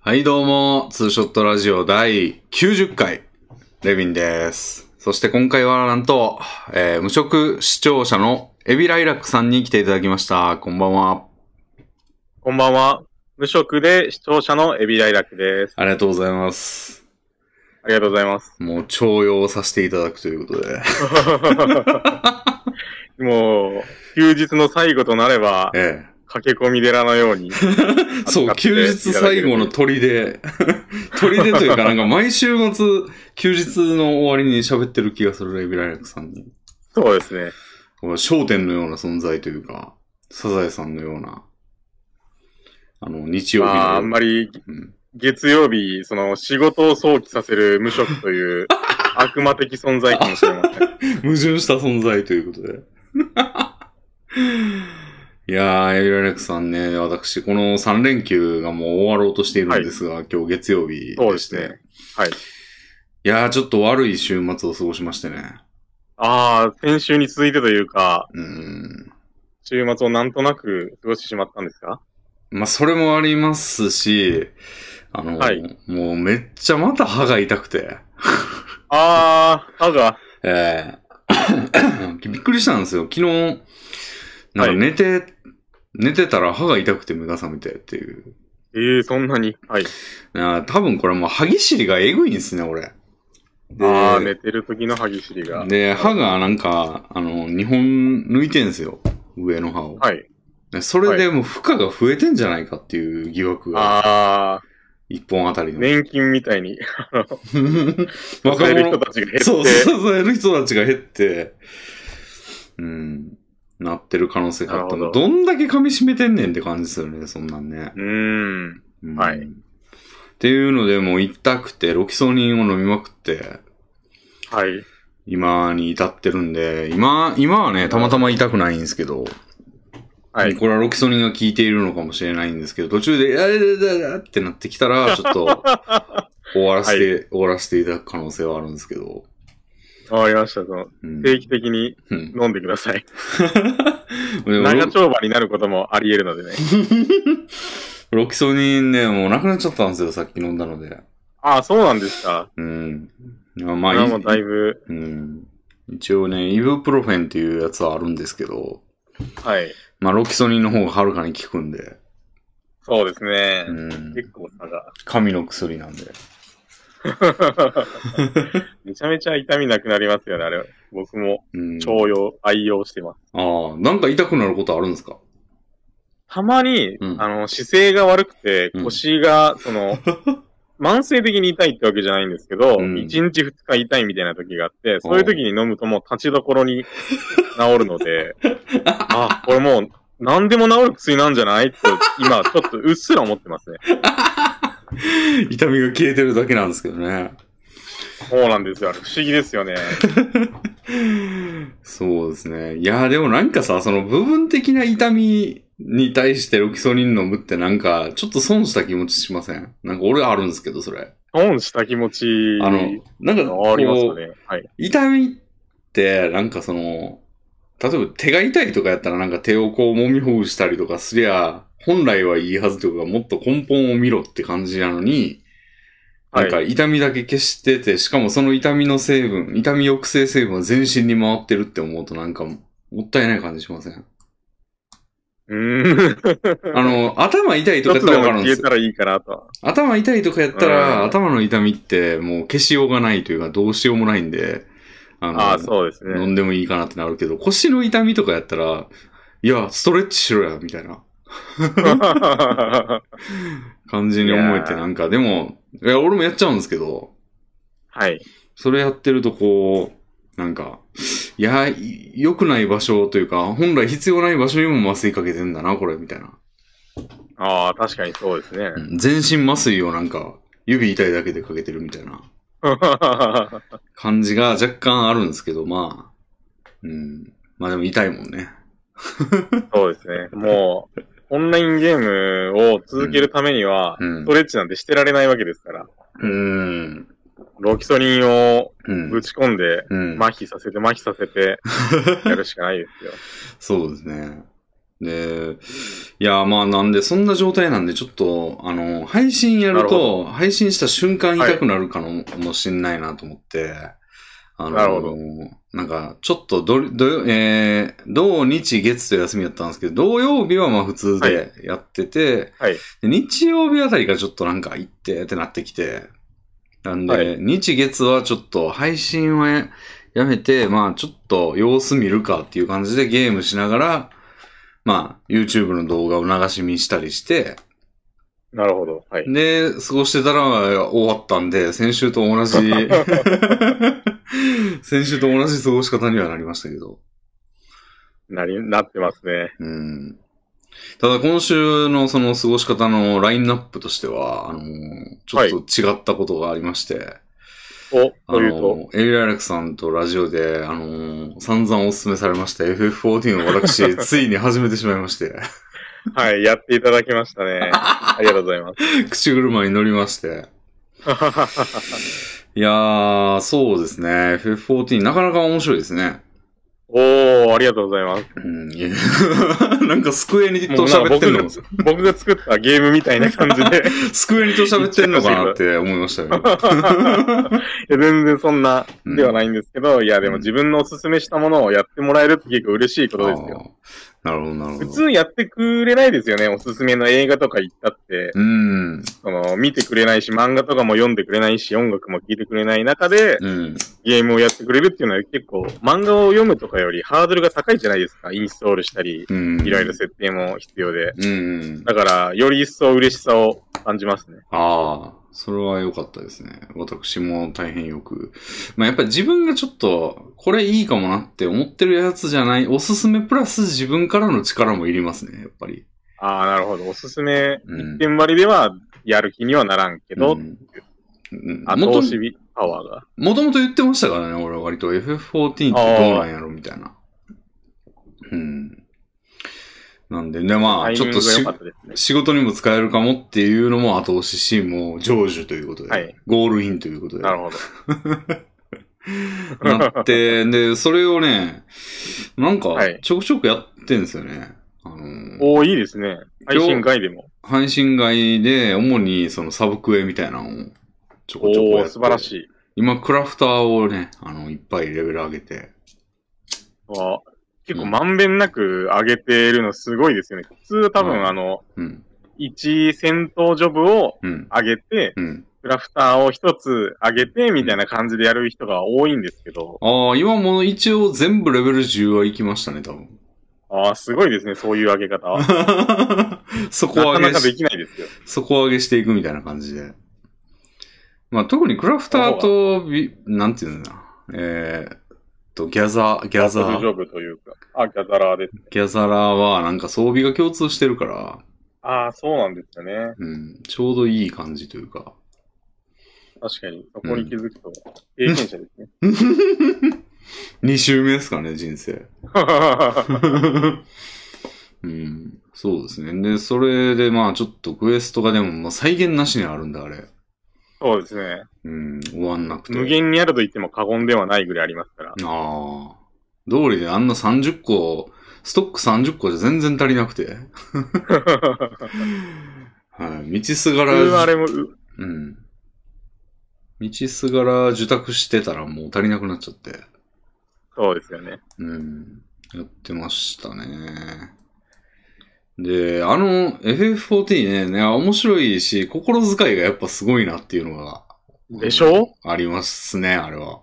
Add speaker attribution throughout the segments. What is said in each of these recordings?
Speaker 1: はい、どうも、ツーショットラジオ第90回、レビンです。そして今回はなんと、えー無職視聴者のエビライラックさんに来ていただきました。こんばんは。
Speaker 2: こんばんは。無職で視聴者のエビライラクです。
Speaker 1: ありがとうございます。
Speaker 2: ありがとうござ います。
Speaker 1: もう徴用させていただくということで。
Speaker 2: もう、休日の最後となれば、
Speaker 1: え
Speaker 2: 駆け込み寺のように。
Speaker 1: え。 そう、休日最後の鳥で、 鳥でというかなんか毎週末、休日の終わりに喋ってる気がするエビライラックさんに。
Speaker 2: そうですね。
Speaker 1: この焦点のような存在というか、サザエさんのような、あの、日曜
Speaker 2: ま
Speaker 1: 日の、
Speaker 2: あ、あんまり、
Speaker 1: うん
Speaker 2: 月曜日、その、仕事を想起させる無職と いう、悪魔的存在かもしれません。
Speaker 1: 矛盾した存在ということで。 いやー、エビラレックさんね、私、この3連休がもう終わろうとしているんですが、今日月曜日
Speaker 2: そう
Speaker 1: で
Speaker 2: で
Speaker 1: して、
Speaker 2: すね。はい。
Speaker 1: いやー、ちょっと悪い週末を過ごしましてね。
Speaker 2: ああ、先週に続いてというか、
Speaker 1: うん。
Speaker 2: 週末をなんとなく過ごしてしまったんですか
Speaker 1: まあ、それもありますし、あの、
Speaker 2: はい
Speaker 1: もうめっちゃまた歯が痛くて。
Speaker 2: ああ、歯が、
Speaker 1: えー びっくりしたんですよ。昨日、なんか
Speaker 2: はい
Speaker 1: 寝て、寝てたら歯が痛くて目が覚めてっていう。
Speaker 2: ええそんなに。はい。
Speaker 1: あー多分これもう歯ぎしりがえぐいんですね、俺。で
Speaker 2: ああ、寝てる時の歯ぎしりが。
Speaker 1: で、歯がなんか、あの、2本抜いてんすよ。上の歯を。
Speaker 2: はい。
Speaker 1: でそれでもう負荷が増えてんじゃないかっていう疑惑が、
Speaker 2: ああ、
Speaker 1: 1本あた りの。
Speaker 2: 年金みたいに、
Speaker 1: 若
Speaker 2: える
Speaker 1: 者
Speaker 2: 人、たちが減って。
Speaker 1: そう、支える人たちが減って、うん、なってる可能性があったの。
Speaker 2: なるほど
Speaker 1: どんだけ噛み締めてんねんって感じですよね、そんなんね。
Speaker 2: うーん。
Speaker 1: うん
Speaker 2: はい
Speaker 1: っていうので、もう痛くて、ロキソニンを飲みまくって、
Speaker 2: はい。
Speaker 1: 今に至ってるんで、今、今はね、たまたま痛くないんですけど、
Speaker 2: はい。
Speaker 1: これはロキソニンが効いているのかもしれないんですけど、途中で、やれれれれってなってきたら、ちょっと、終わらせて、終わらせていただく可能性はあるんですけど。
Speaker 2: わかりました。その
Speaker 1: うん
Speaker 2: 定期的に
Speaker 1: うん
Speaker 2: 飲んでください。
Speaker 1: でも
Speaker 2: 長丁場になることもあり得るのでね。
Speaker 1: ロキソニンね、もうなくなっちゃったんですよ、さっき飲んだので。
Speaker 2: ああ、そうなんですか。
Speaker 1: うん。いやま
Speaker 2: こ
Speaker 1: あ、
Speaker 2: れはもうだ
Speaker 1: い
Speaker 2: いぶ、
Speaker 1: うん。一応ね、イブプロフェンっていうやつはあるんですけど、
Speaker 2: はい。
Speaker 1: まあ、ロキソニンの方がはるかに効くんで、
Speaker 2: そうですね
Speaker 1: う。ん。
Speaker 2: 結構差が。
Speaker 1: 神の薬なんで。
Speaker 2: めちゃめちゃ痛みなくなりますよね、あれ。僕も
Speaker 1: うん。
Speaker 2: 徴用、愛用してます。
Speaker 1: ああ、なんか痛くなることあるんですか
Speaker 2: たまに、
Speaker 1: うん
Speaker 2: あの、姿勢が悪くて
Speaker 1: う、ん
Speaker 2: 腰が、その、慢性的に痛いってわけじゃないんですけど、
Speaker 1: うん
Speaker 2: 1日2日痛いみたいな時があって、そういう時に飲むともう立ちどこ ろに治るので、あ、これもう何でも治る薬なんじゃないって今ちょっとうっすら思ってますね。
Speaker 1: 痛みが消えてるだけなんですけどね。
Speaker 2: そうなんですよ。あれ不思議ですよね。
Speaker 1: そうですね。いや、でもなんかさ、その部分的な痛みに対してロキソニン飲むってなんか、ちょっと損した気持ちしませんなんか俺あるんですけど、それ。
Speaker 2: 損した気持ち、
Speaker 1: あの、なんかこ
Speaker 2: ありますよ
Speaker 1: う、
Speaker 2: ね。はい。
Speaker 1: 痛みって、なんかその、例えば手が痛いとかやったらなんか手をこう揉みほぐしたりとかすりゃ、本来はいいはずというか、もっと根本を見ろって感じなのに、な
Speaker 2: はい
Speaker 1: んか痛みだけ消してて、しかもその痛みの成分、痛み抑制成分は全身に回ってるって思うとなんかもったいない感じしません
Speaker 2: うーん。
Speaker 1: あの、頭痛いとかや
Speaker 2: 一
Speaker 1: った
Speaker 2: つで
Speaker 1: ら
Speaker 2: も
Speaker 1: わかるん
Speaker 2: 消
Speaker 1: で
Speaker 2: え
Speaker 1: す
Speaker 2: た
Speaker 1: よ。
Speaker 2: らいいかなと。
Speaker 1: 頭痛いとかやった
Speaker 2: う
Speaker 1: ら、
Speaker 2: ん
Speaker 1: 頭の痛みってもう消しようがないというか、どうしようもないんで、あ
Speaker 2: ああ、そうですね。
Speaker 1: 飲んでもいいかなってなるけど、腰の痛みとかやったら、いや、ストレッチしろや、みたいな
Speaker 2: は
Speaker 1: 感じに思えて、
Speaker 2: いやー
Speaker 1: なんか、でも、いや、俺もやっちゃうんですけど、
Speaker 2: い。
Speaker 1: それやってるとこう、なんか、いや、い良くない場所というか、本来必要ない場所にも麻酔かけてんだな、これ、みたいな。
Speaker 2: ああ、確かにそうですね。
Speaker 1: うん全身麻酔をなんか、指痛いだけでかけてるみたいな感じが若干あるんですけど、まあ、うん。まあでも痛いもんね。
Speaker 2: そうですね。もう、オンラインゲームを続けるためには、
Speaker 1: うん
Speaker 2: スト。レッチなんてしてられないわけですから、
Speaker 1: うん。
Speaker 2: ロキソニンを
Speaker 1: うん
Speaker 2: ぶ。ち込んで、
Speaker 1: うん
Speaker 2: 麻痺させて、麻痺させて、やるしかないですよ。
Speaker 1: そうですね。で、いや、まあなんで、そんな状態なんで、ちょっと、あの、配信やる
Speaker 2: なるほ
Speaker 1: と、配信した瞬間痛くなるかも,、もしんないなと思って、あの、
Speaker 2: なるほど
Speaker 1: なんか、ちょっとど、ど、えー、土日月と休みだったんですけど、土曜日はまあ普通
Speaker 2: は
Speaker 1: でやってて、
Speaker 2: はい
Speaker 1: で日曜日あたりがちょっとなんか行ってってなってきて、なんで、
Speaker 2: はい
Speaker 1: 日月はちょっと配信はややめて、まあちょっと様子見るかっていう感じでゲームしながら、まあ YouTube の動画を流し見したりして、
Speaker 2: なるほど。はい。
Speaker 1: で、過ごしてたら終わったんで、先週と同 じ、先週と同じ過ごし方にはなりましたけど。
Speaker 2: なり、なってますね。
Speaker 1: うん。ただ今週のその過ごし方のラインナップとしては、あの、ちょっと違ったことがありまして、
Speaker 2: お、
Speaker 1: あ
Speaker 2: というと、
Speaker 1: の、エリアレクさんとラジオで、あの、散々お勧めされました FF14 を 私、ついに始めてしまいまして、
Speaker 2: はい、やっていただきましたね。ありがとうございます。
Speaker 1: 口車に乗りま して。いやー、そうですね。FF14、なかなか面白いですね。
Speaker 2: おー、ありがとうございます。
Speaker 1: うん、いや なんか、スクエニと
Speaker 2: もうなんか
Speaker 1: 喋ってんの
Speaker 2: 僕が僕が作ったゲームみたいな感じ で、い
Speaker 1: スクエニと喋ってんのかなって思いましたよ、 ね。
Speaker 2: や全然そんな
Speaker 1: うん
Speaker 2: ではないんですけど、いや、でも自分のおすすめしたものをやってもらえるって結構嬉しいことですよ。
Speaker 1: あーなるほど、なるほ
Speaker 2: 普
Speaker 1: ど。
Speaker 2: 通やってくれないですよね。おすすめの映画とか行ったって、
Speaker 1: うん。
Speaker 2: その、見てくれないし、漫画とかも読んでくれないし、音楽も聴いてくれない中で、
Speaker 1: うん。
Speaker 2: ゲームをやってくれるっていうのは結構、漫画を読むとかよりハードルが高いじゃないですか。インストールしたり、
Speaker 1: うん。
Speaker 2: いろいろ設定も必要で。
Speaker 1: うん。
Speaker 2: だから、より一層嬉しさを感じますね。
Speaker 1: ああ、それは良かったですね。私も大変よく。まあやっぱり自分がちょっと、これいいかもなって思ってるやつじゃない、おすすめプラス自分からの力もいりますね、やっぱり。
Speaker 2: ああ、なるほど。おすすめ、
Speaker 1: うん
Speaker 2: 一点割りではやる気にはならんけど、
Speaker 1: うんうん
Speaker 2: 後
Speaker 1: もと
Speaker 2: 押しびパワーが。
Speaker 1: もともと言ってましたからね、俺は割と FF14 ってどうなんやろみたいな。うん。なんでね、ま
Speaker 2: タ
Speaker 1: あ、
Speaker 2: イ
Speaker 1: ち
Speaker 2: ミ
Speaker 1: ょ
Speaker 2: ン
Speaker 1: っ
Speaker 2: グ
Speaker 1: と
Speaker 2: が
Speaker 1: し
Speaker 2: 良かったですね。
Speaker 1: 仕事にも使えるかもっていうのも後押しし、もう成就ということで、
Speaker 2: はい
Speaker 1: ゴールインということで。
Speaker 2: なるほど。
Speaker 1: な って、で、それをね、なんか
Speaker 2: はい、
Speaker 1: ちょくちょくやってんですよね。あの、
Speaker 2: おお、いいですね。配信外でも。
Speaker 1: 配信外で、主にそのサブクエみたいなのを、ちょ
Speaker 2: お
Speaker 1: こちょこやっ
Speaker 2: おー、
Speaker 1: て。
Speaker 2: 素晴らしい。
Speaker 1: 今、クラフターをね、あの、いっぱいレベル上げて。
Speaker 2: わあ結
Speaker 1: う
Speaker 2: 構
Speaker 1: ん
Speaker 2: まんべんなく上げているのすごいですよね。普通は多
Speaker 1: う
Speaker 2: 分
Speaker 1: ん
Speaker 2: あの、
Speaker 1: うん、
Speaker 2: 1戦闘ジョブを
Speaker 1: うん、
Speaker 2: 上げて、
Speaker 1: うん。
Speaker 2: クラフターを1つ上げて、みたいな感じでやる人が多いんですけど、
Speaker 1: ああ、今もう一応全部レベル10は行きましたね、多分。
Speaker 2: ああ、すごいですね、そういう上げ方は。な
Speaker 1: 底
Speaker 2: か
Speaker 1: 上
Speaker 2: な
Speaker 1: げ
Speaker 2: かで
Speaker 1: し、
Speaker 2: きないですよ。
Speaker 1: 底上げしていくみたいな感じで。まあ、特にクラフターとビ、なんていうんだえーっと、ギャザー、ギャザ
Speaker 2: ジ
Speaker 1: ー、
Speaker 2: ョブというか。あ、ギャザラーです。
Speaker 1: ギャザラーはなんか装備が共通してるから、
Speaker 2: ああ、そうなんですよね。
Speaker 1: うん、ちょうどいい感じというか。
Speaker 2: 確かに、そこに気づくと、経験者ですね。
Speaker 1: 2周目ですかね、人 生。
Speaker 2: は
Speaker 1: うん、そうですね。で、それでまあちょっとクエストがでももう再現なしにあるんだ、あれ。
Speaker 2: そうですね。
Speaker 1: うん、終わんなくて。
Speaker 2: 無限にあると言っても過言ではないぐらいあります から。
Speaker 1: ああ。道理であんな30個、ストック30個じゃ全然足りなくて。 はい。道すが
Speaker 2: 普通はあ
Speaker 1: ら、
Speaker 2: れも、う
Speaker 1: うん。道すがら受託してたらもう足りなくなっちゃって。
Speaker 2: そうですよね。
Speaker 1: うん。やってましたね。で、あの、FF14 ね、ね面白いし、心遣いがやっぱすごいなっていうのが。
Speaker 2: でしょ
Speaker 1: ありますね、あれは。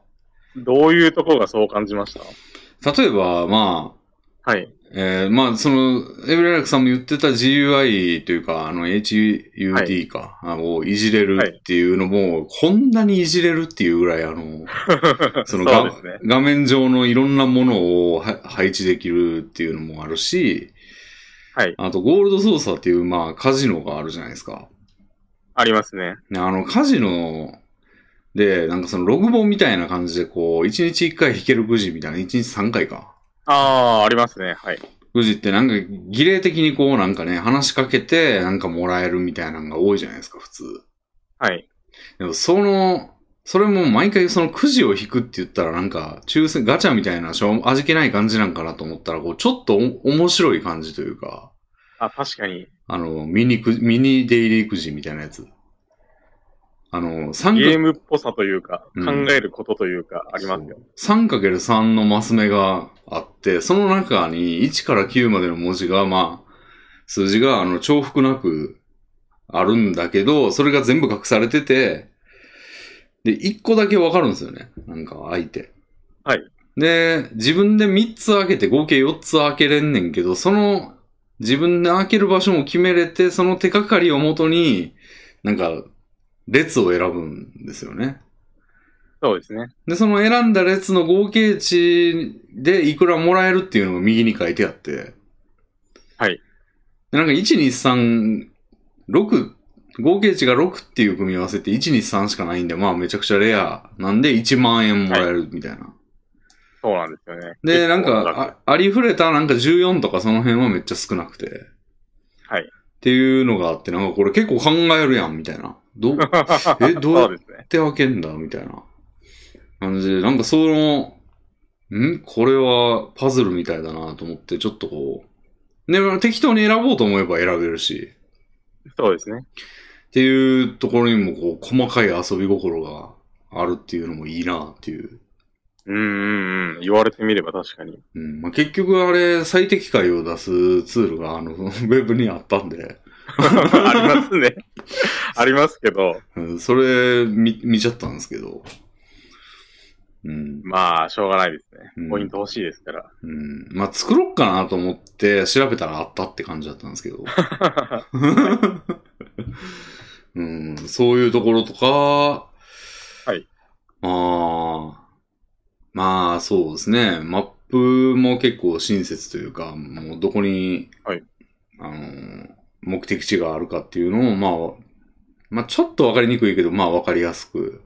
Speaker 2: どういうところがそう感じました
Speaker 1: 例えば、まあ、
Speaker 2: はい。
Speaker 1: えー、まあ、その、エブリラクさんも言ってた GUI というか、あの、HUD か、あのをいじれるっていうのも、こんなにいじれるっていうぐらい、あ の、その
Speaker 2: そう
Speaker 1: が
Speaker 2: ですね。
Speaker 1: 画面上のいろんなものをは配置できるっていうのもあるし、
Speaker 2: はい。
Speaker 1: あと、ゴールド操作っていう、まあ、カジノがあるじゃないですか。
Speaker 2: ありますね。
Speaker 1: ねあの、カジノで、なんかその、ログ本みたいな感じで、こう、1日1回引けるくじみたいな、1日3回か。
Speaker 2: ああ、ありますね。はい。
Speaker 1: 富士ってなんか儀礼的にこうなんかね、話しかけてなんかもらえるみたいなのが多いじゃないですか、普通。
Speaker 2: はい。
Speaker 1: でもその、それも毎回そのくじを引くって言ったらなんか、抽選、ガチャみたいなしょう味気ない感じなんかなと思ったら、こう、ちょっとお面白い感じというか、
Speaker 2: あ、確かに。
Speaker 1: あの、ミニくじ、ミニデイリーくじみたいなやつ。あの、三
Speaker 2: ゲ
Speaker 1: 角
Speaker 2: ームっぽさというか、
Speaker 1: う
Speaker 2: 考
Speaker 1: ん
Speaker 2: えることというか、ありますよ。
Speaker 1: 3×3 のマス目があって、その中に1から9までの文字が、まあ、数字があの重複なくあるんだけど、それが全部隠されてて、で、1個だけわかるんですよね。なんか相手。
Speaker 2: はい。
Speaker 1: で、自分で3つ開けて合計4つ開けれんねんけど、その自分で開ける場所も決めれて、その手掛かりをもとに、なんか、列を選ぶんですよね。
Speaker 2: そうですね。
Speaker 1: で、その選んだ列の合計値でいくらもらえるっていうのが右に書いてあって。
Speaker 2: はい。
Speaker 1: で、なんか1、2、3、6、合計値が6っていう組み合わせって1、2、3しかないんで、まあめちゃくちゃレアなんで1万円もらえるみたいな。
Speaker 2: そうなんですよね。
Speaker 1: で、
Speaker 2: 結構
Speaker 1: なん
Speaker 2: 楽
Speaker 1: か、あありふれたなんか14とかその辺はめっちゃ少なくて。
Speaker 2: はい
Speaker 1: っていうのがあって、なんかこれ結構考えるやんみたいな。どう、えどうやっ
Speaker 2: そうですね
Speaker 1: っ。て開けんだみたいな感じで、なんかその、んこれはパズルみたいだなと思って、ちょっとこう、ね、適当に選ぼうと思えば選べるし、
Speaker 2: そうですね。
Speaker 1: っていうところにもこう、細かい遊び心があるっていうのもいいなっていう。
Speaker 2: うんうんうん。言われてみれば確 かに。
Speaker 1: うんまあ、結局あれ、最適解を出すツールがあの、ウ ェブにあったんで、
Speaker 2: ありますね。ありますけど、
Speaker 1: うんそれ見、見ちゃったんですけど、うん、
Speaker 2: まあ、しょうがないです
Speaker 1: う
Speaker 2: ね
Speaker 1: ん。
Speaker 2: ポイント欲しいですから。
Speaker 1: うん。まあ、作ろっかなと思って調べたらあったって感じだったんですけど。 うん、そういうところとか、
Speaker 2: はい。
Speaker 1: まあ、まあ、そうですね。マップも結構親切というか、もうどこに、
Speaker 2: はい
Speaker 1: あの、目的地があるかっていうのを、まあ、まあ、ちょっとわかりにくいけど、まあ、わかりやすく、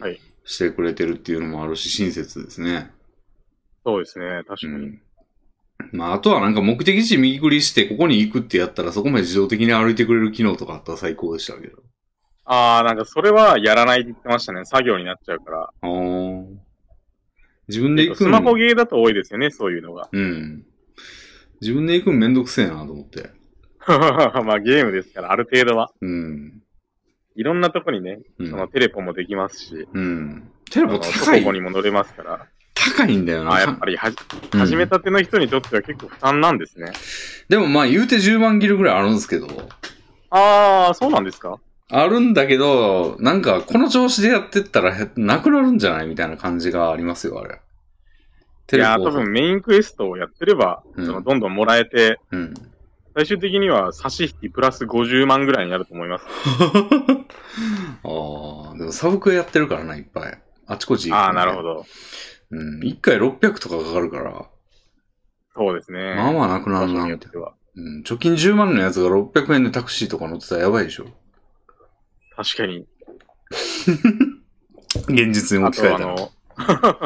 Speaker 2: はい
Speaker 1: してくれてるっていうのもあるし、親切ですね。
Speaker 2: そうですね。確か
Speaker 1: う
Speaker 2: に。
Speaker 1: ん。まあ、あとはなんか目的地右クリして、ここに行くってやったら、そこまで自動的に歩いてくれる機能とかあったら最高でしたけど。
Speaker 2: ああ、なんかそれはやらないって言ってましたね。作業になっちゃうから。
Speaker 1: ああ。自分で行く
Speaker 2: ス
Speaker 1: の
Speaker 2: マホゲーだと多いですよね、そういうのが。
Speaker 1: うん。自分で行くのめんどくせえなと思って。
Speaker 2: まあゲームですから、ある程度は。
Speaker 1: うん。
Speaker 2: いろんなとこにね、
Speaker 1: う
Speaker 2: その
Speaker 1: ん。
Speaker 2: テレポもできますし、
Speaker 1: うん、テレ
Speaker 2: あ
Speaker 1: ポ
Speaker 2: の
Speaker 1: 高
Speaker 2: どこに
Speaker 1: い。
Speaker 2: も乗れますから。
Speaker 1: 高いんだよな。
Speaker 2: まあやっぱりはじ、
Speaker 1: うん
Speaker 2: 始めたての人にとっては結構負担なんですね。
Speaker 1: でもまあ言うて10万ギルぐらいあるんですけど。
Speaker 2: ああ、そうなんですか
Speaker 1: あるんだけど、なんかこの調子でやってったらへなくなるんじゃないみたいな感じがありますよ、あれ。
Speaker 2: い
Speaker 1: テレポ。
Speaker 2: やー、多分メインクエストをやってれば、
Speaker 1: うん
Speaker 2: そのどんどんもらえて、
Speaker 1: うん。
Speaker 2: 最終的には差し引きプラス50万ぐらいになると思います。
Speaker 1: ああ、でもサブクエやってるからな、いっぱい。あちこち行く、
Speaker 2: ああ、なるほ
Speaker 1: ど。
Speaker 2: ど。
Speaker 1: うん。1回600とかかかるから、
Speaker 2: そうですね。
Speaker 1: まあまあなくな
Speaker 2: 場
Speaker 1: る
Speaker 2: 所
Speaker 1: な、
Speaker 2: によ
Speaker 1: み
Speaker 2: った
Speaker 1: い
Speaker 2: ては。
Speaker 1: な。うん。貯金10万のやつが600円でタクシーとか乗ってたらやばいでしょ。
Speaker 2: 確かに。
Speaker 1: 現実に
Speaker 2: あ
Speaker 1: 置き換
Speaker 2: と、
Speaker 1: え
Speaker 2: あ
Speaker 1: たら。
Speaker 2: の、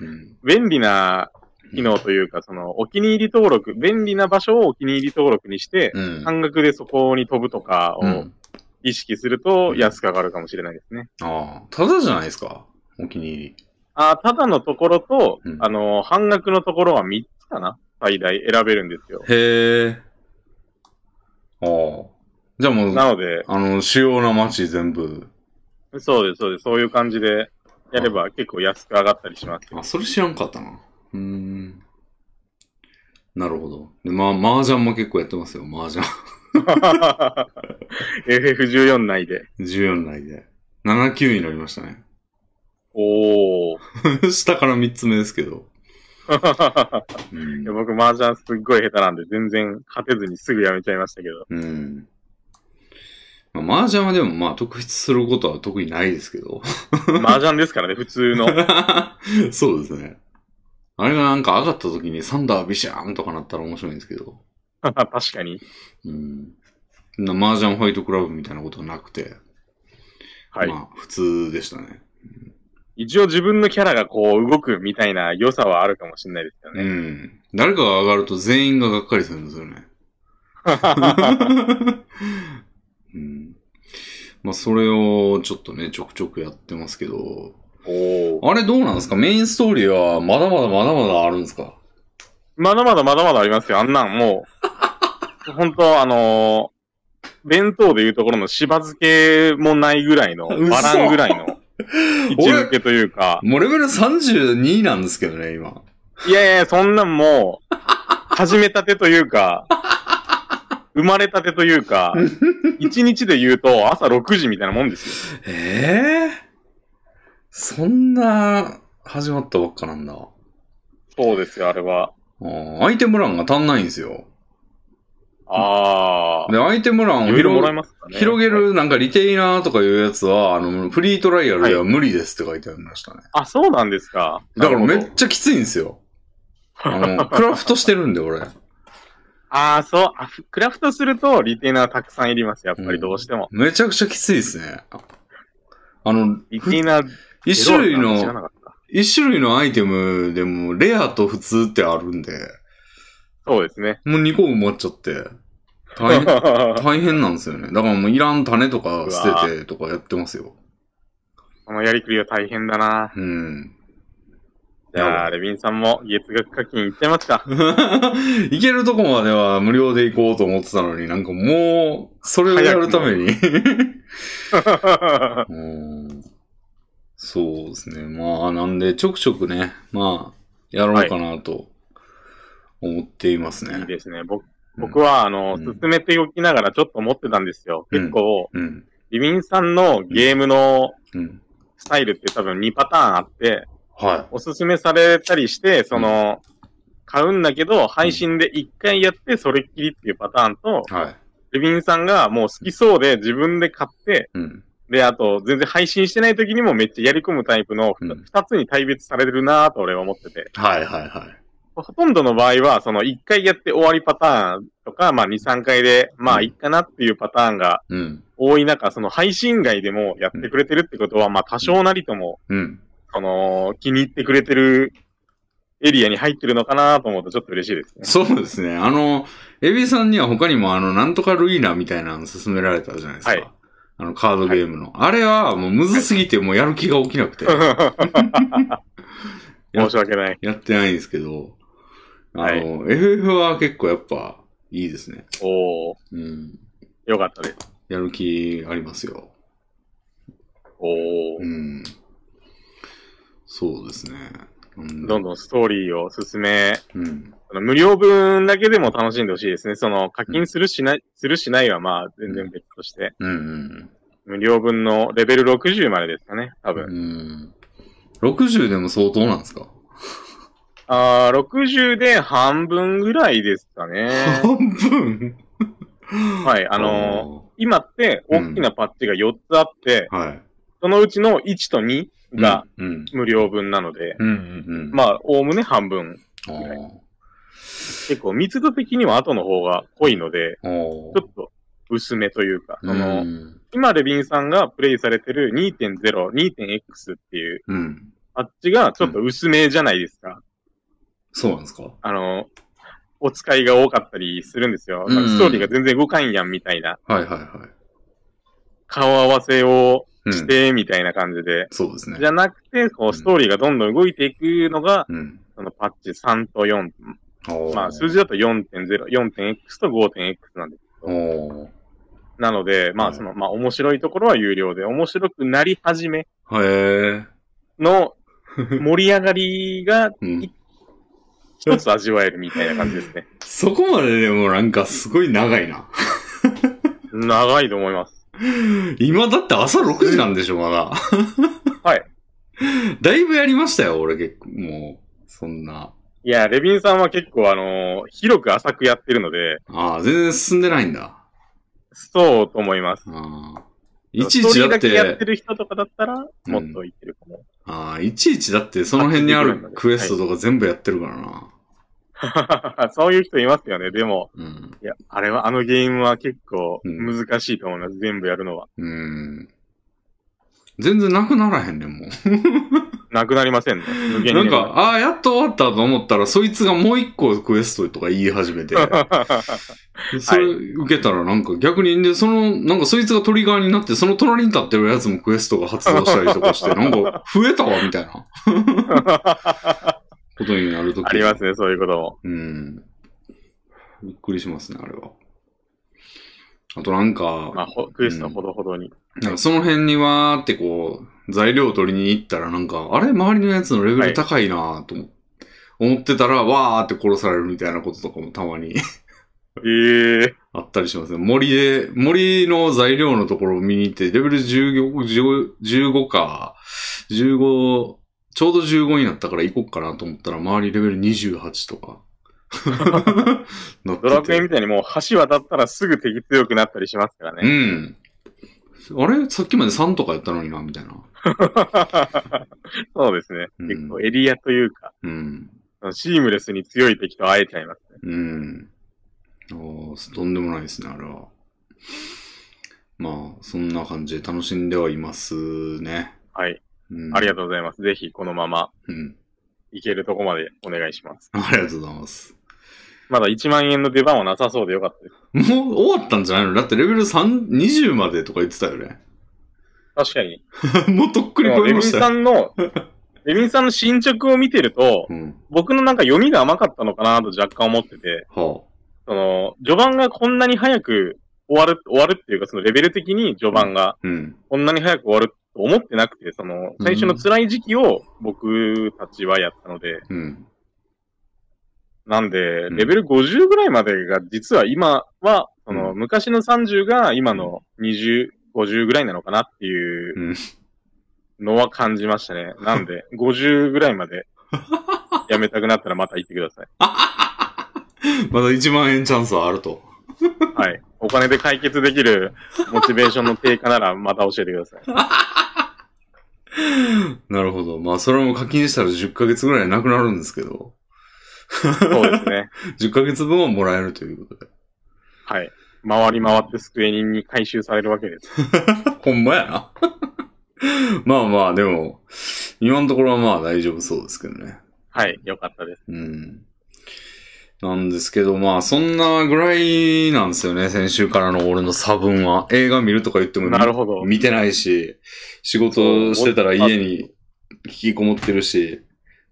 Speaker 1: うん。
Speaker 2: 便利な機能というか、その、お気に入り登録、便利な場所をお気に入り登録にして、
Speaker 1: うん。
Speaker 2: 半額でそこに飛ぶとか
Speaker 1: う
Speaker 2: を
Speaker 1: ん、
Speaker 2: 意識すると
Speaker 1: うん
Speaker 2: 安く上がるかもしれないですね。
Speaker 1: ああ、ただじゃないですか。お気に入り。
Speaker 2: あーただのところと、
Speaker 1: うん
Speaker 2: あの、半額のところは3つかな最大選べるんですよ。
Speaker 1: へえ。ああ。じゃあもう、あ
Speaker 2: なので、
Speaker 1: の、主要な街全部。
Speaker 2: そうです、そうです。そういう感じでやれば結構安く上がったりしますよ。
Speaker 1: あ、それ知らんかったな。うーん。なるほど。で、まあ、麻雀も結構やってますよ、麻雀。
Speaker 2: FF14 内で。
Speaker 1: 14内で。7級になりましたね。
Speaker 2: おー。
Speaker 1: 下から3つ目ですけ ど。うん
Speaker 2: いや。僕、麻雀すっごい下手なんで、全然勝てずにすぐやめちゃいましたけど。
Speaker 1: うん。まあ、麻雀はでもまあ、特筆することは特にないですけど。
Speaker 2: 麻雀ですからね、普通の。
Speaker 1: そうですね。あれがなんか上がった時にサンダービシャーンとかなったら面白いんですけど。
Speaker 2: 確かに。
Speaker 1: うん。そんな麻雀ホワイトクラブみたいなことはなくて。
Speaker 2: はい。
Speaker 1: まあ、普通でしたね。
Speaker 2: 一応自分のキャラがこう動くみたいな良さはあるかもしれないですよ
Speaker 1: う
Speaker 2: ね。
Speaker 1: ん。誰かが上がると全員ががっかりするんですよね。うん。まあ、それをちょっとね、ちょくちょくやってますけど、
Speaker 2: おお。
Speaker 1: あれどうなんですかメインストーリーはまだまだまだまだあるんですか
Speaker 2: まだまだまだまだありますよ。あんなんも う。本当あのー弁当でいうところのしば漬けもないぐらいの、
Speaker 1: 嘘
Speaker 2: バランぐらい の位置づけというか、
Speaker 1: もうレベル32なんですけどね、今。
Speaker 2: いやいや、そんなんも う、始めたてというか、生まれたてという か、一日で言うと朝6時みたいなもんですよ。
Speaker 1: ええそんな、始まったばっかなんだ。あ
Speaker 2: そうですよ、あれは。
Speaker 1: ーアイテム欄が足んないんですよ。
Speaker 2: ああ。
Speaker 1: で、アイテム欄を
Speaker 2: いろいろも
Speaker 1: 広
Speaker 2: ら
Speaker 1: げ
Speaker 2: えますかね。
Speaker 1: 広げ。る、なんかリテイナーとかいうやつは、あの、フリートライアルでは無理ですって書いてありましたね。
Speaker 2: あ、そうなんですか。
Speaker 1: だからめ
Speaker 2: なる
Speaker 1: っ
Speaker 2: ほど
Speaker 1: ちゃきついんですよ。あの、 クラフトしてるんで、俺。
Speaker 2: ああ、そうあ。クラフトするとリテイナーたくさんいります、やっぱりどうしても。
Speaker 1: めちゃくちゃきついですね。あの、
Speaker 2: リテイナー、
Speaker 1: 一種類
Speaker 2: ゼロなんて知らな
Speaker 1: の、
Speaker 2: かった
Speaker 1: 一種類のアイテムでも、レアと普通ってあるんで、
Speaker 2: そうですね。
Speaker 1: もう2個埋まっちゃって、大 変、大変なんですよね。だからもういらん種とか捨ててとかやってますよ。
Speaker 2: このやりくりは大変だな。
Speaker 1: うん。
Speaker 2: じゃあ、レビンさんも月額課金いっちゃいますか。
Speaker 1: いけるとこまでは無料で行こうと思ってたのに、なんかもう、それをやるため に。うんそうですね。まあ、なんで、ちょくちょくね、まあ、やろうかなと思っていますね。
Speaker 2: いいですね。僕
Speaker 1: うん
Speaker 2: 僕は、あの、
Speaker 1: うん
Speaker 2: 進めておきながらちょっと思ってたんですよ。
Speaker 1: うん
Speaker 2: 結構、
Speaker 1: うん。
Speaker 2: リビンさんのゲームの
Speaker 1: うん。
Speaker 2: スタイルって多分2パターンあって、
Speaker 1: は
Speaker 2: おすすめされたりして、その、買うんだけど、配信で1回やって、それっきりっていうパターンと、
Speaker 1: い。はい。
Speaker 2: レビンさんがもう好きそうで自分で買って、
Speaker 1: うん。
Speaker 2: で、あと、全然配信してない時にもめっちゃやり込むタイプの
Speaker 1: うん
Speaker 2: 2つに大別されてるなぁと俺は思ってて、
Speaker 1: はいはいはい。
Speaker 2: ほとんどの場合は、その1回やって終わりパターンとか、まあ2、3回で、まあいいかなっていうパターンが
Speaker 1: うん。
Speaker 2: 多い中、その配信外でもやってくれてるってことは、まあ多少なりとも、
Speaker 1: うん。
Speaker 2: その、気に入ってくれてるエリアに入ってるのかなと思うとちょっと嬉しいですね。
Speaker 1: そうですね。あの、エビさんには他にも、あの、なんとかルイナみたいなの勧められたじゃないですか。
Speaker 2: はい
Speaker 1: あの、カードゲームの。あれは、もう、むずすぎて、もうやる気が起きなくて、
Speaker 2: 申し訳ない。
Speaker 1: やってないんですけど、あ
Speaker 2: は
Speaker 1: の、FF は結構やっぱ、いいですね。
Speaker 2: おー、
Speaker 1: うん。
Speaker 2: よかったです。
Speaker 1: やる気ありますよ。
Speaker 2: おー
Speaker 1: う。ん。そうですね。うん
Speaker 2: どんどんストーリーを進め、
Speaker 1: うん。
Speaker 2: その無料分だけでも楽しんでほしいですね。その課金するしない、するしないはまあ全然別として、
Speaker 1: うんうん
Speaker 2: 無料分のレベル60までですかね、多
Speaker 1: うん。
Speaker 2: 分。
Speaker 1: うん。60でも相当なんですか
Speaker 2: あー、60で半分ぐらいですか ね。
Speaker 1: 半分
Speaker 2: はい、あのー今って大きなパッチが4つあって、
Speaker 1: あーはい。
Speaker 2: そのうちの1と2が
Speaker 1: うん、
Speaker 2: 無料分なので、
Speaker 1: うん。うんうんうん。
Speaker 2: まあ、おおむね半分。
Speaker 1: あー、
Speaker 2: 結構密度的には後の方が濃いので、
Speaker 1: あ
Speaker 2: ちょっと薄めというか、その、
Speaker 1: うん。
Speaker 2: 今、レビンさんがプレイされてる2.0、2.x っていう
Speaker 1: うん。
Speaker 2: パッチがちょっと薄めじゃないですか。
Speaker 1: そうなんですか
Speaker 2: あの、お使いが多かったりするんですよ。
Speaker 1: うん
Speaker 2: ストーリーが全然動かんやんみたいな。
Speaker 1: はいはいは
Speaker 2: 顔合わせを
Speaker 1: い。う
Speaker 2: し
Speaker 1: ん、
Speaker 2: て、みたいな感じで。
Speaker 1: そうですね
Speaker 2: じ。ゃなくて、こ
Speaker 1: うん
Speaker 2: う、ストーリーがどんどん動いていくのが、
Speaker 1: うん。
Speaker 2: そのパッチ3と4。
Speaker 1: おー
Speaker 2: まあ、数字だと4.0、4.x と 5.x なんです。
Speaker 1: おー
Speaker 2: なので、ま
Speaker 1: う
Speaker 2: あ、
Speaker 1: ん
Speaker 2: その、まあ、面白いところは有料で、面白くなり始め
Speaker 1: へえ。
Speaker 2: の盛り上がりが
Speaker 1: うん。
Speaker 2: 一つ味わえるみたいな感じです ね。
Speaker 1: そこまででもなんかすごい長いな。
Speaker 2: 長いと思います。
Speaker 1: 今だって朝6時なんでしょ、まだ。
Speaker 2: はい。
Speaker 1: だいぶやりましたよ、俺結構、もう、そんな。
Speaker 2: いや、レビンさんは結構あのー広く浅くやってるので、
Speaker 1: ああ、全然進んでないんだ。
Speaker 2: そうと思います。
Speaker 1: ああ。いちい
Speaker 2: スト
Speaker 1: ち
Speaker 2: ーリ
Speaker 1: だ
Speaker 2: ー
Speaker 1: っ
Speaker 2: だけやってて、る人とかだったら、
Speaker 1: うん
Speaker 2: もっといってるかも。
Speaker 1: ああ、いちいちだってその辺にあるクエストとか全部やってるからな。
Speaker 2: そういう人いますよね。でも、
Speaker 1: うん。
Speaker 2: いや、あれは、あのゲームは結構
Speaker 1: うん
Speaker 2: 難しいと思います。全部やるのは。
Speaker 1: うん。全然なくならへんねん、もう。
Speaker 2: なくなりませんね。無限
Speaker 1: な
Speaker 2: に
Speaker 1: ん
Speaker 2: ね。
Speaker 1: か、ああ、やっと終わったと思ったら、そいつがもう一個クエストとか言い始 めて、それ受けたらなんか逆に、で、その、なんかそいつがトリガーになって、その隣に立ってるやつもクエストが発動したりとか して、なんか増えたわ、みたいなことになるとき。
Speaker 2: ありますね、そういうことも。
Speaker 1: うん。びっくりしますね、あれは。あとなんか、
Speaker 2: まあ、ほクエストはほどほどに。
Speaker 1: なんかその辺にわーってこう、材料を取りに行ったらなんか、あれ周りのやつのレベル高いなーと思,、思ってたら、わーって殺されるみたいなこととかもたまに
Speaker 2: ええ
Speaker 1: あったりしますね。森で、森の材料のところを見に行って、レベル15 15か、15、ちょうど15になったから行こうかなと思ったら、周りレベル28とか。なって
Speaker 2: ドラクエみたいにもう橋渡ったらすぐ敵強くなったりしますから
Speaker 1: う
Speaker 2: ね。
Speaker 1: ん。あれさっきまで3とかやったのにな、みたいな。
Speaker 2: そうですね。
Speaker 1: うん
Speaker 2: 結構エリアというか、
Speaker 1: うん。
Speaker 2: シームレスに強い敵と会えちゃいますね。
Speaker 1: うん。あーとんでもないですね、あれは。まあ、そんな感じで楽しんではいますね。
Speaker 2: はい。
Speaker 1: うん、
Speaker 2: ありがとうございます。ぜひこのまま
Speaker 1: う。うん。
Speaker 2: 行けるとこまでお願いします。
Speaker 1: ありがとうございます。
Speaker 2: まだ1万円の出番はなさそうでよかったです。
Speaker 1: もう終わったんじゃないのだってレベル3、20までとか言ってたよね。
Speaker 2: 確かに。
Speaker 1: もうとっく
Speaker 2: で
Speaker 1: に
Speaker 2: も
Speaker 1: 超
Speaker 2: レ
Speaker 1: え
Speaker 2: ビ
Speaker 1: ま
Speaker 2: ン
Speaker 1: した
Speaker 2: さ
Speaker 1: よ。
Speaker 2: んの、レビンさんの進捗を見てると、
Speaker 1: うん。
Speaker 2: 僕のなんか読みが甘かったのかなと若干思ってて、
Speaker 1: は
Speaker 2: その、序盤がこんなに早く終わる、終わるっていうか、そのレベル的に序盤が
Speaker 1: あ。うん。
Speaker 2: こんなに早く終わると思ってなくて、その、最初の辛い時期を僕たちはやったので、
Speaker 1: うん。
Speaker 2: なんで、
Speaker 1: ん
Speaker 2: レベル50ぐらいまでが、実は今は、その、
Speaker 1: う
Speaker 2: 昔の30が今の20、50ぐらいなのかなっていうのは感じましたね。なん で、50ぐらいまで、やめたくなったらまた行ってください。
Speaker 1: まだ1万円チャンスはあると。
Speaker 2: はい。お金で解決できるモチベーションの低下ならまた教えてください。
Speaker 1: なるほど。まあ、それも課金したら10ヶ月ぐらいなくなるんですけど、
Speaker 2: そうですね。
Speaker 1: 10ヶ月分はもらえるということで。
Speaker 2: はい。回り回って机人に回収されるわけです。
Speaker 1: ほんまやな。まあまあ、でも、今のところはまあ大丈夫そうですけどね。
Speaker 2: はい。よかったです。
Speaker 1: うん。なんですけど、まあ、そんなぐらいなんですよね。先週からの俺の差分は。映画見るとか言ってもみ
Speaker 2: なるほど。
Speaker 1: 見てないし、仕事してたら家に引きこもってるし、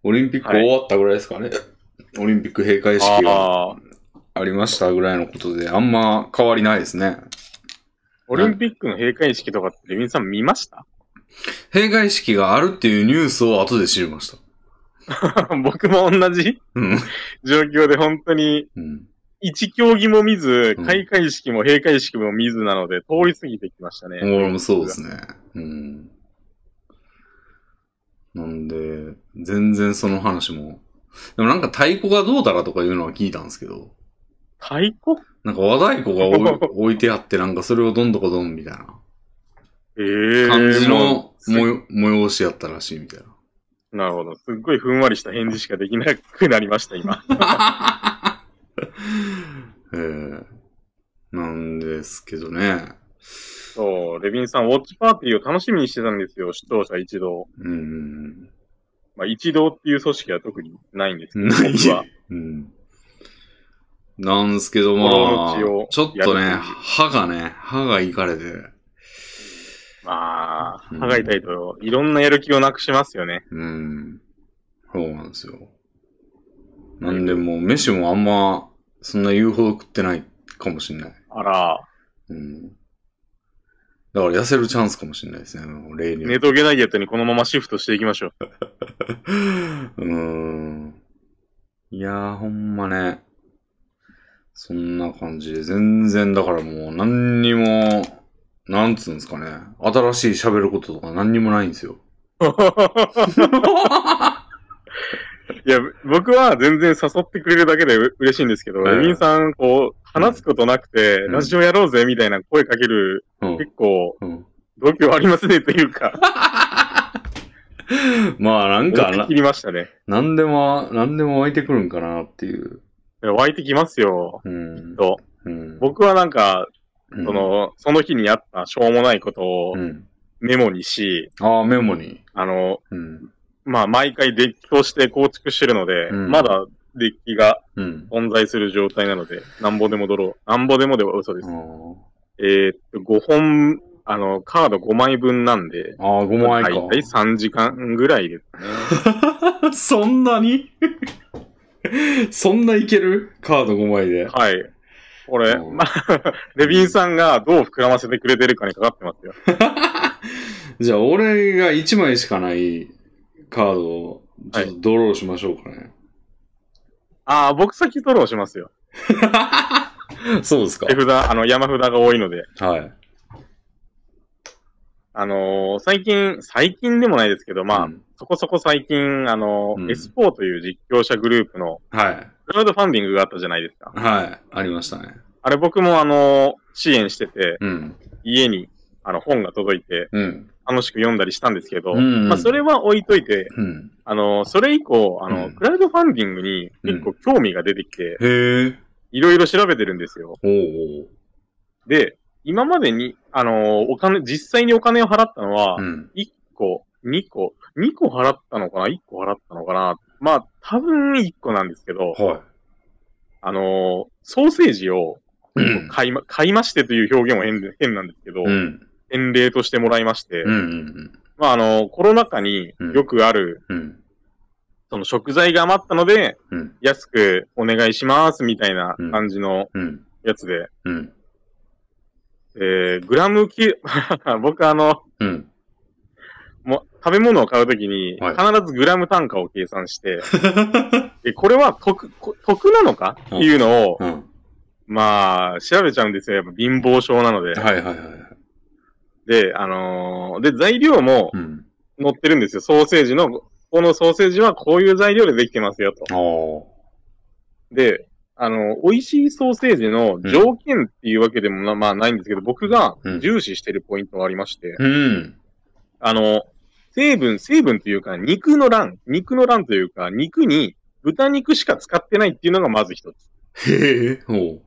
Speaker 1: オリンピック終わったぐらいですかね。オリンピック閉会式が
Speaker 2: ああ。
Speaker 1: ありましたぐらいのことで、あんま変わりないですね。
Speaker 2: オリンピックの閉会式とかってレビンさん見ました
Speaker 1: 閉会式があるっていうニュースを後で知りました。
Speaker 2: 僕も同じ
Speaker 1: うん。
Speaker 2: 状況で本当に
Speaker 1: うん。
Speaker 2: 一競技も見ず
Speaker 1: うん、
Speaker 2: 開会式も閉会式も見ずなので通り過ぎてきましたね。
Speaker 1: 俺もそうですね。うん。なんで、全然その話も。でもなんか太鼓がどうだらとかいうのは聞いたんですけど、
Speaker 2: 太鼓
Speaker 1: なんか和太鼓が置 い置いてあって、なんかそれをどんどこどんみたいな
Speaker 2: ええ
Speaker 1: 感じ の
Speaker 2: す
Speaker 1: もよ催しやったらしいみたいな。
Speaker 2: なるほど。すっごいふんわりした返事しかできなくなりまし た、今。
Speaker 1: えー、なんですけどね。
Speaker 2: そう、レビンさん、ウォッチパーティーを楽しみにしてたんですよ、視聴者一同。
Speaker 1: うん。
Speaker 2: まあ、一同っていう組織は特にないんですけど、
Speaker 1: ない
Speaker 2: 僕は。
Speaker 1: うん。なんですけど、まあ、
Speaker 2: 心の血を
Speaker 1: ちょっとね
Speaker 2: や、るという
Speaker 1: 歯がね、歯がいかれて、
Speaker 2: まあ、
Speaker 1: うん
Speaker 2: 歯が痛いと、いろんなやる気をなくしますよね。
Speaker 1: うん。そうなんですよ。なんで、もう、飯もあんま、そんな言うほど食ってないかもしんない。
Speaker 2: あら、
Speaker 1: うん。だから痩せるチャンスかもしれないですね、もう例によ
Speaker 2: ネ
Speaker 1: って。
Speaker 2: トゲダイエットにこのままシフトしていき ましょう。
Speaker 1: うーん。いやー、ほんまね。そんな感じで、全然、だからもう、何にも、なんつうんですかね。新しい喋ることとか何にもないんですよ。
Speaker 2: いや、僕は全然誘ってくれるだけでう嬉しいんですけど、
Speaker 1: ええ
Speaker 2: レビンさん、こう、話すことなくて、
Speaker 1: うん
Speaker 2: ラジオやろうぜみたいな声かける、
Speaker 1: うん。
Speaker 2: 結構、
Speaker 1: うん、
Speaker 2: 度胸ありますねというか、
Speaker 1: まあ、なんか
Speaker 2: 思い
Speaker 1: な
Speaker 2: 切、りましたね。
Speaker 1: なんでも、なんでも湧いてくるんかなっていう。
Speaker 2: いや湧いてきますよ。
Speaker 1: うん。
Speaker 2: と
Speaker 1: うん、
Speaker 2: 僕はなんか、
Speaker 1: うん
Speaker 2: そ、の、その日にあったしょうもないことを
Speaker 1: うん。
Speaker 2: メモにし、
Speaker 1: ああ、メモに。
Speaker 2: あの、
Speaker 1: うん。
Speaker 2: まあ、毎回デッキとして構築してるので、
Speaker 1: うん
Speaker 2: まだデッキが
Speaker 1: うん。
Speaker 2: 存在する状態なので、なんぼでもドロー。なんぼでもでは嘘です。えーっと、5本、あの、カード5枚分なんで、
Speaker 1: ああ、5万
Speaker 2: 大体
Speaker 1: 円
Speaker 2: 3時間ぐらいですね。
Speaker 1: か。 そんなに そんないけるカード5枚で。
Speaker 2: はい。これ、
Speaker 1: うん
Speaker 2: まあ、レビンさんがどう膨らませてくれてるかにかかってますよ。
Speaker 1: じゃあ、俺が1枚しかないカードを、ちょっ
Speaker 2: は
Speaker 1: とドローしましょうかね。
Speaker 2: ああ、僕先ドローしますよ。
Speaker 1: そうですか
Speaker 2: 手。札、あの、山札が多いので。
Speaker 1: はい。
Speaker 2: あのー最近、最近でもないですけど、まあ、
Speaker 1: うん
Speaker 2: そこそこ最近、あのー
Speaker 1: うん
Speaker 2: エスポーという実況者グループの
Speaker 1: はい。
Speaker 2: クラウドファンディングがあったじゃないですか。
Speaker 1: はい。ありましたね。
Speaker 2: あれ僕もあのー支援してて、
Speaker 1: うん。
Speaker 2: 家にあの本が届いて
Speaker 1: うん。
Speaker 2: 楽しく読んだりしたんですけど、
Speaker 1: うんうん
Speaker 2: まあそれは置いといて、
Speaker 1: うん。
Speaker 2: あのーそれ以降、あのー
Speaker 1: うん
Speaker 2: クラウドファンディングに結構興味が出てきて、
Speaker 1: へえ。
Speaker 2: いろいろ調べてるんですよ。
Speaker 1: おう
Speaker 2: で、今までに、あのーお金、実際にお金を払ったのは
Speaker 1: おう。う、ん。
Speaker 2: 1個、2個、2個払ったのかな ?1 個払ったのかなまあ、多分1個なんですけど、
Speaker 1: は
Speaker 2: あのーソーセージを
Speaker 1: い。うん。
Speaker 2: 買いま、買いましてという表現も変で変なんですけど、
Speaker 1: うん。
Speaker 2: 返礼としてもらいまして、
Speaker 1: うん。うん。
Speaker 2: まあ、あのーコロナ禍によくある、
Speaker 1: うん。
Speaker 2: その食材が余ったので、
Speaker 1: うん。
Speaker 2: 安くお願いします、みたいな感じの
Speaker 1: うん。
Speaker 2: やつで、
Speaker 1: うん。
Speaker 2: えー、グラム9、僕 あの、
Speaker 1: うん。
Speaker 2: もう食べ物を買うときに、
Speaker 1: はい
Speaker 2: 必ずグラム単価を計算して、 で、これは得、こ得なのかっていうのを、
Speaker 1: うん。
Speaker 2: まあ、調べちゃうんですよ。やっぱ貧乏症なので。
Speaker 1: はいはいはいはい。
Speaker 2: で、あのーで、材料も
Speaker 1: うん。
Speaker 2: 載ってるんですよ。ソーセージの、このソーセージはこういう材料でできてますよと。
Speaker 1: ああ。
Speaker 2: で、あのー美味しいソーセージの条件っていうわけでもな、まあないんですけど、僕が
Speaker 1: うん
Speaker 2: 重視してるポイントがありまして、
Speaker 1: うん。
Speaker 2: あのー成分、成分というか、肉の欄、肉の欄というか、肉に豚肉しか使ってないっていうのがまず一つ。
Speaker 1: へえ。おう。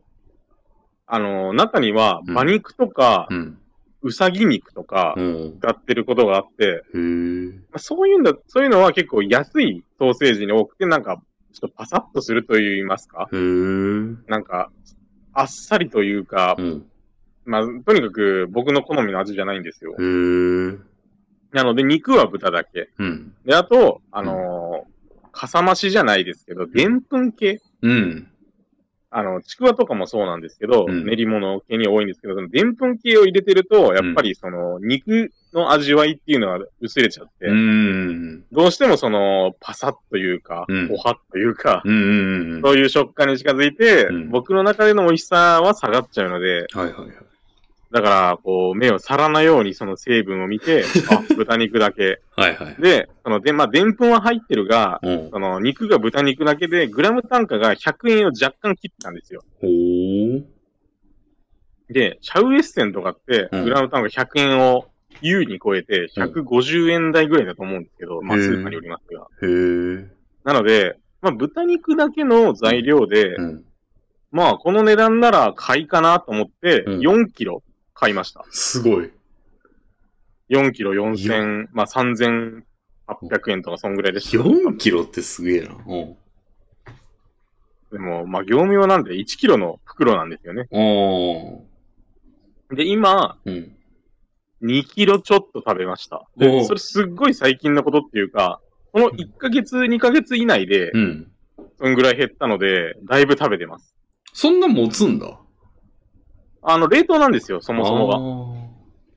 Speaker 2: あのー中には馬肉とか、
Speaker 1: うん。
Speaker 2: うさぎ肉とか
Speaker 1: おう。
Speaker 2: 使ってることがあって、
Speaker 1: へえ。
Speaker 2: まあ、そういうんだ、そういうのは結構安いソーセージに多くて、なんか、ちょっとパサッとすると言いますか
Speaker 1: へえ。うん。
Speaker 2: なんか、あっさりというか、まあ、とにかく僕の好みの味じゃないんですよ
Speaker 1: へ。え。
Speaker 2: なので、肉は豚だけ。
Speaker 1: うん。
Speaker 2: で、あと、あのーかさ増しじゃないですけど、でんぷん系。
Speaker 1: うん。
Speaker 2: あの、ちくわとかもそうなんですけど、
Speaker 1: うん
Speaker 2: 練り物系に多いんですけど、そのでんぷん系を入れてると、やっぱりその、肉の味わいっていうのは薄れちゃって、
Speaker 1: うん。
Speaker 2: どうしてもその、パサッというか、
Speaker 1: うん
Speaker 2: おはっというか、
Speaker 1: うん。うん。
Speaker 2: そういう食感に近づいて、
Speaker 1: うん
Speaker 2: 僕の中での美味しさは下がっちゃうので、
Speaker 1: はいはいはい。
Speaker 2: だから、こう、目を皿のようにその成分を見 て、あ、豚肉だけ。
Speaker 1: はいはい。
Speaker 2: で、その、で、まあ、でんぷんは入ってるが、
Speaker 1: おう。
Speaker 2: その、肉が豚肉だけで、グラム単価が100円を若干切ったんですよ。
Speaker 1: おう。
Speaker 2: で、シャウエッセンとかって、
Speaker 1: うん
Speaker 2: グラム単価100円を優に超えて、150円台ぐらいだと思うんですけど、まあ、
Speaker 1: へー
Speaker 2: スーパーによりますが。
Speaker 1: へえ。
Speaker 2: なので、まあ、豚肉だけの材料で、
Speaker 1: うん。
Speaker 2: まあ、この値段なら買いかなと思って、
Speaker 1: うん
Speaker 2: 4キロ買いました。
Speaker 1: すごい。
Speaker 2: 4キロ4000、まあ3800円とかそんぐらいでした。
Speaker 1: 4キロってすげえな。うん。
Speaker 2: でも、まあ業務用なんで1キロの袋なんですよね。
Speaker 1: おー。
Speaker 2: で、今、
Speaker 1: うん。
Speaker 2: 2キロちょっと食べました。
Speaker 1: お
Speaker 2: で、
Speaker 1: う
Speaker 2: それすっごい最近のことっていうか、この1ヶ月、2ヶ月以内で
Speaker 1: う、ん。
Speaker 2: そんぐらい減ったので、だいぶ食べてます。
Speaker 1: そんな持つんだ。
Speaker 2: あの、冷凍なんですよ、そもそも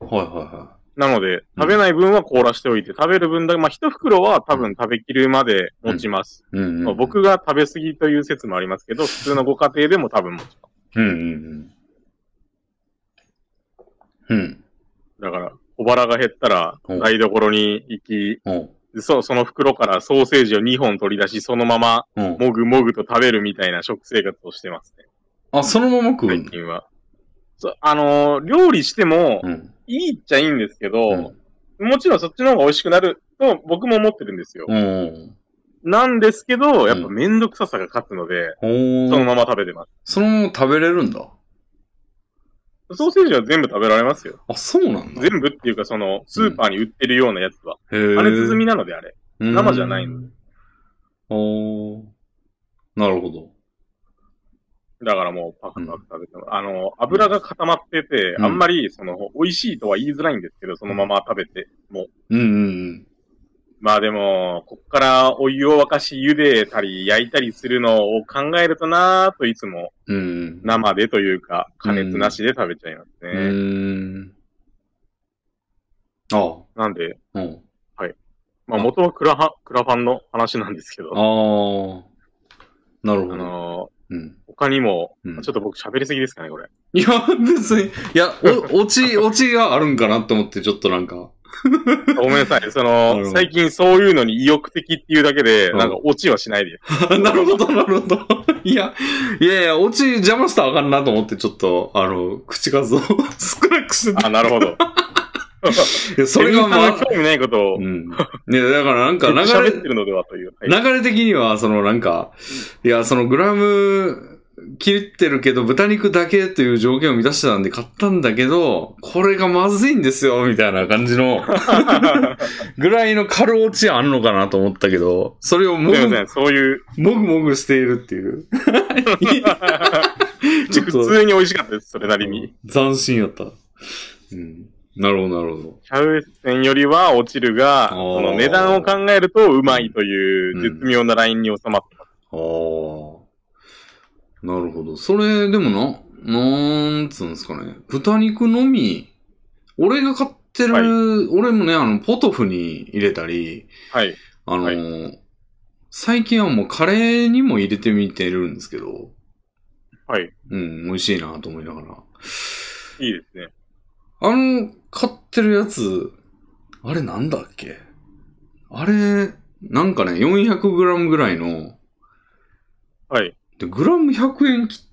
Speaker 2: が。
Speaker 1: あーはいはいは
Speaker 2: なので、食べない分は凍らしておいて、食べる分だけ、まあ、一袋は多分食べきるまで持ちます。
Speaker 1: い。うん、
Speaker 2: まあ、。僕が食べ過ぎという説もありますけど、普通のご家庭でも多分持ちます。
Speaker 1: うんうんうん。うん。
Speaker 2: だから、小腹が減ったら、
Speaker 1: うん
Speaker 2: 台所に行き、
Speaker 1: お
Speaker 2: そう、その袋からソーセージを2本取り出し、そのまま、
Speaker 1: うん。
Speaker 2: もぐもぐと食べるみたいな食生活をしてますね。
Speaker 1: あ、そのまま食う
Speaker 2: 最
Speaker 1: んだ。
Speaker 2: 近は。そうあのー料理しても
Speaker 1: う、ん。
Speaker 2: いいっちゃいいんですけど、
Speaker 1: うん
Speaker 2: もちろんそっちの方が美味しくなると僕も思ってるんですよ。
Speaker 1: うん。
Speaker 2: なんですけど、やっぱ
Speaker 1: うん
Speaker 2: めんどくささが勝つので、
Speaker 1: お
Speaker 2: その
Speaker 1: ー
Speaker 2: まま食べてます。
Speaker 1: そのまま食べれるんだ。
Speaker 2: ソーセージは全部食べられますよ。
Speaker 1: あ、そうなんだ。
Speaker 2: 全部っていうか、その、スーパーに売ってるようなやつは。
Speaker 1: へえ。
Speaker 2: あれ包みなので、あれ。生じゃないの
Speaker 1: の。おーなるほど。
Speaker 2: だからもうパクパク食べても、あの、油が固まってて、
Speaker 1: うん
Speaker 2: あんまり、その、美味しいとは言いづらいんですけど、そのまま食べても。
Speaker 1: うんうん
Speaker 2: まあでも、こっからお湯を沸かし茹でたり焼いたりするのを考えるとなぁといつも
Speaker 1: うん。うん。
Speaker 2: 生でというか、加熱なしで食べちゃいます
Speaker 1: う
Speaker 2: ね。
Speaker 1: ーん。あ
Speaker 2: なんで、
Speaker 1: あ。うん。
Speaker 2: まあ元はクラハ、クラファンの話なんですけど、
Speaker 1: あ
Speaker 2: あ
Speaker 1: あ。なるほど。
Speaker 2: の
Speaker 1: うん。
Speaker 2: ー、他にも、
Speaker 1: うん
Speaker 2: ちょっと僕喋りすぎですかね、これ。
Speaker 1: いや、別に、いや、 お、落ち、落ちがあるんかなと思って、ちょっとなんか。
Speaker 2: ごめんなさい。そ
Speaker 1: なるほ
Speaker 2: の、
Speaker 1: ど
Speaker 2: 最近そういうのに意欲的っていうだけで、
Speaker 1: うん
Speaker 2: なんか落ちはしないで。
Speaker 1: なるほど、なるほど。 いや、いやいや、落ち邪魔したらあかんなと思って、ちょっと、あの、口数を 少なくしてた
Speaker 2: あ、なるほど。
Speaker 1: い やそれがま
Speaker 2: 店員
Speaker 1: あ
Speaker 2: さん、興味ないことを
Speaker 1: うん。ね、だからなんか流れ
Speaker 2: 喋っ、てるのではという。はい
Speaker 1: 流れ的には、そのなんか、いや、そのグラム切ってるけど、豚肉だけという条件を満たしてたんで買ったんだけど、これがまずいんですよ、みたいな感じ の、ぐらいの軽落ちあんのかなと思ったけど、それをも
Speaker 2: すいませ
Speaker 1: ぐ、
Speaker 2: ん、そういう。
Speaker 1: もぐもぐしているっていう。 ちょっ
Speaker 2: 普
Speaker 1: と
Speaker 2: 通に美味しかったです、それなりに。
Speaker 1: 斬新やった。うん。なるほど、なるほど。
Speaker 2: シャウエッセンよりは落ちるが、
Speaker 1: おー
Speaker 2: その値段を考えるとうまいという絶妙なラインに収まってま
Speaker 1: あ
Speaker 2: す。
Speaker 1: あ。なるほど。それ、でもな、なんつうんですかね。豚肉のみ、俺が買ってる、
Speaker 2: はい
Speaker 1: 俺もね、あの、ポトフに入れたり、
Speaker 2: はい。
Speaker 1: あのー最近はもうカレーにも入れてみてるんですけど、
Speaker 2: はい。
Speaker 1: うん、美味しいなと思いながら。
Speaker 2: いいですね。
Speaker 1: あの、買ってるやつ、あれなんだっけあれ、なんかね、400g ぐらいの、
Speaker 2: はい。
Speaker 1: で、グラム100円切っ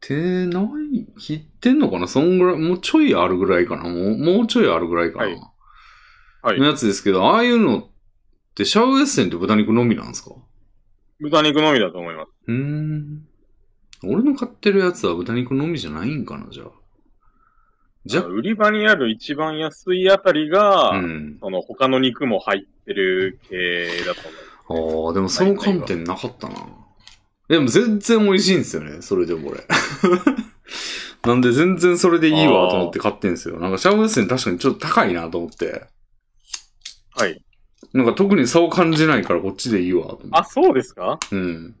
Speaker 1: てない切ってんのかなそんぐらい、もうちょいあるぐらいかなもう、もうちょいあるぐらいかな、
Speaker 2: はいはい
Speaker 1: の。やつですけど、ああいうのって、シャウエッセンって豚肉のみなんですか
Speaker 2: 豚肉のみだと思います。
Speaker 1: うーん。俺の買ってるやつは豚肉のみじゃないんかなじゃあ。じゃ
Speaker 2: 売り場にある一番安いあたりが、
Speaker 1: あ、うん。
Speaker 2: その他の肉も入ってる系だと思います。
Speaker 1: ああ、でもその観点なかったな。でも全然美味しいんですよね。それで も俺。なんで全然それでいいわと思って買ってんすよ。なんかシャウエッセン確かにちょっと高いなと思って。
Speaker 2: はい。
Speaker 1: なんか特に差を感じないからこっちでいいわと思って。
Speaker 2: あ、そうですか
Speaker 1: うん。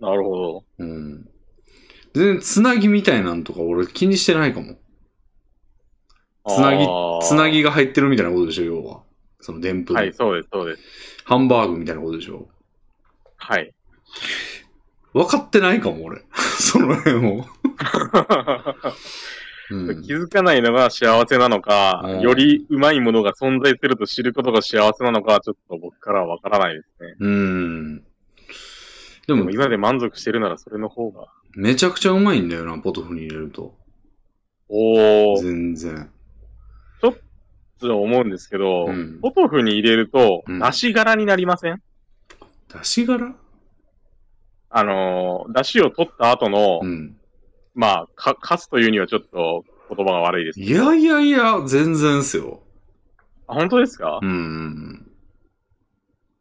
Speaker 2: なるほど。
Speaker 1: うん。全然つなぎみたいなんとか俺気にしてないかも。つなぎ
Speaker 2: あー
Speaker 1: つなぎが入ってるみたいなことでしょ、要は。そのでんぷん。
Speaker 2: はい、そうです、そうです。
Speaker 1: ハンバーグみたいなことでしょ。
Speaker 2: はい。
Speaker 1: 分かってないかも俺。 その辺 を。うん
Speaker 2: 気づかないのが幸せなのか、
Speaker 1: うん
Speaker 2: よりうまいものが存在すると知ることが幸せなのか、ちょっと僕からはわからないですね。
Speaker 1: うん。で
Speaker 2: で
Speaker 1: も
Speaker 2: も、今で満足してるならそれの方が。
Speaker 1: めちゃくちゃうまいんだよな、ポトフに入れると。
Speaker 2: おー、
Speaker 1: 全然。
Speaker 2: と思うんですけど、
Speaker 1: うん
Speaker 2: ポトフに入れると、
Speaker 1: うん
Speaker 2: 出し柄になりません、
Speaker 1: 出し柄
Speaker 2: あのー、出汁を取った後の、
Speaker 1: うん。
Speaker 2: まあ、か、かすというにはちょっと言葉が悪いです。
Speaker 1: いやいやいや、全然っすよ。
Speaker 2: あ、本当ですか
Speaker 1: うんうんうん。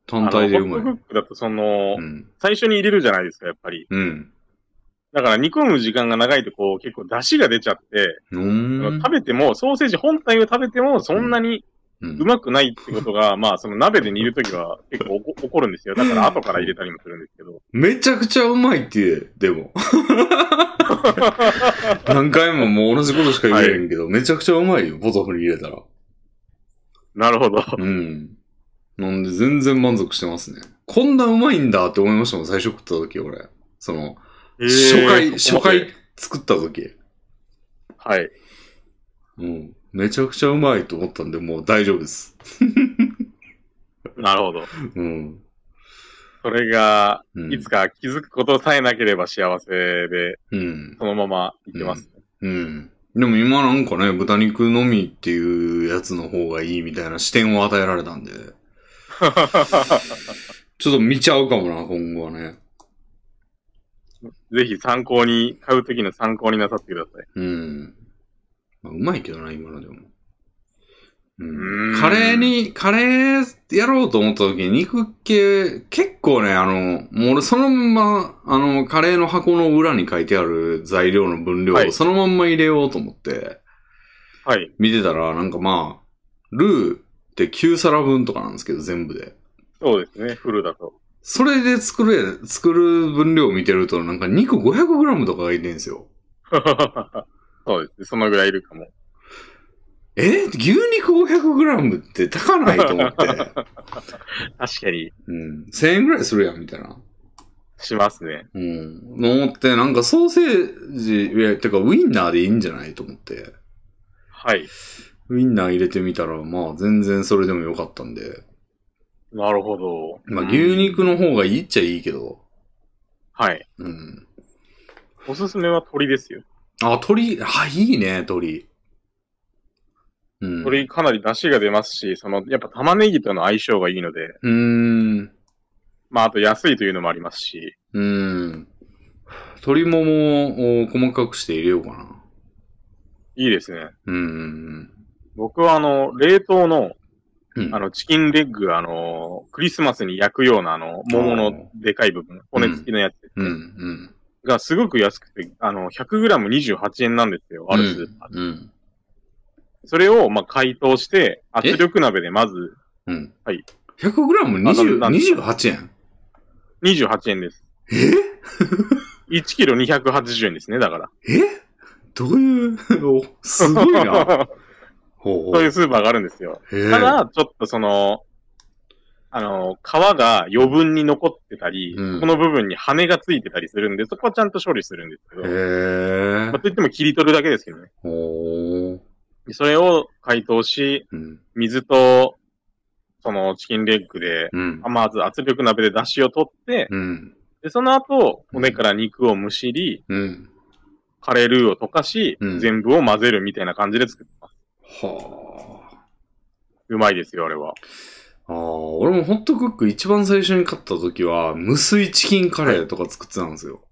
Speaker 2: あ
Speaker 1: 単
Speaker 2: の
Speaker 1: 体でう
Speaker 2: ホッ
Speaker 1: ま
Speaker 2: ト
Speaker 1: い。
Speaker 2: フックだとその、
Speaker 1: うん。
Speaker 2: 最初に入れるじゃないですか、やっぱり。
Speaker 1: うん。
Speaker 2: だから煮込む時間が長いとこう、結構出汁が出ちゃって、
Speaker 1: う
Speaker 2: あ
Speaker 1: ー
Speaker 2: の
Speaker 1: ん。
Speaker 2: 食べても、ソーセージ本体を食べても、そんなに
Speaker 1: うん
Speaker 2: うまくないってことが、まあ、その鍋で煮るときは結構おこ起 こるんですよ。だから後から入れたりもするんですけど。
Speaker 1: めちゃくちゃうまいって、で も。何回ももう同じことしか言えへんけど、めちゃくちゃうまいよ、ポトフに入れたら。
Speaker 2: なるほど。
Speaker 1: うん。なんで全然満足してますね。こんなうまいんだって思いましたもん、最初食った時、俺。その、初回、
Speaker 2: えー
Speaker 1: 初。
Speaker 2: そこ
Speaker 1: 回作った時。
Speaker 2: まではい。
Speaker 1: うん。めちゃくちゃうまいと思ったんで、もう大丈夫です。
Speaker 2: なるほど。
Speaker 1: うん。
Speaker 2: それが、
Speaker 1: うん、
Speaker 2: いつか気づくことさえなければ幸せで、
Speaker 1: うん。
Speaker 2: そのままいってます。
Speaker 1: うん。でも今なんかね、豚肉のみっていうやつの方がいいみたいな視点を与えられたん で、ちょっと見ちゃうかもな、今後はね。
Speaker 2: ぜひ参考に、買うときの参考になさってください。
Speaker 1: うん。まあ、うまいけどな、今のでも。うんカレーに、カレーやろうと思った時に肉系、結構ね、あの、もう俺そのまんま、あの、カレーの箱の裏に書いてある材料の分量
Speaker 2: は
Speaker 1: を
Speaker 2: い
Speaker 1: そのまんま入れようと思って、
Speaker 2: はい。
Speaker 1: 見てたら、なんかまあ、ルーって9皿分とかなんですけど、全部で。
Speaker 2: そうですね、フルだと。
Speaker 1: それで作れ、作る分量を見てると、なんか肉 500g とかがいてんですよ。
Speaker 2: そうですね、そのぐらいいるかも。
Speaker 1: え牛肉 500g って高ないと思って。
Speaker 2: 確かに、
Speaker 1: うん。1000円ぐらいするやん、みたいな。
Speaker 2: しますね。
Speaker 1: うん。思って、なんかソーセージ、いや、てかウインナーでいいんじゃないと思って。
Speaker 2: はい。
Speaker 1: ウインナー入れてみたら、まあ全然それでもよかったんで。
Speaker 2: なるほど。
Speaker 1: まあ
Speaker 2: うん
Speaker 1: 牛肉の方がいいっちゃいいけど。
Speaker 2: はい。
Speaker 1: うん。
Speaker 2: おすすめは鶏ですよ。
Speaker 1: あ、鶏、あ、いいね、鶏。うん。。
Speaker 2: 鶏かなり出汁が出ますし、その、やっぱ玉ねぎとの相性がいいので、
Speaker 1: うーん。
Speaker 2: まあ、あと安いというのもありますし、
Speaker 1: うん。鶏ももを細かくして入れようかな。
Speaker 2: いいですね。
Speaker 1: うん。
Speaker 2: 僕はあの、冷凍の、
Speaker 1: うん。
Speaker 2: あの、チキンレッグ、あの、クリスマスに焼くような、あの、桃のでかい部分、骨付きのやつ
Speaker 1: うん、うん。
Speaker 2: がすごく安くて、あの、100g28 円なんですよ、あるスーパーで
Speaker 1: うん。
Speaker 2: それを、まあ、解凍し
Speaker 1: え
Speaker 2: て、圧力鍋でまず、
Speaker 1: うん。
Speaker 2: はい。
Speaker 1: 100g20
Speaker 2: あなんで
Speaker 1: 28円。
Speaker 2: 28円です。
Speaker 1: え
Speaker 2: 1キロ280円ですね、だから。
Speaker 1: えどういう、おすごい な。ほう
Speaker 2: そういうスーパーがあるんですよ。
Speaker 1: へえ
Speaker 2: ただ、ちょっとその、あの、皮が余分に残ってたり、
Speaker 1: うん
Speaker 2: この部分に羽がついてたりするんで、そこはちゃんと処理するんですけど、
Speaker 1: へえ
Speaker 2: まあ、といっても切り取るだけですけどね。
Speaker 1: ほう。
Speaker 2: それを解凍し、
Speaker 1: うん。
Speaker 2: 水と、そのチキンレッグで、
Speaker 1: うん。
Speaker 2: まず圧力鍋で出汁を取って、
Speaker 1: うん。
Speaker 2: で、その後、骨から肉をむしり、
Speaker 1: うん。
Speaker 2: カレールーを溶かし、
Speaker 1: うん
Speaker 2: 全部を混ぜるみたいな感じで作ってます。
Speaker 1: はあ。
Speaker 2: うまいですよ、あれは。
Speaker 1: ああ、俺もホットクック一番最初に買った時は、無水チキンカレーとか作ってたんですよ。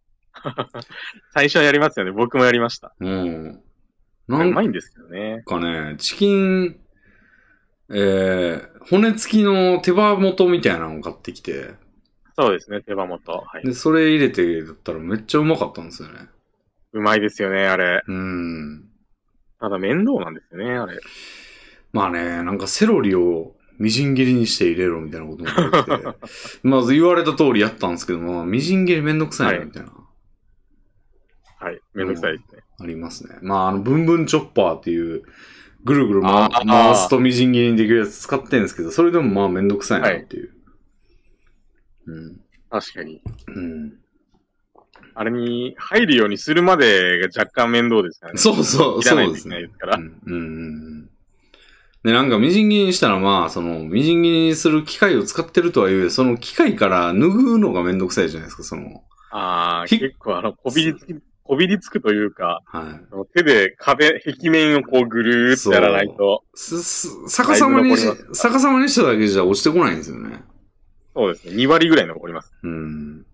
Speaker 2: 最初はやりますよね。僕もやりました。
Speaker 1: うん。な
Speaker 2: うんまいんですけどね。
Speaker 1: かね、チキン、えー、骨付きの手羽元みたいなのを買ってきて、
Speaker 2: そうですね、手羽元。はい。
Speaker 1: で、それ入れてだったらめっちゃうまかったんですよね。
Speaker 2: うまいですよね、あれ。
Speaker 1: うん。
Speaker 2: ただ面倒なんですよね、あれ。
Speaker 1: まあね、なんかセロリをみじん切りにして入れろみたいなことも言 ってて、まず言われた通りやったんですけども、みじん切りめんどくさいな
Speaker 2: はい
Speaker 1: みたいな、
Speaker 2: はい。めんどくさいですね。
Speaker 1: ありますね。まあ、あの、ブンブンチョッパーっていう、ぐるぐる
Speaker 2: あ
Speaker 1: 回
Speaker 2: ー
Speaker 1: 回すとみじん切りにできるやつ使ってんですけど、それでもまあめんどくさいなっていう。
Speaker 2: 確かに。
Speaker 1: うん。うん。
Speaker 2: あれに入るようにするまでが若干面倒ですからね。
Speaker 1: そうそう、
Speaker 2: いら
Speaker 1: そ
Speaker 2: な
Speaker 1: う
Speaker 2: い
Speaker 1: で
Speaker 2: とい
Speaker 1: す
Speaker 2: けないで
Speaker 1: ね。
Speaker 2: すから
Speaker 1: う。んうんうん。で、なんか、みじん切りにしたら、まあ、その、みじん切りにする機械を使ってるとはいえ、その機械から脱ぐのがめんどくさいじゃないですか、その、
Speaker 2: ああ、
Speaker 1: ひ
Speaker 2: 結構あの、こびりつき、こびりつくというか、
Speaker 1: はい。
Speaker 2: あの手で壁、壁面をこうぐるーってやらないと。
Speaker 1: す、す、逆さまにし
Speaker 2: だいぶ残りま、す
Speaker 1: 逆さまにしただけじゃ落ちてこないんですよね。
Speaker 2: そうですね。2割ぐらい残ります。
Speaker 1: うん。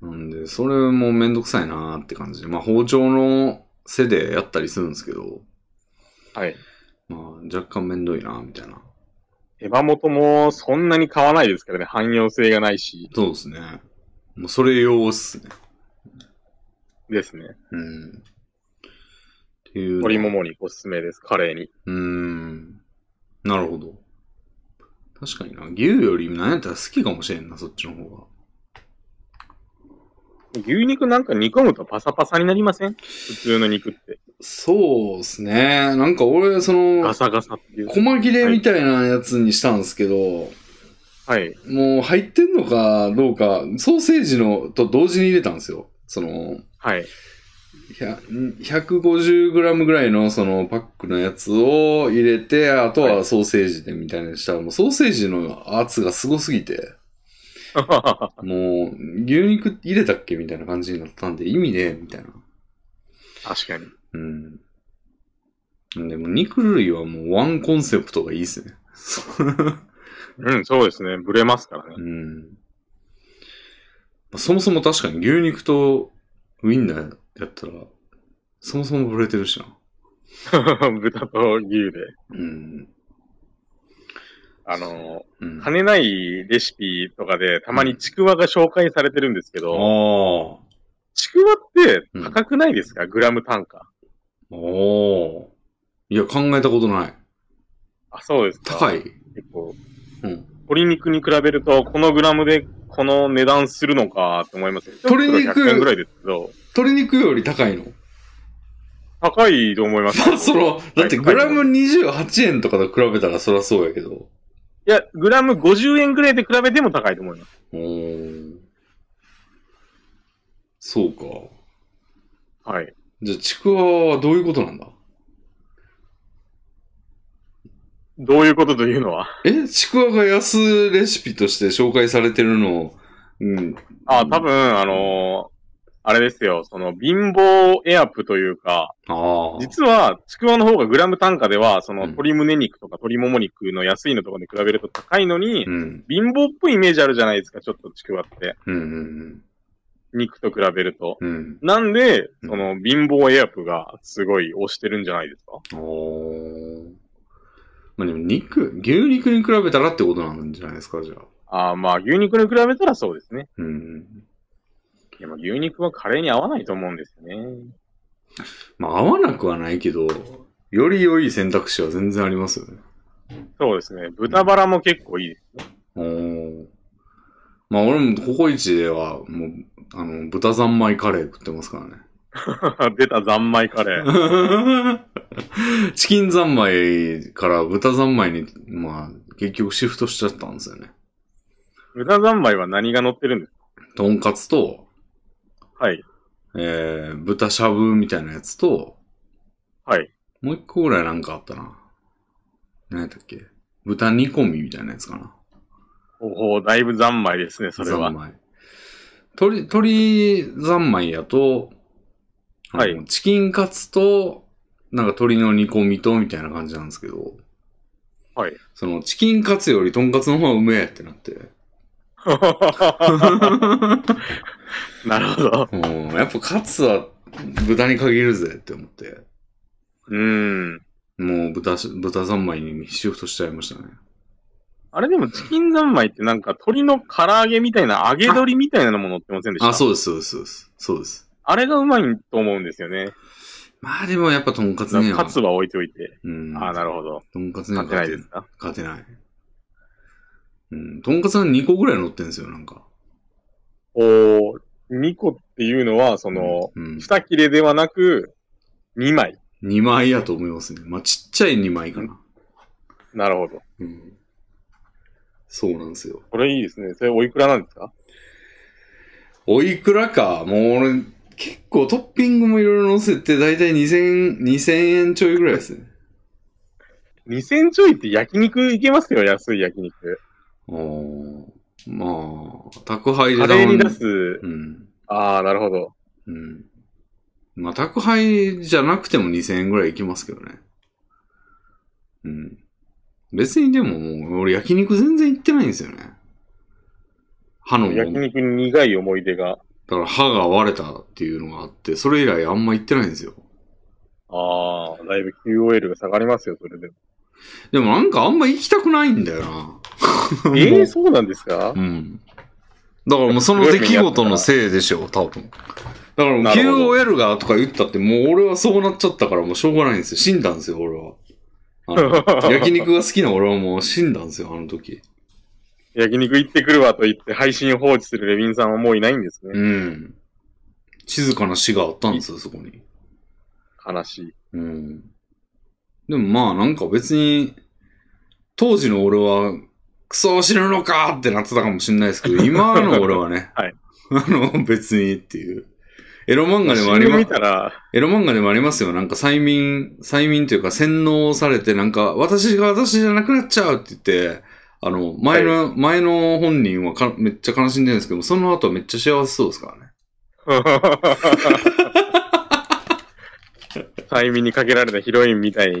Speaker 1: なんで、それもめんどくさいなーって感じで、まあ、包丁の背でやったりするんですけど、
Speaker 2: はい。
Speaker 1: まあ、若干めんどいなーみたいな。
Speaker 2: 手羽元もそんなに買わないですからね。汎用性がないし。
Speaker 1: そうですね。もう、それ用っすね。
Speaker 2: ですね。
Speaker 1: うん。っていう。
Speaker 2: 鶏ももにおすすめです。カレーに。
Speaker 1: うーん。なるほど。確かにな。牛より何やったら好きかもしれんな、そっちの方が。
Speaker 2: 牛肉なんか煮込むとパサパサになりません普通の肉って。
Speaker 1: そうですね。なんか俺、そ
Speaker 2: ガ
Speaker 1: の、
Speaker 2: サガサっていう。
Speaker 1: 細切れみたいなやつにしたんですけど、
Speaker 2: はい。
Speaker 1: もう入ってんのかどうか、ソーセージのと同時に入れたんですよ。その、
Speaker 2: はい。
Speaker 1: 150g ぐらいのそのパックのやつを入れて、あとはソーセージでみたいにしたら、もうソーセージの圧がすごすぎて。もう、牛肉入れたっけみたいな感じになったんで、意味ねえ、みたいな。
Speaker 2: 確かに。
Speaker 1: うん。でも、肉類はもうワンコンセプトがいいっすね。
Speaker 2: うん、そうですね。ブレますから
Speaker 1: う。
Speaker 2: ね
Speaker 1: ん。そもそも確かに牛肉とウインナーやったら、 そもそもブレてるしな。
Speaker 2: 豚と牛で。
Speaker 1: うん。
Speaker 2: あの、
Speaker 1: うん。
Speaker 2: 金ないレシピとかで、たまにちくわが紹介されてるんですけど、
Speaker 1: お
Speaker 2: ちくわって高くないですか、グラム単価。
Speaker 1: ー。おー。いや、考えたことない。
Speaker 2: あ、そうですか。
Speaker 1: 高い。
Speaker 2: 結構、
Speaker 1: うん。
Speaker 2: 鶏肉に比べると、このグラムでこの値段するのかと思います。
Speaker 1: 鶏肉
Speaker 2: 100円ぐらいですけど、
Speaker 1: 鶏肉より高いの。
Speaker 2: 高いと思います
Speaker 1: その、だってグラム28円とかと比べたらそりゃそうやけど。
Speaker 2: いや、グラム50円ぐらいで比べても高いと思います。
Speaker 1: おー。そうか。
Speaker 2: はい。
Speaker 1: じゃあ、ちくわはどういうことなんだ
Speaker 2: どういうことというのは。
Speaker 1: えちくわが安レシピとして紹介されてるのを、うん。
Speaker 2: あ、多分、あのーあれですよ、その、貧乏エアプというか、
Speaker 1: ああ。
Speaker 2: 実は、ちくわの方がグラム単価では、その、
Speaker 1: うん
Speaker 2: 鶏胸肉とか鶏もも肉の安いのとかに比べると高いのに、
Speaker 1: うん。
Speaker 2: 貧乏っぽいイメージあるじゃないですか、ちょっとちくわって。
Speaker 1: うん。うん
Speaker 2: 肉と比べると。
Speaker 1: うん。うん。
Speaker 2: なんで、
Speaker 1: うん
Speaker 2: その、貧乏エアプがすごい推してるんじゃないですか
Speaker 1: おー。まあでも肉、牛肉に比べたらってことなんじゃないですか、じゃあ。
Speaker 2: あーまあ、牛肉に比べたらそうですね。
Speaker 1: うん。
Speaker 2: でも、牛肉はカレーに合わないと思うんですよね。
Speaker 1: まあ合わなくはないけど、より良い選択肢は全然ありますよね。
Speaker 2: そうですね。豚バラも結構いいです。
Speaker 1: おー。まあ俺もココイチでは、もう、あの、豚三昧カレー食ってますからね。
Speaker 2: 出た三昧 カレー。
Speaker 1: チキン三昧から豚三昧に、まあ、結局シフトしちゃったんですよね。
Speaker 2: 豚三昧は何が乗ってるんです
Speaker 1: とんかつと、
Speaker 2: かはい。
Speaker 1: えー、豚しゃぶみたいなやつと、
Speaker 2: はい。
Speaker 1: もう一個ぐらいなんかあったな。何やったっけ豚煮込みみたいなやつかな。
Speaker 2: おお、だいぶ三昧ですね、それは
Speaker 1: 三。昧。鶏、鶏三昧やと、
Speaker 2: はい
Speaker 1: あのチキンカツと、なんか鶏の煮込みと、みたいな感じなんですけど、
Speaker 2: はい。
Speaker 1: そのチキンカツよりとんかつの方がうめえってなって。
Speaker 2: なるほど。
Speaker 1: うん、やっぱカツは豚に限るぜって思って、
Speaker 2: うーん。
Speaker 1: もう豚し、豚三昧にシフトしちゃいましたね。
Speaker 2: あれでもチキン三昧ってなんか鶏の唐揚げみたいな揚げ鶏みたいなのも乗ってませんでした
Speaker 1: あ、そうです、そうです、そうです。そうです。
Speaker 2: あれがうまいと思うんですよね。
Speaker 1: まあでもやっぱとんかつには。
Speaker 2: カツは置いておいて。
Speaker 1: うん。
Speaker 2: ああ、なるほど。
Speaker 1: とんかつには
Speaker 2: 勝てない
Speaker 1: 勝て
Speaker 2: で
Speaker 1: ない。勝
Speaker 2: すか
Speaker 1: てない。うん。とんかつは2個ぐらい乗ってんですよ、なんか。
Speaker 2: おお、2個っていうのは、その、
Speaker 1: うん。
Speaker 2: 2切れではなく、2枚。
Speaker 1: 2枚やと思いますね。まあちっちゃい2枚かな。
Speaker 2: なるほど。
Speaker 1: うん。そうなんですよ。
Speaker 2: これいいですね。それおいくらなんですか
Speaker 1: おいくらか。もう俺、結構トッピングもいろいろ載せて、だいたい2000、2000円ちょいぐらいですね。
Speaker 2: 2000ちょいって焼肉いけますよ、安い焼肉。
Speaker 1: おーまあ、宅配で
Speaker 2: カレーに出
Speaker 1: 頼ん
Speaker 2: す。
Speaker 1: うん。
Speaker 2: ああ、なるほど。
Speaker 1: うん。まあ、宅配じゃなくても2000円ぐらいいきますけどね。うん。別にでももう、俺焼肉全然行ってないんですよね。歯の、
Speaker 2: 焼
Speaker 1: だ
Speaker 2: 肉に苦い思い出が。
Speaker 1: から歯が割れたっていうのがあって、それ以来あんま行ってないんですよ。
Speaker 2: ああ、だいぶ QOL が下がりますよ、それでも。
Speaker 1: でもなんかあんま行きたくないんだよな。
Speaker 2: え
Speaker 1: も
Speaker 2: えー、そうなんですか
Speaker 1: ううん。だからもうその出来事のせいでしょう、多分。だからもう
Speaker 2: なるほど
Speaker 1: QOL がとか言ったって、もう俺はそうなっちゃったからもうしょうがないんですよ。死んだんですよ、俺は。あの焼肉が好きな俺はもう死んだんですよ、あの時。
Speaker 2: 焼肉行ってくるわと言って配信放置するレビンさんはもういないんですね。
Speaker 1: うん。静かな死があったんですよ、そこに。
Speaker 2: 悲しい。
Speaker 1: うん。でもまあなんか別に、当時の俺は、クソ死ぬのかってなってたかもしれないですけど、今の俺はね、
Speaker 2: はい
Speaker 1: あの、別にっていう。エロ漫画でもあり
Speaker 2: 新聞
Speaker 1: ま
Speaker 2: 見た ら、
Speaker 1: エロ漫画でもありますよ。なんか催眠、催眠というか洗脳されて、なんか私が私じゃなくなっちゃうって言って、あの、前の、前の本人はかめっちゃ悲しんでるんですけど、その後はめっちゃ幸せそうですからね。
Speaker 2: 催眠にかけられたヒロインみたい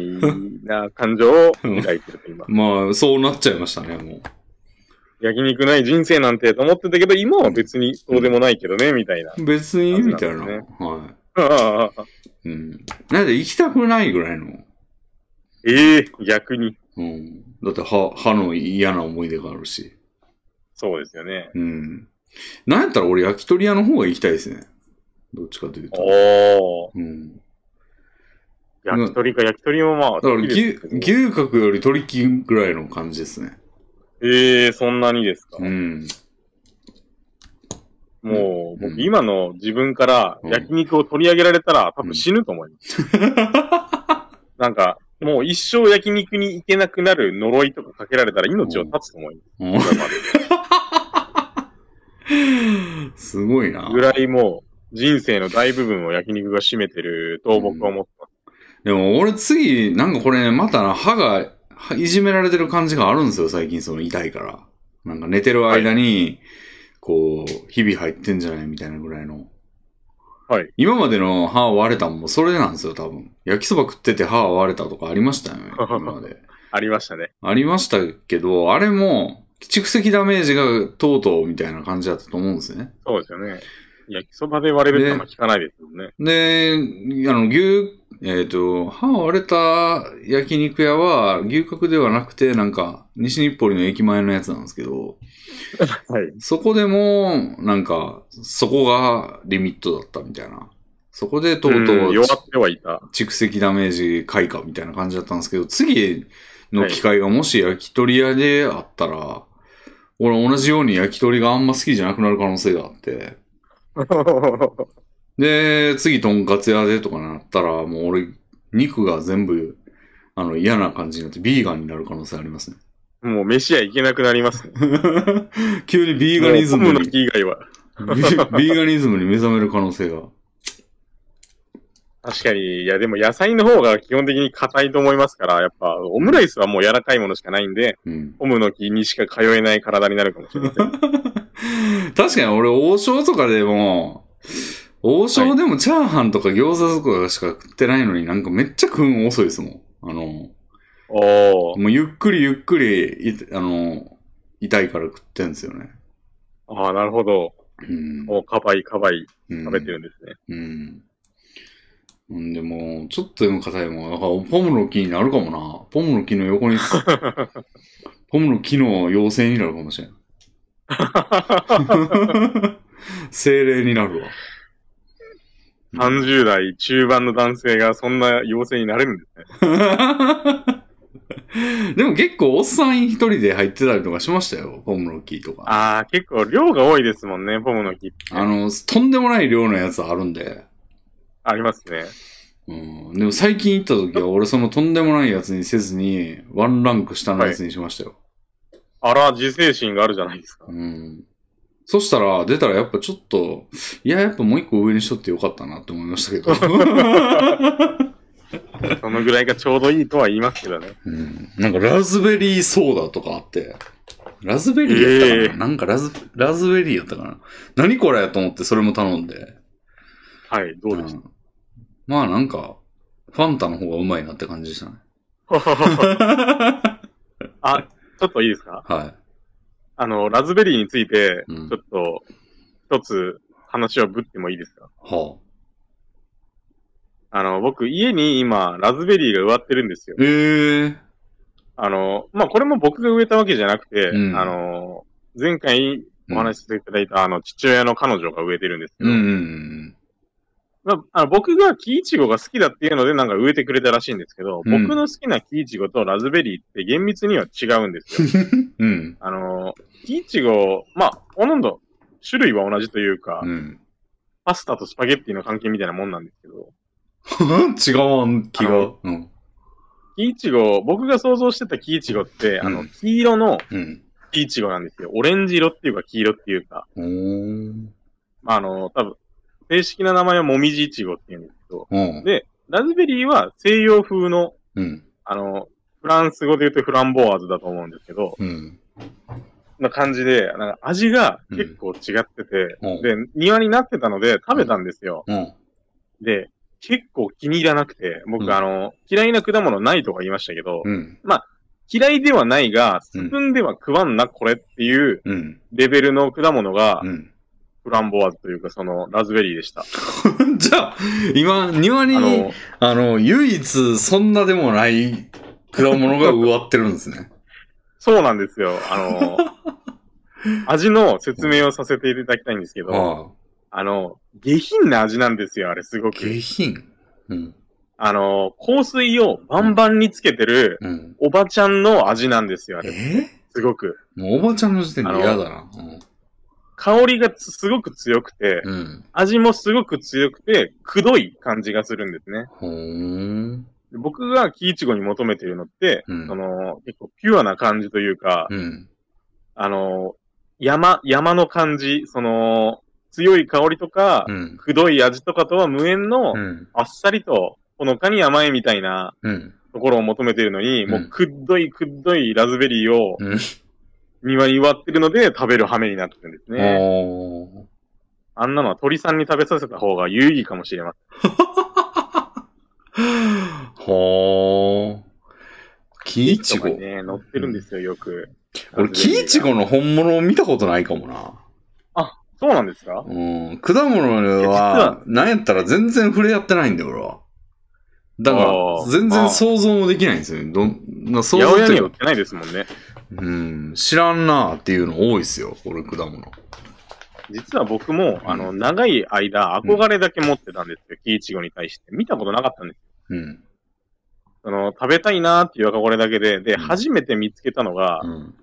Speaker 2: な感情を抱いてると今。
Speaker 1: まあ、そうなっちゃいましたね、もう。
Speaker 2: 焼肉ない人生なんてと思ってたけど、今は別にそうでもないけどね、みたいな。
Speaker 1: 別にみたいな。
Speaker 2: そうなんで
Speaker 1: は
Speaker 2: ああ
Speaker 1: い。うん。なんで行きたくないぐらいの。
Speaker 2: ええ逆に。
Speaker 1: うん。だって歯、歯の嫌な思い出があるし。
Speaker 2: そうですよね。
Speaker 1: うん。なんやったら俺焼き鳥屋の方が行きたいですね。どっちかというと。
Speaker 2: おお。
Speaker 1: うん。
Speaker 2: 焼き鳥か、焼き鳥もまあ、
Speaker 1: だから
Speaker 2: 好き
Speaker 1: 牛
Speaker 2: ですけど
Speaker 1: 牛角より鳥木ぐらいの感じですね。
Speaker 2: ええそんなにですか。
Speaker 1: うん。
Speaker 2: もう、
Speaker 1: うん
Speaker 2: 僕今の自分から
Speaker 1: うん
Speaker 2: 焼肉を取り上げられたら、多
Speaker 1: うん
Speaker 2: 分死ぬと思います。 なんか、もう一生焼肉に行けなくなる呪いとかかけられたら命を絶つと思います。
Speaker 1: うん
Speaker 2: これまです
Speaker 1: ごいな。
Speaker 2: ぐらいもう、人生の大部分を焼肉が占めてると僕は思ってます。
Speaker 1: でも俺次、なんかこれね、またな、歯が、いじめられてる感じがあるんですよ、最近その痛いから。なんか寝てる間に、こう、日々入ってんじゃないみたいなぐらいの。
Speaker 2: はい。
Speaker 1: 今までの歯割れたんもそれなんですよ、多分。焼きそば食ってて歯割れたとかありましたよね、今まで。
Speaker 2: ありましたね。
Speaker 1: ありましたけど、あれも、蓄積ダメージがとうとうみたいな感じだったと思うんですね。
Speaker 2: そうですよね。焼きそばで割れるってあんま聞かないですもんね。
Speaker 1: で、あの、牛、えっ、と、歯割れた焼肉屋は、牛角ではなくて、なんか、西日暮里の駅前のやつなんですけど、
Speaker 2: はい。
Speaker 1: そこでも、なんか、そこがリミットだったみたいな。そこでとうとう、
Speaker 2: ん弱ってはいた。
Speaker 1: 蓄積ダメージ開花みたいな感じだったんですけど、次の機会がもし焼き鳥屋であったら、俺同じように焼き鳥があんま好きじゃなくなる可能性があって、で、次とんかつ屋でとかなったら、もう俺、肉が全部、あの、嫌な感じになって、ビーガンになる可能性ありますね。
Speaker 2: もう飯屋行けなくなります、ね。
Speaker 1: 急にビーガニズ
Speaker 2: も
Speaker 1: ム
Speaker 2: う
Speaker 1: に、
Speaker 2: コムの
Speaker 1: ビ
Speaker 2: 木以外は。
Speaker 1: ーガニズムに目覚める可能性が。
Speaker 2: 確かに、いやでも野菜の方が基本的に硬いと思いますから、やっぱオムライスはもう柔らかいものしかないんで、
Speaker 1: うん。
Speaker 2: オムの木にしか通えない体になるかもしれません。
Speaker 1: 確かに俺、王将とかでも、王将でもチャーハンとか餃子とかしか食ってないのになんかめっちゃ食うん遅いですもん。あの、
Speaker 2: おー。
Speaker 1: もうゆっくりゆっくり、いあの、痛いから食ってんですよね。
Speaker 2: ああ、なるほど。
Speaker 1: うん。
Speaker 2: もうカバイカバイ
Speaker 1: うん
Speaker 2: 食べてるんですね。
Speaker 1: うん。うん、でも、ちょっとでも硬いもん。だから、ポムの木になるかもな。ポムの木の横 に、ポムの木の妖精になるかもしれ ん。精霊になるわ。
Speaker 2: 30代中盤の男性がそんな妖精になれるんですね。
Speaker 1: でも結構、おっさん一人で入ってたりとかしましたよ。ポムの木とか。
Speaker 2: ああ、結構量が多いですもんね、ポムの木って。
Speaker 1: あの、とんでもない量のやつあるんで。
Speaker 2: ありますね。
Speaker 1: うん、でも最近行った時は、俺そのとんでもないやつにせずに、ワンランク下のやつにしましたよ。
Speaker 2: あら、自制心があるじゃないです か。
Speaker 1: うん。そしたら、出たらやっぱちょっと、いや、やっぱもう一個上にしとってよかったなって思いましたけど。
Speaker 2: そのぐらいがちょうどいいとは言いますけどね。
Speaker 1: うん、なんかラズベリーソーダとかあって、ラズベリーやったかな、
Speaker 2: ええ
Speaker 1: なんかラズラズベリーやったかな何これと思ってそれも頼んで。
Speaker 2: はい、どうでし
Speaker 1: んまあなんか、ファンタの方がうまいなって感じでした ね。
Speaker 2: た あ、ちょっといいですか
Speaker 1: は
Speaker 2: あの、ラズベリーについて、
Speaker 1: うん
Speaker 2: ちょっと、一つ話をぶってもいいですか
Speaker 1: い。はあ。
Speaker 2: あの、僕、家に今、ラズベリーが植わってるんですよ。
Speaker 1: ええ
Speaker 2: あの、まあ、これも僕が植えたわけじゃなくて、
Speaker 1: うん
Speaker 2: あの、前回お話ししていただいた、あの、父親の彼女が植えてるんですけ
Speaker 1: う
Speaker 2: ど、
Speaker 1: んうん
Speaker 2: まあ、あの僕が木イチゴが好きだっていうので、なんか植えてくれたらしいんですけど、
Speaker 1: うん
Speaker 2: 僕の好きな木イチゴとラズベリーって厳密には違うんですよ。
Speaker 1: うん。うん。
Speaker 2: あの、木イチゴ、まあ、ほとんど種類は同じというか、
Speaker 1: うん。
Speaker 2: パスタとスパゲッティの関係みたいなもんなんですけど、
Speaker 1: 違わん気
Speaker 2: あ
Speaker 1: が
Speaker 2: の。
Speaker 1: うん。
Speaker 2: 木イチゴ、僕が想像してた木イチゴって、あ
Speaker 1: う
Speaker 2: の、
Speaker 1: ん
Speaker 2: 黄色の
Speaker 1: うん。
Speaker 2: 木イチゴなんですよ。オレンジ色っていうか黄色っていうか、
Speaker 1: おー。
Speaker 2: まあ、あの、多分、正式な名前はもみじイチゴっていうんですけど、
Speaker 1: うん。
Speaker 2: で、ラズベリーは西洋風の、
Speaker 1: うん。
Speaker 2: あの、フランス語で言うとフランボワーズだと思うんですけど、
Speaker 1: うん。
Speaker 2: な感じで、なんか味が結構違ってて、
Speaker 1: うん
Speaker 2: で、庭になってたので食べたんですよ。
Speaker 1: うん。
Speaker 2: で、結構気に入らなくて、僕、
Speaker 1: うん
Speaker 2: あの、嫌いな果物ないとか言いましたけど、
Speaker 1: うん。
Speaker 2: 嫌いではないが、スプーンでは食わんな、これっていう
Speaker 1: うん。
Speaker 2: レベルの果物が、
Speaker 1: うん。
Speaker 2: フランボワーズというか、その、ラズベリーでした。
Speaker 1: じゃあ、今、庭に、
Speaker 2: あ
Speaker 1: あの、
Speaker 2: の、
Speaker 1: 唯一、そんなでもない果物が植わってるんです ね。
Speaker 2: そうなんですよ。あの、味の説明をさせていただきたいんですけど、
Speaker 1: ああ。
Speaker 2: あの、下品な味なんですよ、あれ、すご
Speaker 1: 下
Speaker 2: く。
Speaker 1: 品うん。
Speaker 2: あの、香水をバンバンにつけてる、
Speaker 1: うん。
Speaker 2: おばちゃんの味なんですよ、あれ、
Speaker 1: え
Speaker 2: すごく。
Speaker 1: もうおばちゃんの時点で嫌だな。
Speaker 2: 香りがつすごく強くて、
Speaker 1: うん。うん
Speaker 2: 味もすごく強くて、くどい感じがするんですね。
Speaker 1: ほーん。
Speaker 2: で僕がキイチゴに求めているのって、
Speaker 1: うん
Speaker 2: その、結構ピュアな感じというか、
Speaker 1: うん。
Speaker 2: あの、山、山の感じ、その、強い香りとか、
Speaker 1: うん。
Speaker 2: くどい味とかとは無縁の、
Speaker 1: うん。
Speaker 2: あっさりと、ほのかに甘いみたいな
Speaker 1: うん。
Speaker 2: ところを求めているのに、
Speaker 1: うん
Speaker 2: もうくっどいくっどいラズベリーを
Speaker 1: うん。
Speaker 2: 庭に割ってるので食べる羽目になってるんですね。
Speaker 1: おー
Speaker 2: あんなのは鳥さんに食べさせた方が有意義かもしれません。
Speaker 1: ほー。キイチゴ
Speaker 2: と。かね、乗ってるんですよ、よく。
Speaker 1: 俺、キイチ
Speaker 2: ラ
Speaker 1: ゴ
Speaker 2: ズベリーが
Speaker 1: の本物を見たことないかもな。
Speaker 2: そうなんですか
Speaker 1: うん。果物
Speaker 2: 実
Speaker 1: は
Speaker 2: は、
Speaker 1: なんやったら全然触れ合ってないんだよ、俺は。だから、
Speaker 2: あー
Speaker 1: 全然想像もできないんですよね。どん、な想
Speaker 2: 八
Speaker 1: 像
Speaker 2: 百
Speaker 1: っ
Speaker 2: 屋
Speaker 1: てい
Speaker 2: に
Speaker 1: う
Speaker 2: は売っ
Speaker 1: か
Speaker 2: てないですもんね。
Speaker 1: うん、知らんなーっていうの多いですよ、俺、果物。
Speaker 2: 実は僕も、あの、長い間、憧れだけ持ってたんですよ、キイチゴに対して。見たことなかったんですよ。
Speaker 1: うん。
Speaker 2: その、食べたいなーっていう憧れだけで、で、
Speaker 1: うん
Speaker 2: 初めて見つけたのが
Speaker 1: う、ん。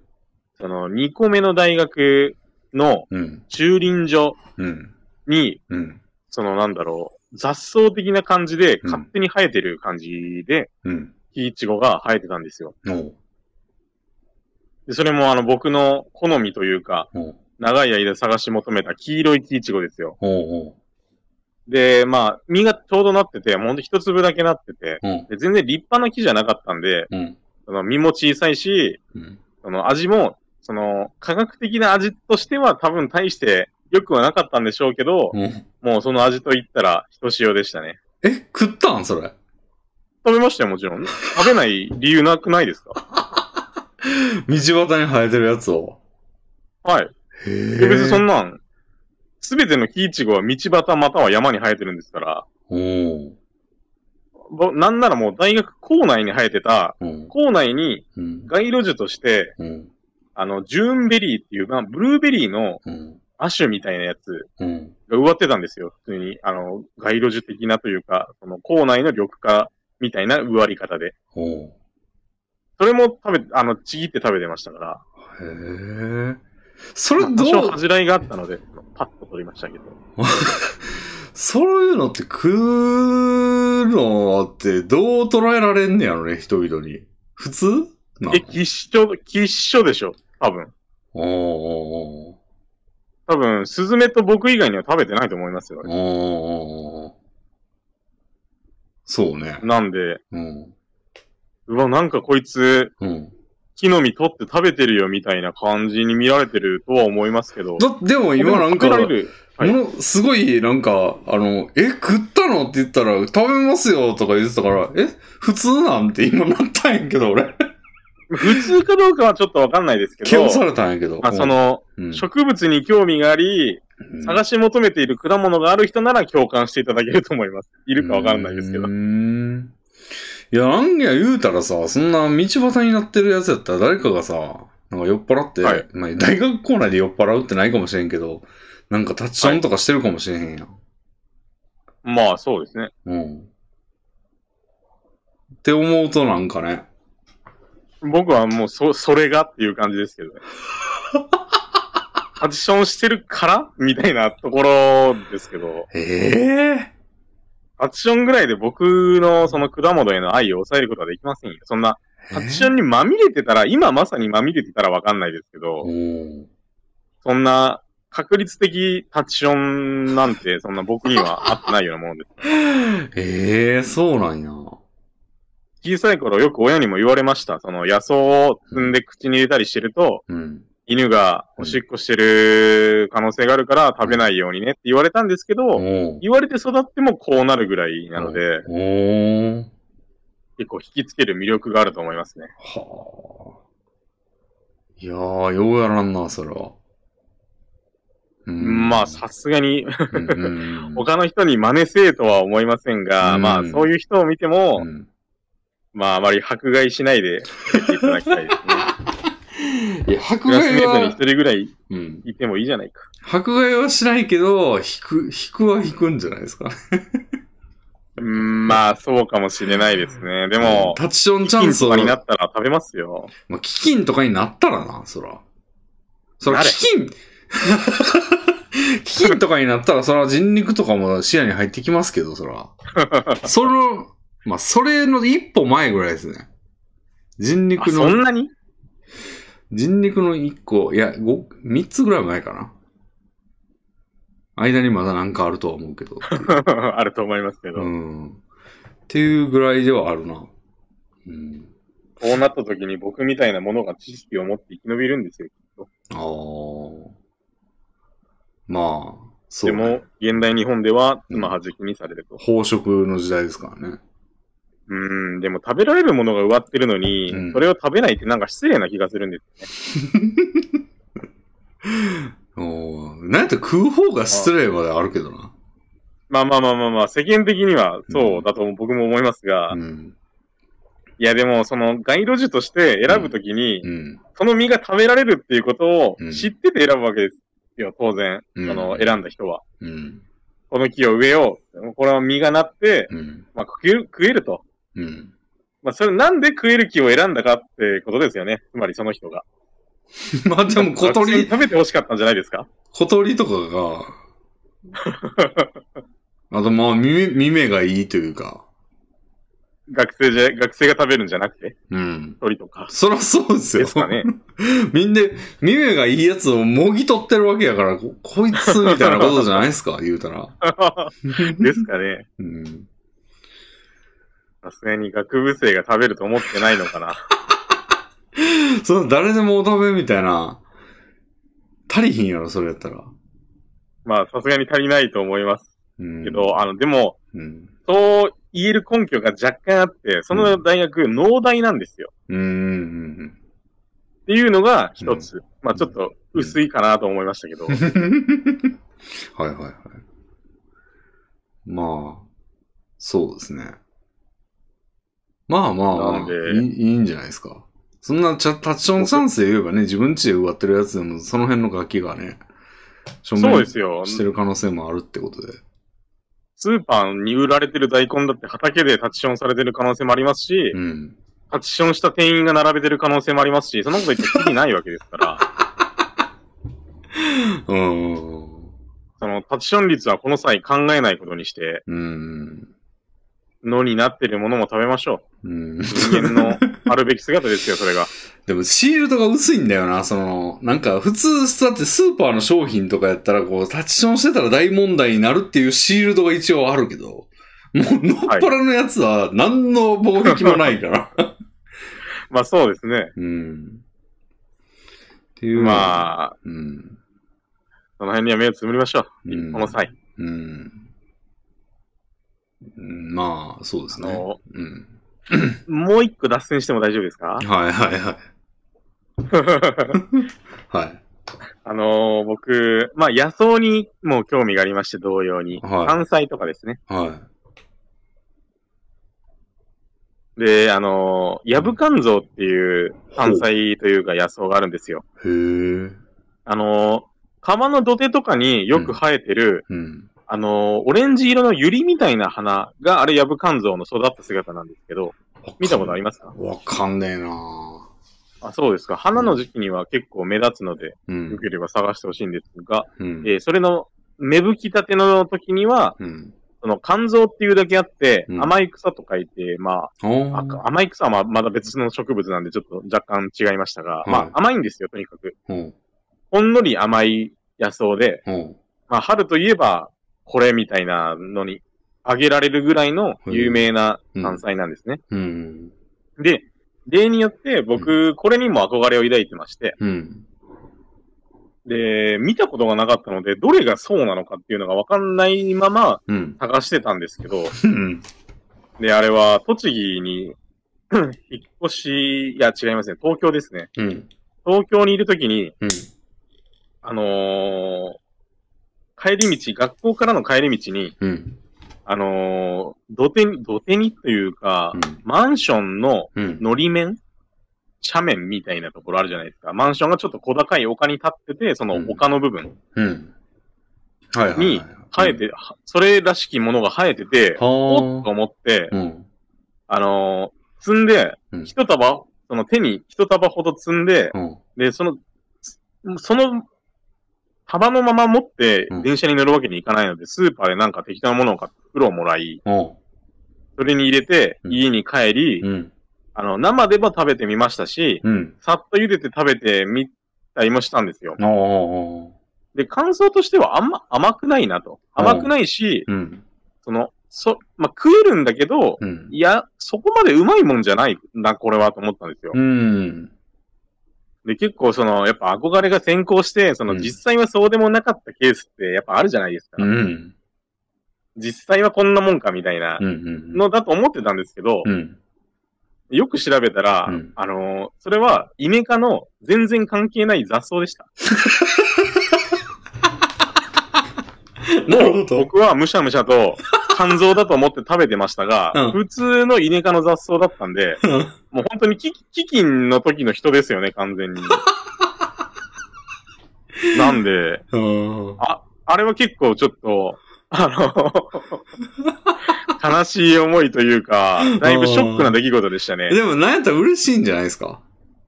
Speaker 2: その、2個目の大学の
Speaker 1: うん。
Speaker 2: 駐輪場
Speaker 1: うん。
Speaker 2: に、
Speaker 1: うん。
Speaker 2: その、なんだろう、雑草的な感じで、
Speaker 1: うん
Speaker 2: 勝手に生えてる感じで、
Speaker 1: うん。
Speaker 2: キイチゴが生えてたんですよ。
Speaker 1: おう
Speaker 2: で、それもあの、僕の好みというか、
Speaker 1: おう
Speaker 2: 長い間探し求めた黄色いキイチゴですよ。
Speaker 1: おう
Speaker 2: で、まあ、実がちょうどなってて、ほんと一粒だけなってて、
Speaker 1: おう
Speaker 2: で全然立派な木じゃなかったんで、
Speaker 1: うん。
Speaker 2: その実も小さいし、
Speaker 1: うん。
Speaker 2: その味も、その、科学的な味としては多分大して良くはなかったんでしょうけど、
Speaker 1: うん。
Speaker 2: もうその味と言ったら、ひとしおでしたね。
Speaker 1: え、食ったんそれ。
Speaker 2: 食べましたよ、もちろん。食べない理由なくないですか
Speaker 1: 道端に生えてるやつを。
Speaker 2: はい。
Speaker 1: へ
Speaker 2: で別にそ
Speaker 1: え。
Speaker 2: んなん、すべての木イチゴは道端または山に生えてるんですから、
Speaker 1: おう
Speaker 2: ぼなんならもう大学校内に生えてた、
Speaker 1: うん。
Speaker 2: 校内に
Speaker 1: うん。
Speaker 2: 街路樹として、
Speaker 1: うん。
Speaker 2: あの、ジューンベリーっていう、まあ、ブルーベリーの
Speaker 1: うん。
Speaker 2: 亜種みたいなやつ
Speaker 1: うん。
Speaker 2: が植わってたんですよ。普通に、あの、街路樹的なというか、その、校内の緑化みたいな植わり方で。
Speaker 1: おう
Speaker 2: それも食べ、あの、ちぎって食べてましたから。
Speaker 1: へえ。それ
Speaker 2: まあ
Speaker 1: ど
Speaker 2: 多少
Speaker 1: う
Speaker 2: 恥じらいがあったので、パッと取りましたけど。
Speaker 1: そういうのって食うのってどう捉えられんねやろね、人々に。普通な
Speaker 2: え、喫書、喫書でしょ多分。
Speaker 1: おーお
Speaker 2: 多分、スズメと僕以外には食べてないと思いますよ
Speaker 1: ーおーおー。おーおーそうね。
Speaker 2: なんで、
Speaker 1: うん。
Speaker 2: うわ、なんかこいつ、
Speaker 1: うん。
Speaker 2: 木の実取って食べてるよみたいな感じに見られてるとは思いますけど。
Speaker 1: だでも今なんか、
Speaker 2: 食べら
Speaker 1: も
Speaker 2: れるはい
Speaker 1: のすごいなんか、あの、え、食ったのって言ったら、食べますよとか言ってたから、え、普通なんて今なったんやけど、俺。
Speaker 2: 普通かどうかはちょっとわかんないです け
Speaker 1: 気を
Speaker 2: ど、
Speaker 1: されたんやけど。
Speaker 2: まあ、その、
Speaker 1: うん、
Speaker 2: 植物に興味があり、
Speaker 1: うん
Speaker 2: 探し求めている果物がある人なら共感していただけると思います。いるかわかんないですけど
Speaker 1: うー。んいや、なんや言うたらさ、そんな道端になってるやつやったら誰かがさ、なんか酔っ払って、
Speaker 2: はい
Speaker 1: まあ、大学校内で酔っ払うってないかもしれんけど、なんかタッチションとかしてるかもしれへんやん。
Speaker 2: まあそうですね。
Speaker 1: うん。って思うとなんかね、
Speaker 2: 僕はもうそ、それがっていう感じですけど ね。アディションしてるからみたいなところですけど、
Speaker 1: え
Speaker 2: アディションぐらいで僕のその果物への愛を抑えることはできませんよ。そんな、
Speaker 1: え
Speaker 2: アディションにまみれてたら、今まさにまみれてたらわかんないですけど、
Speaker 1: おー
Speaker 2: そんな確率的タッチションなんて、そんな僕には合ってないようなもんです。
Speaker 1: ええそうなんや。
Speaker 2: 小さい頃よく親にも言われました。その野草を摘んで口に入れたりしてると、
Speaker 1: うん。
Speaker 2: 犬がおしっこしてる可能性があるから食べないようにねって言われたんですけ
Speaker 1: お
Speaker 2: ど、
Speaker 1: ー
Speaker 2: 言われて育ってもこうなるぐらいなので、
Speaker 1: おー
Speaker 2: 結構引きつける魅力があると思いますね。
Speaker 1: はあ。いやー、ようやらんな、それは。うん
Speaker 2: まあ、さすがに
Speaker 1: うんうんうん
Speaker 2: 他の人に真似せえとは思いませんが、
Speaker 1: うん
Speaker 2: まあそういう人を見ても、
Speaker 1: うん
Speaker 2: まあ、あまり迫害しないでやっていただきたい ですね。
Speaker 1: いや、迫
Speaker 2: クラスメ
Speaker 1: 害
Speaker 2: ートに一
Speaker 1: は、
Speaker 2: 人ぐらい
Speaker 1: うん。
Speaker 2: いてもいいじゃないか。
Speaker 1: 迫害はしないけど、引く、引くは引くんじゃないですか。
Speaker 2: うーん、まあ、そうかもしれないですね。でも、
Speaker 1: タッチションチャンス
Speaker 2: と
Speaker 1: を
Speaker 2: か、になったら食べますよ。
Speaker 1: まあ、基金とかになったらな、そら。そら、
Speaker 2: なれ
Speaker 1: 基 金基金とかになったら、そら人肉とかも視野に入ってきますけど、そ ら。その、まあ、それの一歩前ぐらいですね。人
Speaker 2: あ
Speaker 1: 肉
Speaker 2: そん
Speaker 1: の、
Speaker 2: なに
Speaker 1: 人肉の一個、いや、五三つぐらい前かな。間にまだなんかあるとは思うけ ど。
Speaker 2: あると思いますけど、
Speaker 1: うん。っていうぐらいではあるな。うん。
Speaker 2: こうなった時に僕みたいなものが知識を持って生き延びるんですよ。
Speaker 1: ああ。まあ、そう、
Speaker 2: で
Speaker 1: ね。
Speaker 2: も、現代日本では、つまはじきにされると。
Speaker 1: 飽食の時代ですからね。
Speaker 2: うーん、でも食べられるものが植わってるのに、
Speaker 1: うん
Speaker 2: それを食べないってなんか失礼な気がするんです。
Speaker 1: おーなんやったら食う方が失礼まであるけどな。
Speaker 2: まあまあまあまあまあ、世間的にはそうだと僕も思いますが、
Speaker 1: うん。
Speaker 2: いやでも、その街路樹として選ぶときに、
Speaker 1: うん。
Speaker 2: その実が食べられるっていうことを
Speaker 1: うん
Speaker 2: 知ってて選ぶわけですよ、当然。
Speaker 1: うん
Speaker 2: その選んだ人は。
Speaker 1: うん。
Speaker 2: この木を植えよう。これは実がなって、
Speaker 1: うん。
Speaker 2: まあ食える、食えると。
Speaker 1: うん。
Speaker 2: まあそれなんで食える木を選んだかってことですよね。つまりその人が。
Speaker 1: まあでも小
Speaker 2: 学生に
Speaker 1: 鳥、
Speaker 2: 食べて欲しかったんじゃないですか
Speaker 1: 小鳥とか が、あとまあ耳、耳がいいというか、
Speaker 2: 学生じゃ、学生が食べるんじゃなくて、
Speaker 1: うん。
Speaker 2: 鳥とか。
Speaker 1: そらそうですよ。
Speaker 2: ですかね。
Speaker 1: みんな、耳がいいやつをもぎ取ってるわけやから、ここいつみたいなことじゃないですか、言うたら。
Speaker 2: ですかね。
Speaker 1: うん。
Speaker 2: さすがに学部生が食べると思ってないのかな。
Speaker 1: その誰でもお食べみたいな、足りひんやろ、それやったら。
Speaker 2: まあ、さすがに足りないと思います
Speaker 1: うん。
Speaker 2: けど、あの、でも、
Speaker 1: うん。
Speaker 2: そう言える根拠が若干あって、その大学、農大なんですよ。
Speaker 1: うんうん
Speaker 2: っていうのが一つ。まあ、ちょっと薄いかなと思いましたけど。
Speaker 1: うんうん。はいはいはい。まあ、そうですね。まあまあまあ
Speaker 2: なん、で
Speaker 1: いいいいんじゃないですか。そんなチャタッチションチャンスで言えばね、自分家で植わってるやつでも、その辺の楽器がね、証
Speaker 2: そうですよ。
Speaker 1: してる可能性もあるってことで。
Speaker 2: スーパーに売られてる大根だって畑でタッチションされてる可能性もありますし、
Speaker 1: うん。
Speaker 2: タッチションした店員が並べてる可能性もありますし、そんなこと言ってきりないわけですから。
Speaker 1: うんうん
Speaker 2: その、タッチション率はこの際考えないことにして、
Speaker 1: うん。うん。
Speaker 2: のになってるものも食べましょ
Speaker 1: うん。
Speaker 2: う。人 間のあるべき姿ですよ、それが。
Speaker 1: でもシールドが薄いんだよな、その、なんか普通、だってスーパーの商品とかやったら、こう、タッチションしてたら大問題になるっていうシールドが一応あるけど、もう、のっぱらのやつは何の防壁もないから。
Speaker 2: まあそうですね。
Speaker 1: うん。っていう。あ。
Speaker 2: まあ、
Speaker 1: うん。
Speaker 2: その辺には目をつむりましょう。
Speaker 1: うん
Speaker 2: この際。
Speaker 1: うん。うんまあ、そうで
Speaker 2: あ
Speaker 1: すね。
Speaker 2: の、
Speaker 1: うん。
Speaker 2: もう一個脱線しても大丈夫ですか
Speaker 1: は いはいはい。はい。
Speaker 2: あのー僕、まあ野草にもう興味がありまして、同様に。
Speaker 1: はい
Speaker 2: 山菜とかですね。
Speaker 1: は
Speaker 2: で、あのーヤブカンゾウっていう山菜というか野草があるんですよ。
Speaker 1: い。へえ。
Speaker 2: あのー川の土手とかによく生えてる、
Speaker 1: うん。
Speaker 2: あのー、オレンジ色のユリみたいな花が、あれ、ヤブカンゾウの育った姿なんですけど、見たことありますか
Speaker 1: わかんねえな
Speaker 2: あ、そうですか。花の時期には結構目立つので、
Speaker 1: うん
Speaker 2: よ。ければ探してほしいんですが、
Speaker 1: うん。
Speaker 2: えーそれの芽吹き立ての時には、
Speaker 1: うん。
Speaker 2: その肝臓っていうだけあって、
Speaker 1: うん
Speaker 2: 甘い草と書いて、ま
Speaker 1: お
Speaker 2: あ、
Speaker 1: ー
Speaker 2: あ甘い草はまあまだ別の植物なんでちょっと若干違いましたが、
Speaker 1: はい
Speaker 2: まあ甘いんですよ、とにかく。
Speaker 1: ほう。
Speaker 2: ほんのり甘い野草で、
Speaker 1: ほ
Speaker 2: まあ春といえばこれみたいなのにあげられるぐらいの有名な山菜なんですね。
Speaker 1: う。うん。
Speaker 2: で、例によって僕、これにも憧れを抱いてまして、
Speaker 1: うん。
Speaker 2: で、見たことがなかったので、どれがそうなのかっていうのがわかんないまま
Speaker 1: うん。
Speaker 2: 探してたんですけど、
Speaker 1: うん。
Speaker 2: で、あれは栃木に 引っ越し、いや違いますね、東京ですね。
Speaker 1: うん。
Speaker 2: 東京にいるときに、
Speaker 1: うん。
Speaker 2: あのー帰り道、学校からの帰り道に、
Speaker 1: うん。
Speaker 2: ああのー、土手に、土手にというか、
Speaker 1: うん。
Speaker 2: マンションの
Speaker 1: うん。
Speaker 2: のり面斜面みたいなところあるじゃないですか。マンションがちょっと小高い丘に立ってて、その丘の部分、
Speaker 1: うん。はいはい、はい。
Speaker 2: に生えて、はそれらしきものが生えてて、
Speaker 1: は
Speaker 2: おっ
Speaker 1: ー
Speaker 2: と思って、
Speaker 1: うん。
Speaker 2: あのー積んで
Speaker 1: うん、
Speaker 2: 一束、その手に一束ほど積んで、
Speaker 1: うん。
Speaker 2: で、その、つその、束のまま持って
Speaker 1: うん
Speaker 2: 電車に乗るわけにいかないので、スーパーでなんか適当なものを買って袋をもらい、
Speaker 1: うん。
Speaker 2: それに入れて
Speaker 1: うん
Speaker 2: 家に帰り、
Speaker 1: うん。
Speaker 2: あの、生でも食べてみましたし、
Speaker 1: うん。
Speaker 2: さっと茹でて食べてみたりもしたんですよ。
Speaker 1: おーお
Speaker 2: で、感想としてはあんま甘くないなと。
Speaker 1: うん
Speaker 2: 甘くないし、
Speaker 1: ーおーうん。
Speaker 2: その、そ、まあ、食えるんだけど、
Speaker 1: うん。
Speaker 2: いや、そこまでうまいもんじゃないな、これはと思ったんですよ。
Speaker 1: うん。
Speaker 2: で、結構その、やっぱ憧れが先行して、その
Speaker 1: うん
Speaker 2: 実際はそうでもなかったケースってやっぱあるじゃないですか。
Speaker 1: うん。
Speaker 2: 実際はこんなもんかみたいな
Speaker 1: うん。うん。
Speaker 2: のだと思ってたんですけど
Speaker 1: う、ん。
Speaker 2: よく調べたら、
Speaker 1: うん
Speaker 2: あのーそれはイメ科の全然関係ない雑草でした。
Speaker 1: なるほど。
Speaker 2: 僕はむしゃむしゃと肝臓だと思って食べてましたが、
Speaker 1: うん
Speaker 2: 普通のイネ科の雑草だったんで、もう本当にき飢饉の時の人ですよね、完 全に。なんで、
Speaker 1: うん。
Speaker 2: あ、あれは結構ちょっと、あの、悲しい思いというか、だいぶショックな出来事でしたね。
Speaker 1: でも、なんやったら嬉しいんじゃないですか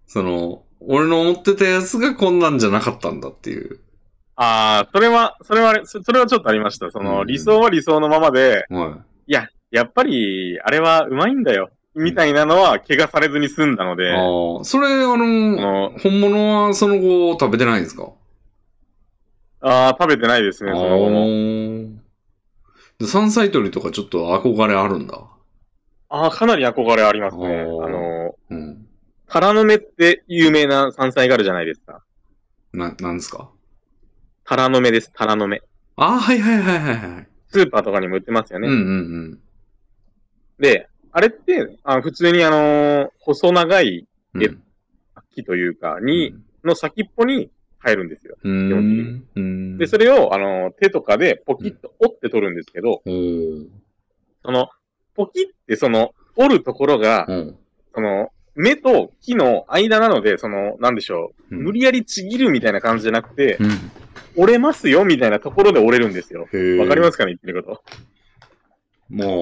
Speaker 1: その、俺の思ってたやつがこんなんじゃなかったんだっていう。
Speaker 2: ああ、それは、それはあれ、そそれはちょっとありました。その、
Speaker 1: うん
Speaker 2: 理想は理想のままで、
Speaker 1: はい
Speaker 2: や、やっぱり、あれはうまいんだよ。みたいなのは、怪我されずに済んだの
Speaker 1: い。
Speaker 2: で、
Speaker 1: ああ、それ、あ
Speaker 2: あ
Speaker 1: の、
Speaker 2: の
Speaker 1: 本物はその後食べてないんですか
Speaker 2: あー食べてないです
Speaker 1: あ
Speaker 2: ね、
Speaker 1: あ
Speaker 2: その後も。
Speaker 1: ー。で山菜採りとかちょっと憧れあるんだ。
Speaker 2: ああ、かなり憧れありますね。
Speaker 1: おー
Speaker 2: あの、
Speaker 1: うん。
Speaker 2: タラの芽って有名な山菜があるじゃないですか。
Speaker 1: な、なんですか
Speaker 2: タラの芽です、タラの芽。
Speaker 1: ああ、はいはいはいはいはい。
Speaker 2: スーパーとかにも売ってますよ
Speaker 1: うん
Speaker 2: ね。
Speaker 1: うん
Speaker 2: で、あれって、あ普通にあのー細長い
Speaker 1: うん。
Speaker 2: え
Speaker 1: うん
Speaker 2: 木というか、に、、の先っぽに生えるんですよ。
Speaker 1: う
Speaker 2: 基本的
Speaker 1: ん。うん。
Speaker 2: で、それを、あのー手とかでポキッと折って取るんですけど、
Speaker 1: おー
Speaker 2: その、ポキってその、折るところが、
Speaker 1: うん。
Speaker 2: その、目と木の間なので、その、なんでしょう、無
Speaker 1: 理
Speaker 2: 理やりちぎるみたいな感じじゃなくて、
Speaker 1: うん。
Speaker 2: 折れますよみたいなところで折れるんですよ。
Speaker 1: へえ。
Speaker 2: わかりますすかね言ってること。
Speaker 1: まあまあ、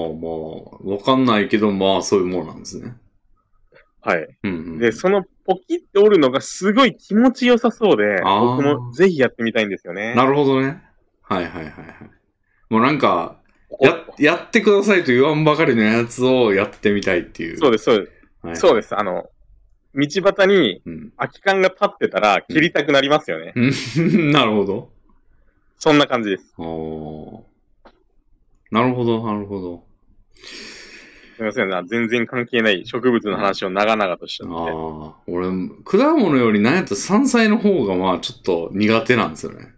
Speaker 1: わかんないけど、まあそういうものなんですね。
Speaker 2: はい。
Speaker 1: うんうん。
Speaker 2: で、そのポキって折るのがすごい気持ちよさそうで、
Speaker 1: あー
Speaker 2: 僕もぜひやってみたいんですよね。
Speaker 1: なるほどね。はいはいはいはい。もうなんか、
Speaker 2: お
Speaker 1: や、やってくださいと言わんばかりのやつをやってみたいっていう。
Speaker 2: そうです、そうです。
Speaker 1: はい
Speaker 2: そうです。あの、道端に
Speaker 1: うん。
Speaker 2: 空き缶が立ってたら切りたくなりますよね。
Speaker 1: うん。 なるほど。
Speaker 2: そんな感じです。
Speaker 1: おーなるほど、なるほど。
Speaker 2: すみませんな。全然関係ない植物の話を長々としちゃって。
Speaker 1: ああ、俺、果物よりなんやったら山菜の方がまあちょっと苦手なんですよね。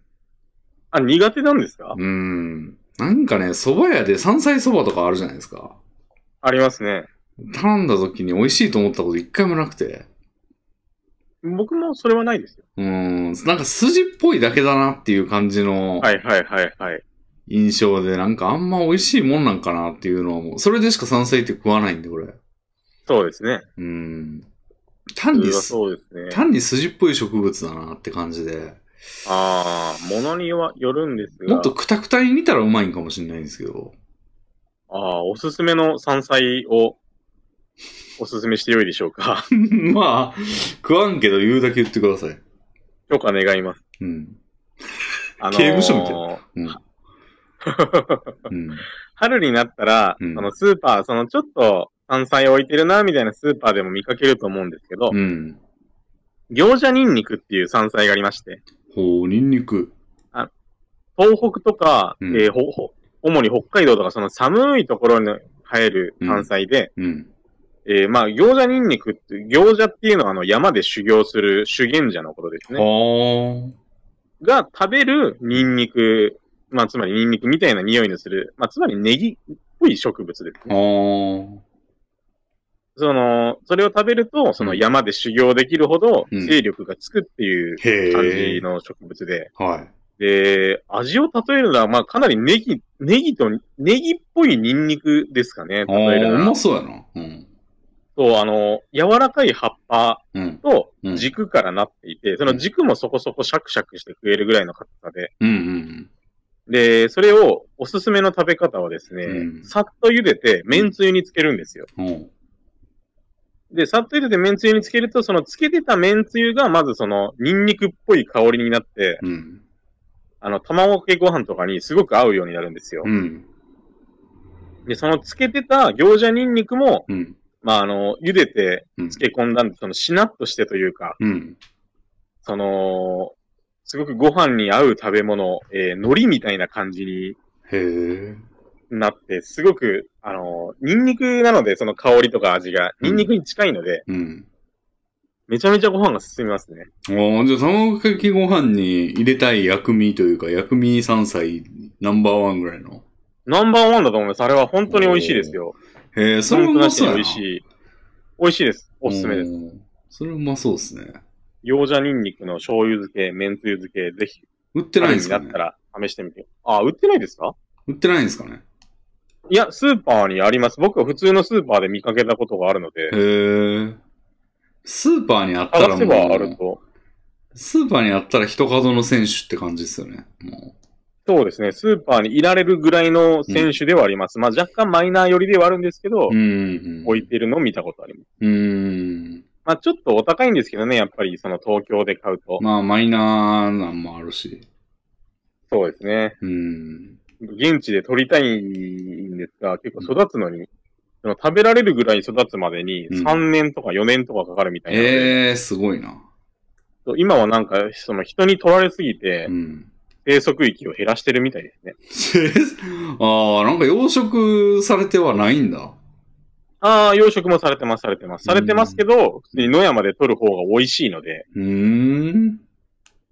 Speaker 2: あ、苦手なんですか
Speaker 1: うん。なんかね、蕎麦屋で山菜蕎麦とかあるじゃないですか。
Speaker 2: ありますね。
Speaker 1: 頼んだ時に美味しいと思ったこと一回もなくて。
Speaker 2: 僕もそれはないですよ。
Speaker 1: うん、なんか筋っぽいだけだなっていう感じの
Speaker 2: はいはいはいはい。
Speaker 1: 印象で、なんかあんま美味しいもんなんかなっていうのはもう、それでしか山菜って食わないんで、これ。
Speaker 2: そうですね。
Speaker 1: うん。
Speaker 2: う
Speaker 1: 単に
Speaker 2: わ
Speaker 1: す、
Speaker 2: そうですね。
Speaker 1: 単に筋っぽい植物だなって感じで、
Speaker 2: ああ、ものにはよるんですが。
Speaker 1: もっとくたくたに煮たらうまいんかもしれないんですけど。
Speaker 2: ああ、おすすめの山菜をおすすめしてよいでしょうか。
Speaker 1: まあ、食わんけど言うだけ言ってください。
Speaker 2: 許可願います。
Speaker 1: うん。
Speaker 2: あのー
Speaker 1: 刑務所みたいうん。うん。
Speaker 2: 春になったら、
Speaker 1: うん
Speaker 2: そのスーパー、そのちょっと山菜置いてるな、みたいなスーパーでも見かけると思うんですけど、
Speaker 1: うん。
Speaker 2: 餃子ニンニクっていう山菜がありまして、
Speaker 1: ほう、ニンニク。
Speaker 2: 東北とか、
Speaker 1: うん
Speaker 2: えーほほ主に北海道とかその寒いところに生える山菜で、
Speaker 1: うん。
Speaker 2: えーまあ、餃子ニンニクって、餃子っていうのはあの山で修行する修験者のことです
Speaker 1: あ
Speaker 2: ね。
Speaker 1: ー。
Speaker 2: が食べるニンニク、まあ、つまりニンニクみたいな匂いのする、まあ、つまりネギっぽい植物です
Speaker 1: あ
Speaker 2: ね。
Speaker 1: ー。
Speaker 2: その、それを食べると、その山で修行できるほど
Speaker 1: うん
Speaker 2: 勢力がつくっていう
Speaker 1: へえ。
Speaker 2: 感じの植物で、
Speaker 1: はい。
Speaker 2: で、味を例えるなら、まあ、かなりネギ、ネギと、ネギっぽいニンニクですかね。
Speaker 1: あ
Speaker 2: 例え
Speaker 1: ー
Speaker 2: る
Speaker 1: う
Speaker 2: なら
Speaker 1: ま。そうやな。うん。
Speaker 2: そう、あの、柔らかい葉っぱ
Speaker 1: うん。
Speaker 2: と
Speaker 1: うん
Speaker 2: 軸からなっていて、その軸もそこそこシャクシャクして食えるぐらいの硬さで。
Speaker 1: うんうん
Speaker 2: で、それを、おすすめの食べ方はですね、
Speaker 1: うん
Speaker 2: さっと茹でて、麺つゆにつけるんですよ。
Speaker 1: うん。おう
Speaker 2: で、さっと茹でて麺つゆにつけると、そのつけてた麺つゆが、まずその、ニンニクっぽい香りになって、
Speaker 1: うん。
Speaker 2: あの、卵かけご飯とかにすごく合うようになるんですよ
Speaker 1: う。ん。
Speaker 2: で、そのつけてた餃子ニンニクも、
Speaker 1: うん。
Speaker 2: まあ、あの、茹でて
Speaker 1: うん。
Speaker 2: 漬け込んだんで、その、しなっとしてというか、
Speaker 1: うん。
Speaker 2: その、すごくご飯に合う食べ物、えー、海苔みたいな感じに
Speaker 1: へえ。
Speaker 2: なって、すごく、あのニンニクなので、その香りとか味が、
Speaker 1: うん
Speaker 2: ニンニクに近いので、
Speaker 1: うん。
Speaker 2: めちゃめちゃご飯が進みますね。
Speaker 1: おーじゃあ、卵かけご飯に入れたい薬味というか、薬味山菜ナンバーワンぐらいの。
Speaker 2: ナンバーワンだと思います。あれは本当に美味しいですよ。
Speaker 1: へえ、それう
Speaker 2: 文句
Speaker 1: ま
Speaker 2: なし
Speaker 1: そう
Speaker 2: に
Speaker 1: やな。
Speaker 2: 美味しい。美味しいです。おすすめです。
Speaker 1: す。それうまそうですね。
Speaker 2: 洋者ニンニクの醤油漬け、麺つゆ漬け、ぜひ、
Speaker 1: 売ってないんですか
Speaker 2: 春
Speaker 1: ね
Speaker 2: になったら試してみて。あ、売ってないですか
Speaker 1: 売ってないんですかね
Speaker 2: いや、スーパーにあります。僕は普通のスーパーで見かけたことがあるので、
Speaker 1: へえ。スーパーにあったら
Speaker 2: 探
Speaker 1: も
Speaker 2: せばある
Speaker 1: う、
Speaker 2: と。
Speaker 1: スーパーにあったら人数の選手って感じですよね。も
Speaker 2: そうですね。スーパーにいられるぐらいの選手ではあります。まあ若干マイナー寄りではあるんですけど、
Speaker 1: う。うん。
Speaker 2: 置いてるのを見たことあります。
Speaker 1: うん。
Speaker 2: まあちょっとお高いんですけどね、やっぱりその東京で買うと。
Speaker 1: まあ、マイナーなんもあるし。
Speaker 2: そうですね。
Speaker 1: うん。
Speaker 2: 現地で取りたいんですが、結構育つのに、その食べられるぐらい育つまでに
Speaker 1: うん
Speaker 2: 3年とか4年とかかかるみたいなので、
Speaker 1: ええー、すごいな。
Speaker 2: そう今はなんかその人に取られすぎて
Speaker 1: う、ん。
Speaker 2: 生息域を減らしてるみたいですね。
Speaker 1: ああ、なんか養殖されてはないんだ。
Speaker 2: ああ、養殖もされてます、されてます。されてますけど、普通に野山で取る方が美味しいので、
Speaker 1: うーん。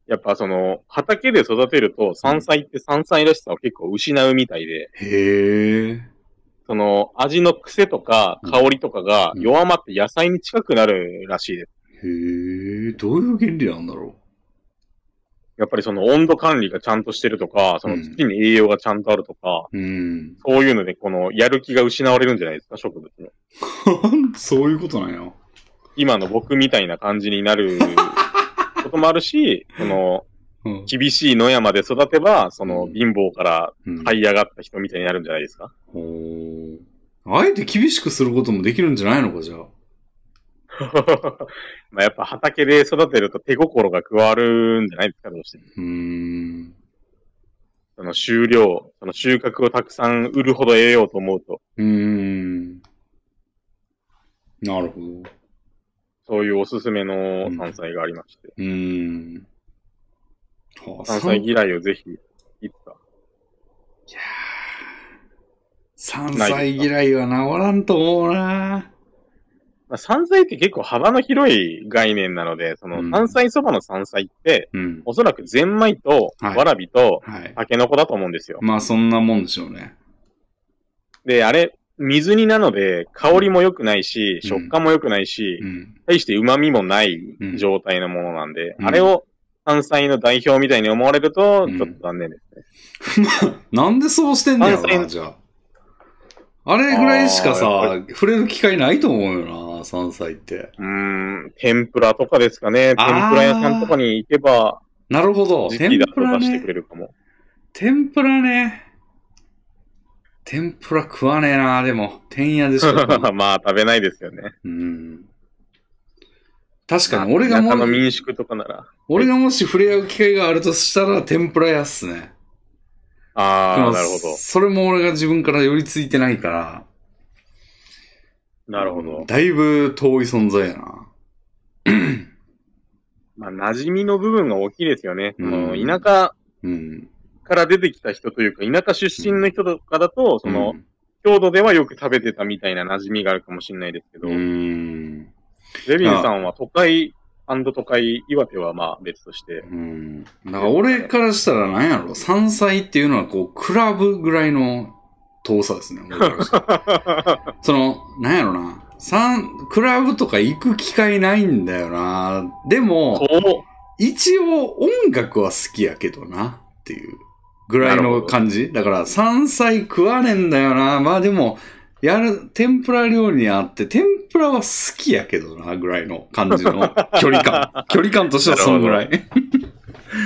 Speaker 2: やっぱその、畑で育てると山菜って山菜らしさを結構失うみたいで、
Speaker 1: へえ。
Speaker 2: その、味の癖とか
Speaker 1: うん
Speaker 2: 香りとかが
Speaker 1: うん
Speaker 2: 弱まって野菜に近くなるらしいです。
Speaker 1: へえ。どういう原理なんだろ
Speaker 2: やっぱりその温度管理がちゃんとしてるとか、その土に栄養がちゃんとあるとか、
Speaker 1: う。うん。
Speaker 2: そういうので、この、やる気が失われるんじゃないですか、植物の。
Speaker 1: そういうことなんや。
Speaker 2: 今の僕みたいな感じに なることもあるし、その、
Speaker 1: うん
Speaker 2: 厳しい野山で育てば、その
Speaker 1: うん
Speaker 2: 貧乏から
Speaker 1: うん
Speaker 2: 這い上がった人みたいになるんじゃないで すか。
Speaker 1: ほーあえて厳しくすることもできるんじゃないのか、じゃあ。
Speaker 2: まあやっぱ畑で育てると手心が加わるんじゃないですか、どうしても。
Speaker 1: うーん。
Speaker 2: その収量、その収穫をたくさん売るほど得ようと思うと、
Speaker 1: うーん。なるほど。う
Speaker 2: そういうおすすめの
Speaker 1: うん
Speaker 2: 山菜がありまして、
Speaker 1: ーん。はあ、
Speaker 2: 山
Speaker 1: さん
Speaker 2: 菜
Speaker 1: い
Speaker 2: 嫌いをぜひ、いつか。
Speaker 1: やー山菜嫌いは治らんと思うな
Speaker 2: まあ、山菜って結構幅の広い概念なので、その
Speaker 1: うん
Speaker 2: 山菜そばの山菜って、
Speaker 1: うん。
Speaker 2: おそらくゼンマイと、
Speaker 1: はい
Speaker 2: わらびと、
Speaker 1: はい。
Speaker 2: タケノコだと思うんですよ。
Speaker 1: まあ、そんなもんでしょうね。
Speaker 2: で、あれ、水煮なので、香りも良くないし、
Speaker 1: うん
Speaker 2: 食感も良くないし
Speaker 1: う、ん。
Speaker 2: 対して旨味もない
Speaker 1: うん
Speaker 2: 状態のものなんで、
Speaker 1: うん
Speaker 2: あれを山菜の代表みたいに思われると、
Speaker 1: うん
Speaker 2: ちょっと残念ですね。
Speaker 1: なんでそうしてんねやろ
Speaker 2: 山
Speaker 1: な、
Speaker 2: 菜
Speaker 1: じゃあ。あれぐらいしか
Speaker 2: あ
Speaker 1: さ、
Speaker 2: ー
Speaker 1: 触れる機会ないと思うよな、山菜って。
Speaker 2: うーん、天ぷらとかですかね。天ぷら屋さんとかに行けば、
Speaker 1: なるほど。
Speaker 2: 時期
Speaker 1: 天
Speaker 2: だと
Speaker 1: ぷら
Speaker 2: 出して
Speaker 1: ね
Speaker 2: く。れるかも。
Speaker 1: 天ぷらね。天ぷら食わねえな、でも。天やでしょ。
Speaker 2: まあ、食べないですよね。
Speaker 1: うん。確かに、俺が
Speaker 2: 田
Speaker 1: も
Speaker 2: 舎の
Speaker 1: う、
Speaker 2: 民宿とかなら。
Speaker 1: 俺がもし触れ合う機会があるとしたら、天ぷら屋っすね。で
Speaker 2: あ
Speaker 1: も
Speaker 2: あ、なるほど。
Speaker 1: それも俺が自分から寄りついてないから。
Speaker 2: なるほど。
Speaker 1: だいぶ遠い存在やな。
Speaker 2: まあ、馴染みの部分が大きいですよね。その
Speaker 1: うん
Speaker 2: 田舎
Speaker 1: うん。
Speaker 2: から出てきた人というか、田舎出身の人とかだと、その、
Speaker 1: うん
Speaker 2: 郷土ではよく食べてたみたいな馴染みがあるかもしれないですけど、
Speaker 1: うーん。
Speaker 2: レビンさんは都会、都会、岩手はまあ別として、
Speaker 1: うん。だから俺からしたら何やろ、山菜っていうのはこう、クラブぐらいの遠さですね。俺からしたら その、なんやろな。さん、クラブとか行く機会ないんだよな。で
Speaker 2: そ
Speaker 1: も、
Speaker 2: う、
Speaker 1: 一応音楽は好きやけどな。っっていうぐらい
Speaker 2: なるほ
Speaker 1: の
Speaker 2: ど
Speaker 1: 感じ。だから、山菜食わねえんだよな。まあでも、やる、天ぷら料理にあって、天ぷらは好きやけどな、ぐらいの感じ の距離感。距離感としてはそのぐらい。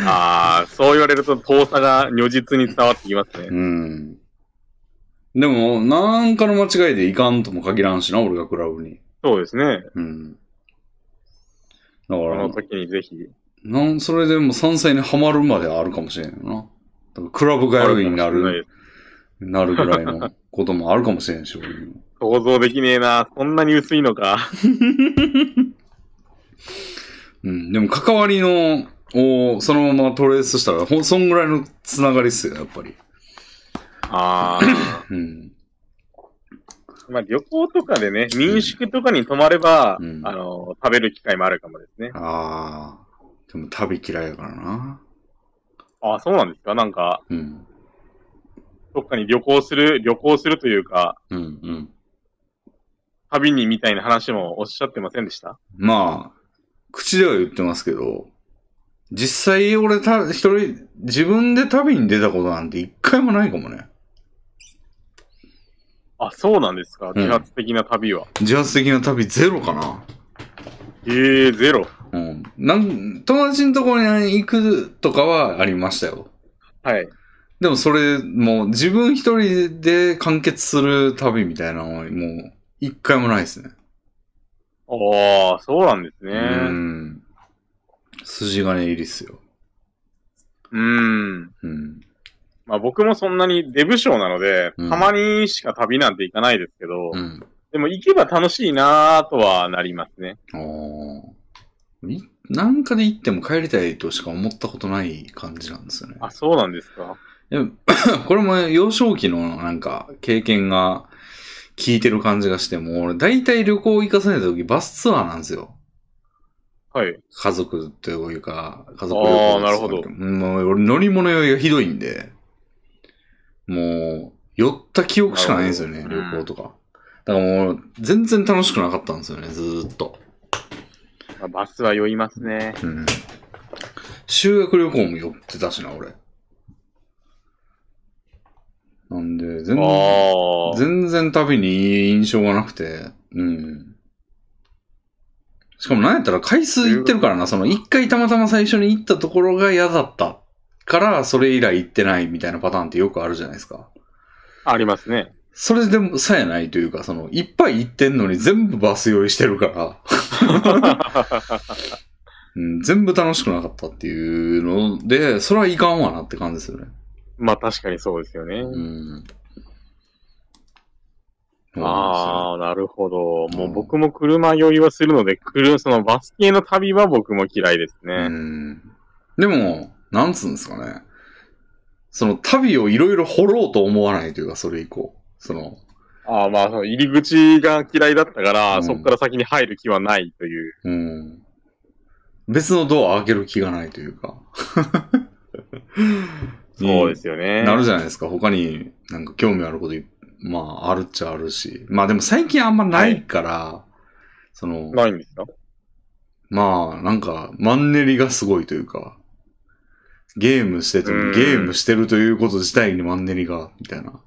Speaker 2: ああ、そう言われると遠さが如実に伝わってきますね。
Speaker 1: うん。でも、なんかの間違いでいかんとも限らんしな、俺がクラブに。
Speaker 2: そうですね。
Speaker 1: うん。だか
Speaker 2: こ
Speaker 1: ら
Speaker 2: の、時にぜひ。
Speaker 1: なん、それでも山菜にはまるまであるかもしれんよな。だからクラブ
Speaker 2: あ
Speaker 1: 通い
Speaker 2: る
Speaker 1: にな
Speaker 2: かもしれない
Speaker 1: る、
Speaker 2: です
Speaker 1: なるぐらいのこともあるかもしれんし、俺にも
Speaker 2: 想像できねえな。そんなに薄いのか。
Speaker 1: うん。でも関わりの、をそのままトレースしたら、ほん、そんぐらいのつながりっすよ、やっぱり。
Speaker 2: ああ。
Speaker 1: うん。
Speaker 2: まあ旅行とかでね、民宿とかに泊まれば、
Speaker 1: うん
Speaker 2: あの、食べる機会もあるかもですね。
Speaker 1: ああ。でも旅嫌いやからな。
Speaker 2: ああ、そうなんですかなんか、
Speaker 1: うん。
Speaker 2: どっかに旅行する、旅行するというか、
Speaker 1: うん、うん。
Speaker 2: 旅にみたいな話もおっしゃってませんでした
Speaker 1: まあ、口では言ってますけど、実際俺た、一人、自分で旅に出たことなんて一回もないかもね。
Speaker 2: あ、そうなんです
Speaker 1: ん
Speaker 2: か自発的な旅は。
Speaker 1: 自発的な旅ゼロかな。
Speaker 2: ええゼロ。
Speaker 1: うん。なん、友達のところに行くとかはありましたよ。
Speaker 2: はい。
Speaker 1: でもそれ、もう自分一人で完結する旅みたいなのはもう一回もないですね。
Speaker 2: ああ、そうなんですね。
Speaker 1: う。
Speaker 2: うん
Speaker 1: 筋金入りっすよ。
Speaker 2: ん。
Speaker 1: うん。
Speaker 2: まあ僕もそんなにデブ症なので、
Speaker 1: うん
Speaker 2: たまにしか旅なんて行かないですけど、
Speaker 1: うん。
Speaker 2: でも行けば楽しいなぁとはなりますね。
Speaker 1: ああ。いなんかで行っても帰りたいとしか思ったことない感じなんですよね。
Speaker 2: あ、そうなんですか。
Speaker 1: でも これも幼少期のなんか経験が効いてる感じがして、もう俺大体旅行行かされた時バスツアーなんですよ。
Speaker 2: はい。
Speaker 1: 家族というか、家族旅行です
Speaker 2: あーなるほど
Speaker 1: もう俺乗り物酔いがひどいんで、もう酔った記憶しかないんですよね、
Speaker 2: なるほど
Speaker 1: 旅行とか。だからもう全然楽しくなかったんですよね、ずーっと。
Speaker 2: まあバスは酔いますね。
Speaker 1: うん。修学旅行も酔ってたしな、俺。なんで、全
Speaker 2: あ
Speaker 1: 然。
Speaker 2: あ。
Speaker 1: 全然旅にいい印象がなくて、うん。しかもなんやったら回数行ってるからな、その一回たまたま最初に行ったところが嫌だったから、それ以来行ってないみたいなパターンってよくあるじゃないですか。
Speaker 2: ありますね。
Speaker 1: それでもさえないというか、その、いっぱい行ってんのに全部バス用意してるから、うん、全部楽しくなかったっていうので、それはいかんわなって感じですよね。
Speaker 2: まあ確かにそうですよね。
Speaker 1: うん。
Speaker 2: ああ、なるほど。も
Speaker 1: うん
Speaker 2: う僕も車酔いはするので、車、そのバス系の旅は僕も嫌いです
Speaker 1: う
Speaker 2: ね。
Speaker 1: んでも、なんつうんですかね。その旅をいろいろ掘ろうと思わないというか、それ以降。その、
Speaker 2: ああ、まあ、その入り口が嫌いだったから、
Speaker 1: うん
Speaker 2: そこから先に入る気はないという。
Speaker 1: うん。別のドアを開ける気がないというか。
Speaker 2: そうですよね。
Speaker 1: なるじゃないですか。他になんか興味あることい、まあ、あるっちゃあるし。まあでも最近あんまないから、その、
Speaker 2: ないんですか
Speaker 1: まあ、なんか、マンネリがすごいというか、ゲームしてて
Speaker 2: う
Speaker 1: も、
Speaker 2: ん
Speaker 1: ゲームしてるということ自体にマンネリが、みたいな。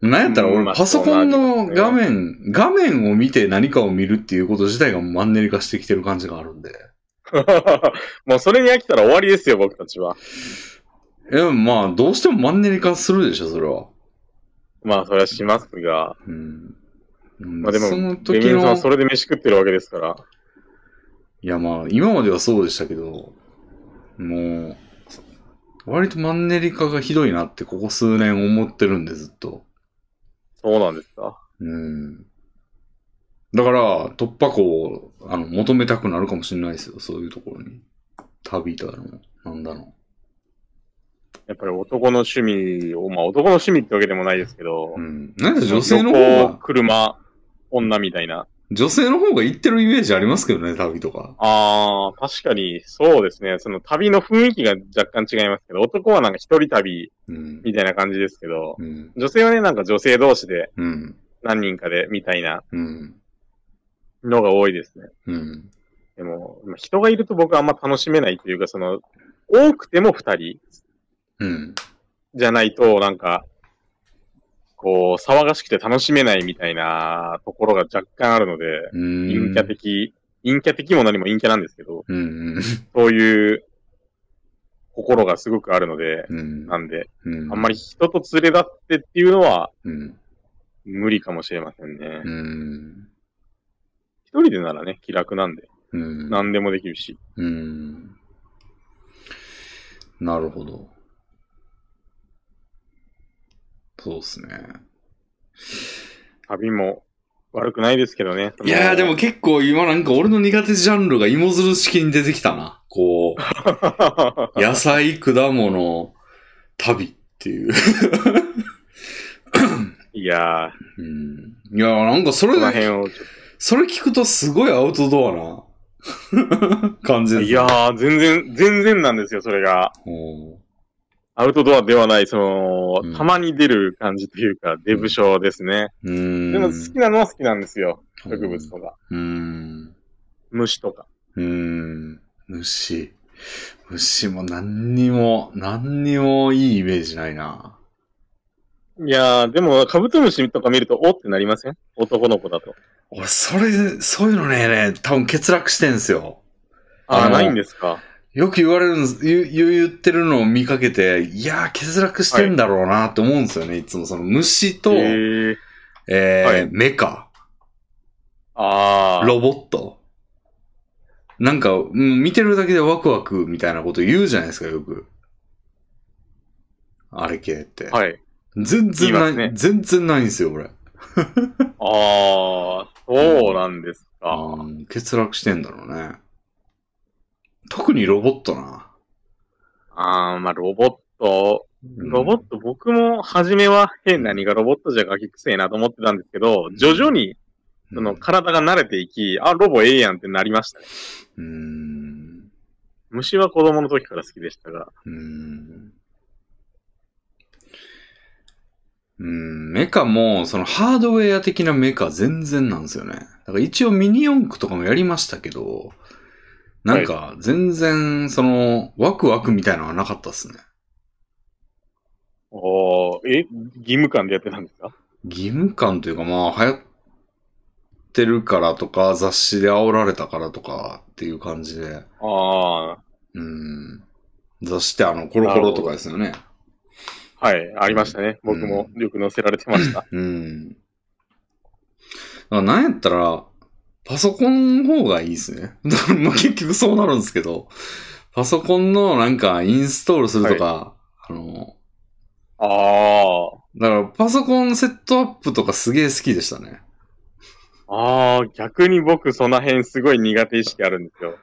Speaker 1: なんやったら
Speaker 2: うん
Speaker 1: 俺、
Speaker 2: まあ
Speaker 1: パソコンの
Speaker 2: そう
Speaker 1: 画
Speaker 2: なりま
Speaker 1: 面、画面を見て何かを見るっていうこと自体がマンネリ化してきてる感じがあるんで。
Speaker 2: もうそれに飽きたら終わりですよ、僕たちは。
Speaker 1: え、まあ、どうしてもマンネリ化するでしょ、それは。
Speaker 2: まあ、それはしますが。
Speaker 1: うん。
Speaker 2: まあでも、
Speaker 1: その
Speaker 2: レ
Speaker 1: 時
Speaker 2: ミンさん
Speaker 1: の
Speaker 2: は、それで飯食ってるわけですから。
Speaker 1: いやまあ、今まではそうでしたけど、もう、割とマンネリ化がひどいなってここ数年思ってるんで、ずっと。
Speaker 2: そうなんですか。
Speaker 1: うん。だから、突破口をあの求めたくなるかもしれないですよ、そういうところに。旅だの、なんだの。
Speaker 2: やっぱり男の趣味を、まあ男の趣味ってわけでもないですけど
Speaker 1: う、ん。なんで女性の方
Speaker 2: 旅行
Speaker 1: が、
Speaker 2: 車、女みたいな。
Speaker 1: 女性の方が行ってるイメージありますけどね、旅とか。
Speaker 2: ああ、確かに、そうですね。その旅の雰囲気が若干違いますけど、男はなんか一人旅
Speaker 1: うん。
Speaker 2: みたいな感じですけど、
Speaker 1: うん。
Speaker 2: 女性はね、なんか女性同士で
Speaker 1: うん。
Speaker 2: 何人かでみたいな
Speaker 1: うん。
Speaker 2: のが多いですね。
Speaker 1: うん。
Speaker 2: でも、まあ人がいると僕はあんま楽しめないというか、その、多くても二人
Speaker 1: うん。
Speaker 2: じゃないと、なんか、こう、騒がしくて楽しめないみたいなところが若干あるので、
Speaker 1: うーん。
Speaker 2: 陰キャ的、陰キャ的も何も陰キャなんですけど、
Speaker 1: うんうん。
Speaker 2: そういう心がすごくあるので、
Speaker 1: うん。
Speaker 2: なんで、
Speaker 1: うん。
Speaker 2: あんまり人と連れ立ってっていうのは
Speaker 1: うん。
Speaker 2: 無理かもしれませんね
Speaker 1: う。ん。
Speaker 2: 一人でならね、気楽なんで、
Speaker 1: うん。
Speaker 2: 何でもできるし。
Speaker 1: うん。なるほど。そうですね。
Speaker 2: 旅も悪くないですけどね。
Speaker 1: いやーでも、結構今なんか俺の苦手ジャンルが芋づる式に出てきたな。こう、 野菜、果物、旅っていう。
Speaker 2: いや
Speaker 1: う
Speaker 2: ー、
Speaker 1: ん。いやーなんかそれ
Speaker 2: この辺
Speaker 1: で、
Speaker 2: をちょっ
Speaker 1: それ聞くとすごいアウトドアな 感じ
Speaker 2: と。
Speaker 1: です
Speaker 2: いやー、全然、全然なんですよ、それが。
Speaker 1: お
Speaker 2: アウトドアではない、その、
Speaker 1: うん
Speaker 2: たまに出る感じというか、出不症ですね。
Speaker 1: ーうん。
Speaker 2: でも好きなのは好きなんですよ。植物とか、
Speaker 1: うん。
Speaker 2: 虫とか。
Speaker 1: うーん。虫。虫も何にも、何にもいいイメージないな。
Speaker 2: いやー、でも、カブトムシとか見ると、おってなりません男の子だと。
Speaker 1: 俺、それ、そういうのね、ね多分欠落してんすよ。
Speaker 2: あ
Speaker 1: あ
Speaker 2: ー、
Speaker 1: の
Speaker 2: ないんですか。
Speaker 1: よく言われるんです、言う言う言ってるのを見かけて、いやー、欠落してんだろうなって思うんですよね。い、つもその虫と、
Speaker 2: へ
Speaker 1: えー
Speaker 2: ー。はい
Speaker 1: メカ、
Speaker 2: あー。
Speaker 1: ロボット。なんか、うん見てるだけでワクワクみたいなこと言うじゃないですか、よく。あれ系って。
Speaker 2: はい。
Speaker 1: 全然ない、
Speaker 2: 言いますね
Speaker 1: 全然ないんですよ、俺。
Speaker 2: あー、そうなんですか。
Speaker 1: うん欠落してんだろうね。特にロボットな。
Speaker 2: あー、まあ、ロボット。
Speaker 1: うん
Speaker 2: ロボット、僕も初めは、変何がロボットじゃガキくせえなと思ってたんですけど、徐々に、その、体が慣れていき、あ、ロボええやんってなりましたね。
Speaker 1: うん。
Speaker 2: 虫は子供の時から好きでしたが。
Speaker 1: うん。うん、メカも、そのハードウェア的なメカ全然なんですよね。だから一応ミニ四駆とかもやりましたけど、なんか全然、その、ワクワクみたいなのはなかったっすね。
Speaker 2: おー、え、義務感でやってたんですか
Speaker 1: 義務感というか、まあ、流行ってるからとか、雑誌で煽られたからとかっていう感じで、
Speaker 2: あー、
Speaker 1: うん。雑誌ってあの、コロコロとかですよね。
Speaker 2: はい、ありましたね。僕もよく載せられてました。
Speaker 1: うん。だからなんやったら、パソコンの方がいいですね。 まあ結局そうなるんですけど、パソコンのなんかインストールするとか、あの、
Speaker 2: あー、
Speaker 1: だからパソコンセットアップとかすげえ好きでしたね。
Speaker 2: あー、逆に僕その辺すごい苦手意識あるんですよ。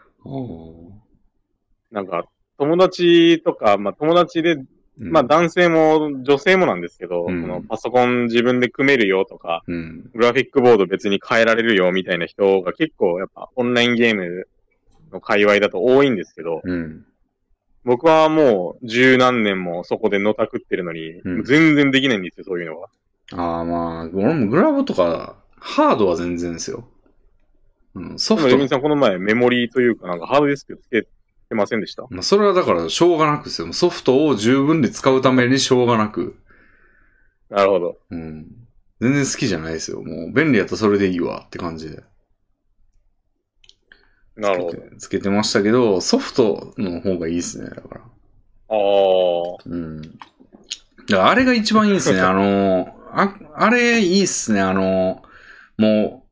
Speaker 2: なんか、友達とか、まあ友達で、まあ男性も女性もなんですけど、
Speaker 1: うん
Speaker 2: そのパソコン自分で組めるよとか、
Speaker 1: うん。
Speaker 2: グラフィックボード別に変えられるよみたいな人が結構やっぱオンラインゲームの界隈だと多いんですけど、
Speaker 1: うん。
Speaker 2: 僕はもう十何年もそこでのたくってるのに、
Speaker 1: うん
Speaker 2: 全然できないんですよ、そういうのは。
Speaker 1: ああまあ、俺もグラボとか、ハードは全然ですよ。うん、ソ
Speaker 2: でも、
Speaker 1: フ
Speaker 2: レ
Speaker 1: ト
Speaker 2: ミン。さんこの前メモリーというかなんかハードディスクつけてませんでした
Speaker 1: まあ、それはだからしょうがなくですよ。ソフトを十分に使うためにしょうがなく。
Speaker 2: なるほど。
Speaker 1: うん。全然好きじゃないですよ。もう便利やったらそれでいいわって感じで。
Speaker 2: なるほ
Speaker 1: つけてつけてましたけど、ソフトの方がいいですね。だから。
Speaker 2: ど。
Speaker 1: うん。だからあれが一番いいです ね。あの、あ、あれいいっすね。あの、も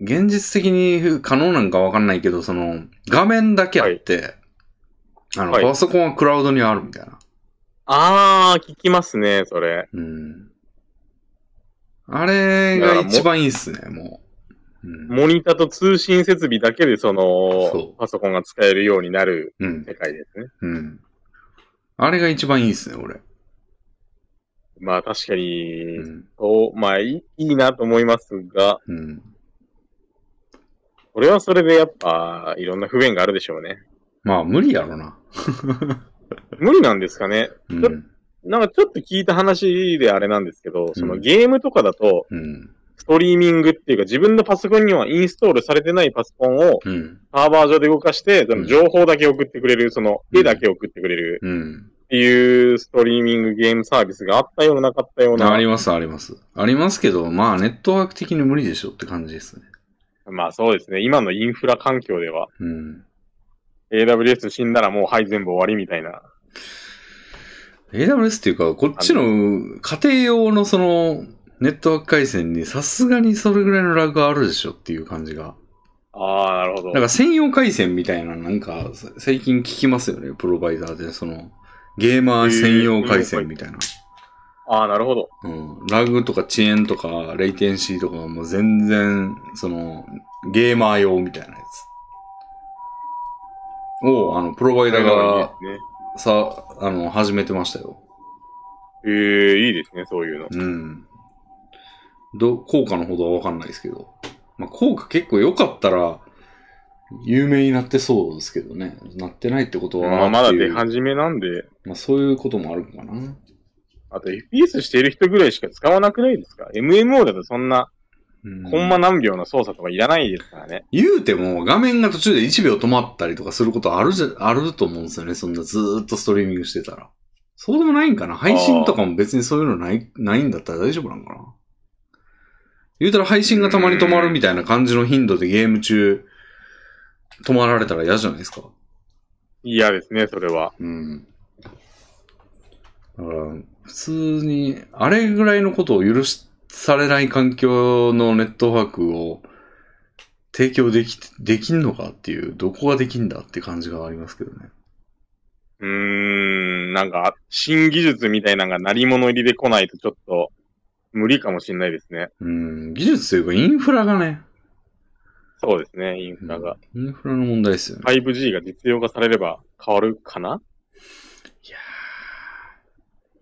Speaker 1: う、現実的に可能なんかわかんないけど、その、画面だけあって、あの、
Speaker 2: はい
Speaker 1: パソコンはクラウドにあるみたいな。
Speaker 2: あー。あー、聞きますね、それ。
Speaker 1: うん。あれが一番いいっすね、もう。うん。
Speaker 2: モニターと通信設備だけでその、
Speaker 1: そう
Speaker 2: パソコンが使えるようになる
Speaker 1: うん。
Speaker 2: 世界ですね。
Speaker 1: うん。あれが一番いいっすね、俺。
Speaker 2: まあ確かに、
Speaker 1: うん。
Speaker 2: そう、まあいいいいなと思いますが、
Speaker 1: うん。
Speaker 2: それはそれでやっぱいろんな不便があるでしょうね。
Speaker 1: まあ、無理やろな。
Speaker 2: 無理なんですかね。
Speaker 1: うん。
Speaker 2: なんかちょっと聞いた話であれなんですけど、そうの
Speaker 1: ん
Speaker 2: ゲームとかだと、
Speaker 1: うん。
Speaker 2: ストリーミングっていうか自分のパソコンにはインストールされてないパソコンを
Speaker 1: うん。
Speaker 2: サーバー上で動かして、その情報だけ送ってくれる、その
Speaker 1: うん
Speaker 2: 絵だけ送ってくれる
Speaker 1: うん。
Speaker 2: っていうストリーミングゲームサービスがあったようななかったような。
Speaker 1: あります、あります。ありますけど、まあ、ネットワーク的に無理でしょって感じですね。
Speaker 2: まあそうですね。今のインフラ環境では、
Speaker 1: うん。
Speaker 2: AWS 死んだらもうはい全部終わりみたいな。
Speaker 1: AWS っていうか、こっちの家庭用のその、ネットワーク回線にさすがにそれぐらいのラグあるでしょっていう感じが。
Speaker 2: ああ、なるほど。
Speaker 1: なんか専用回線みたいな、なんかさ最近聞きますよね、プロバイダーで。その、ゲーマー専用回線みたいな。
Speaker 2: ああ、なるほど。
Speaker 1: うん。ラグとか遅延とか、レイテンシーとかもう全然、その、ゲーマー用みたいなやつ。を、あの、プロバイダーが、
Speaker 2: ね、
Speaker 1: さ、あの、始めてましたよ。
Speaker 2: ええいいですね、そういうの。
Speaker 1: うん。ど、効果のほどはわかんないですけど。まあ、効果結構良かったら、有名になってそうですけどね。なってないってことは、
Speaker 2: まあ、ま
Speaker 1: っ
Speaker 2: だ
Speaker 1: てい
Speaker 2: 出
Speaker 1: う
Speaker 2: 始めなんで、
Speaker 1: まあ、そういうこともあるのかな。
Speaker 2: あと FPS してる人ぐらいしか使わなくないですか ?MMO だとそんな、
Speaker 1: うん
Speaker 2: コンマ何秒の操作とかいらないですからね。
Speaker 1: 言うても、画面が途中で1秒止まったりとかすることあるじゃ、あると思うんですよね。そんなずーっとストリーミングしてたら。そうでもないんかな配信とかも別にそういうのない、ないんだったら大丈夫なんかな言うたら配信がたまに止まるみたいな感じの頻度でゲーム中、止まられたら嫌じゃないですか。
Speaker 2: 嫌ですね、それは。
Speaker 1: うん。だから、普通に、あれぐらいのことを許されない環境のネットワークを提供でき、できんのかっていう、どこができんだって感じがありますけどね。
Speaker 2: うーん、なんか、新技術みたいなのが鳴り物入りで来ないとちょっと、無理かもしれないですね。
Speaker 1: うん、技術というかインフラがね、
Speaker 2: そうですね、インフラが。
Speaker 1: インフラの問題ですよね。
Speaker 2: 5G が実用化されれば変わるかない
Speaker 1: や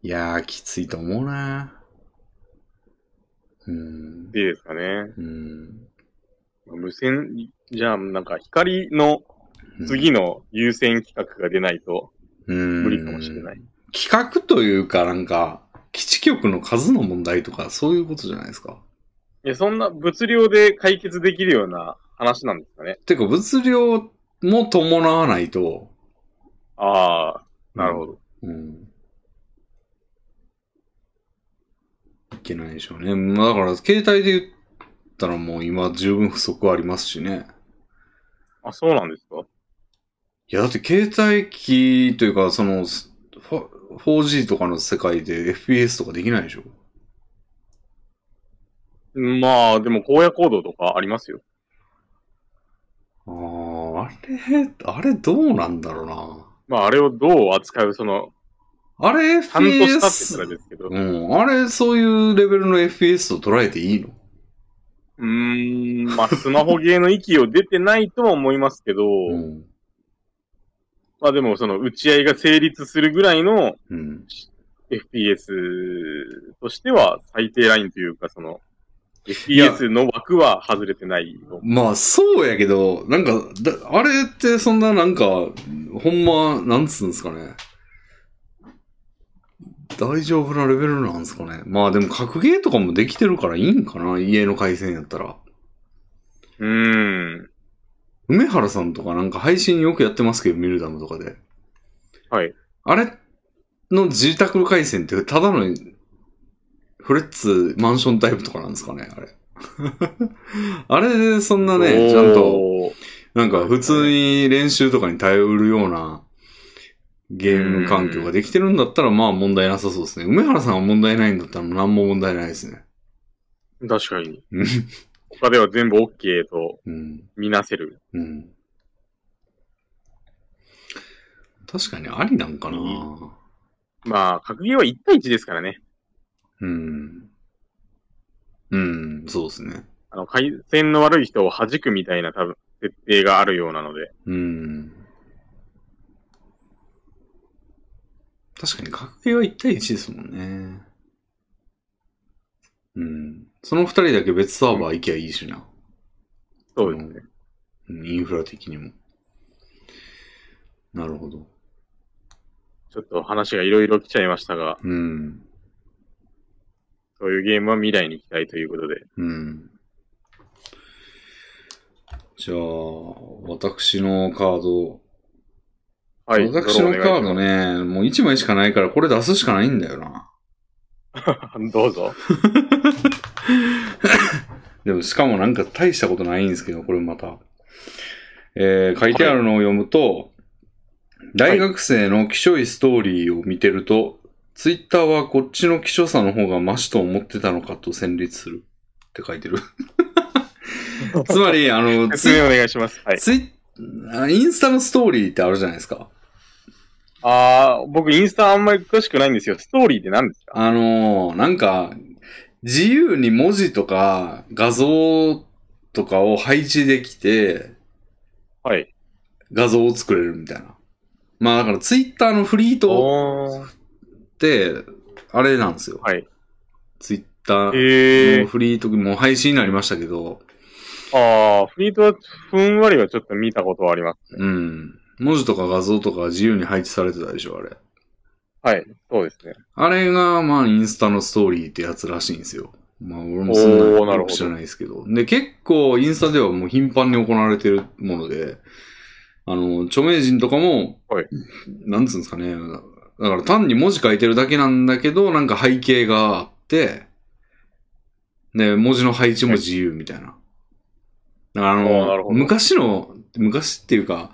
Speaker 1: ー、いやー、きついと思うなうん、
Speaker 2: いいですかね。
Speaker 1: うん。
Speaker 2: 無線、じゃあ、なんか光の次の優先規格が出ないと
Speaker 1: うん、無
Speaker 2: 無理かもしれない。
Speaker 1: 企画というか、なんか、基地局の数の問題とか、そういうことじゃないですか。
Speaker 2: いや、そんな物量で解決できるような話なんですかね。
Speaker 1: てか、物量も伴わないと、
Speaker 2: ああ、なるほど。
Speaker 1: うん。いけないでしょうね。まあ、だから、携帯で言ったらもう今十分不足ありますしね。
Speaker 2: あ、そうなんですか
Speaker 1: いや、だって携帯機というか、その、すフォ 4G とかの世界で FPS とかできないでしょ。
Speaker 2: まあ、でも荒野行動とかありますよ。
Speaker 1: ああ、あれ、あれどうなんだろうな。
Speaker 2: まあ、あれをどう扱う、その、
Speaker 1: あれ
Speaker 2: ちゃんとしたって
Speaker 1: FPS
Speaker 2: 言ったらですけど。う
Speaker 1: うん。あれ、そういうレベルの FPS と捉えていいの
Speaker 2: ーん、まあ、スマホゲーの域を出てないとは思いますけど、
Speaker 1: うん。
Speaker 2: まあでも、その、打ち合いが成立するぐらいの
Speaker 1: うん。
Speaker 2: FPS としては最低ラインというか、その、FPS の枠は外れてないの。
Speaker 1: まあ、そうやけど、なんか、だあれってそんななんか、ほんま、なんつうんですかね。大丈夫なレベルなんですかね。まあでも、格ゲーとかもできてるからいいんかな家の回線やったら。
Speaker 2: うーん。
Speaker 1: 梅原さんとかなんか配信よくやってますけど、ミルダムとかで。
Speaker 2: はい。
Speaker 1: あれの自宅回線ってただのフレッツマンションタイプとかなんですかねあれ。 あれでそんなね、ちゃんと、
Speaker 2: おー。
Speaker 1: なんか普通に練習とかに頼るようなゲーム環境ができてるんだったらまあ問題なさそうですね。梅原さんは問題ないんだったら何も問題ないですね。
Speaker 2: 確かに
Speaker 1: うん。
Speaker 2: 他では全部 OK と
Speaker 1: うん。
Speaker 2: みなせる。
Speaker 1: うん。確かにありなんかな、
Speaker 2: まあ、格ゲーは1対1ですからね。
Speaker 1: うん。うん、そうですね。
Speaker 2: あの、回線の悪い人を弾くみたいな多分、設定があるようなので。
Speaker 1: うん。確かに格ゲーは1対1ですもんね。うん。その2人だけ別サーバー行きゃいいしな。
Speaker 2: そうですね。
Speaker 1: うんインフラ的にも。なるほど。
Speaker 2: ちょっと話がいろいろ来ちゃいましたが、
Speaker 1: うん。
Speaker 2: そういうゲームは未来に行きたいということで。
Speaker 1: うん。じゃあ、私のカード
Speaker 2: はい。
Speaker 1: 私の
Speaker 2: ドロ
Speaker 1: カー
Speaker 2: ーお願いし
Speaker 1: ドね、もう1枚しかないから、これ出すしかないんだよな。
Speaker 2: ます。どうぞ。
Speaker 1: でも、しかもなんか大したことないんですけど、これまた。えー、書いてあるのを読むと、大学生の気象いストーリーを見てると、ツイッターはこっちの気象さの方がマシと思ってたのかと戦慄するって書いて る。つまり、あの、ツ
Speaker 2: 説
Speaker 1: イ
Speaker 2: 明お願いします。はい。
Speaker 1: ツイあインスタのストーリーってあるじゃないですか。
Speaker 2: ああ、僕インスタあんまり詳しくないんですよ。ストーリーって何ですか
Speaker 1: あのーなんか、自由に文字とか画像とかを配置できて、
Speaker 2: はい。
Speaker 1: 画像を作れるみたいな。まあだからツイッターのフリート
Speaker 2: おー
Speaker 1: って、あれなんですよ。
Speaker 2: はい。
Speaker 1: ツイッター
Speaker 2: ええ
Speaker 1: のフリート、もう配信になりましたけど、
Speaker 2: ああ、フリートはふんわりはちょっと見たことはあります。
Speaker 1: うん。文字とか画像とか自由に配置されてたでしょ、あれ。
Speaker 2: はい。そうですね。
Speaker 1: あれが、まあ、インスタのストーリーってやつらしいんですよ。まあ、俺もそんな
Speaker 2: おー
Speaker 1: に
Speaker 2: なる
Speaker 1: よ
Speaker 2: ほ
Speaker 1: く
Speaker 2: ど
Speaker 1: 知らないですけど。で、結構、インスタではもう頻繁に行われてるもので、あの、著名人とかも、
Speaker 2: はい
Speaker 1: なんつうんですかね、だから単に文字書いてるだけなんだけど、なんか背景があって、で、文字の配置も自由みたいな。あ
Speaker 2: おーなる
Speaker 1: の、
Speaker 2: ほど
Speaker 1: 昔の、昔っていうか、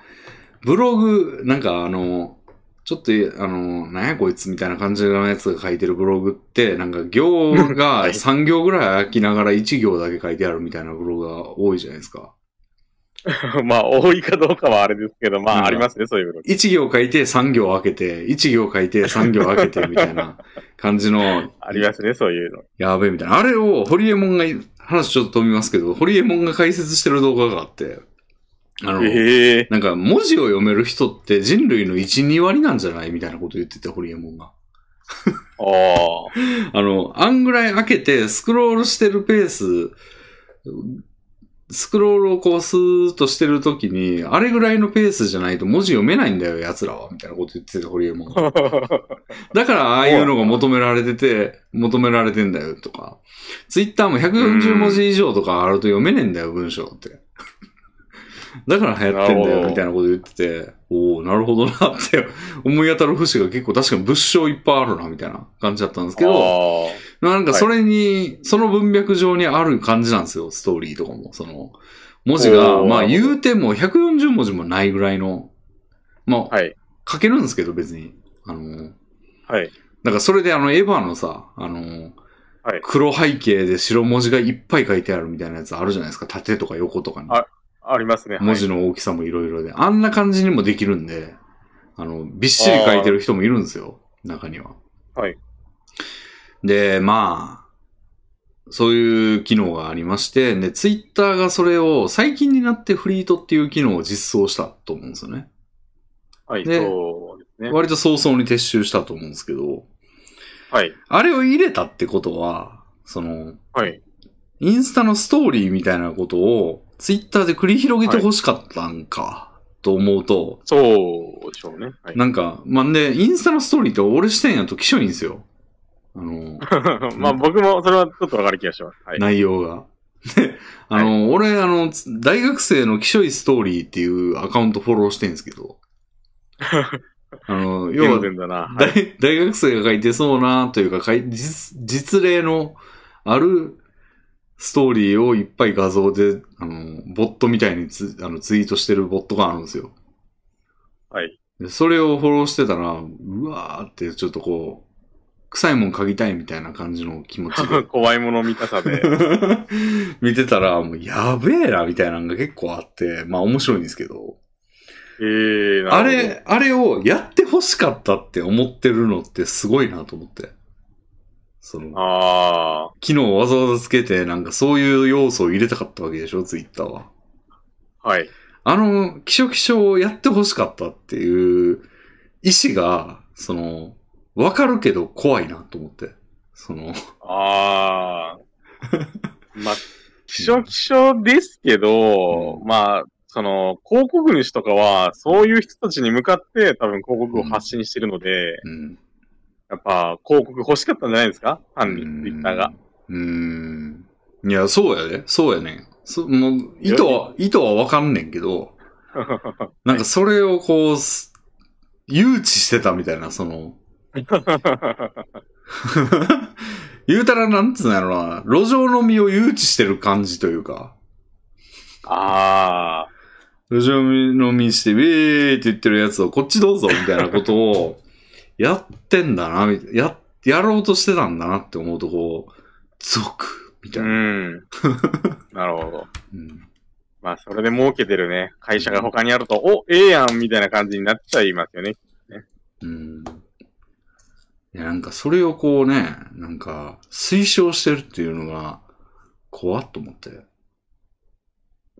Speaker 1: ブログ、なんかあの、ちょっと、あの、なんやこいつみたいな感じのやつが書いてるブログって、なんか行が
Speaker 2: はい
Speaker 1: 3行ぐらい空きながら1行だけ書いてあるみたいなブログが多いじゃないですか。
Speaker 2: まあ、多いかどうかはあれですけど、ま
Speaker 1: うん
Speaker 2: あ、ありますね、そういうの。
Speaker 1: 1行書いて3行空けて、1行書いて3行空けてみたいな感じの
Speaker 2: 、ありますね、そういうの。
Speaker 1: やべえみたいな。あれを、ホリエモンが、話ちょっと飛びますけど、ホリエモンが解説してる動画があって、あの、
Speaker 2: ええ
Speaker 1: なんか文字を読める人って人類の1、2割なんじゃないみたいなこと言ってて、ホリエモンが。
Speaker 2: ああ。
Speaker 1: あの、あんぐらい開けて、スクロールしてるペース、スクロールをこうスーッとしてるときに、あれぐらいのペースじゃないと文字読めないんだよ、奴らは。みたいなこと言ってて、ホリエモンが。だから、ああいうのが求められてて、求められてんだよ、とか。ツイッターも140文字以上とかあると読めねえんだよ、文章って。だから流行ってん
Speaker 2: な
Speaker 1: だ
Speaker 2: るほ
Speaker 1: よ、
Speaker 2: ど
Speaker 1: みたいなこと言ってて、おおなるほどなって思い当たる節が結構確かに物証いっぱいあるな、みたいな感じだったんですけど、
Speaker 2: あ
Speaker 1: なんかそれに、その文脈上にある感じなんですよ、ストーリーとかも。その、文字が、
Speaker 2: おー
Speaker 1: まあ言うても140文字もないぐらいの、まあ、
Speaker 2: あはい。
Speaker 1: 書けるんですけど別に。あの、
Speaker 2: はい。
Speaker 1: なんかそれであのエヴァのさ、あの、
Speaker 2: はい
Speaker 1: 黒背景で白文字がいっぱい書いてあるみたいなやつあるじゃないですか。縦とか横とかに。
Speaker 2: あありますね。はい
Speaker 1: 文字の大きさもいろいろで。あんな感じにもできるんで、あの、びっしり書いてる人もいるんですよ。中には。
Speaker 2: はい。
Speaker 1: で、まあ、そういう機能がありまして、で、ツイッターがそれを最近になってフリートっていう機能を実装したと思うんですよね。
Speaker 2: はい、
Speaker 1: ね
Speaker 2: そうですね。
Speaker 1: 割と早々に撤収したと思うんですけど、
Speaker 2: はい。
Speaker 1: あれを入れたってことは、その、
Speaker 2: はい。
Speaker 1: インスタのストーリーみたいなことをツイッターで繰り広げて欲しかったんか、と思うと、
Speaker 2: そうでしょうね。はい。
Speaker 1: なんか、まあ、で、インスタのストーリーって俺視点やときしょいんですよ。あの、
Speaker 2: まあ僕もそれはちょっとわかる気がします。はい。
Speaker 1: 内容が。 で、あの、俺、あの、つ大学生のきしょいストーリーっていうアカウントフォローしてんですけど、あの、要は
Speaker 2: 健、全だな。はい。
Speaker 1: 大大学生が書いてそうなというか、書い実実例のあるストーリーをいっぱい画像で、あの、ボットみたいにツあのツイートしてるボットがあるんですよ。
Speaker 2: はい。。
Speaker 1: でそれをフォローしてたら、うわーってちょっとこう、臭いもん嗅ぎたいみたいな感じの気持ちで
Speaker 2: 怖いもの見たさ で。
Speaker 1: 見てたら、もうやべえな、みたいなのが結構あって、まあ面白いんですけど。
Speaker 2: えー、な
Speaker 1: あ
Speaker 2: るほど
Speaker 1: れ、あれをやって欲しかったって思ってるのってすごいなと思って。その、
Speaker 2: あ
Speaker 1: 機能をわざわざつけて、なんかそういう要素を入れたかったわけでしょ、ツイッターは。
Speaker 2: あ。はい。
Speaker 1: あの、気象気象をやって欲しかったっていう意思が、その、わかるけど怖いなと思って。その、
Speaker 2: ああ。 まあ、気象気象ですけど、まあ、その、広告主とかは、そういう人たちに向かって多分広告を発信してるので、
Speaker 1: うん。
Speaker 2: やっぱ広告欲しかったんじゃないですか単に、
Speaker 1: うん
Speaker 2: ツイッタ ーが。。
Speaker 1: うん。いや、そうやで。そうやね。そもう、 意図は、意図はわかんねんけど、なんかそれをこうす、誘致してたみたいな、その、 言うたらなんつうんやろな、路上飲みを誘致してる感じというか、
Speaker 2: ああ、
Speaker 1: 路上飲みして、ウェーって言ってるやつをこっちどうぞみたいなことを、 やってんだな、みたいや、やろうとしてたんだなって思うとこう、族みた
Speaker 2: う
Speaker 1: いな。
Speaker 2: ん。なるほど。
Speaker 1: うん
Speaker 2: まあ、それで儲けてるね、会社が他にあると、お、ええやんみたいな感じになっちゃいますよね。
Speaker 1: うん。いや、なんかそれをこうね、なんか推奨してるっていうのが、怖っと思って。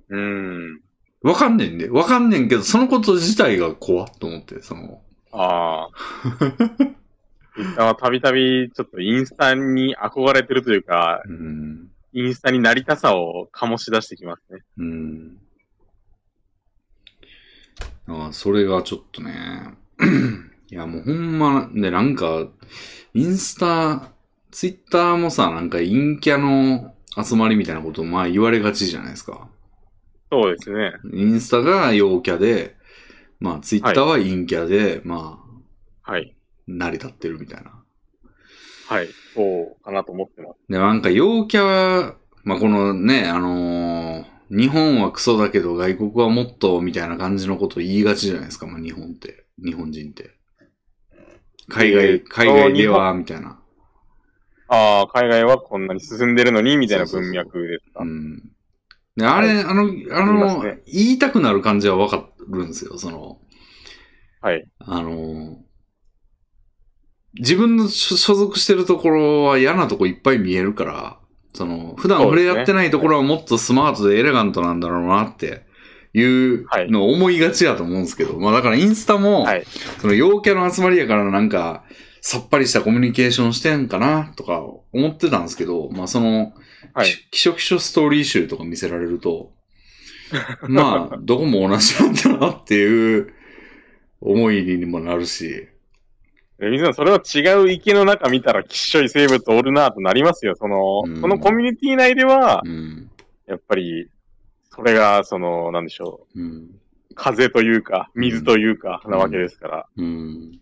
Speaker 2: うん。
Speaker 1: わかんねんで、わかんねんけど、そのこと自体が怖っと思って、その、
Speaker 2: ああ。 一旦はたびたび、ちょっとインスタに憧れてるというか、
Speaker 1: うん。
Speaker 2: インスタになりたさを醸し出してきますね。
Speaker 1: うん。だからそれがちょっとね、 いやもうほんま、ね、なんか、インスタ、ツイッターもさ、なんか陰キャの集まりみたいなこと、まあ言われがちじゃないですか。
Speaker 2: そうですね。
Speaker 1: インスタが陽キャで、まあツイッターは陰キャで、まあ、
Speaker 2: はい。
Speaker 1: 成り立ってるみたいな。
Speaker 2: はい。そうかなと思ってます。
Speaker 1: で、なんか陽キャは、まあ、このね、あのー日本はクソだけど外国はもっとみたいな感じのこと言いがちじゃないですか、まあ、日本って。日本人って。海外
Speaker 2: えー、
Speaker 1: 海外では、みたいな。
Speaker 2: ああ、海外はこんなに進んでるのに、みたいな文脈ですか。
Speaker 1: うん。で、あれ、あの、あ
Speaker 2: 言います
Speaker 1: の、
Speaker 2: ね
Speaker 1: 言いたくなる感じはわかるんですよ、その、
Speaker 2: はい。
Speaker 1: あのー自分の所所属してるところは嫌なとこいっぱい見えるから、その、普段
Speaker 2: そう
Speaker 1: 触
Speaker 2: ですね
Speaker 1: れ合ってないところはもっとスマートでエレガントなんだろうなっていう
Speaker 2: はい
Speaker 1: のを思いがちやと思うんですけど、まあだからインスタも、
Speaker 2: はい
Speaker 1: その陽キャの集まりやからなんか、さっぱりしたコミュニケーションしてんかなとか思ってたんですけど、まあその、
Speaker 2: はい。
Speaker 1: ききしょきしょストーリー集とか見せられる と、まあ、どこも同じなんだなっていう思いにもなるし、
Speaker 2: レミさん、それは違う池の中見たらきっしょい生物おるなとなりますよ。その、
Speaker 1: うん
Speaker 2: そのコミュニティ内では、
Speaker 1: うん。
Speaker 2: やっぱり、それが、その、なんでしょ
Speaker 1: うん。
Speaker 2: う、風というか、水というか、
Speaker 1: ん
Speaker 2: なわけですから。
Speaker 1: うん。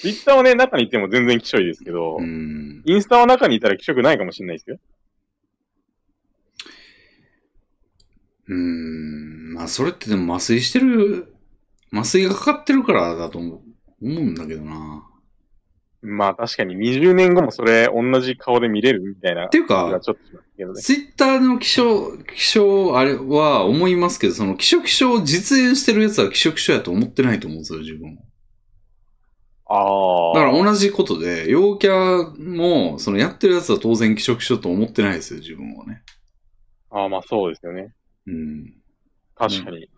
Speaker 2: ツイッターはね、中にいても全然きっしょいですけど、
Speaker 1: うん。
Speaker 2: インスタは中にいたらきっしょくないかもしれないですよ。
Speaker 1: うん。まあ、それってでも麻酔してる、麻酔がかかってるからだと思う思うんだけどな。
Speaker 2: まあ確かに20年後もそれ同じ顔で見れるみたいな
Speaker 1: っていう
Speaker 2: 気が
Speaker 1: か、
Speaker 2: ちょっとしますけどね。
Speaker 1: ツイッターの気象、気象、あれは思いますけど、その気象気象を実演してるやつは気象気象やと思ってないと思うんですよ、自分は
Speaker 2: ああ。
Speaker 1: だから同じことで、陽キャも、そのやってるやつは当然気色しようと思ってないですよ、自分はね。
Speaker 2: ああ、まあそうですよね。
Speaker 1: うん。
Speaker 2: 確かに。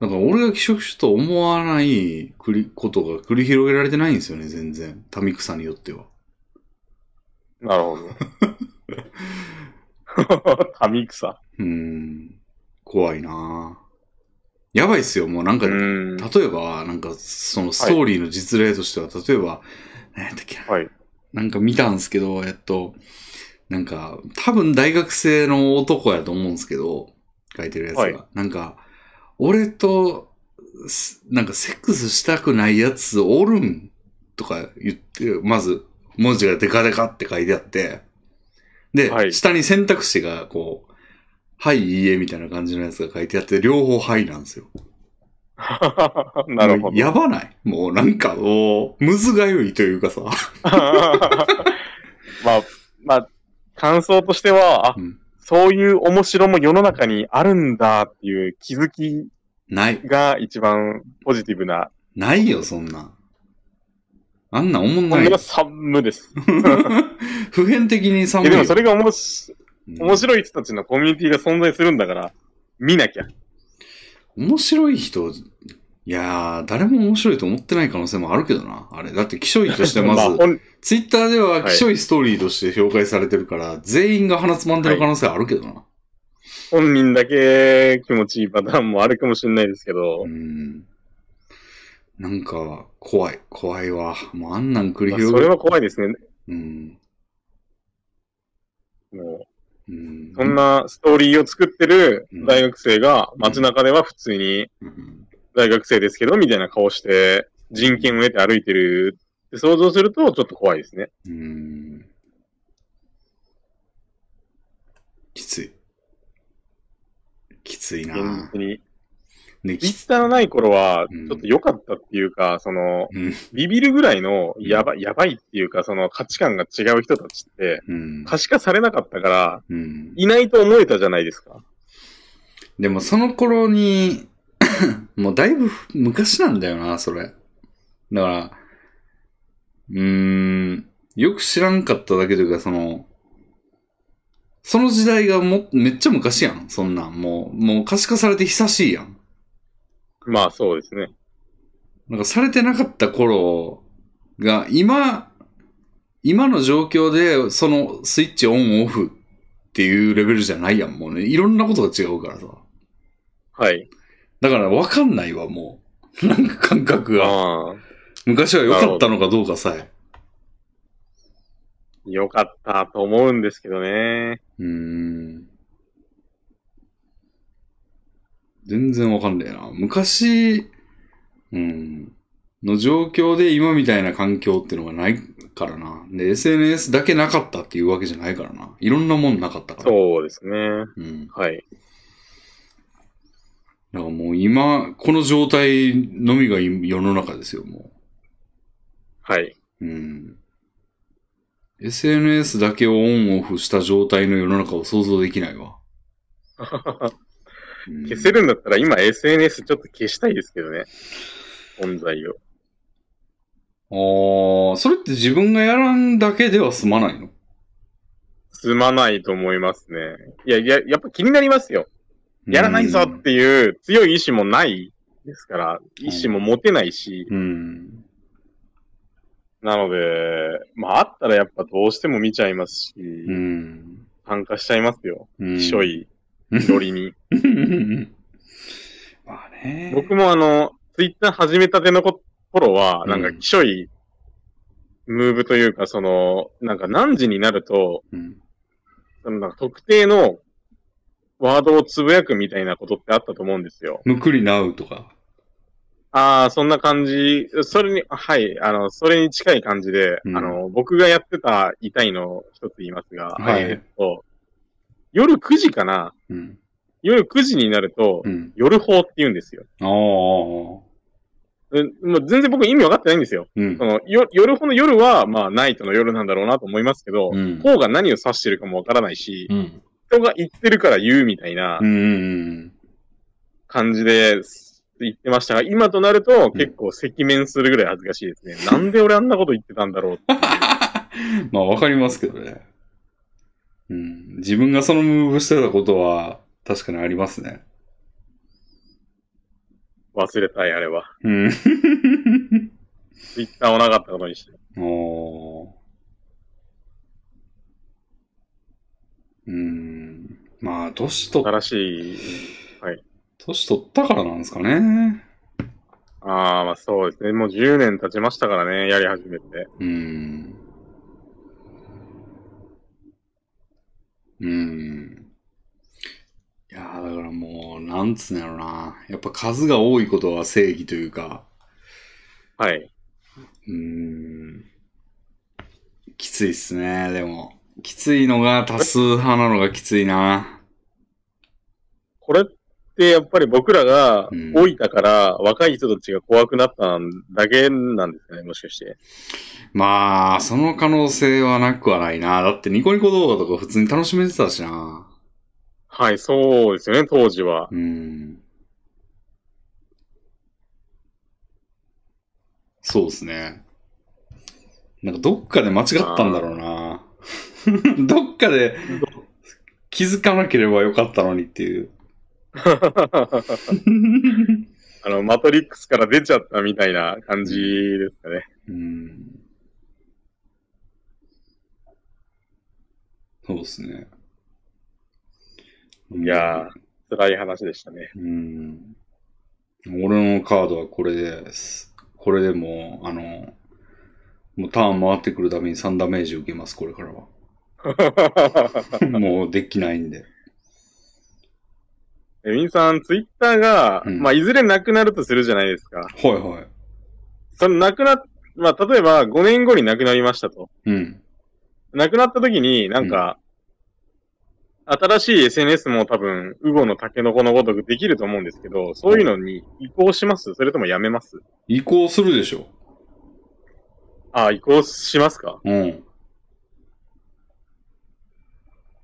Speaker 1: だから俺が気色しようと思わない繰りことが繰り広げられてないんですよね、全然。民草によっては。
Speaker 2: なるほ ど。神草。
Speaker 1: うん。怖いなぁやばいっすよ、もうなん
Speaker 2: う
Speaker 1: か、
Speaker 2: ん。
Speaker 1: 例えば、なんか、そのストーリーの実例としては、例えば、何やったっけな。
Speaker 2: はい。
Speaker 1: なんか見たんですけど、えっと、なんか、多分大学生の男やと思うんですけど、書いてるやつが。
Speaker 2: はい
Speaker 1: なんか、俺と、すなんかセックスしたくないやつおるんとか言って、まず文字がデカデカって書いてあって、で、
Speaker 2: はい
Speaker 1: 下に選択肢がこう、はい、いいえみたいな感じのやつが書いてあって、両方はいなんですよ。
Speaker 2: なるほ
Speaker 1: もう
Speaker 2: ど。
Speaker 1: やばないもうなんか、もう、むずがゆいというかさ。
Speaker 2: まあ、まあ、感想としては、あ、
Speaker 1: うん
Speaker 2: そういう面白も世の中にあるんだっていう気づき
Speaker 1: ない。
Speaker 2: が一番ポジティブな。
Speaker 1: ないよ、そんなん。あんなんおもん
Speaker 2: こ
Speaker 1: な
Speaker 2: れ
Speaker 1: い
Speaker 2: が。ムです。
Speaker 1: 普遍的に
Speaker 2: い
Speaker 1: 寒いよ。
Speaker 2: やでもそれが面白
Speaker 1: うん
Speaker 2: 面白い人たちのコミュニティが存在するんだから、見なきゃ。
Speaker 1: 面白い人、いやー、誰も面白いと思ってない可能性もあるけどな。あれ、だって、気象医として まず、
Speaker 2: 本
Speaker 1: ツイッターでは
Speaker 2: はい
Speaker 1: 気象医ストーリーとして紹介されてるから、全員が鼻つまんでる可能性あるけどな。
Speaker 2: 本人だけ気持ちいいパターンもあるかもしれないですけど
Speaker 1: う、ん。なんか、怖い、怖いわ。もうあんなん繰り
Speaker 2: まあそ
Speaker 1: 広
Speaker 2: れ
Speaker 1: げ
Speaker 2: は怖いですね。
Speaker 1: うん。
Speaker 2: も
Speaker 1: うん
Speaker 2: う、そんなストーリーを作ってる大学生が街中では普通に
Speaker 1: うん
Speaker 2: 大学生ですけど、みたいな顔して、人権を得て歩いてるって想像すると、ちょっと怖いですね。
Speaker 1: うーん。きつい。きつい
Speaker 2: 現
Speaker 1: な
Speaker 2: 実に。
Speaker 1: で、
Speaker 2: ツイ
Speaker 1: きつ
Speaker 2: ッターのない頃は
Speaker 1: うん、
Speaker 2: ちょっと良かったっていうか、その、
Speaker 1: うん。
Speaker 2: ビビるぐらいのやばやばいっていうか、その価値観が違う人たちって、
Speaker 1: うん。
Speaker 2: 可視化されなかったから、
Speaker 1: うん。
Speaker 2: いないと思えたじゃないですか。
Speaker 1: でもその頃に、 もうだいぶ昔なんだよな、それ。だから、うーん、よく知らんかっただけというか、その、その時代がも、めっちゃ昔やん、そんなん。もう、もう可視化されて久しいやん。
Speaker 2: まあそうですね。
Speaker 1: なんかされてなかった頃が、今、今の状況で、そのスイッチオンオフっていうレベルじゃないやん、もうね。いろんなことが違うからさ。
Speaker 2: はい。
Speaker 1: だから分かんないわ、もう。なんか感覚が。
Speaker 2: ああ、
Speaker 1: 昔は良かったのかどうかさえ。
Speaker 2: 良かったと思うんですけどね。
Speaker 1: うーん。全然分かんねえな。昔、うん。の状況で今みたいな環境っていうのがないからな。で、SNS だけなかったっていうわけじゃないからな。いろんなもんなかったから。う。
Speaker 2: そうですね。
Speaker 1: うん。だか
Speaker 2: はい。
Speaker 1: らもう今、この状態のみが世の中ですよ、もう。
Speaker 2: はい。
Speaker 1: うん。SNS だけをオンオフした状態の世の中を想像できないわ。うん
Speaker 2: 消せるんだったら今 SNS ちょっと消したいですけどね。本罪を。
Speaker 1: あーそれって自分がやらんだけでは済まないの
Speaker 2: すまないと思いますね。いや、いや、やっぱ気になりますよ。やらないぞっていう強い意志もないですから、意志も持てないし、
Speaker 1: うん。
Speaker 2: なので、まああったらやっぱどうしても見ちゃいますし、
Speaker 1: うん。
Speaker 2: 参加しちゃいますよ。
Speaker 1: うん。
Speaker 2: ひしょい、
Speaker 1: うん。
Speaker 2: よりに。
Speaker 1: まあね。
Speaker 2: 僕もあの、ツイッター始めたてのこ頃は、なんか
Speaker 1: うん
Speaker 2: きしょい、ムーブというか、その、なんか何時になると、
Speaker 1: うん。
Speaker 2: そのなんか特定のワードをつぶやくみたいなことってあったと思うんですよ。
Speaker 1: むくりなうとか。
Speaker 2: ああ、そんな感じ。それに、はい、あの、それに近い感じで、
Speaker 1: うん
Speaker 2: あの、僕がやってた痛いの一つ言いますが、
Speaker 1: はい
Speaker 2: えっと、夜9時かな
Speaker 1: うん。
Speaker 2: 夜9時になると、
Speaker 1: うん。
Speaker 2: 夜法って言うんですよ。
Speaker 1: ああ。
Speaker 2: うんもう全然僕意味わかってないんですよ。
Speaker 1: うん
Speaker 2: そ。のよ夜法の夜は、まあ、ナイトの夜なんだろうなと思いますけど、
Speaker 1: うん。
Speaker 2: 法が何を指してるかもわからないし、
Speaker 1: うん。
Speaker 2: 人が言ってるから言うみたいな
Speaker 1: うん。うん。
Speaker 2: 感じで言ってましたが、今となると結構赤面するぐらい恥ずかしいですね。なんで俺あんなこと言ってたんだろうって
Speaker 1: まあわかりますけどね。うん。自分がそのムーブしてたことは確かにありますね。
Speaker 2: 忘れたい、あれは。
Speaker 1: うん。
Speaker 2: ツイッターをなかったことにして。
Speaker 1: おーうん。まあ、年取っ、
Speaker 2: 新しい。
Speaker 1: 年取ったからなんですかね。
Speaker 2: ああ、まあそうですね。もう10年経ちましたからね、やり始めて。
Speaker 1: うん。うん。いやーだからもう、なんつうんやろな。やっぱ数が多いことは正義というか、
Speaker 2: はい。
Speaker 1: うーんきついっすね、でも。きついのが多数派なのがきついな。
Speaker 2: これってやっぱり僕らが
Speaker 1: うん
Speaker 2: 老いたから、若い人たちが怖くなっただけなんですかね、もしかして。
Speaker 1: まあ、その可能性はなくはないな。だってニコニコ動画とか普通に楽しめてたしな。
Speaker 2: はい、そうですよね、当 時は。
Speaker 1: うん。そうですね。なんかどっかで間違ったんだろうな。 どっかで気づかなければよかったのにっていう。
Speaker 2: あの、マトリックスから出ちゃったみたいな感じですかね。
Speaker 1: うんそうですね。
Speaker 2: いやー、辛い話でしたね。
Speaker 1: うん。俺のカードはこれです。これでもう、あの、もうターン回ってくるために3ダメージ受けます、これ からは。もうできないんで。
Speaker 2: レビンさん、ツイッターが、
Speaker 1: うん
Speaker 2: まあ、いずれなくなるとするじゃないですか。
Speaker 1: はいはい。
Speaker 2: そのなくな、まあ、例えば5年後になくなりましたと。
Speaker 1: うん。
Speaker 2: なくなった時に、なんか、新しい SNS も多分、ウゴのタケノコのごとくできると思うんですけど、そういうのに移行しますそれともやめます
Speaker 1: 移行するでしょ。
Speaker 2: ああ、移行しますか
Speaker 1: うん。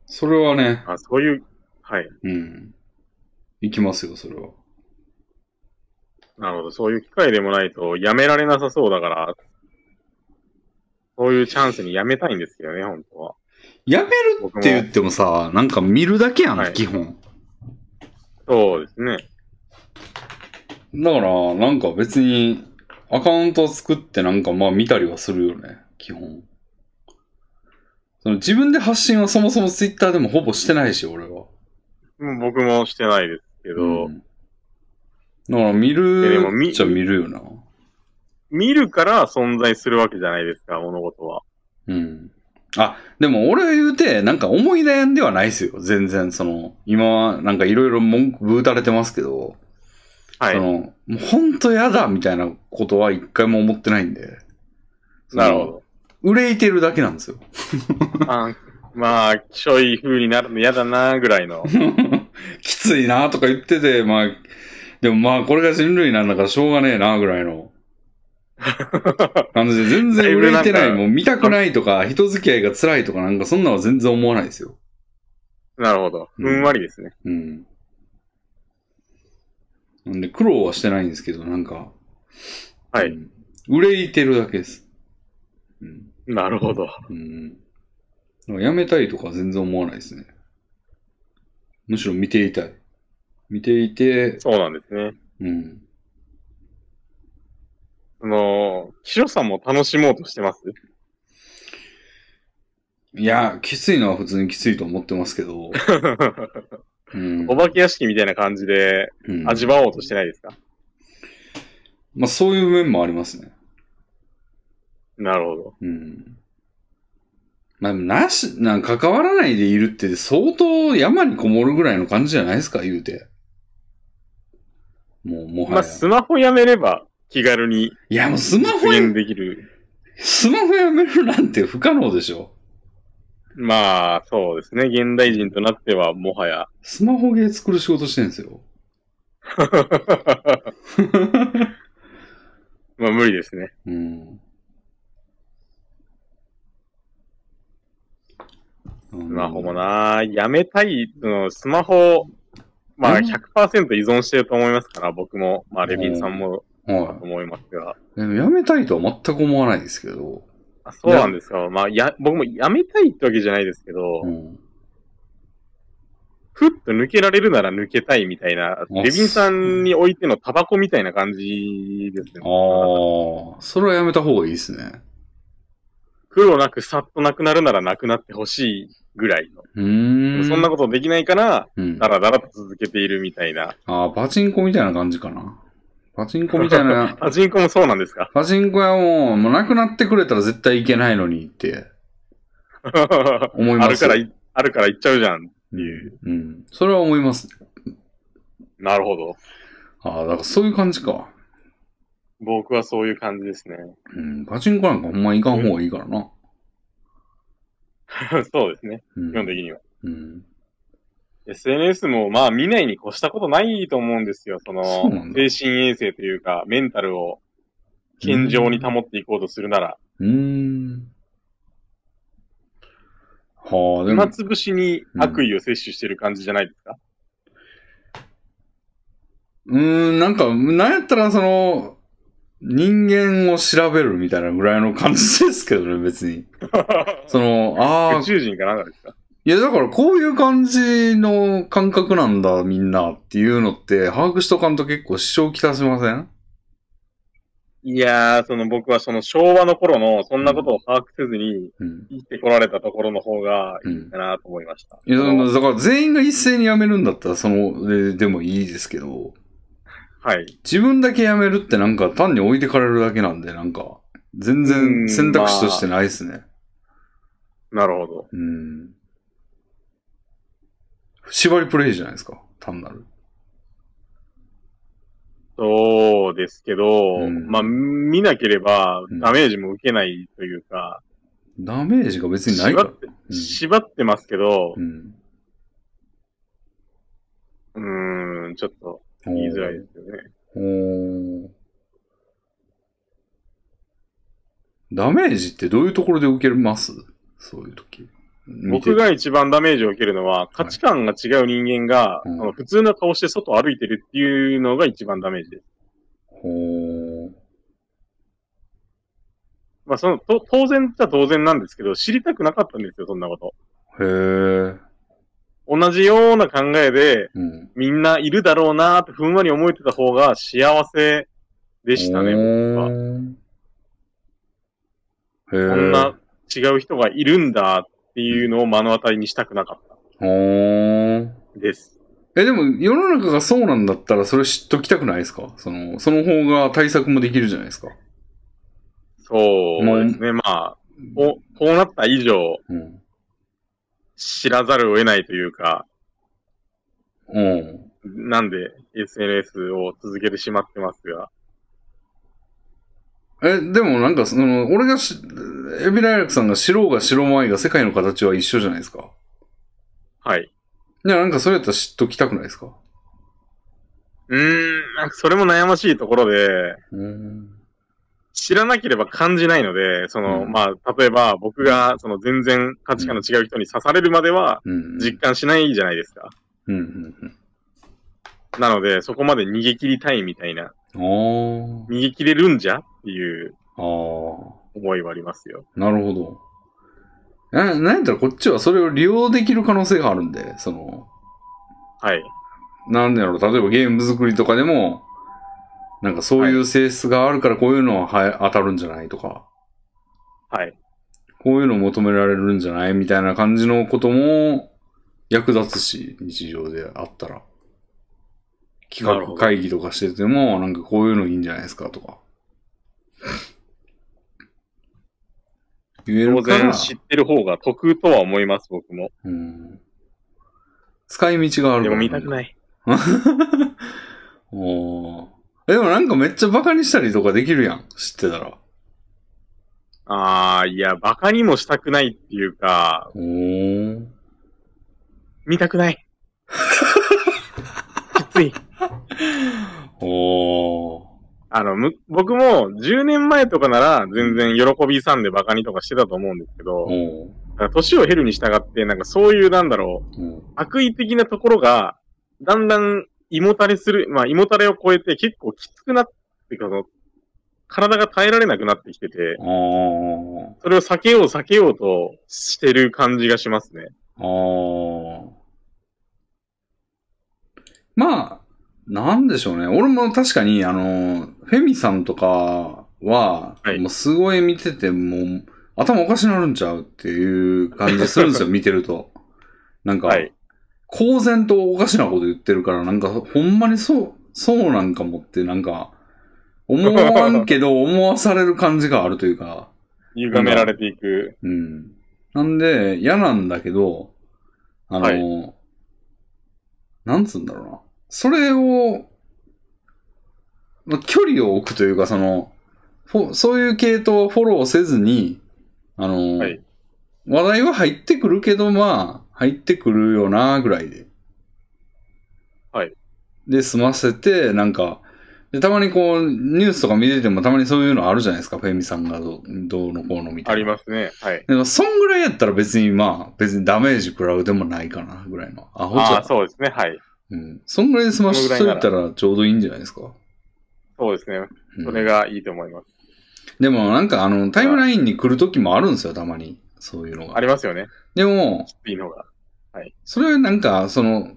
Speaker 1: それはね、
Speaker 2: あそういう、はい。
Speaker 1: うん。行きますよ、それは。
Speaker 2: なるほど。そういう機会でもないと、やめられなさそうだから、そういうチャンスにやめたいんですけどね、本当は。
Speaker 1: やめる
Speaker 2: 僕
Speaker 1: っ
Speaker 2: も
Speaker 1: て。言ってもさ、なんか見るだけやん、
Speaker 2: はい
Speaker 1: 基本。
Speaker 2: そうですね。
Speaker 1: だから、なんか別に、アカウント作ってなんかまあ見たりはするよね、基本。その自分で発信はそもそもツイッターでもほぼしてないし、俺は。
Speaker 2: うん僕もしてないですけど、
Speaker 1: ん。だから見
Speaker 2: いやでも
Speaker 1: る
Speaker 2: み
Speaker 1: っちゃ見るよな。
Speaker 2: 見るから存在するわけじゃないですか、物事は。
Speaker 1: うん。あ、でも俺言うて、なんか思い悩んではないですよ。全然、その、今はなんかいろいろ文句ぶーたれてますけど、
Speaker 2: は
Speaker 1: そ
Speaker 2: い。
Speaker 1: の、もう本当やだみたいなことは一回も思ってないんで。その
Speaker 2: なるほ
Speaker 1: 憂いてるだけなんですよ。
Speaker 2: ど。あまあ、ちょい風になるの嫌だな、ぐ らいの。
Speaker 1: きついなとか言ってて、まあ、でもまあこれが人類なんだからしょうがねえなぐらいの感じで、全然憂いてな、
Speaker 2: だいぶないんか
Speaker 1: もう見たくないとか、人付き合いが辛いとかなんかそんなのは全然思わないですよ。
Speaker 2: なるほど。
Speaker 1: う
Speaker 2: ふ
Speaker 1: ん
Speaker 2: んわりですね。
Speaker 1: うん。なんで苦労はしてないんですけど、なんか。
Speaker 2: は
Speaker 1: う
Speaker 2: い。
Speaker 1: ん憂いてるだけです。うん。
Speaker 2: なるほど。
Speaker 1: うん。だからやめたいとかは全然思わないですね。むしろ見ていたい。見ていて、
Speaker 2: そうなんですね。
Speaker 1: うん。
Speaker 2: その、岸尾さんも楽しもうとし てます
Speaker 1: いや、きついのは普通にきついと思ってますけ ど。うん
Speaker 2: お。化け屋敷みたいな感じで
Speaker 1: うん
Speaker 2: 味わおうとしてないですか、
Speaker 1: まあそういう面もありますね。
Speaker 2: なるほど。
Speaker 1: うん。まあでもなし、なんか関わらないでいるって相当山にこもるぐらいの感じじゃないですか、言うて。もう、もはや。
Speaker 2: まあ、スマホやめれば気軽に
Speaker 1: いや、もうスマ
Speaker 2: 実
Speaker 1: ホや
Speaker 2: 現、できる。
Speaker 1: スマホやめるなんて不可能でしょ。
Speaker 2: まあ、そうですね。現代人となってはもはや。
Speaker 1: スマホゲー作る仕事してるんですよ。
Speaker 2: まあ、無理ですね。
Speaker 1: うん。
Speaker 2: スマホもな、やめたい、そのスマホ、まあ
Speaker 1: うん
Speaker 2: 100%依存してると思いますから、僕も、まあレビンさんも
Speaker 1: は
Speaker 2: と思いますが。
Speaker 1: い。でもやめたいとは全く思わないですけど。
Speaker 2: あそうなんですか。まあや、僕もやめたいってわけじゃないですけど、
Speaker 1: うん。
Speaker 2: ふっと抜けられるなら抜けたいみたいな、レビンさんにおいてのタバコみたいな感じですね。
Speaker 1: ああ、それはやめた方がいいですね。
Speaker 2: 苦労なくさっとなくなるならなくなってほしいぐらいの。
Speaker 1: うーん。
Speaker 2: そんなことできないから、
Speaker 1: うん
Speaker 2: だ。らだらと続けているみたいな。。
Speaker 1: ああ、パチンコみたいな感じかな。パチンコみたいな
Speaker 2: あ、人口もそうなんですか。
Speaker 1: パチンコ屋も、もうなくなってくれたら絶対行けないのにって
Speaker 2: あ
Speaker 1: 思いま
Speaker 2: る
Speaker 1: す。
Speaker 2: からい、あるから行っちゃうじゃん。
Speaker 1: うん。うん。それは思います。
Speaker 2: なるほど。
Speaker 1: ああ、だからそういう感じか。
Speaker 2: 僕はそういう感じですね。
Speaker 1: うん。パチンコなんかほんま行かん方がいいからな。
Speaker 2: そうですね。
Speaker 1: う
Speaker 2: 基本
Speaker 1: ん。
Speaker 2: 的には。
Speaker 1: うん。
Speaker 2: SNS もまあ見ないに越したことないと思うんですよ。その
Speaker 1: そうなん、だ
Speaker 2: 精神衛生というか、メンタルを健常に保っていこうとするなら、
Speaker 1: うーん。はあ、で
Speaker 2: 暇
Speaker 1: も、
Speaker 2: つぶしに悪意を摂取してる感じじゃないで すか、
Speaker 1: うーん、なんか、なんやったらその、人間を調べるみたいなぐらいの感じですけどね、別に。その、ああ
Speaker 2: 宇、宙人かなんかですか
Speaker 1: いや、だからこういう感じの感覚なんだ、みんなっていうのって、把握しとかんと結構支障きたしません
Speaker 2: いやー、その僕はその昭和の頃のそんなことを把握せずに
Speaker 1: うん。
Speaker 2: 生きてこられたところの方が
Speaker 1: う
Speaker 2: い
Speaker 1: ん
Speaker 2: いか。なと思いました。
Speaker 1: いや、だからだから全員が一斉に辞めるんだったら、その、ででもいいですけど、
Speaker 2: はい。
Speaker 1: 自分だけ辞めるってなんか単に置いてかれるだけなんで、なんか、全
Speaker 2: う
Speaker 1: 然
Speaker 2: ん
Speaker 1: 選択肢としてないですね。
Speaker 2: なるほど。
Speaker 1: うん。縛りプレイじゃないですか、単なる。
Speaker 2: そうですけど、
Speaker 1: うん
Speaker 2: まあ、見なければ
Speaker 1: うん
Speaker 2: ダメージも受けないというか、
Speaker 1: ダメージが別にないから。
Speaker 2: 縛ってますけど
Speaker 1: う、ん。
Speaker 2: うーん、ちょっと
Speaker 1: うん
Speaker 2: 言いづらいですよね。
Speaker 1: おーダメージってどういうところで受けますそういう時。見て
Speaker 2: 僕、が一番ダメージを受けるのは、価値観が違う人間が、
Speaker 1: うん
Speaker 2: あの普通の顔して外歩いてるっていうのが一番ダメージです。
Speaker 1: ほー
Speaker 2: まあ、その、と当然っちゃ当然なんですけど、知りたくなかったんですよ、そんなこと。
Speaker 1: へー
Speaker 2: 同じような考えで、
Speaker 1: うん。
Speaker 2: みんないるだろうなーってふんわり思えてた方が幸せでしたね。
Speaker 1: お
Speaker 2: 僕は
Speaker 1: ーへ
Speaker 2: こ
Speaker 1: ー
Speaker 2: んな違う人がいるんだっていうのを目の当たりにしたくなかっ
Speaker 1: ほー
Speaker 2: たです。
Speaker 1: え、でも世の中がそうなんだったらそれ知っときたくないですかその、その方が対策もできるじゃないですか。
Speaker 2: そうですね。まあ、おこうなった以上、
Speaker 1: うん。
Speaker 2: 知らざるを得ないというか、
Speaker 1: うん。
Speaker 2: なんで SNS を続けてしまってますが。
Speaker 1: え、でもなんかその、俺がし、エビライラクさんが白が白前が世界の形は一緒じゃないですか。
Speaker 2: はい。
Speaker 1: いや、なんかそれやったら知っときたくないですか
Speaker 2: うーん、なんかそれも悩ましいところで、
Speaker 1: うん。
Speaker 2: 知らなければ感じないので、その、
Speaker 1: うん
Speaker 2: まあ、例えば僕が、その全然価値観の違う人に刺されるまでは、
Speaker 1: うん。
Speaker 2: 実感しないじゃないですか。
Speaker 1: うんうん
Speaker 2: なので、そこまで逃げ切りたいみたいな、
Speaker 1: うん。あ
Speaker 2: 逃げ切れるんじゃっていう
Speaker 1: あ。ああ。
Speaker 2: 思いはありますよ。
Speaker 1: なるほど。な、なんやったらこっちはそれを利用できる可能性があるんで、その、
Speaker 2: はい。
Speaker 1: なんやろ、例えばゲーム作りとかでも、なんかそういう性質があるからこういうのはは当たるんじゃないとか、
Speaker 2: はい。
Speaker 1: こういうの求められるんじゃないみたいな感じのことも役立つし、日常であったら。
Speaker 2: な
Speaker 1: 企
Speaker 2: るほ
Speaker 1: 画
Speaker 2: ど
Speaker 1: 会議とかしてても、なんかこういうのいいんじゃないですかとか。言え
Speaker 2: 当
Speaker 1: るか
Speaker 2: 然
Speaker 1: ら、
Speaker 2: 知ってる方が得とは思います、僕も。
Speaker 1: うん、使い道がある
Speaker 2: で
Speaker 1: から
Speaker 2: も
Speaker 1: ね
Speaker 2: 見たくない。
Speaker 1: おーえでもなんかめっちゃバカにしたりとかできるやん。知ってたら。
Speaker 2: あー、いや、バカにもしたくないっていうか、
Speaker 1: おー
Speaker 2: 見たく ない。きつい。
Speaker 1: おー
Speaker 2: あの、む僕も10年前とかなら全然喜びさんでバカにとかしてたと思うんですけど、
Speaker 1: おー
Speaker 2: なんか年を経るに従って、なんかそういう、なんだろう、
Speaker 1: おー
Speaker 2: 悪意的なところが、だんだん胃もたれする、まあ胃もたれを超えて結構きつくなって、その、体が耐えられなくなってきてて、
Speaker 1: あ
Speaker 2: それを避けよう避けようとしてる感じがしますね。
Speaker 1: あ。ああ。まあ、なんでしょうね。俺も確かに、あの、フェミさんとかは、
Speaker 2: はい
Speaker 1: もうすごい見てて、もう、頭おかしなるんちゃうっていう感じするんですよ、見てると。なんか、
Speaker 2: はい。
Speaker 1: 公然とおかしなこと言ってるから、なんか、ほんまにそう、そうなんかもって、なんか、思わんけど、思わされる感じがあるというか、
Speaker 2: 歪められていく。
Speaker 1: うん。なんで、嫌なんだけど、あの、
Speaker 2: は
Speaker 1: なんつうんだろうな。それを、まあ、距離を置くというか、その、フォそういう系統をフォローせずに、あの、
Speaker 2: はい
Speaker 1: 話題は入ってくるけど、まあ、入ってくるよな、ぐらいで。
Speaker 2: はい。
Speaker 1: で、済ませて、なんか、で、たまにこう、ニュースとか見てても、たまにそういうのあるじゃないですか、フェミさんがどうどうのこうのみたいな。
Speaker 2: ありますね。はい。
Speaker 1: でも、そんぐらいやったら別にまあ、別にダメージ食らうでもないかな、ぐらいの。アホじ
Speaker 2: ああ
Speaker 1: ゃ
Speaker 2: ー、そうですね。はい。
Speaker 1: ん。うん。そんぐらいで済ましといたらちょうどいいんじゃないですか。
Speaker 2: そうですね。
Speaker 1: うん
Speaker 2: それがいいと思います。
Speaker 1: でもなんかあの、タイムラインに来る時もあるんですよ、たまに。そういうの
Speaker 2: あ
Speaker 1: が。
Speaker 2: りますよね。
Speaker 1: でも、
Speaker 2: いいのが。
Speaker 1: それはなんか、その、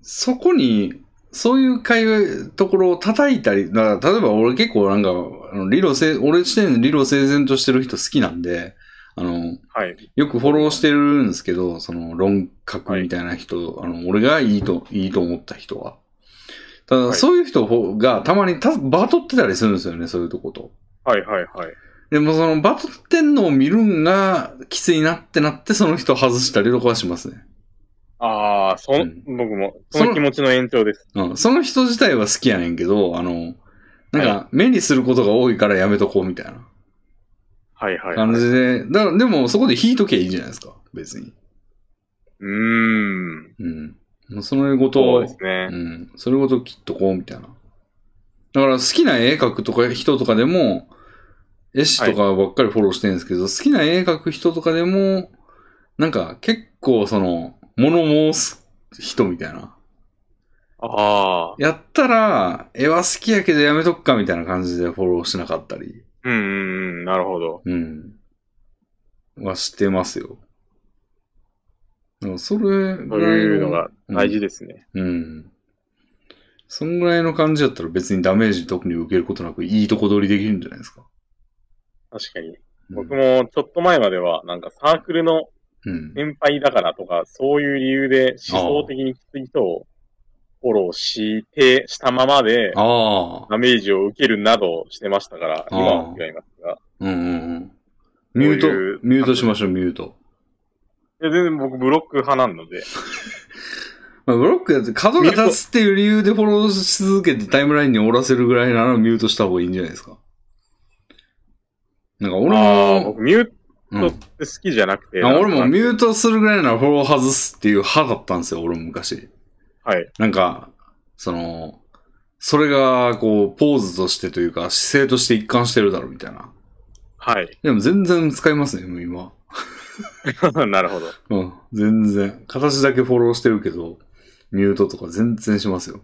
Speaker 1: そこに、そういう会話、ところを叩いたり、だから例えば俺結構なんか、あの理路整、俺自体の理路整然としてる人好きなんで、あの、
Speaker 2: はい。
Speaker 1: よくフォローしてるんですけど、その論客みたいな人、あの、俺がいいと、いいと思った人は。ただ、
Speaker 2: はい
Speaker 1: そういう人がたまにたバトってたりするんですよね、そういうとこと。
Speaker 2: はいはいはい。
Speaker 1: でもそのバトってんのを見るんがきついなってなって、その人外したりとかはしますね。
Speaker 2: ああ、そ、
Speaker 1: うん
Speaker 2: 僕も、
Speaker 1: そ
Speaker 2: そ
Speaker 1: の
Speaker 2: の気持ちの延長です。
Speaker 1: うん。その人自体は好きやねんけど、あの、なんか、目にすることが多いからやめとこうみたいな
Speaker 2: はいはい、はい。
Speaker 1: 感じで、だからでもそこで引いときゃいいじゃないですか、別に。
Speaker 2: うーん。
Speaker 1: うん。もうそれご
Speaker 2: そう
Speaker 1: と、
Speaker 2: ですね
Speaker 1: う。ん。それごと切っとこうみたいな。だから好きな絵描くとか人とかでも、絵師とかばっかりフォローしてるんですけど、好きな絵描く人とかでも、なんか結構その、物申す人みたいな。
Speaker 2: ああ。
Speaker 1: やったら、絵は好きやけどやめとくかみたいな感じでフォローしなかったり、
Speaker 2: うんうんうん。なるほど。
Speaker 1: うん。はしてますよ。だからそれぐ
Speaker 2: そう
Speaker 1: らい
Speaker 2: いうのが大事ですね。
Speaker 1: うん。そんぐらいの感じだったら別にダメージ特に受けることなくいいとこ取りできるんじゃないですか。
Speaker 2: 確かに。
Speaker 1: うん
Speaker 2: 僕もちょっと前までは、なんかサークルの
Speaker 1: うん。
Speaker 2: 先輩だからとか、そういう理由で思想的にきつい人をフォローして、したままで、
Speaker 1: ああ。
Speaker 2: ダメージを受けるなどしてましたから、今
Speaker 1: あ
Speaker 2: は
Speaker 1: ー
Speaker 2: 違いますが。
Speaker 1: うんうんうん。ミュート
Speaker 2: こういう、
Speaker 1: ミュートしましょう、ミュート。
Speaker 2: いや全然僕ブロック派なので。
Speaker 1: まあ、ブロックだって角が立つっていう理由でフォローし続けてタイムラインにおらせるぐらいならミュートした方がいいんじゃないですか。なんか俺
Speaker 2: ああ、
Speaker 1: も、
Speaker 2: 僕ミュー
Speaker 1: うん
Speaker 2: トって好きじゃなくて。
Speaker 1: あ俺もミ
Speaker 2: ー
Speaker 1: ュートするぐらいならフォロー外すっていう派だったんですよ、俺も昔。
Speaker 2: ト。はい。
Speaker 1: なんか、その、それが、こう、ポーズとしてというか、姿勢として一貫してるだろ、みたいな。
Speaker 2: はい。
Speaker 1: でも全然使いますね、もう今。
Speaker 2: なるほど。
Speaker 1: うん、全然。形だけフォローしてるけど、ミュートとか全然しますよ。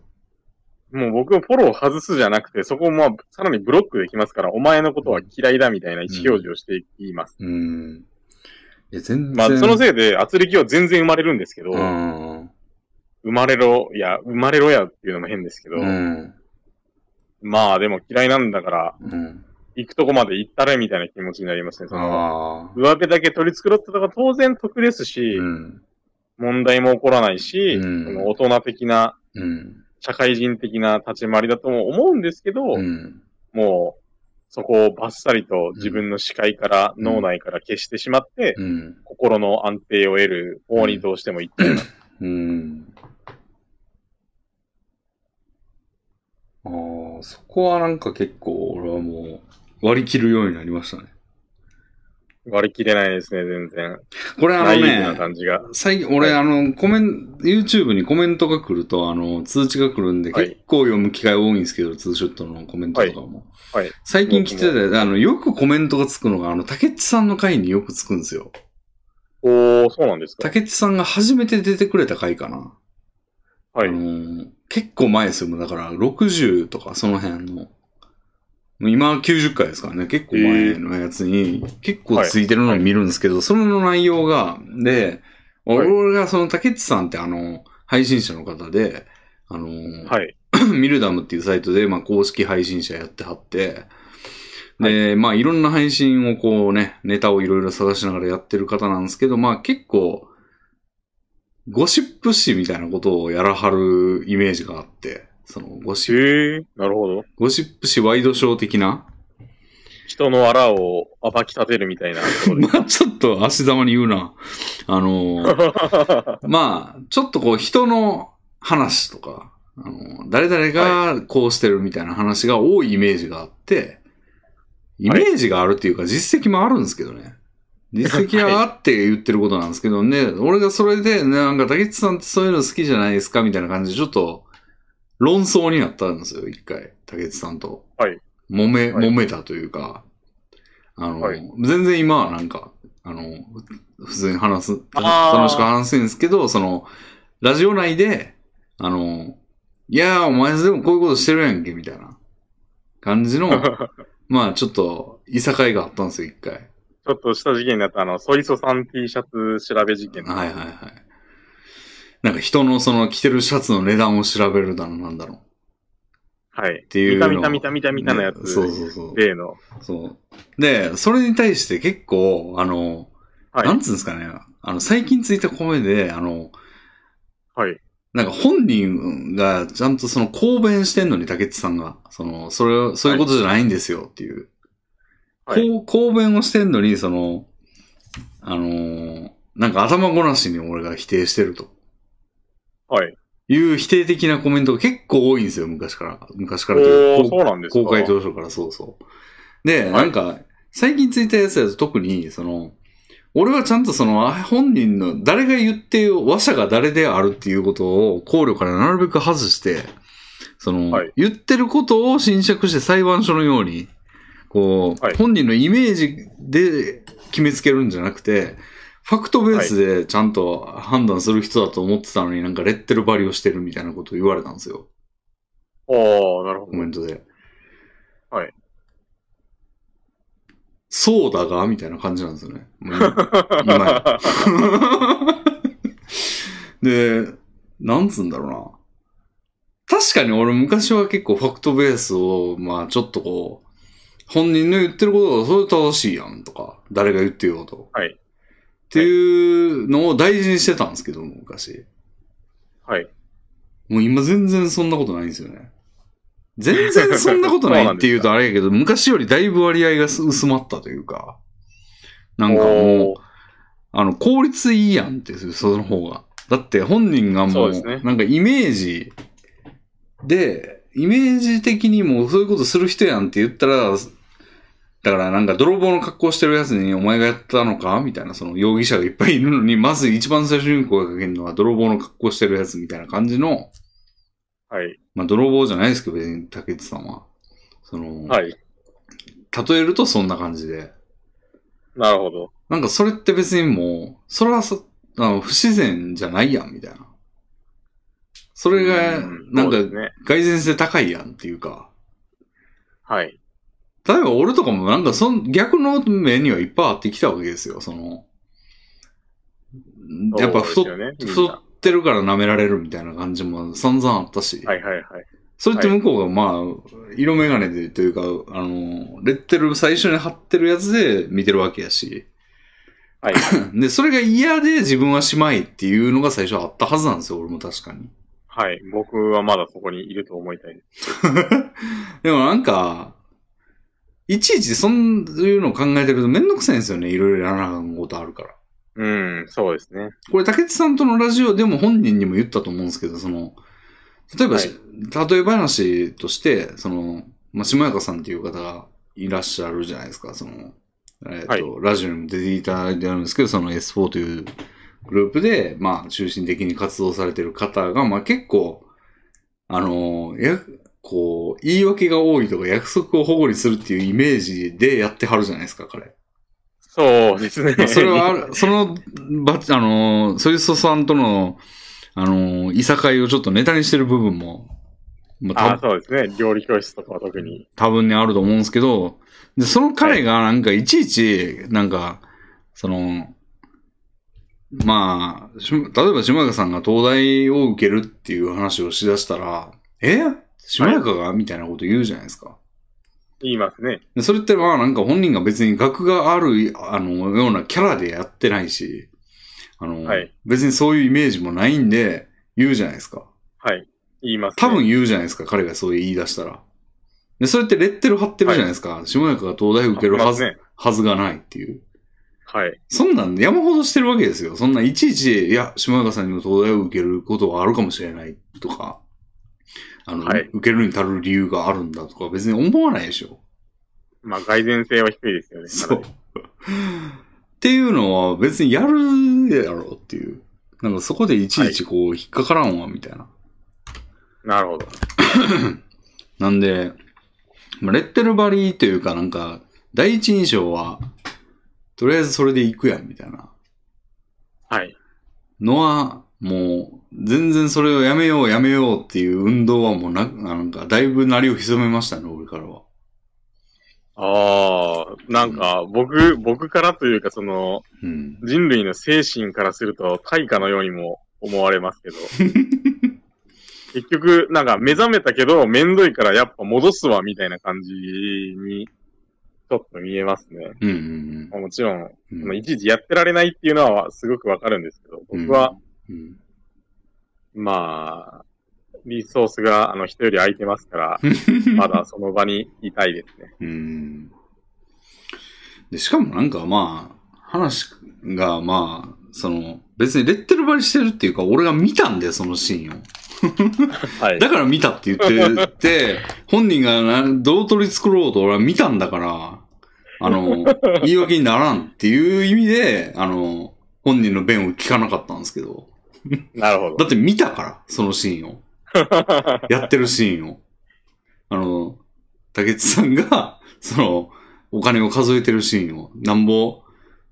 Speaker 2: もう僕はフォロー外すじゃなくて、そこをまあ、さらにブロックできますから、お前のことは嫌いだみたいな意思表示をしています。
Speaker 1: うん。いや、全然。
Speaker 2: まあ、そのせいで圧力は全然生まれるんですけど、
Speaker 1: うん。
Speaker 2: 生まれろ、いや、生まれろやっていうのも変ですけど、
Speaker 1: うん。
Speaker 2: まあでも嫌いなんだから、
Speaker 1: うん。
Speaker 2: 行くとこまで行ったれみたいな気持ちになりますね。その
Speaker 1: ああ。
Speaker 2: 上辺だけ取り繕ってたとか当然得ですし、
Speaker 1: うん。
Speaker 2: 問題も起こらないし、
Speaker 1: うん
Speaker 2: その大人的な、
Speaker 1: うん。
Speaker 2: 社会人的な立ち回りだとも思うんですけど、
Speaker 1: うん。
Speaker 2: もう、そこをバッサリと自分の視界から、
Speaker 1: うん
Speaker 2: 脳内から消してしまって、
Speaker 1: うん。
Speaker 2: 心の安定を得る方にどうしても行ってます。
Speaker 1: うん。ああ、そこはなんか結構俺はもう割り切るようになりましたね。
Speaker 2: 割り切れないですね、全然。
Speaker 1: これあ
Speaker 2: ナイ
Speaker 1: の
Speaker 2: ーブな
Speaker 1: ね、
Speaker 2: 感じが。
Speaker 1: 最近俺あのコメン、YouTube にコメントが来るとあの通知が来るんで
Speaker 2: はい
Speaker 1: 結構読む機会多いんですけど、ツーショットのコメントとかも。
Speaker 2: はいはい
Speaker 1: 最近来てて、あの、よくコメントがつくのが、あの、竹内さんの回によくつくんですよ。
Speaker 2: おー、そうなんですか。
Speaker 1: 竹内さんが初めて出てくれた回かな。
Speaker 2: はい
Speaker 1: あの。ー結構前ですよ。もうだから60とかその辺の。もう今90回ですからね。結構前のやつに、結構ついてるのを見るんですけど、その内容が、で、
Speaker 2: はい
Speaker 1: 俺がその竹内さんってあの、配信者の方で、あのー、
Speaker 2: はい。
Speaker 1: ミルダムっていうサイトで、まあ、公式配信者やってはって、で、まあ、いろんな配信をこうね、ネタをいろいろ探しながらやってる方なんですけど、まあ、結構、ゴシップ誌みたいなことをやらはるイメージがあって、そのゴ
Speaker 2: へ
Speaker 1: シップ、
Speaker 2: ー、なるほど。
Speaker 1: ゴシップ誌ワイドショー的な
Speaker 2: 人の藁を暴き立てるみたいなことで
Speaker 1: まあ、ちょっと足ざまに言うな。あ のー、まあ、ちょっとこう人の話とか、あの、誰々がこうしてるみたいな話が多いイメージがあって、イメージがあるっていうか実績もあるんですけどね。実績があって言ってることなんですけどね、俺がそれで、なんか竹内さんってそういうの好きじゃないですかみたいな感じで、ちょっと論争になったんですよ、一回。竹内さんと。
Speaker 2: はい
Speaker 1: 揉め、
Speaker 2: はい
Speaker 1: 揉めたというか、あの、
Speaker 2: はい
Speaker 1: 全然今はなんか、あの、普通に話す、た
Speaker 2: あー
Speaker 1: 楽しく話すんですけど、その、ラジオ内で、あの、いやー、お前でもこういうことしてるやんけ、みたいな感じ の、まあちょっと、いさかいがあったんですよ、一回。
Speaker 2: ちょっとした事件になった、あの、ソイソさん T シャツ調べ事件。
Speaker 1: はいはいはい。なんか人のその着てるシャツの値段を調べるだの、なんだろう。っ
Speaker 2: はい。
Speaker 1: ていう
Speaker 2: 見
Speaker 1: の
Speaker 2: た
Speaker 1: を。
Speaker 2: 見た見た見た見たのやつ。
Speaker 1: ねそうそうそう。
Speaker 2: 例の。
Speaker 1: そう。で、それに対して結構、あの、
Speaker 2: はい
Speaker 1: なんつうんですかね、あの、最近ついたコメで、あの、
Speaker 2: はい。
Speaker 1: なんか本人がちゃんとその公弁してんのに、竹内さんが。その、それを、そういうことじゃないんですよっていう。
Speaker 2: はい
Speaker 1: こう公弁をしてんのに、その、あのーなんか頭ごなしに俺が否定してると。
Speaker 2: はい。
Speaker 1: いう否定的なコメントが結構多いんですよ、昔から。昔からとい
Speaker 2: お
Speaker 1: う
Speaker 2: ー、
Speaker 1: か
Speaker 2: そうなんですか。
Speaker 1: 公開当初からそうそう。で、
Speaker 2: い
Speaker 1: なんか、最近ついたやつだと特に、その、俺はちゃんとその、あ本人の、誰が言って、話者が誰であるっていうことを考慮からなるべく外して、その、
Speaker 2: はい
Speaker 1: 言ってることを侵釈して裁判所のように、こう、
Speaker 2: はい
Speaker 1: 本人のイメージで決めつけるんじゃなくて、ファクトベースでちゃんと判断する人だと思ってたのになんかレッテル張りをしてるみたいなことを言われたんですよ。
Speaker 2: おー、なるほ
Speaker 1: コ
Speaker 2: ど。
Speaker 1: メントで。
Speaker 2: はい。
Speaker 1: そうだがみたいな感じなんですよね。もう今や で、なんつうんだろうな。確かに俺昔は結構ファクトベースを、まあちょっとこう、本人の言ってることがそれ正しいやんとか、誰が言ってようと。
Speaker 2: はい
Speaker 1: っていうのを大事にしてたんですけど、昔。
Speaker 2: はい。
Speaker 1: もう今全然そんなことないんですよね。全然そんなことな
Speaker 2: そうな
Speaker 1: っ
Speaker 2: いん
Speaker 1: て
Speaker 2: ですか
Speaker 1: 言うとあれやけ ど、昔よりだいぶ割合がす薄まったというか、なんかもう、
Speaker 2: おー
Speaker 1: あの、効率いいやんっていう、その方が。だって本人がも
Speaker 2: そう
Speaker 1: う、
Speaker 2: ですね
Speaker 1: なんかイメージで、イメージ的にもうそういうことする人やんって言ったら、だからなんか泥棒の格好してるやつにお前がやったのかみたいな、その容疑者がいっぱいいるのに、まず一番最初に声かけるのは泥棒の格好してるやつみたいな感じの、
Speaker 2: はい。
Speaker 1: まあ、泥棒じゃないですけど、別に、竹内さんは。その、
Speaker 2: はい。
Speaker 1: 例えるとそんな感じで。
Speaker 2: なるほど。
Speaker 1: なんかそれって別にもう、それはそ、あの、不自然じゃないやん、みたいな。それが、
Speaker 2: うん
Speaker 1: なん
Speaker 2: そうです
Speaker 1: か、
Speaker 2: ね。
Speaker 1: 外然性高いやんっていうか。
Speaker 2: はい。
Speaker 1: 例えば俺とかもなんかそん、逆の目にはいっぱいあってきたわけですよ、その。やっぱ太っ,、
Speaker 2: そうですよねみん
Speaker 1: 太
Speaker 2: な
Speaker 1: ってるから舐められるみたいな感じも散々あったし。
Speaker 2: はいはいはい。
Speaker 1: それって向こうがまあ、色眼鏡でというか、あの、レッテル最初に貼ってるやつで見てるわけやし。
Speaker 2: はい。
Speaker 1: で、それが嫌で自分はしまいっていうのが最初あったはずなんですよ、俺も確かに。
Speaker 2: はい。僕はまだそこにいると思いたいです。
Speaker 1: でもなんか、いちいちそういうのを考えてるとめんどくさいんですよね、いろいろやらなことあるから。
Speaker 2: うん、そうですね。
Speaker 1: これ、竹内さんとのラジオでも本人にも言ったと思うんですけど、その、例えばし、例え話として、その、まあ、下中さんっていう方がいらっしゃるじゃないですか、その、えっ、と、
Speaker 2: はい
Speaker 1: ラジオにも出ていただいてあるんですけど、その S4 というグループで、まあ、中心的に活動されてる方が、まあ、結構、あの、や、こう、言い訳が多いとか約束を保護にするっていうイメージでやってはるじゃないですか、彼。
Speaker 2: そうですね
Speaker 1: まあ。それはあ る、その、ば、あのー、ソイソさんとの、あのー、いさかいをちょっとネタにしてる部分も、まあ、
Speaker 2: あ
Speaker 1: た
Speaker 2: そうですね。料理教室とかは特に。
Speaker 1: 多分にあると思うんですけど、で、その彼がなんかいちいち、なんか、その、まあ、し例えば島中さんが東大を受けるっていう話をしだしたら、え島中が、みたいなこと言うじゃないですか。
Speaker 2: 言いますね。
Speaker 1: でそれってまあなんか本人が別に学があるあのようなキャラでやってないし、あの、
Speaker 2: はい
Speaker 1: 別にそういうイメージもないんで言うじゃないですか。
Speaker 2: はい。言います、ね。
Speaker 1: 多分言うじゃないですか、彼がそう言い出したら。で、それってレッテル貼ってるじゃないですか。下中が東大受けるはず、
Speaker 2: 言いますね。
Speaker 1: はずがないっていう。
Speaker 2: はい。
Speaker 1: そんなん山ほどしてるわけですよ。そんないちいち、いや、島中さんにも東大を受けることはあるかもしれないとか、あの、
Speaker 2: はい
Speaker 1: 受けるに足る理由があるんだとか別に思わないでしょ。
Speaker 2: まあ、外然性は低いですよね。
Speaker 1: そう。っていうのは別にやるやろっていう。なんかそこでいちいちこう引っかからんわみたいな。
Speaker 2: なるほど。
Speaker 1: なんで、まあレッテル張りというかなんか、第一印象は、とりあえずそれで行くやんみたいな
Speaker 2: はい。
Speaker 1: のは、もう、全然それをやめようやめようっていう運動はもうな、なんかだいぶ鳴りを潜めましたね、俺からは。
Speaker 2: ああ、なんか、僕、僕からというか、その、
Speaker 1: うん。
Speaker 2: 人類の精神からすると、対価のようにも思われま すけど。結局、なんか目覚めたけど、めんどいからやっぱ戻すわ、みたいな感じに、ちょっと見えますね。
Speaker 1: うんうん
Speaker 2: まあもちろん、
Speaker 1: うん。
Speaker 2: まあいちいちやってられないっていうのはすごくわかるんですけど、僕は、
Speaker 1: うん、
Speaker 2: まあ、リソースがあの人より空いてます から、
Speaker 1: うん
Speaker 2: まだその場にいたいですね。
Speaker 1: うんで、しかもなんかまあ、話がまあ、その、別にレッテル貼りしてるっていうか、俺が見たんだよ、そのシーンを。
Speaker 2: はい。
Speaker 1: だから見たって言ってて、本人がなどう取り繕ろうと俺は見たんだから、あの、言い訳にならんっていう意味で、あの、本人の弁を聞かなかったんですけど。
Speaker 2: なるほど
Speaker 1: だ。って見たから、そのシ ーンを。やってるシーンを。あの、竹内さんが、その、お金を数えてるシーンを、なんぼ、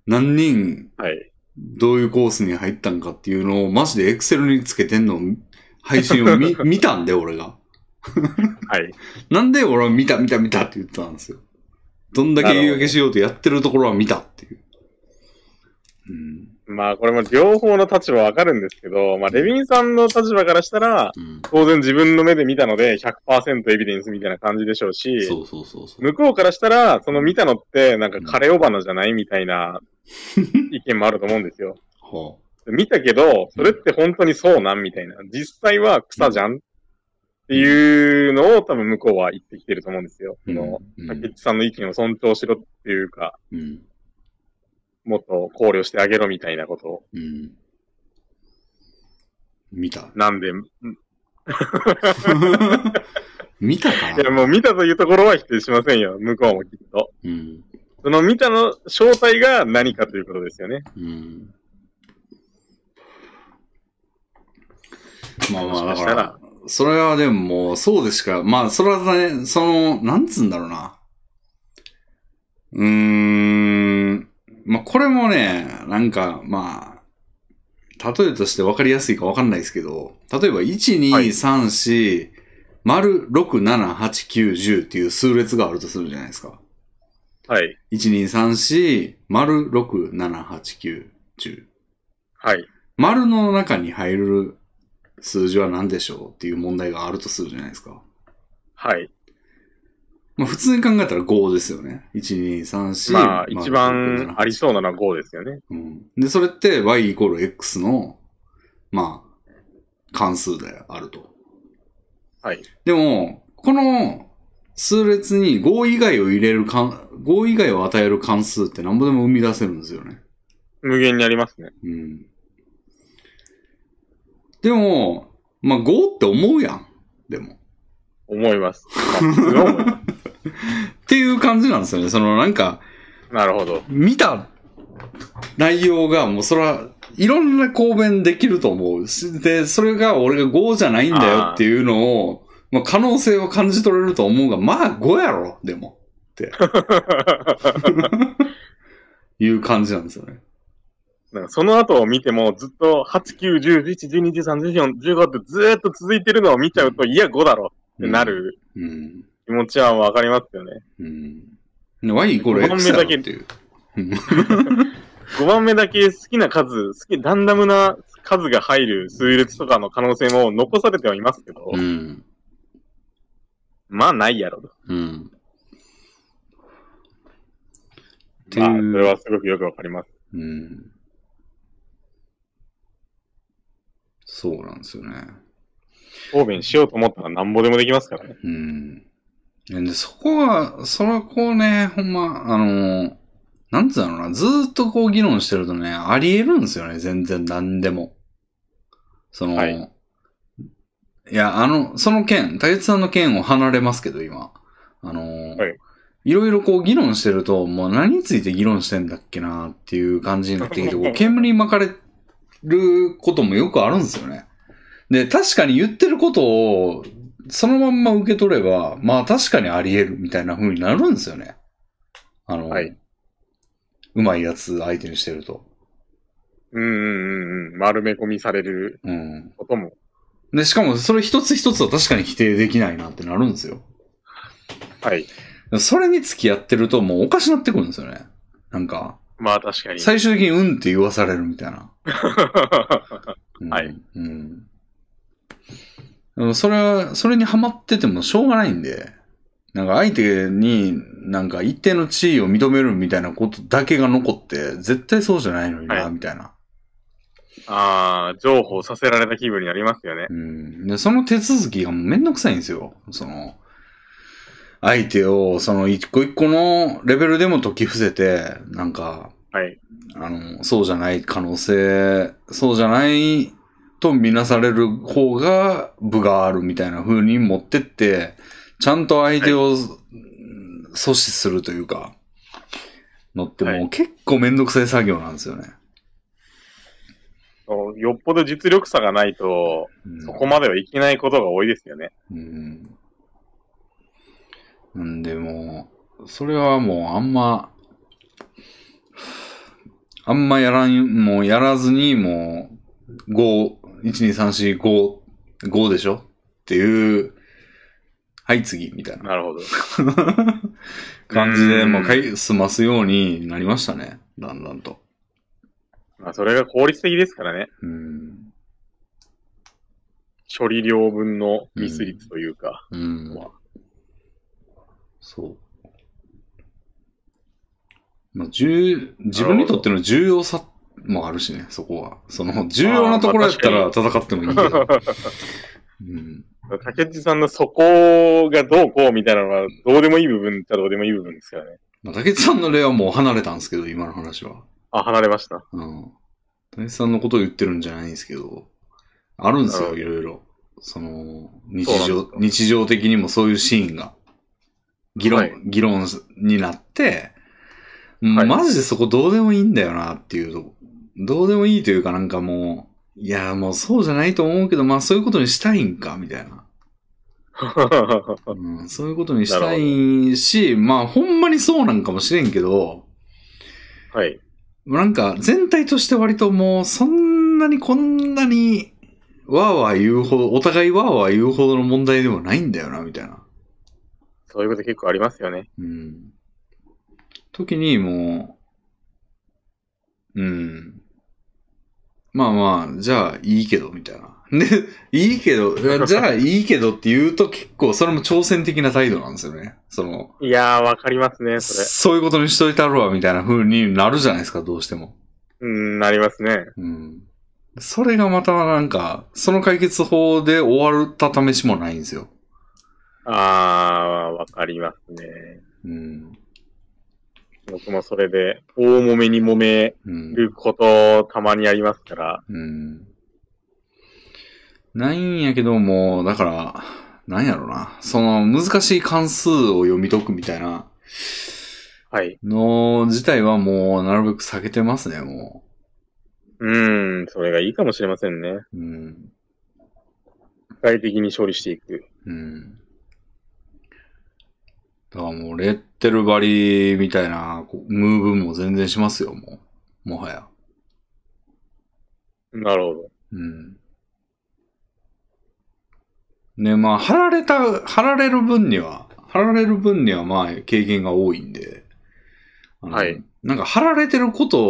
Speaker 1: 何人、
Speaker 2: はい。
Speaker 1: どういうコースに入ったんかっていうのを、マジでエクセルにつけてんのを、配信を 見見たんで、俺が。
Speaker 2: はい。
Speaker 1: なんで俺は見た見た見たって言ってたんですよ。どんだけ言い訳しようとやってるところは見たっていう。うん。
Speaker 2: まあ、これも両方の立場わかるんですけど、まあ、レビンさんの立場からしたら、
Speaker 1: うん。
Speaker 2: 当然自分の目で見たので100%エビデンスみたいな感じでしょうし、
Speaker 1: そうそうそうそう。
Speaker 2: 向こうからしたら、その見たのって、なんかカレオバナじゃないみたいな意見もあると思うんですよ。
Speaker 1: は
Speaker 2: 見たけど、それって本当にそうなんみたいな。実際は草じゃんっていうのを多分向こうは言ってきてると思うんですよ。
Speaker 1: あ。
Speaker 2: その、
Speaker 1: うん
Speaker 2: 竹内さんの意見を尊重しろっていうか、
Speaker 1: うん。
Speaker 2: もっと考慮してあげろみたいなことを。
Speaker 1: うん。見 た。
Speaker 2: なんで、うん
Speaker 1: 見たか
Speaker 2: いや
Speaker 1: ら。
Speaker 2: もう見たというところは否定しませんよ。向こうもきっと。
Speaker 1: うん。
Speaker 2: その見たの正体が何かということですよね。
Speaker 1: うん。まあまあ、
Speaker 2: も
Speaker 1: だ
Speaker 2: しかし
Speaker 1: か
Speaker 2: たら
Speaker 1: ら、それはでももう、そうでしか、まあ、それはね、その、なんつうんだろうな。うーん。まあ、これもね、なんか、まあ、例えとして分かりやすいか分かんないですけど、例えば、1、2、
Speaker 2: はい
Speaker 1: 3、4、丸、6、7、8、9、10っていう数列があるとするじゃないですか。
Speaker 2: はい。
Speaker 1: 1234丸678910
Speaker 2: はい。
Speaker 1: 丸の中に入る数字は何でしょうっていう問題があるとするじゃないですか。
Speaker 2: はい。
Speaker 1: まあ普通に考えたら5ですよね。1234。
Speaker 2: まあ、
Speaker 1: 丸
Speaker 2: 一番ありそうなのは5ですよね。
Speaker 1: うん。で、それって y イコール x の、まあ、関数であると。
Speaker 2: はい。
Speaker 1: でも、この数列に5以外を入れる関、5以外を与える関数って何ぼでも生み出せるんですよね。
Speaker 2: 無限にありますね。
Speaker 1: うん。でも、まあ5って思うやん。でも。
Speaker 2: 思い ます。まあすごい思いま
Speaker 1: っていう感じなんですよね。そのなんか、
Speaker 2: す。なるほど。
Speaker 1: 見た内容がもうそら、いろんな公弁できると思うし。で、それが俺が5じゃないんだよっていうのを、まあ可能性を感じ取れると思うが、まあ5やろ、でも。いう感じなんですよね。
Speaker 2: なんかその後を見ても、ずっと8、9、10、11、12、13、14、15ってずーっと続いてるのを見ちゃうと、いや、5だろってなる
Speaker 1: うん。
Speaker 2: 気持ちはわかりますよね。
Speaker 1: うん。で Y イコール X だろっていう。
Speaker 2: 5番目だけ好きな数、好き、ランダムな数が入る数列とかの可能性も残されてはいますけど、
Speaker 1: うん。
Speaker 2: まあないやろと。
Speaker 1: うん。ってい
Speaker 2: まあ、そうれはすごくよくわかります。
Speaker 1: うん。そうなんですよね。
Speaker 2: 答弁しようと思ったらなんぼでもできますからね。
Speaker 1: うん。で、そこは、それはこうね、ほんま、あの、なんつうのかな、ずーっとこう議論してるとね、あり得るんですよね、全然何でも。その、
Speaker 2: はいい、
Speaker 1: や、あの、その件、竹内さんの件を離れますけど、今。あの、
Speaker 2: はい、
Speaker 1: ろいろこう議論してると、もう何について議論してんだっけなっていう感じになって きて、こう煙に巻かれることもよくあるんですよね。で、確かに言ってることを、そのまんま受け取れば、まあ確かにあり得るみたいな風になるんですよね。あの、
Speaker 2: はい、
Speaker 1: うまいやつ相手にしてると。
Speaker 2: うんうんうんうん。丸め込みされる
Speaker 1: うん。
Speaker 2: ことも。
Speaker 1: で、しかもそれ一つ一つは確かに否定できないなってなるんですよ。
Speaker 2: はい。
Speaker 1: それに付き合ってるともうおかしなってくるんですよね。なんか、
Speaker 2: まあ確かに。
Speaker 1: 最終的にうんって言わされるみたいな。うん
Speaker 2: はい。
Speaker 1: うん。でもそれは、それにハマっててもしょうがないんで、なんか相手になんか一定の地位を認めるみたいなことだけが残って、絶対そうじゃないのにな、
Speaker 2: はい
Speaker 1: みたいな。
Speaker 2: ああ、譲歩させられた気分になりますよね。
Speaker 1: うん。で、その手続きがもうめんどくさいんですよ。その、相手をその一個一個のレベルでも解き伏せて、なんか、
Speaker 2: はい。
Speaker 1: あの、そうじゃない可能性、そうじゃないとみなされる方が部があるみたいな風に持ってって、ちゃんと相手を、うん阻止するというか、のって
Speaker 2: は
Speaker 1: もう結構めんどくさい作業なんですよね。
Speaker 2: そうよっぽど実力差がないと、
Speaker 1: うん
Speaker 2: そこまではいけないことが多いですよね。
Speaker 1: うん。なんでもう、それはもうあんま、あんまやらん、もうやらずに、もう、5、1、2、3、4、5、5でしょっていう、はい、次、みたいな
Speaker 2: なるほど。
Speaker 1: 感じで、
Speaker 2: うん
Speaker 1: もう回済ますようになりましたね。だんだんと。
Speaker 2: まあ、それが効率的ですからね。
Speaker 1: うん。
Speaker 2: 処理量分のミス率というか。
Speaker 1: うん。そう。まあ、重、自分にとっての重要さもあるしね、そこは。その、重要なところやったら戦ってもいいけど。うん。
Speaker 2: 竹内さんのそこがどうこうみたいなのは、どうでもいい部分っちゃどうでもいい部分ですからね。
Speaker 1: まあ、竹内さんの例はもう離れたんですけど、今の話は。
Speaker 2: あ、離れました。
Speaker 1: うん。竹内さんのことを言ってるんじゃないんですけど、あるんです
Speaker 2: なる
Speaker 1: よ、
Speaker 2: ほ
Speaker 1: いろいろ。その、日
Speaker 2: そうなん
Speaker 1: 常
Speaker 2: です、か
Speaker 1: 日常的にもそういうシーンが、議論、
Speaker 2: はい
Speaker 1: 議論になって、
Speaker 2: はい
Speaker 1: マジでそこどうでもいいんだよなっていうと、どうでもいいというかなんかもう、いや、もうそうじゃないと思うけど、まあそういうことにしたいんか、みたいな。うん、そういうことにしたいし、まあほんまにそうなんかもしれんけど、
Speaker 2: はい。
Speaker 1: なんか全体として割ともうそんなにこんなにわーわー言うほど、お互いわーわー言うほどの問題でもないんだよな、みたいな。
Speaker 2: そういうこと結構ありますよね。
Speaker 1: うん。時にもう、うん。まあまあ、じゃあいいけど、みたいな。で、いいけ ど、じゃあいいけどって言うと結構それも挑戦的な態度なんですよね。その、
Speaker 2: いやー、わかりますね、それ。
Speaker 1: そういうことにしといたるわ、みたいな風になるじゃないですか、どうしても。
Speaker 2: うん、なりますね。
Speaker 1: うん。それがまたなんか、その解決法で終わった試しもないんですよ。
Speaker 2: あー、わかりますね。
Speaker 1: うん。
Speaker 2: 僕もそれで、大揉めに揉め
Speaker 1: うん。
Speaker 2: ること、たまにありますから。
Speaker 1: うん。ないんやけども、だから、なんやろな。その難しい関数を読み解くみたいな
Speaker 2: はい。
Speaker 1: の自体はもうなるべく避けてますね、も
Speaker 2: うん、それがいいかもしれませんね。
Speaker 1: う。うん。
Speaker 2: 具体的に処理していく。
Speaker 1: うん。だからもう、レッテル張りみたいな、こうムーブも全然しますよ、もう。もはや。
Speaker 2: なるほど。
Speaker 1: うん。ね、まあ、貼られた、貼られる分には、貼られる分にはまあ、経験が多いんで、あの
Speaker 2: はい。
Speaker 1: なんか、貼られてること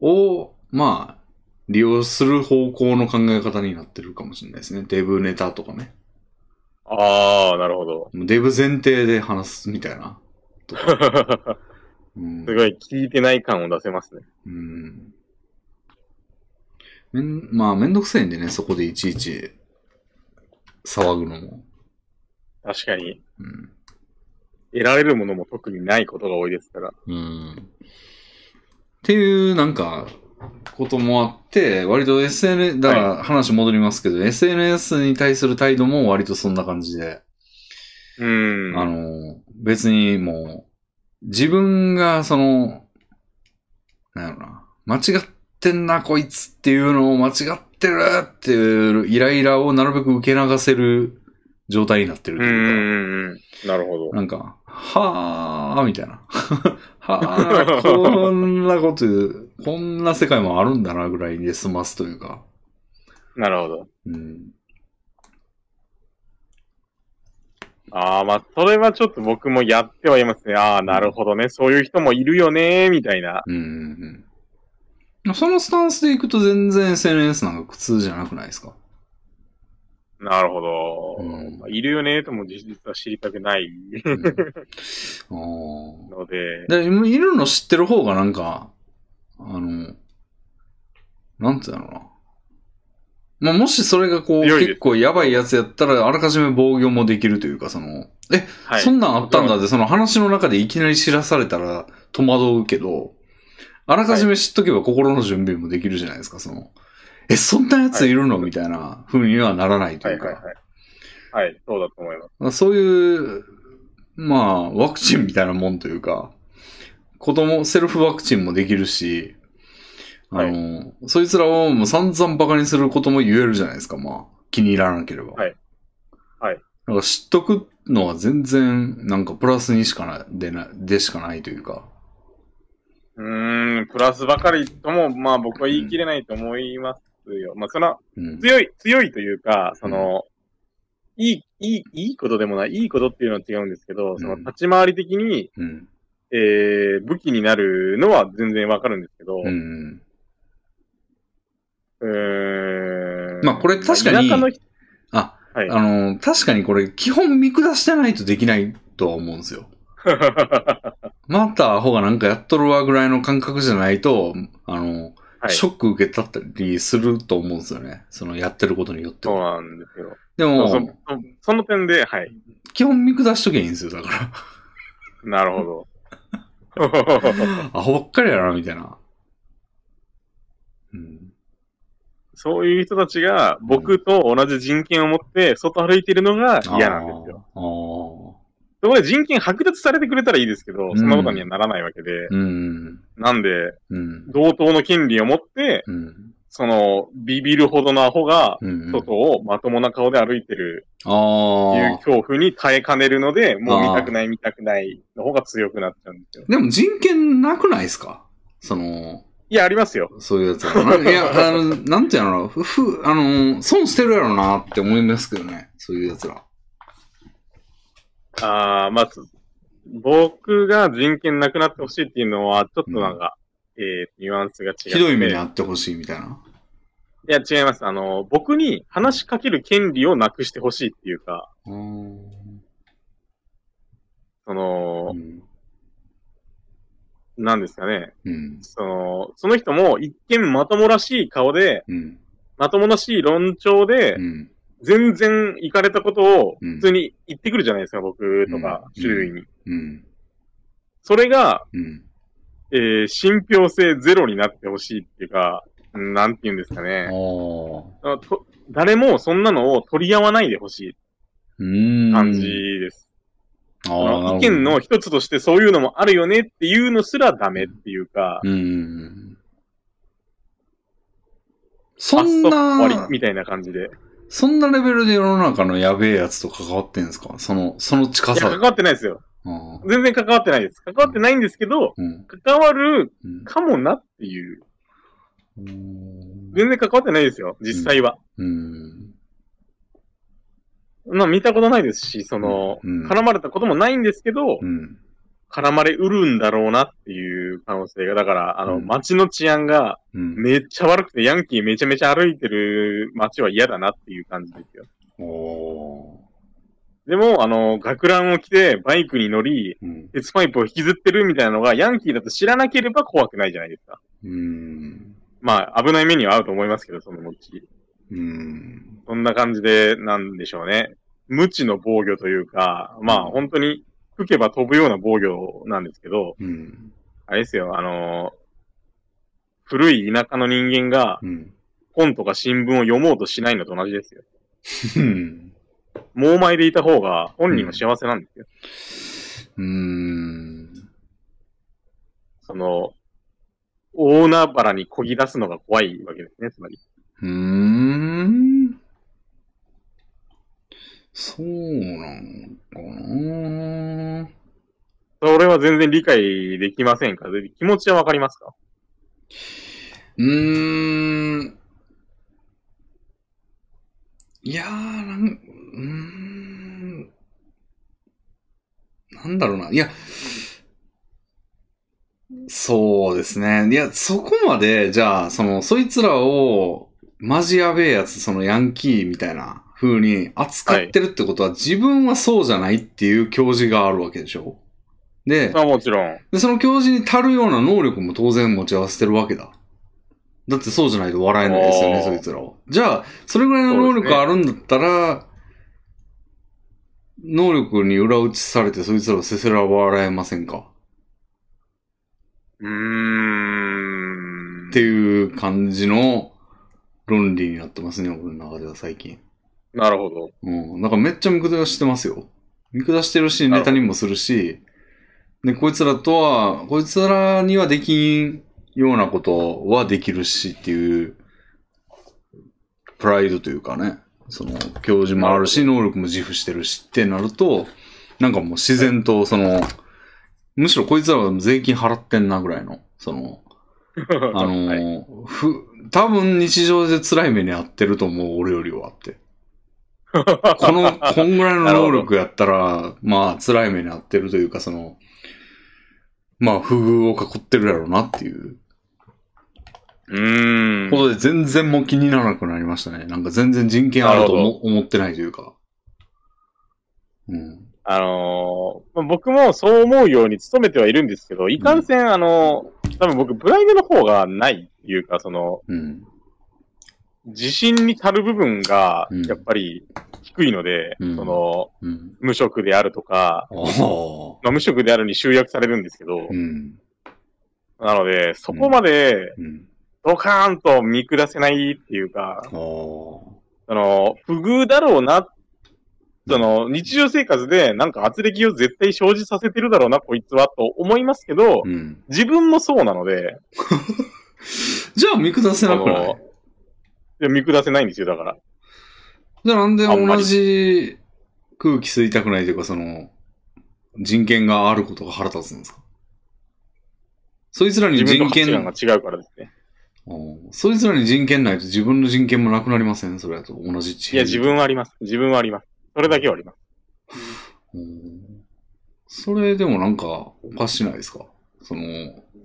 Speaker 1: を、まあ、利用する方向の考え方になってるかもしれないですね。デブネタとかね。
Speaker 2: あー、なるほど。
Speaker 1: もうデブ前提で話すみたい な。うん
Speaker 2: すごい聞いてない感を出せますね。
Speaker 1: うん。めん、まあ、めんどくさいんでね、そこでいちいち騒ぐのも。
Speaker 2: 確かに。
Speaker 1: うん。
Speaker 2: 得られるものも特にないことが多いですから。
Speaker 1: うん。っていう、なんか、こともあって、割と SNS、だから話戻りますけど、SNS に対する態度も割とそんな感じで、
Speaker 2: うん。
Speaker 1: あの、別にもう、自分がその、なんやろな、間違ってんな、こいつっていうのを間違ってるっていうイライラをなるべく受け流せる状態になってる
Speaker 2: う
Speaker 1: と
Speaker 2: んう
Speaker 1: いうか、
Speaker 2: んうん。なるほど。
Speaker 1: なんか、はぁーみたいな。 はぁー、こんなこと、こんな世界もあるんだなぐらいで済ますというか。
Speaker 2: なるほど。
Speaker 1: うん。
Speaker 2: ああ、まあ、それはちょっと僕もやってはいますね。ああ、なるほどね。そういう人もいるよね、みたいな。
Speaker 1: うんうんうん。そのスタンスでいくと全然 SNS なんか苦痛じゃなくないですか
Speaker 2: なるほど。
Speaker 1: うん
Speaker 2: まあいるよね、とも実は知りたくない
Speaker 1: うん、あ
Speaker 2: ので
Speaker 1: あ。。で、今いるの知ってる方がなんか、あの、なんていうのかな。まあ、もしそれがこう、
Speaker 2: 強いです
Speaker 1: 結構やばいやつやったら、あらかじめ防御もできるというか、その、え、
Speaker 2: はい
Speaker 1: そ。んなんあったんだって、その話の中でいきなり知らされたら戸惑うけど、あらかじめ知っとけば心の準備もできるじゃないですか、その、え、そんなやついるのみたいな風にはならないと
Speaker 2: はいいう
Speaker 1: か、
Speaker 2: はいはい。はい、そうだと思います。
Speaker 1: まあそういう、まあ、ワクチンみたいなもんというか、子供、セルフワクチンもできるし、あの、そいつらをもう散々バカにすることも言えるじゃないですか、まあ、気に入らなければ。
Speaker 2: はい。はい。
Speaker 1: だから知っとくのは全然、なんかプラスにしかな、でな、でしかないというか。
Speaker 2: うーん、プラスばかりとも、まあ僕は言い切れないと思いますよ。まあその、
Speaker 1: うん。
Speaker 2: 強い、強いというか、その、いい、いい、いいことでもない、いいことっていうのは違うんですけど、その
Speaker 1: うん
Speaker 2: 立ち回り的に、
Speaker 1: うん。
Speaker 2: えー、武器になるのは全然わかるんですけど、
Speaker 1: う。
Speaker 2: うんーん。
Speaker 1: まあこれ確かに
Speaker 2: 田舎の人
Speaker 1: あ、
Speaker 2: はい
Speaker 1: あの、確かにこれ、基本見下してないとできないとは思うん ですよ。またアホがなんかやっとるわぐらいの感覚じゃないと、あの、
Speaker 2: はい。
Speaker 1: ショック受けたりすると思うんですよね。そのやってることによって
Speaker 2: そう
Speaker 1: は。
Speaker 2: なんですよ。
Speaker 1: で
Speaker 2: そ
Speaker 1: も、
Speaker 2: そそその点で、はい。
Speaker 1: 基本見下しとけばいいんですよ、だか
Speaker 2: なるほ ど。
Speaker 1: ら。 アホばっかりやな、みたいな。うん。
Speaker 2: そういう人たちが僕と同じ人権を持って外歩いてるのが嫌なんですよ。
Speaker 1: あー。あ
Speaker 2: そこで人権剥奪されてくれたらいいですけど、
Speaker 1: ん
Speaker 2: そんなことにはならないわけで、
Speaker 1: ーうん。
Speaker 2: なんで、
Speaker 1: うん。
Speaker 2: 同等の権利を持って、
Speaker 1: うん。
Speaker 2: その、ビビるほどのアホが、
Speaker 1: うん。
Speaker 2: 外をまともな顔で歩いてる
Speaker 1: あ
Speaker 2: とい
Speaker 1: あ
Speaker 2: う。恐怖に耐えかねるので、もう見たくない見たくないの方が強くなっちゃうんですよ。
Speaker 1: でも人権なくないですかその、
Speaker 2: いや、ありますよ。
Speaker 1: そういうやつは。 ないや、あの、なんていうのふ、ふ、あの、損してるやろなって思いますけどね。そういうやつら。
Speaker 2: あーまず、僕が人権なくなってほしいっていうのは、ちょっとなんか、えー、ニュアンスが違う。
Speaker 1: ひどい目にあってほしいみたいな。
Speaker 2: いや、違います。あの、僕に話しかける権利をなくしてほしいっていうか、
Speaker 1: うーん。
Speaker 2: その
Speaker 1: う、ん
Speaker 2: なんですかね。
Speaker 1: うん。
Speaker 2: その、その人も一見まともらしい顔で、
Speaker 1: うん。
Speaker 2: まともらしい論調で
Speaker 1: う、ん。
Speaker 2: 全然行かれたことを
Speaker 1: うん
Speaker 2: 普通に言ってくるじゃないですか、僕とか
Speaker 1: うん、
Speaker 2: 周囲に。
Speaker 1: うん。
Speaker 2: それが、
Speaker 1: うん。
Speaker 2: えー信憑性ゼロになってほしいっていうか、うんなんて言うんですか
Speaker 1: ああ
Speaker 2: ね。
Speaker 1: ー。
Speaker 2: あと誰もそんなのを取り合わないでほし
Speaker 1: うー
Speaker 2: い
Speaker 1: ん。
Speaker 2: 感じです。
Speaker 1: あ
Speaker 2: そ
Speaker 1: ー。な
Speaker 2: の
Speaker 1: るほど
Speaker 2: 意見の一つとしてそういうのもあるよねっていうのすらダメっていうか、
Speaker 1: うん。
Speaker 2: あ
Speaker 1: そ
Speaker 2: っ
Speaker 1: ん
Speaker 2: さ終
Speaker 1: な
Speaker 2: わり、みたいな感じで。
Speaker 1: そんなレベルで世の中のやべえやつと関わってんですかその、その近
Speaker 2: いや、関
Speaker 1: さ。
Speaker 2: わってないですよ。
Speaker 1: うん。
Speaker 2: 全然関わってないです。関わってないんですけど、
Speaker 1: うん。
Speaker 2: 関わる
Speaker 1: うん
Speaker 2: かもなっていう。
Speaker 1: うん
Speaker 2: 全然関わってないですよ、実際は。
Speaker 1: うん。
Speaker 2: まあ見たことないですし、その、
Speaker 1: うん
Speaker 2: 絡まれたこともないんですけど、
Speaker 1: うん。
Speaker 2: 絡まれうるんだろうなっていう可能性が、だから、あ
Speaker 1: う
Speaker 2: の、
Speaker 1: ん
Speaker 2: 街の治安が
Speaker 1: うん。
Speaker 2: めっちゃ悪くて、ヤンキーめちゃめちゃ歩いてる街は嫌だなっていう感じですよ。
Speaker 1: おー
Speaker 2: でも、あの、学ランを着て、バイクに乗り、
Speaker 1: うん。
Speaker 2: 鉄パイプを引きずってるみたいなのが、ヤンキーだと知らなければ怖くないじゃないですか。
Speaker 1: うん。
Speaker 2: まあ、危ない目には合うと思いますけど、その後。
Speaker 1: うん。
Speaker 2: そんな感じで、なんでしょうね。無知の防御というか、まあ、本当に、吹けば飛ぶような防御なんですけど、
Speaker 1: うん。
Speaker 2: あれですよ、あの古い田舎の人間が
Speaker 1: うん。
Speaker 2: 本とか新聞を読もうとしないのと同じですよ。
Speaker 1: うん。
Speaker 2: 盲前でいた方が本人は幸せなんですよ。
Speaker 1: うん。
Speaker 2: その、大海原に漕ぎ出すのが怖いわけですね、つまり。
Speaker 1: うん。そうなんかな
Speaker 2: それは全然理解できませんかで気持ちはわかりますか
Speaker 1: うーん。いやー、なん、うーん。なんだろうな。いや、そうですね。いや、そこまで、じゃあ、その、そいつらを、マジやべえやつ、そのヤンキーみたいな風に扱ってるってことは、自分はそうじゃないっていう教示があるわけでしょで、
Speaker 2: まあもちろん。
Speaker 1: で、その教授に足るような能力も当然持ち合わせてるわけだ。だってそうじゃないと笑えないですよね、
Speaker 2: おー
Speaker 1: そいつらは。じゃあ、それぐらいの能
Speaker 2: そ
Speaker 1: 力
Speaker 2: うですね
Speaker 1: があるんだったら、能力に裏打ちされてそいつらをせせら笑えませんか
Speaker 2: うーん、
Speaker 1: っていう感じの論理になってますね、俺の中では最近。
Speaker 2: なるほど。
Speaker 1: うん。なんかめっちゃ見下してますよ。見下してるし、ネタにもするし、で、こいつらとは、こいつらにはできんようなことはできるしっていう、プライドというかね、その、教授もあるし、能力も自負してるしってなると、なんかもう自然と、その、むしろこいつらは税金払ってんなぐらいの、その、あの
Speaker 2: はい
Speaker 1: ーふ、多分日常で辛い目に遭ってると思う、俺よりは って。この、こんぐらいの能力やったら、まあ、辛い目に遭ってるというか、その、まあ、不遇を囲ってるやろうなっていう
Speaker 2: うーん
Speaker 1: こ。とで、全然もう気にならなくなりましたね。なんか全然人権あると
Speaker 2: なる
Speaker 1: 思思ってないというか。うん。
Speaker 2: あのーまあ僕もそう思うように努めてはいるんですけど、いかんせん、あのー多分僕、プライドの方がないっていうか、その、
Speaker 1: うん。
Speaker 2: 自信に足る部分が
Speaker 1: うん、
Speaker 2: やっぱり低いので、
Speaker 1: うん
Speaker 2: その、
Speaker 1: うん。
Speaker 2: 無職であるとか、
Speaker 1: ああ。
Speaker 2: まあ、無職であるに集約されるんですけど、
Speaker 1: うん。
Speaker 2: なので、そこまで、
Speaker 1: うん。
Speaker 2: ドカーンと見下せないっていうか、
Speaker 1: ああ。
Speaker 2: その、不遇だろうな、その、日常生活でなんか圧力を絶対生じさせてるだろうな、こいつは、と思いますけど、
Speaker 1: うん。
Speaker 2: 自分もそうなので、
Speaker 1: じゃあ見下せなくない
Speaker 2: あのいや見下せないんですよ、だから。
Speaker 1: じゃあなんで
Speaker 2: あんま
Speaker 1: 同
Speaker 2: り
Speaker 1: じ空気吸いたくないというか、その、人権があることが腹立つんですかそいつらに
Speaker 2: 自分と
Speaker 1: 人
Speaker 2: 価
Speaker 1: 権
Speaker 2: 値観が、違うからですね。
Speaker 1: うんそいつらに人権ないと自分の人権もなくなりませんそれだと同じ地
Speaker 2: いや、自分はあります。自分はあります。それだけはあります。
Speaker 1: うんそれでもなんかおかしないですかその、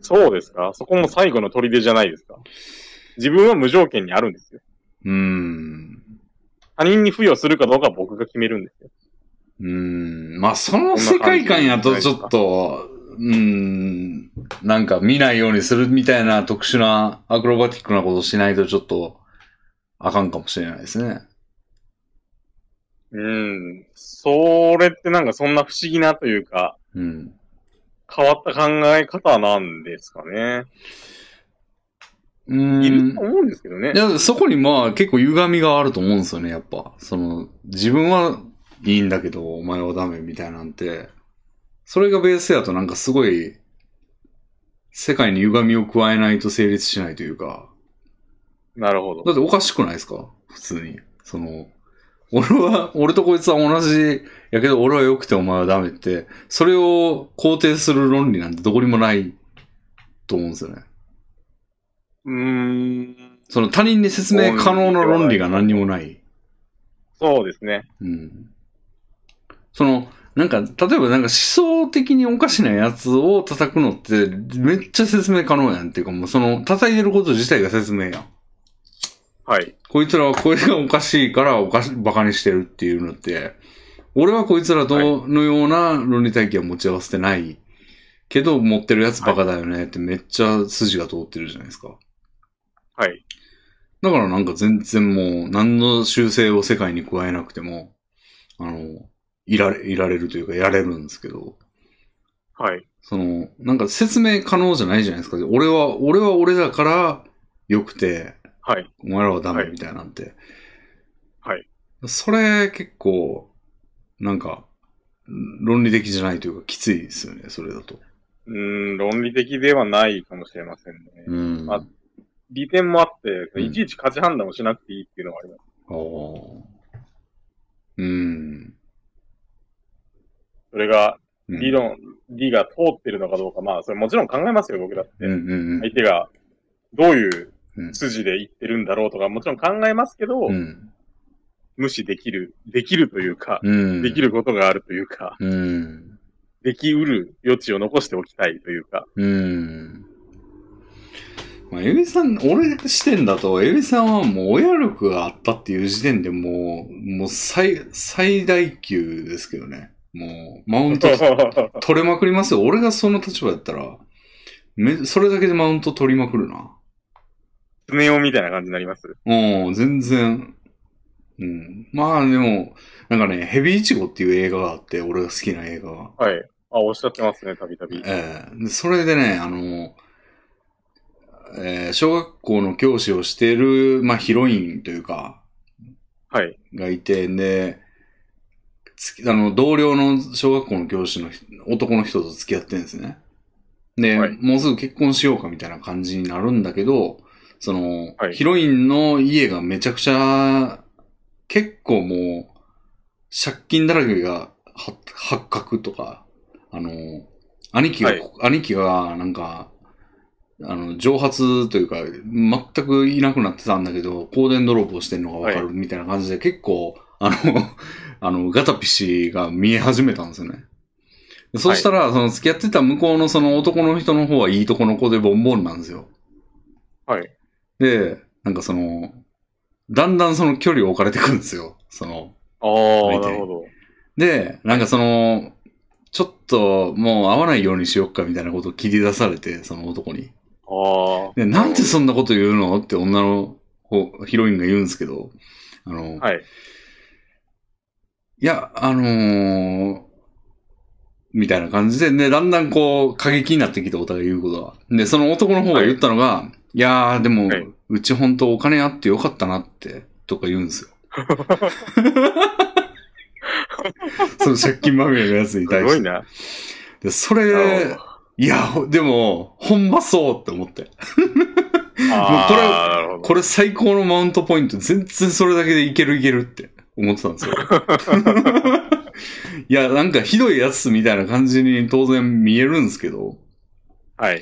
Speaker 2: そうですかそこも最後の砦じゃないですか自分は無条件にあるんですよ。
Speaker 1: うん。
Speaker 2: 他人に付与するかどうかは僕が決めるんですよ。
Speaker 1: うん。まあ、その世界観やとちょっと、うん、なんか見ないようにするみたいな特殊なアクロバティックなことしないとちょっとあかんかもしれないですね。
Speaker 2: うん。それってなんかそんな不思議なというか、
Speaker 1: うん。
Speaker 2: 変わった考え方なんですかね。
Speaker 1: うん。
Speaker 2: いると思うんですけどね
Speaker 1: い。や、そこにまあ結構歪みがあると思うんですよね、やっぱ。その、自分はいいんだけど、お前はダメみたいなんて。それがベースやとなんかすごい、世界に歪みを加えないと成立しないというか。
Speaker 2: なるほど
Speaker 1: だ。っておかしくないですか普通に。その、俺は、俺とこいつは同じ、やけど俺は良くてお前はダメって、それを肯定する論理なんてどこにもないと思うんですよね。
Speaker 2: うーん。
Speaker 1: その他人に説明可能な論理が何にもない。
Speaker 2: そうですね。
Speaker 1: うん。その、なんか、例えばなんか思想的におかしなやつを叩くのって、めっちゃ説明可能やんっていうか、もうその、叩いてること自体が説明やん。
Speaker 2: はい。
Speaker 1: こいつらはこれがおかしいからおかし、バカにしてるっていうのって、俺はこいつらとのような論理体系は持ち合わせてないけど、持ってるやつバカだよねってめっちゃ筋が通ってるじゃないですか。
Speaker 2: はい。
Speaker 1: だからなんか全然もう、何の修正を世界に加えなくても、あの、いられ、いられるというか、やれるんですけど、
Speaker 2: はい。
Speaker 1: その、なんか説明可能じゃないじゃないですか。俺は、俺は俺だから、良くて、
Speaker 2: はい。
Speaker 1: お前らはダメ
Speaker 2: はい
Speaker 1: みたいなんて。
Speaker 2: はい。
Speaker 1: それ、結構、なんか、論理的じゃないというか、きついですよね、それだと。
Speaker 2: うーん、論理的ではないかもしれませんね。
Speaker 1: うん。
Speaker 2: あ利点もあって、
Speaker 1: ん
Speaker 2: いちいち価値判断をしなくていいっていうのはあります。
Speaker 1: あーうん。
Speaker 2: それが、
Speaker 1: うん
Speaker 2: 理論、理が通ってるのかどうか、まあ、それもちろん考えますよ、僕だって。
Speaker 1: うんうん
Speaker 2: 相手が、どういう
Speaker 1: うん
Speaker 2: 筋で言ってるんだろうとか、もちろん考えますけど、
Speaker 1: うん。うん。
Speaker 2: 無視できる、できるというか、
Speaker 1: うん。
Speaker 2: できることがあるというか、
Speaker 1: うん。
Speaker 2: できうる余地を残しておきたいというか、
Speaker 1: うん。まあ、エビさん、俺視点だと、エビさんはもう親力があったっていう時点でもう、もう最、最大級ですけどね。もう、マウント取れまくりますよ。俺がその立場だったら、め、それだけでマウント取りまくるな。
Speaker 2: スネ夫みたいな感じになります。
Speaker 1: うん、全然。うん。まあでも、なんかね、ヘビイチゴっていう映画があって、俺が好きな映画が。
Speaker 2: はい。あ、おっしゃってますね、たびたび。
Speaker 1: ええでそれでね、あの、えー小学校の教師をしている、まあ、ヒロインというか、
Speaker 2: はい。
Speaker 1: がいて、で、つあの、同僚の小学校の教師の人男の人と付き合ってるんですね。で、
Speaker 2: はい
Speaker 1: もうすぐ結婚しようかみたいな感じになるんだけど、その、
Speaker 2: はい
Speaker 1: ヒロインの家がめちゃくちゃ、結構もう、借金だらけがは発覚とか、あの、兄貴が、
Speaker 2: はい
Speaker 1: 兄貴がなんか、あの、蒸発というか、全くいなくなってたんだけど、光電泥棒してんのがわかるみたいな感じで、結構、あの、 あの、ガタピシが見え始めたんですよね。でそしたら、その付き合ってた向こうのその男の人の方はいいとこの子でボンボンなんですよ。
Speaker 2: はい。
Speaker 1: で、なんかその、だんだんその距離を置かれてくんですよ。その、
Speaker 2: ああ、
Speaker 1: 大体
Speaker 2: なるほど。
Speaker 1: で、なんかその、ちょっともう会わないようにしよっかみたいなことを切り出されて、その男に。
Speaker 2: ああ。
Speaker 1: で、なんでそんなこと言うのって女の子ヒロインが言うんですけど、あの、い、
Speaker 2: はい。
Speaker 1: や、あのーみたいな感じで、ね、だんだんこう、過激になってきて、お互い言うことは。で、その男の方が言ったのが、い、やー、でも、
Speaker 2: はいう
Speaker 1: ち本当お金あってよかったなって、とか言うん ですよ。その借金まみれのやつに
Speaker 2: す
Speaker 1: 対
Speaker 2: ご
Speaker 1: し
Speaker 2: い
Speaker 1: て。
Speaker 2: な。
Speaker 1: で、それ、いや、ほでも、ほんまそうって思って。
Speaker 2: ああ、なるほど。
Speaker 1: これ最高のマウントポイント、全然それだけでいけるいけるって思ってたん ですよ。いや、なんかひどいやつみたいな感じに当然見えるんですけど、
Speaker 2: はい。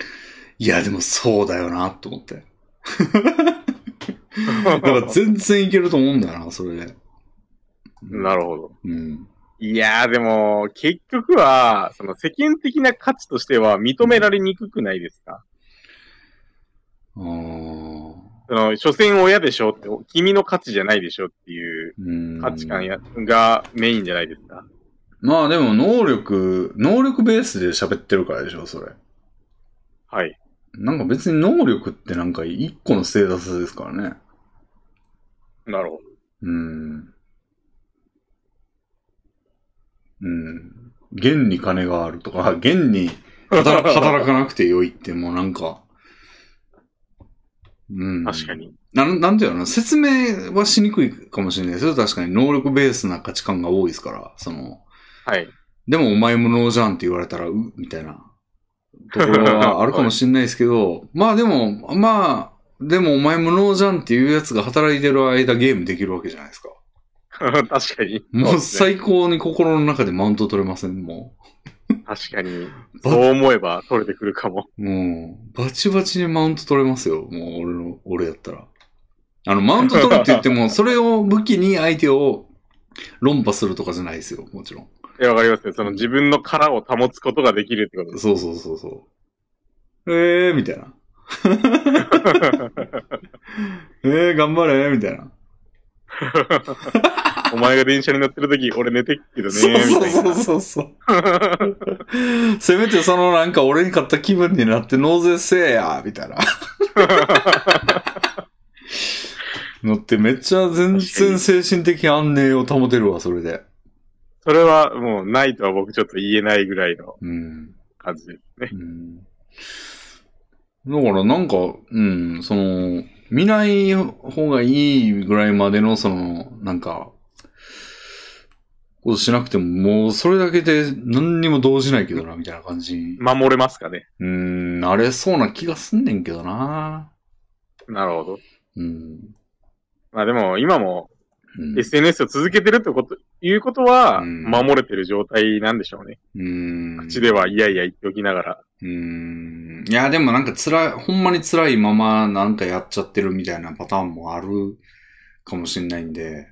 Speaker 1: いや、でもそうだよな、と思って。だから全然いけると思うんだよな、それで。
Speaker 2: なるほど。
Speaker 1: うん。
Speaker 2: いやーでも、結局は、その世間的な価値としては認められにくくないですか、
Speaker 1: ああ。
Speaker 2: その、所詮親でしょって、君の価値じゃないでしょっていう
Speaker 1: うん。
Speaker 2: 価値観や、がメインじゃないですか。
Speaker 1: まあでも能力、能力ベースで喋ってるからでしょ、それ。
Speaker 2: はい。
Speaker 1: なんか別に能力ってなんか一個のステータスですからね。
Speaker 2: なるほど。
Speaker 1: うん。うん。現に金があるとか、 現に働働かなくてよいって、もうなんか。うん。
Speaker 2: 確か。に。
Speaker 1: なん、なんていうの説明はしにくいかもしれないですよ。確かに能力ベースな価値観が多いですから、その、
Speaker 2: はい。
Speaker 1: でもお前無能じゃんって言われたら、う、みたいなところはあるかもしれないですけど、 まあでも、まあ、でもお前無能じゃんっていうやつが働いてる間ゲームできるわけじゃないですか。
Speaker 2: 確かに。
Speaker 1: もう
Speaker 2: そうで
Speaker 1: 最高に心の中でマウント取れません、も
Speaker 2: すね確かに。
Speaker 1: バ
Speaker 2: そう思えば取れてくるかも。
Speaker 1: う。もう、バチバチにマウント取れますよ、もう俺の、俺やったら。あの、マウント取るって言っても、それを武器に相手を論破するとかじゃないですよ、もちろん。
Speaker 2: いや、わかりますよ。その自分の殻を保つことができるってこ とです。
Speaker 1: そうそうそうそう。えー、みたいな。えー、頑張れ、みたいな。
Speaker 2: お前が電車に乗ってる時、俺寝てっけどね、み
Speaker 1: そう
Speaker 2: たいな。
Speaker 1: そうそうそう。せめてそのなんか俺に買った気分になって納税せえや、みたいな。のってめっちゃ全然精神的安寧を保てるわ、それで。
Speaker 2: それはもうないとは僕ちょっと言えないぐらいの
Speaker 1: うん。
Speaker 2: 感じですね。
Speaker 1: うん。だからなんか、うん、その、見ない方がいいぐらいまでの、その、なんか、ことしなくても、もうそれだけで何にも動じないけどな、みたいな感じに
Speaker 2: 守れますかね。
Speaker 1: うーん、なれそうな気がすんねんけどな
Speaker 2: なるほど。
Speaker 1: うん。
Speaker 2: まあでも今も
Speaker 1: うん。
Speaker 2: SNS を続けてるってこと、いうことは、
Speaker 1: うん
Speaker 2: 守れてる状態なんでしょうね。
Speaker 1: うん。
Speaker 2: 口ではいやいや言っておきながら。
Speaker 1: うーん。いや、でもなんか辛い、ほんまに辛いままなんかやっちゃってるみたいなパターンもあるかもしんないんで。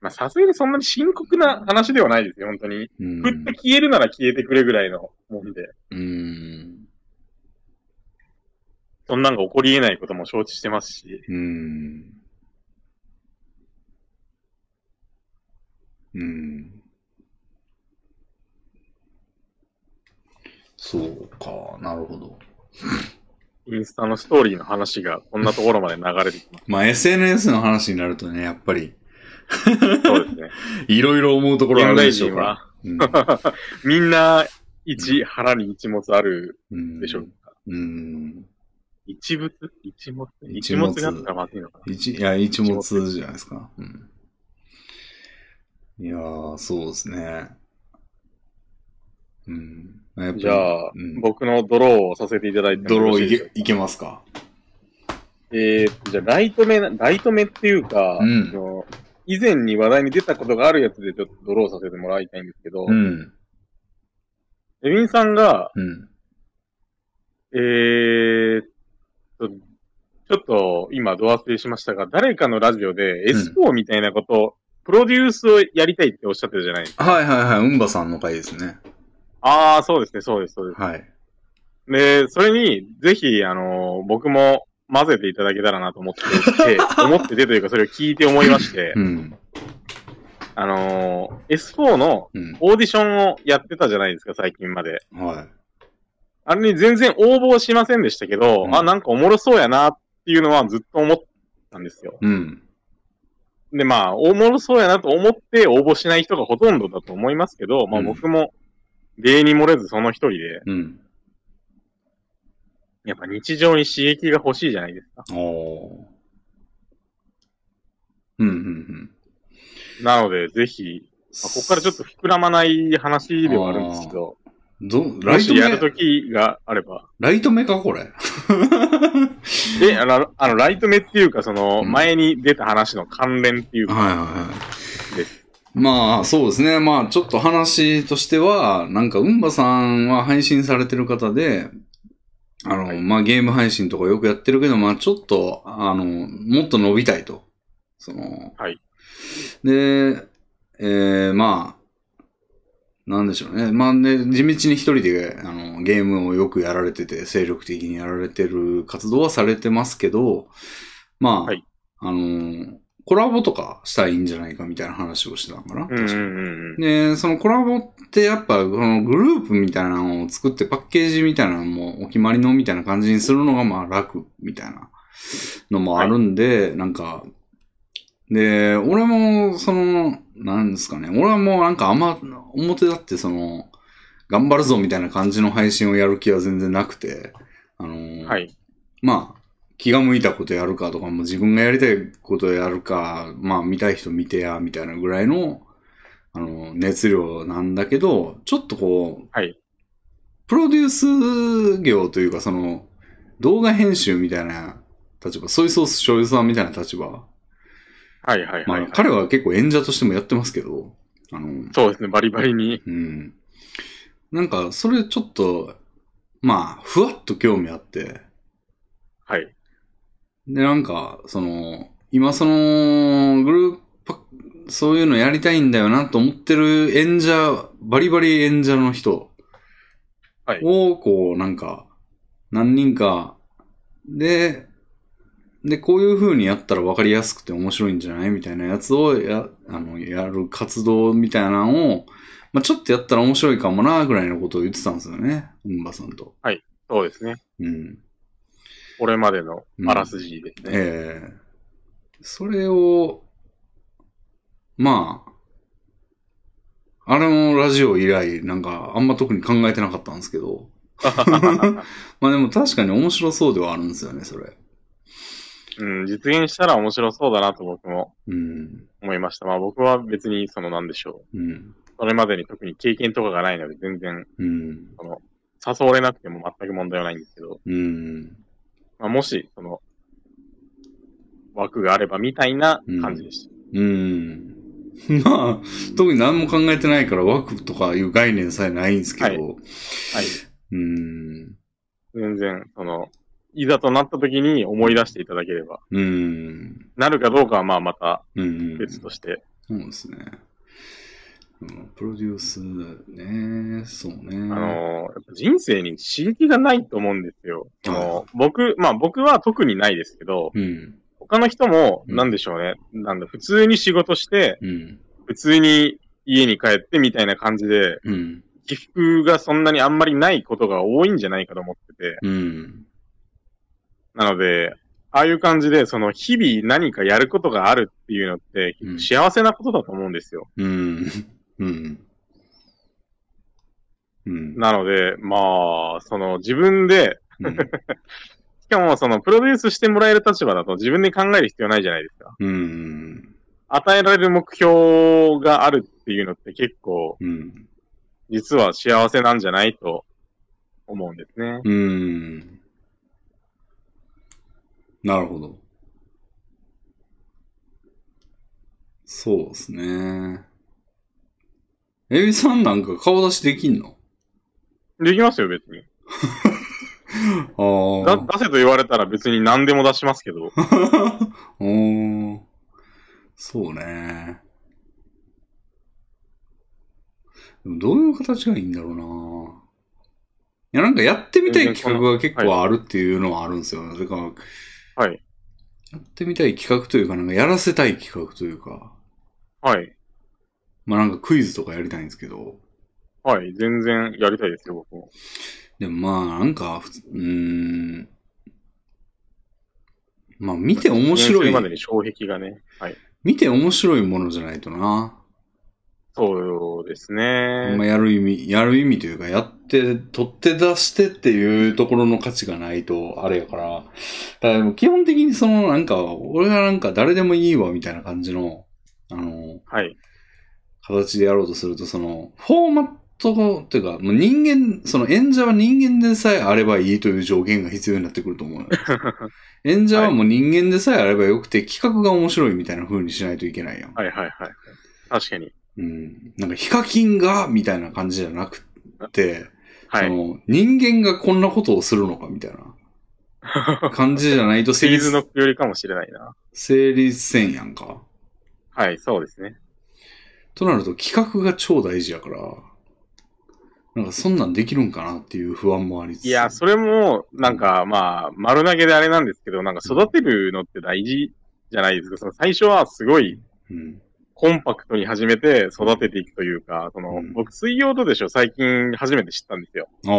Speaker 2: まあさすがにそんなに深刻な話ではないですよ、本当に。
Speaker 1: う
Speaker 2: ふっ
Speaker 1: ん
Speaker 2: と。消えるなら消えてくれぐらいのもんで。
Speaker 1: うん。
Speaker 2: そんなんが起こり得ないことも承知してますし。
Speaker 1: うん。うん。そうか、なるほど。
Speaker 2: インスタのストーリーの話がこんなところまで流れてきま
Speaker 1: まあ、SNS の話になるとね、やっぱり、
Speaker 2: す。そうで すね。
Speaker 1: いろいろ思うところあ
Speaker 2: 現
Speaker 1: る
Speaker 2: 代
Speaker 1: でしょう
Speaker 2: 人
Speaker 1: から。
Speaker 2: は、
Speaker 1: うん
Speaker 2: みんな一、腹に一物ある
Speaker 1: うん
Speaker 2: でしょう。
Speaker 1: うん。
Speaker 2: 一物一物
Speaker 1: 一
Speaker 2: 一
Speaker 1: 物
Speaker 2: 物があったらまずいのかな。
Speaker 1: 一、いや、一物じゃないですか。うん。いやー、そうですね。うん。やっぱり
Speaker 2: じゃあ、
Speaker 1: うん、
Speaker 2: 僕のドローをさせていただいても
Speaker 1: ドロ
Speaker 2: よろし
Speaker 1: ー
Speaker 2: い
Speaker 1: い
Speaker 2: でしょう
Speaker 1: け、いけますか
Speaker 2: えーっと、じゃあ、ライト目な、ライト目っていうか、
Speaker 1: うん
Speaker 2: あの以前に話題に出たことがあるやつでちょっとドローさせてもらいたいんですけど、
Speaker 1: うん。
Speaker 2: エビンさんが、
Speaker 1: うん。
Speaker 2: えーっと、ちょっと今ド忘れしましたが、誰かのラジオで
Speaker 1: うん
Speaker 2: S4 みたいなこと、プロデュースをやりたいっておっしゃってるじゃないですか。
Speaker 1: はいはいはい、うんばさんの回ですね。
Speaker 2: ああ、そうですね、そうです、そうで
Speaker 1: はい。
Speaker 2: す。で、それに、ぜひ、あの僕も混ぜていただけたらなと思って いて、思っててというか、それを聞いて思いまして、
Speaker 1: うん。
Speaker 2: あのー S4 の
Speaker 1: うん。
Speaker 2: オーディションをやってたじゃないですか、最近まで。
Speaker 1: は
Speaker 2: あれに全然応募しませんでしたけど、
Speaker 1: うん
Speaker 2: あ、なんかおもろそうやなっていうのはずっと思ったんですよ。
Speaker 1: い。うん。
Speaker 2: で、まあ、おもろそうやなと思って応募しない人がほとんどだと思いますけど、まあ
Speaker 1: うん
Speaker 2: 僕も例に漏れずその一人で、
Speaker 1: うん。
Speaker 2: やっぱ日常に刺激が欲しいじゃないですか。
Speaker 1: おー。うんうんうん。
Speaker 2: なので、ぜひ、まあここからちょっと膨らまない話ではあるんですけど、
Speaker 1: ど、ラ
Speaker 2: も
Speaker 1: イト
Speaker 2: し
Speaker 1: 目
Speaker 2: やるときがあれば、
Speaker 1: ライト目かこれ。
Speaker 2: で、あの、あのライト目っていうか、そ
Speaker 1: う
Speaker 2: の、
Speaker 1: ん
Speaker 2: 前に出た話の関連っていうか、
Speaker 1: はいはいはい。
Speaker 2: で
Speaker 1: まあ、そうですね。まあ、ちょっと話としては、なんか、うんばさんは配信されてる方で、あの、
Speaker 2: はい
Speaker 1: まあ、ゲーム配信とかよくやってるけど、まあ、ちょっと、あの、もっと伸びたいと。その、
Speaker 2: はい。
Speaker 1: で、えー、まあ、なんでしょうね。まあね、地道に一人で、あの、ゲームをよくやられてて、精力的にやられてる活動はされてますけど、まあ、
Speaker 2: はい
Speaker 1: あのーコラボとかしたらいいんじゃないかみたいな話をしてたのかな。
Speaker 2: うんうんうんうん。
Speaker 1: で、そのコラボってやっぱ、このグループみたいなのを作ってパッケージみたいなのもお決まりのみたいな感じにするのがまあ楽みたいなのもあるんで、なんか、で、俺も、その、なんですかね、俺はもうなんかあんま、表だってその、頑張るぞみたいな感じの配信をやる気は全然なくて、あのー
Speaker 2: はい。
Speaker 1: まあ、気が向いたことやるかとか、もう自分がやりたいことやるか、まあ見たい人見てや、みたいなぐらいの、あの、熱量なんだけど、ちょっとこう、
Speaker 2: はい
Speaker 1: プロデュース業というか、その、動画編集みたいな立場、ソイソース醤油さんみたいな立場、
Speaker 2: はいはい
Speaker 1: ま
Speaker 2: はい、
Speaker 1: あ彼は結構演者としてもやってますけど、あの、
Speaker 2: そうですね、バリバリに。
Speaker 1: うん。なんか、それちょっと、まあ、ふわっと興味あって、
Speaker 2: はい。
Speaker 1: で、なんか、その、今その、グループ、そういうのやりたいんだよなと思ってる演者、バリバリ演者の人
Speaker 2: はい
Speaker 1: を、こう、なんか、何人か、で、で、こういう風にやったら分かりやすくて面白いんじゃないみたいなやつをや、あの、やる活動みたいなのを、まあ、ちょっとやったら面白いかもな、ぐらいのことを言ってたんですよね。うんばさんと。
Speaker 2: そうですね。
Speaker 1: うん。
Speaker 2: これまでのあらすじですね。
Speaker 1: ええそれを、まあ、あれもラジオ以来、なんか、あんま特に考えてなかったんですけ ど、まあでも確かに面白そうではあるんですよね、それ。
Speaker 2: うん、実現したら面白そうだなと僕も
Speaker 1: うん。
Speaker 2: 思いました。まあ僕は別に、そのなんでしょ
Speaker 1: うん。
Speaker 2: う。それまでに特に経験とかがないので、全然
Speaker 1: うん。
Speaker 2: 誘われなくても全く問題はないんですけど、
Speaker 1: うん。
Speaker 2: まあもし、その、枠があればみたいな感じでした。
Speaker 1: うん。 まあ、特に何も考えてないから、枠とかいう概念さえないんですけど、
Speaker 2: はい。
Speaker 1: うん。
Speaker 2: 全然、その、いざとなった時に思い出していただければ、
Speaker 1: うん。
Speaker 2: なるかどうかはまあまた
Speaker 1: うん。
Speaker 2: 別として、
Speaker 1: そうですね。うん、プロデュースね、そうね。
Speaker 2: あのーやっぱ人生に刺激がないと思うんですよ。その僕、まあ僕は特にないですけど、
Speaker 1: うん、
Speaker 2: 他の人も、
Speaker 1: うん
Speaker 2: なんでしょうね、なんだ、普通に仕事して、
Speaker 1: うん、
Speaker 2: 普通に家に帰ってみたいな感じで、
Speaker 1: うん、
Speaker 2: 起伏がそんなにあんまりないことが多いんじゃないかと思ってて、
Speaker 1: うん、
Speaker 2: なので、ああいう感じで、その日々何かやることがあるっていうのって、
Speaker 1: うん
Speaker 2: 幸せなことだと思うんですよ。
Speaker 1: うん、うん、うん、
Speaker 2: なので、まあ、その自分で、しかも、その、プロデュースしてもらえる立場だと自分で考える必要ないじゃないですか。
Speaker 1: うん。
Speaker 2: 与えられる目標があるっていうのって結構、
Speaker 1: うん。
Speaker 2: 実は幸せなんじゃないと思うんですね。
Speaker 1: うん。なるほど。そうですね。エビさんなんか顔出しできんの
Speaker 2: できますよ、別に。
Speaker 1: あ
Speaker 2: だ
Speaker 1: あ。
Speaker 2: 出せと言われたら別に何でも出しますけど。
Speaker 1: うーん。そうね。でもどういう形がいいんだろうな。いや、なんかやってみたい企画が結構あるっていうのはあるんですよね。だから、
Speaker 2: はい。
Speaker 1: やってみたい企画というか、なんかやらせたい企画というか、
Speaker 2: はい。
Speaker 1: まあなんかクイズとかやりたいんですけど、
Speaker 2: はい。全然やりたいですよ、僕も。
Speaker 1: でもまあなんか、ふつうーん、まあ見て面白
Speaker 2: 練習まで
Speaker 1: い、
Speaker 2: に障壁がね。はい。
Speaker 1: 見て面白いものじゃないとな。
Speaker 2: そうです
Speaker 1: まあ、
Speaker 2: ね。
Speaker 1: やる意味、やる意味というか、やって、取って出してっていうところの価値がないと、あれやから。ただでも基本的にその、なんか、俺がなんか誰でもいいわ、みたいな感じの、あの、
Speaker 2: はい。
Speaker 1: 形でやろうとすると、その、フォーマットっていうか、もう人間、その演者は人間でさえあればいいという条件が必要になってくると思うのよ。演者はもう人間でさえあればよくて、企画が面白いみたいな風にしないといけないやん。
Speaker 2: はいはいはい。確かに。
Speaker 1: うん。なんか、ヒカキンが、みたいな感じじゃなくて、
Speaker 2: は
Speaker 1: そ
Speaker 2: い。
Speaker 1: の人間がこんなことをするのかみたいな感じじゃないと
Speaker 2: シ
Speaker 1: 成
Speaker 2: リーズ
Speaker 1: 立
Speaker 2: のよりかもしれないな。
Speaker 1: 成立せんやんか。
Speaker 2: はい、そうですね。
Speaker 1: となると企画が超大事やから、なんかそんなんできるんかなっていう不安もありつつ。
Speaker 2: いや、それも、なんか、まあ、丸投げであれなんですけど、なんか育てるのって大事じゃないですか。その最初はすごい
Speaker 1: うん。
Speaker 2: コンパクトに始めて育てていくというか、その、
Speaker 1: うん
Speaker 2: 僕、水曜どうでしょう最近初めて知ったんですよ。
Speaker 1: あ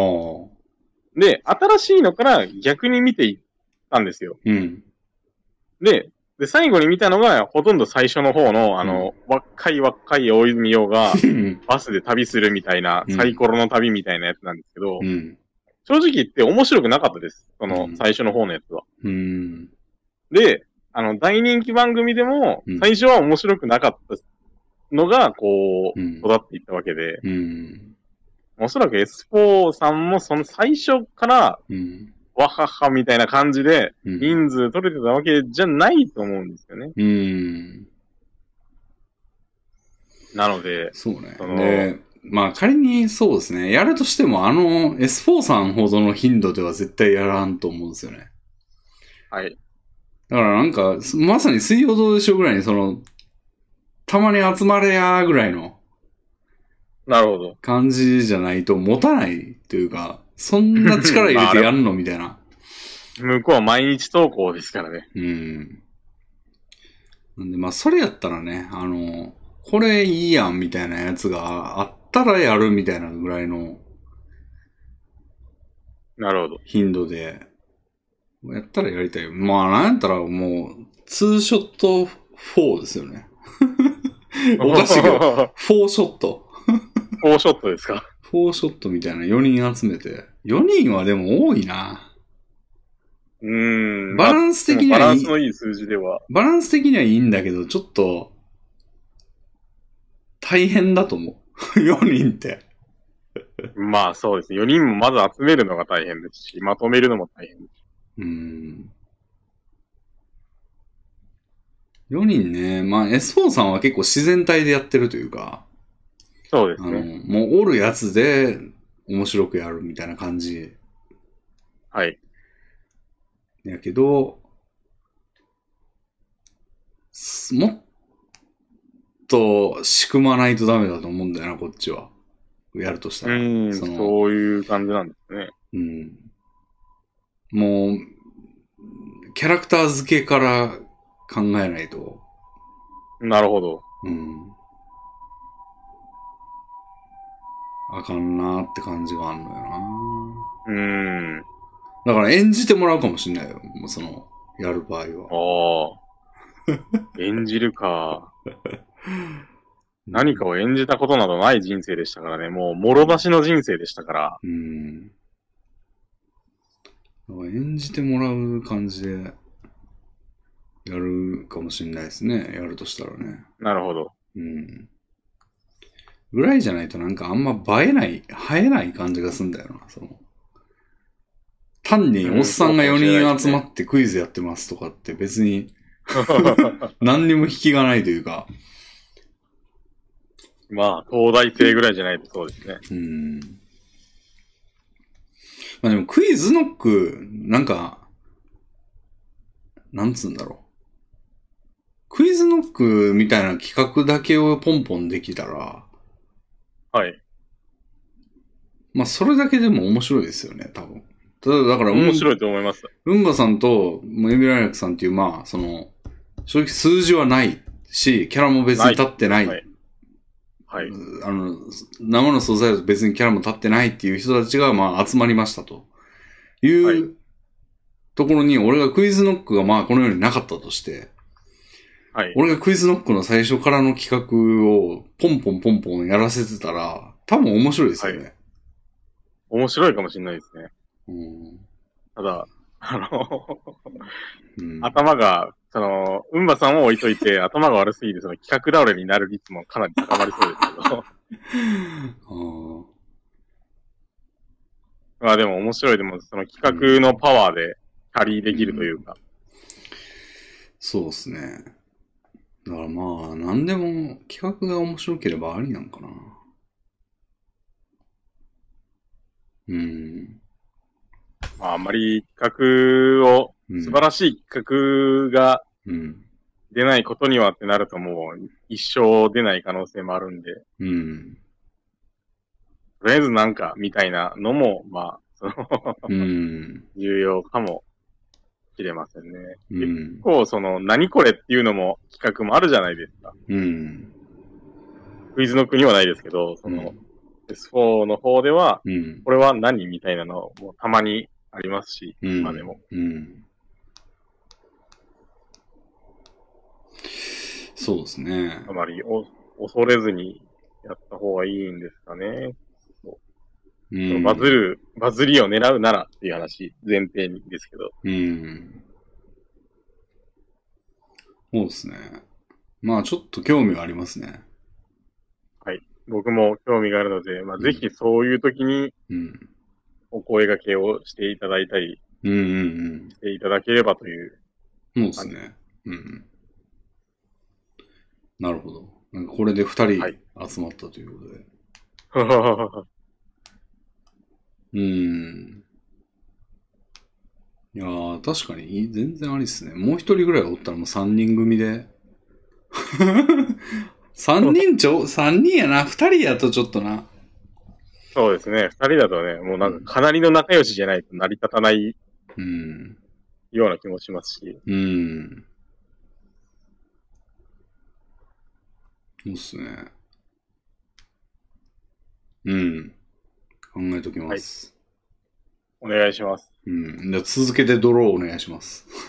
Speaker 1: あ。
Speaker 2: で、新しいのから逆に見ていったんですよ。
Speaker 1: うん。
Speaker 2: で、で、最後に見たのが、ほとんど最初の方の、あの、若い若い大泉洋が、
Speaker 1: うん。
Speaker 2: バスで旅するみたいな、
Speaker 1: うん
Speaker 2: サイコロの旅みたいなやつなんですけど、
Speaker 1: うん。
Speaker 2: 正直言って面白くなかったです。その
Speaker 1: う、ん
Speaker 2: 最初の方のやつは。
Speaker 1: うん。
Speaker 2: で、あの、大人気番組でも
Speaker 1: うん、
Speaker 2: 最初は面白くなかったのが、こう、
Speaker 1: うん
Speaker 2: 育っていったわけで、
Speaker 1: うん。
Speaker 2: おそらく S4 さんもその最初から、
Speaker 1: うん。
Speaker 2: わははみたいな感じで、
Speaker 1: うん。
Speaker 2: 人数取れてたわけじゃないと思うんですよね。
Speaker 1: うん。
Speaker 2: なので、
Speaker 1: そうね
Speaker 2: そ。の
Speaker 1: で、まあ仮にそうですね。やるとしてもあの S4 さんほどの頻度では絶対やらんと思うんですよね。
Speaker 2: はい。
Speaker 1: だからなんか、すまさに水曜どうでしょうぐらいに、その、たまに集まれやーぐらいの
Speaker 2: なるほど。
Speaker 1: 感じじゃないと持たないというか、そんな力入れてやんのみたい な。
Speaker 2: 向こうは毎日投稿ですからね。
Speaker 1: うん。なんでまあ、それやったらね、あの、これいいやんみたいなやつがあったらやるみたいなぐらいの
Speaker 2: なるほど。
Speaker 1: 頻度で、やったらやりたいよ。まあ、なんやったらもう、ツーショット4ですよ ね。 おかしいけど、
Speaker 2: ど。
Speaker 1: 4ショット。
Speaker 2: フォーショットですか。
Speaker 1: フォーショットみたいな4人集めて。4人はでも多いな。
Speaker 2: うーん。
Speaker 1: バランス的に
Speaker 2: バラ
Speaker 1: は
Speaker 2: ン
Speaker 1: い
Speaker 2: ス
Speaker 1: い。
Speaker 2: のいい数字では。
Speaker 1: バランス的にはいいんだけど、ちょっと、大変だと思う。4人 って。
Speaker 2: まあそうですね。4人もまず集めるのが大変ですし、まとめるのも大変です。
Speaker 1: うん。4人ね。まあ S4 さんは結構自然体でやってるというか、
Speaker 2: そうで
Speaker 1: あ
Speaker 2: す
Speaker 1: の、
Speaker 2: ね。
Speaker 1: もうおるやつで面白くやるみたいな感じ
Speaker 2: はい。
Speaker 1: やけど、すもっと仕組まないとダメだと思うんだよな、こっちは。やるとした
Speaker 2: う
Speaker 1: ら。
Speaker 2: ーん。
Speaker 1: その
Speaker 2: そういう感じなんですね。
Speaker 1: うん。もう、キャラクター付けから考えないと。
Speaker 2: なるほど。
Speaker 1: うん。あかんなって感じがあるのよな。
Speaker 2: うーん。
Speaker 1: だから演じてもらうかもしんないよ。もうその、やる場合は。
Speaker 2: ああ。演じるか。何かを演じたことなどない人生でしたからね。もう、もろ出しの人生でしたから。
Speaker 1: うん。なんか演じてもらう感じで、やるかもしれないですね。やるとしたらね。
Speaker 2: なるほど。
Speaker 1: うん。ぐらいじゃないとなんかあんま映えない、映えない感じがすんだよな、その。単におっさんが4人集まってクイズやってますとかって別に何にも引きがないというか。
Speaker 2: まあ、東大生ぐらいじゃないとそうですね。
Speaker 1: うん。まあでもクイズノック、なんか、なんつうんだろう。クイズノックみたいな企画だけをポンポンできたら、
Speaker 2: はい。
Speaker 1: まあそれだけでも面白いですよね、多分。ただ、だから、うん
Speaker 2: 面白いと思います。
Speaker 1: うんばさんと、もうエビライラクさんっていう、まあ、その、正直数字はないし、キャラも別に立ってない。
Speaker 2: はい。はい。
Speaker 1: あの、生の素材と別にキャラも立ってないっていう人たちが、まあ、集まりましたと。い、
Speaker 2: はいう
Speaker 1: ところに、俺がクイズノックが、まあ、この世になかったとして、
Speaker 2: はい。
Speaker 1: 俺がクイズノックの最初からの企画を、ポンポンポンポンやらせてたら、多分面白いですよね。
Speaker 2: 面白いかもしれないですね。
Speaker 1: うん。
Speaker 2: ただ、あの、
Speaker 1: うん。
Speaker 2: 頭が、その、うんばさんを置いといて、 頭が悪すぎて、その企画倒れになる率もかなり高まりそうですけど。
Speaker 1: あー
Speaker 2: まあでも面白い、でもその企画のパワーでキャリーできるというか。
Speaker 1: そうですね。だからまあ、何でも企画が面白ければありなんかな。うん。
Speaker 2: まああんまり企画を、
Speaker 1: うん
Speaker 2: 素晴らしい企画が
Speaker 1: うん。
Speaker 2: 出ないことにはってなるともう一生出ない可能性もあるんで、
Speaker 1: うん。
Speaker 2: とりあえずなんかみたいなのも、まあ、その、
Speaker 1: うん。
Speaker 2: 重要かもしれませんね。
Speaker 1: う
Speaker 2: 結
Speaker 1: ん。
Speaker 2: 構その、何これっていうのも企画もあるじゃないですか。
Speaker 1: うん。
Speaker 2: クイズの国はないですけど、その、S4 の方では、
Speaker 1: うん。
Speaker 2: これは何みたいなのもたまにありますし、
Speaker 1: うん
Speaker 2: まあでも。
Speaker 1: うん。そうですね
Speaker 2: あ。まりお恐れずにやった方がいいんですかね。
Speaker 1: う
Speaker 2: その
Speaker 1: ん。
Speaker 2: バズる、バズりを狙うならっていう話、前提にですけど。
Speaker 1: うん。そうですね。まあ、ちょっと興味はありますね。
Speaker 2: 僕も興味があるので、まあ、
Speaker 1: うん
Speaker 2: ぜひそういう時に
Speaker 1: うん。
Speaker 2: お声掛けをしていただいたり
Speaker 1: うんうんうん。
Speaker 2: していただければ という。
Speaker 1: そうですね。うん。なるほど。なんかこれで二人
Speaker 2: はい
Speaker 1: 集まったということで。
Speaker 2: は
Speaker 1: うん。いやー、確かにいい全然ありっすね。もう一人ぐらいおったらもう三人組で。 三人ちょ、三人やな。二人やとちょっとな。
Speaker 2: そうですね。二人だとね、もうなんかかなりの仲良しじゃないと成り立たない
Speaker 1: うん。
Speaker 2: ような気もしますし。
Speaker 1: うん。そうっすね。うん。考えときます。
Speaker 2: お願いします。
Speaker 1: うん。じゃあ続けてドローお願いします。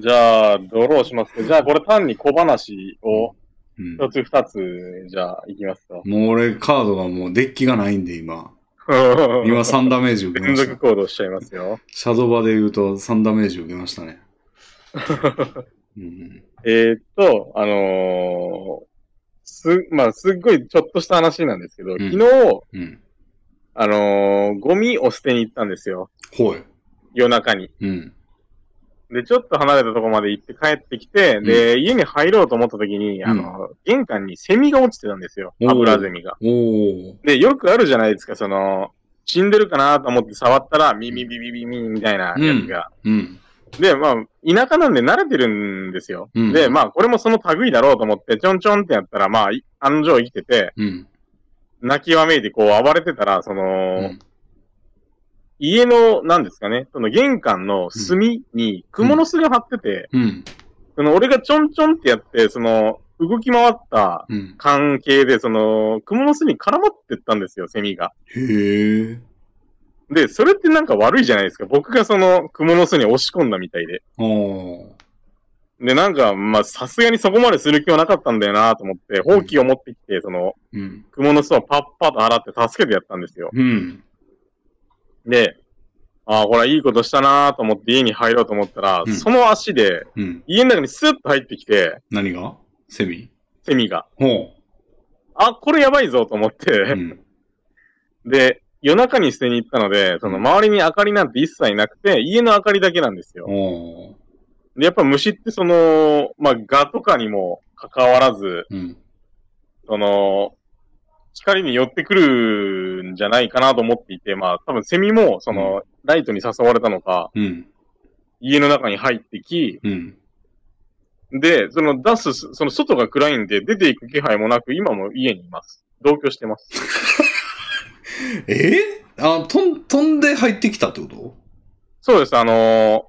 Speaker 2: じゃあ、ドローします。じゃあ、これ単に小話を
Speaker 1: うん。
Speaker 2: 一つ二つ、じゃあ、いきますか。
Speaker 1: もう俺カードがもうデッキがないんで今。今3ダメージ受け
Speaker 2: 連
Speaker 1: ました
Speaker 2: 続。行動しちゃいますよ。
Speaker 1: シャドバで言うと3ダメージ受けましたね。うん。
Speaker 2: えーっと、あのーす、まあ、すっごいちょっとした話なんですけど、
Speaker 1: ん
Speaker 2: 昨日、
Speaker 1: うん。
Speaker 2: あのーゴミを捨てに行ったんですよ。
Speaker 1: ほい。
Speaker 2: 夜中に。
Speaker 1: うん。
Speaker 2: で、ちょっと離れたとこまで行って帰ってきて、で、家に入ろうと思った時に、あのー玄関にセミが落ちてたんですよ。
Speaker 1: おー
Speaker 2: 油ゼミが。
Speaker 1: おー。
Speaker 2: で、よくあるじゃないですか、その、死んでるかなと思って触ったら、ミミビビビミみたいなやつが。
Speaker 1: うん。
Speaker 2: で、まあ、田舎なんで慣れてるんですよ。
Speaker 1: うん
Speaker 2: で、まあ、これもその類だろうと思って、ちょんちょんってやったら、まあ、い案の定生きてて、
Speaker 1: うん。
Speaker 2: 泣きわめいてこう暴れてたら、その、
Speaker 1: うん
Speaker 2: 家の、なんですかね、その玄関の隅に蜘蛛の巣が張ってて、
Speaker 1: うん。
Speaker 2: その俺がちょんちょんってやって、その、動き回った
Speaker 1: うん。
Speaker 2: 関係で、その、蜘蛛の巣に絡まってったんですよ、セミが。
Speaker 1: へー。
Speaker 2: で、それってなんか悪いじゃないですか。僕がその、蜘蛛の巣に押し込んだみたいで。
Speaker 1: あー。
Speaker 2: で、なんか、まあ、さすがにそこまでする気はなかったんだよなと思って、放棄を持ってきて、その、
Speaker 1: うん。
Speaker 2: 蜘蛛の巣をパッパッと洗って助けてやったんですよ。
Speaker 1: うん。
Speaker 2: で、ああ、これはいいことしたなーと思って家に入ろうと思ったら、
Speaker 1: うん
Speaker 2: その足で、
Speaker 1: うん。
Speaker 2: 家の中にスッと入ってきて、
Speaker 1: 何がセミ
Speaker 2: セミが。
Speaker 1: ほ
Speaker 2: あ、これやばいぞと思って、
Speaker 1: う。うん。
Speaker 2: で、夜中に捨てに行ったので、その周りに明かりなんて一切なくて、家の明かりだけなんですよ。
Speaker 1: おー
Speaker 2: で、やっぱ虫ってその、まあ、蛾とかにも関わらず、
Speaker 1: うん。
Speaker 2: その、光に寄ってくるんじゃないかなと思っていて、まあ、多分セミも、その、ライトに誘われたのか、
Speaker 1: うん。
Speaker 2: 家の中に入ってき、
Speaker 1: うん。
Speaker 2: で、その出す、その外が暗いんで、出ていく気配もなく、今も家にいます。同居してます。
Speaker 1: えあ、とん、飛んで入ってきたってこと
Speaker 2: そうです、あのー、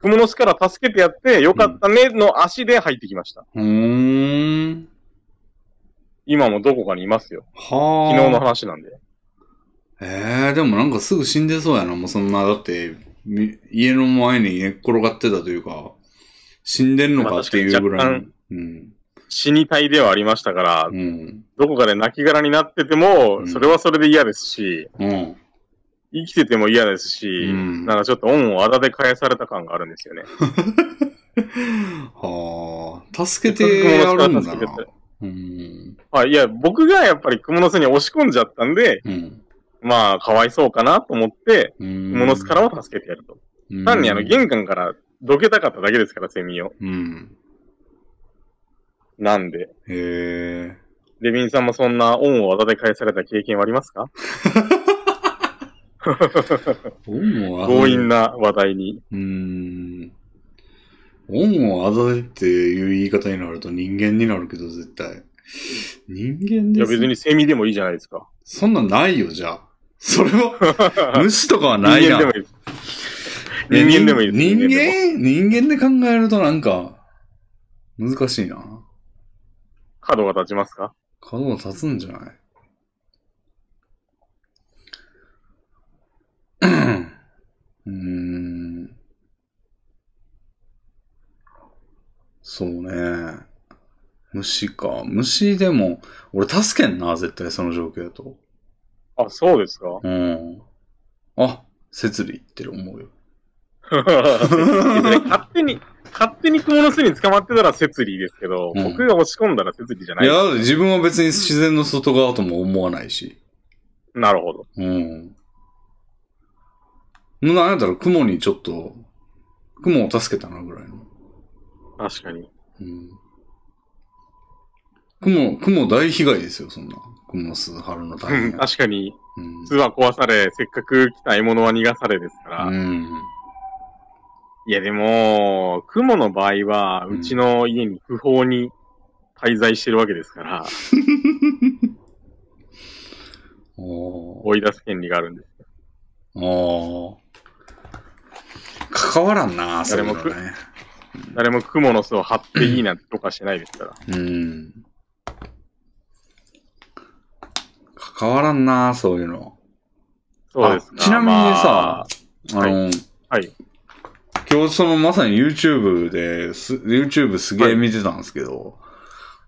Speaker 2: 蜘蛛の巣から助けてやって、よかったねの足で入ってきました。
Speaker 1: うーん。
Speaker 2: 今もどこかにいますよ。
Speaker 1: はあ。
Speaker 2: 昨日の話なんで。
Speaker 1: ええでもなんかすぐ死んでそうやな。もうそんな、だって、み家の前に寝っ転がってたというか、死んでんのかっていうぐらい
Speaker 2: まあ
Speaker 1: の
Speaker 2: 確。
Speaker 1: うん。
Speaker 2: 死に体ではありましたから
Speaker 1: う、ん。
Speaker 2: どこかで亡きになってても
Speaker 1: う、ん
Speaker 2: それはそれで嫌ですし、
Speaker 1: うん。
Speaker 2: 生きてても嫌ですし、
Speaker 1: うん
Speaker 2: なんかちょっと恩をあだで返された感があるんですよね。
Speaker 1: はあ。助けてやるんだ
Speaker 2: 助けて
Speaker 1: な。うん。
Speaker 2: まあ、いや、僕がやっぱり蜘蛛の巣に押し込んじゃったんで、
Speaker 1: うん。
Speaker 2: まあ、かわいそうかなと思って、
Speaker 1: うん。
Speaker 2: 蜘蛛の巣からは助けてやると。
Speaker 1: うん、
Speaker 2: 単にあの、玄関からどけたかっただけですから、セミを。
Speaker 1: うん。
Speaker 2: なんで。
Speaker 1: へえ。
Speaker 2: レビンさんもそんな恩をあだで返された経験はありますか
Speaker 1: 恩をあだ
Speaker 2: 強引な話題に。
Speaker 1: うーん。恩をあだでっていう言い方になると人間になるけど、絶対。人間
Speaker 2: い
Speaker 1: で
Speaker 2: や、
Speaker 1: す
Speaker 2: 別にセミでもいいじゃないですか。
Speaker 1: そんなんないよ、じゃあ。それは、 虫とかは
Speaker 2: 人
Speaker 1: ない
Speaker 2: 間
Speaker 1: な。
Speaker 2: でもいいです。人間でもいいです。
Speaker 1: 人
Speaker 2: でも
Speaker 1: 間人間で考えるとなんか、難しいな。
Speaker 2: 角が立ちますか
Speaker 1: 角が立つんじゃない うん。うーん。そうね。虫か。虫でも、俺助けんな、絶対その状況だと。
Speaker 2: あ、そうですか
Speaker 1: うん。あ、摂理って思うよ。
Speaker 2: 勝手に、勝手に蜘蛛の巣に捕まってたら摂理ですけど、
Speaker 1: うん
Speaker 2: 僕が押し込んだら摂理じゃないい。
Speaker 1: や、だって自分は別に自然の外側とも思わないし。
Speaker 2: なるほど。
Speaker 1: うん。なんやったら雲にちょっと、雲を助けたなぐらいの。
Speaker 2: 確かに。
Speaker 1: うん。雲、雲大被害ですよ、そんな。雲の巣張るの大
Speaker 2: う
Speaker 1: 変
Speaker 2: ん
Speaker 1: や。
Speaker 2: 確かに、
Speaker 1: うん
Speaker 2: 巣は壊され、せっかく来た獲物は逃がされですから。
Speaker 1: うん。
Speaker 2: いや、でも、雲の場合は、
Speaker 1: うん
Speaker 2: うちの家に不法に滞在してるわけですから、
Speaker 1: おー
Speaker 2: 追い出す権利があるんです。
Speaker 1: おー関わらんな、それもね。
Speaker 2: 誰誰も雲の巣を張っていいなんてとかしないですから。
Speaker 1: うん。関わらんな、そういうの。
Speaker 2: そうです
Speaker 1: あちなみにさ
Speaker 2: ま
Speaker 1: あの、
Speaker 2: あ、はい。
Speaker 1: 今日そのまさに YouTube で、す YouTube すげえ見てたんですけど、
Speaker 2: はい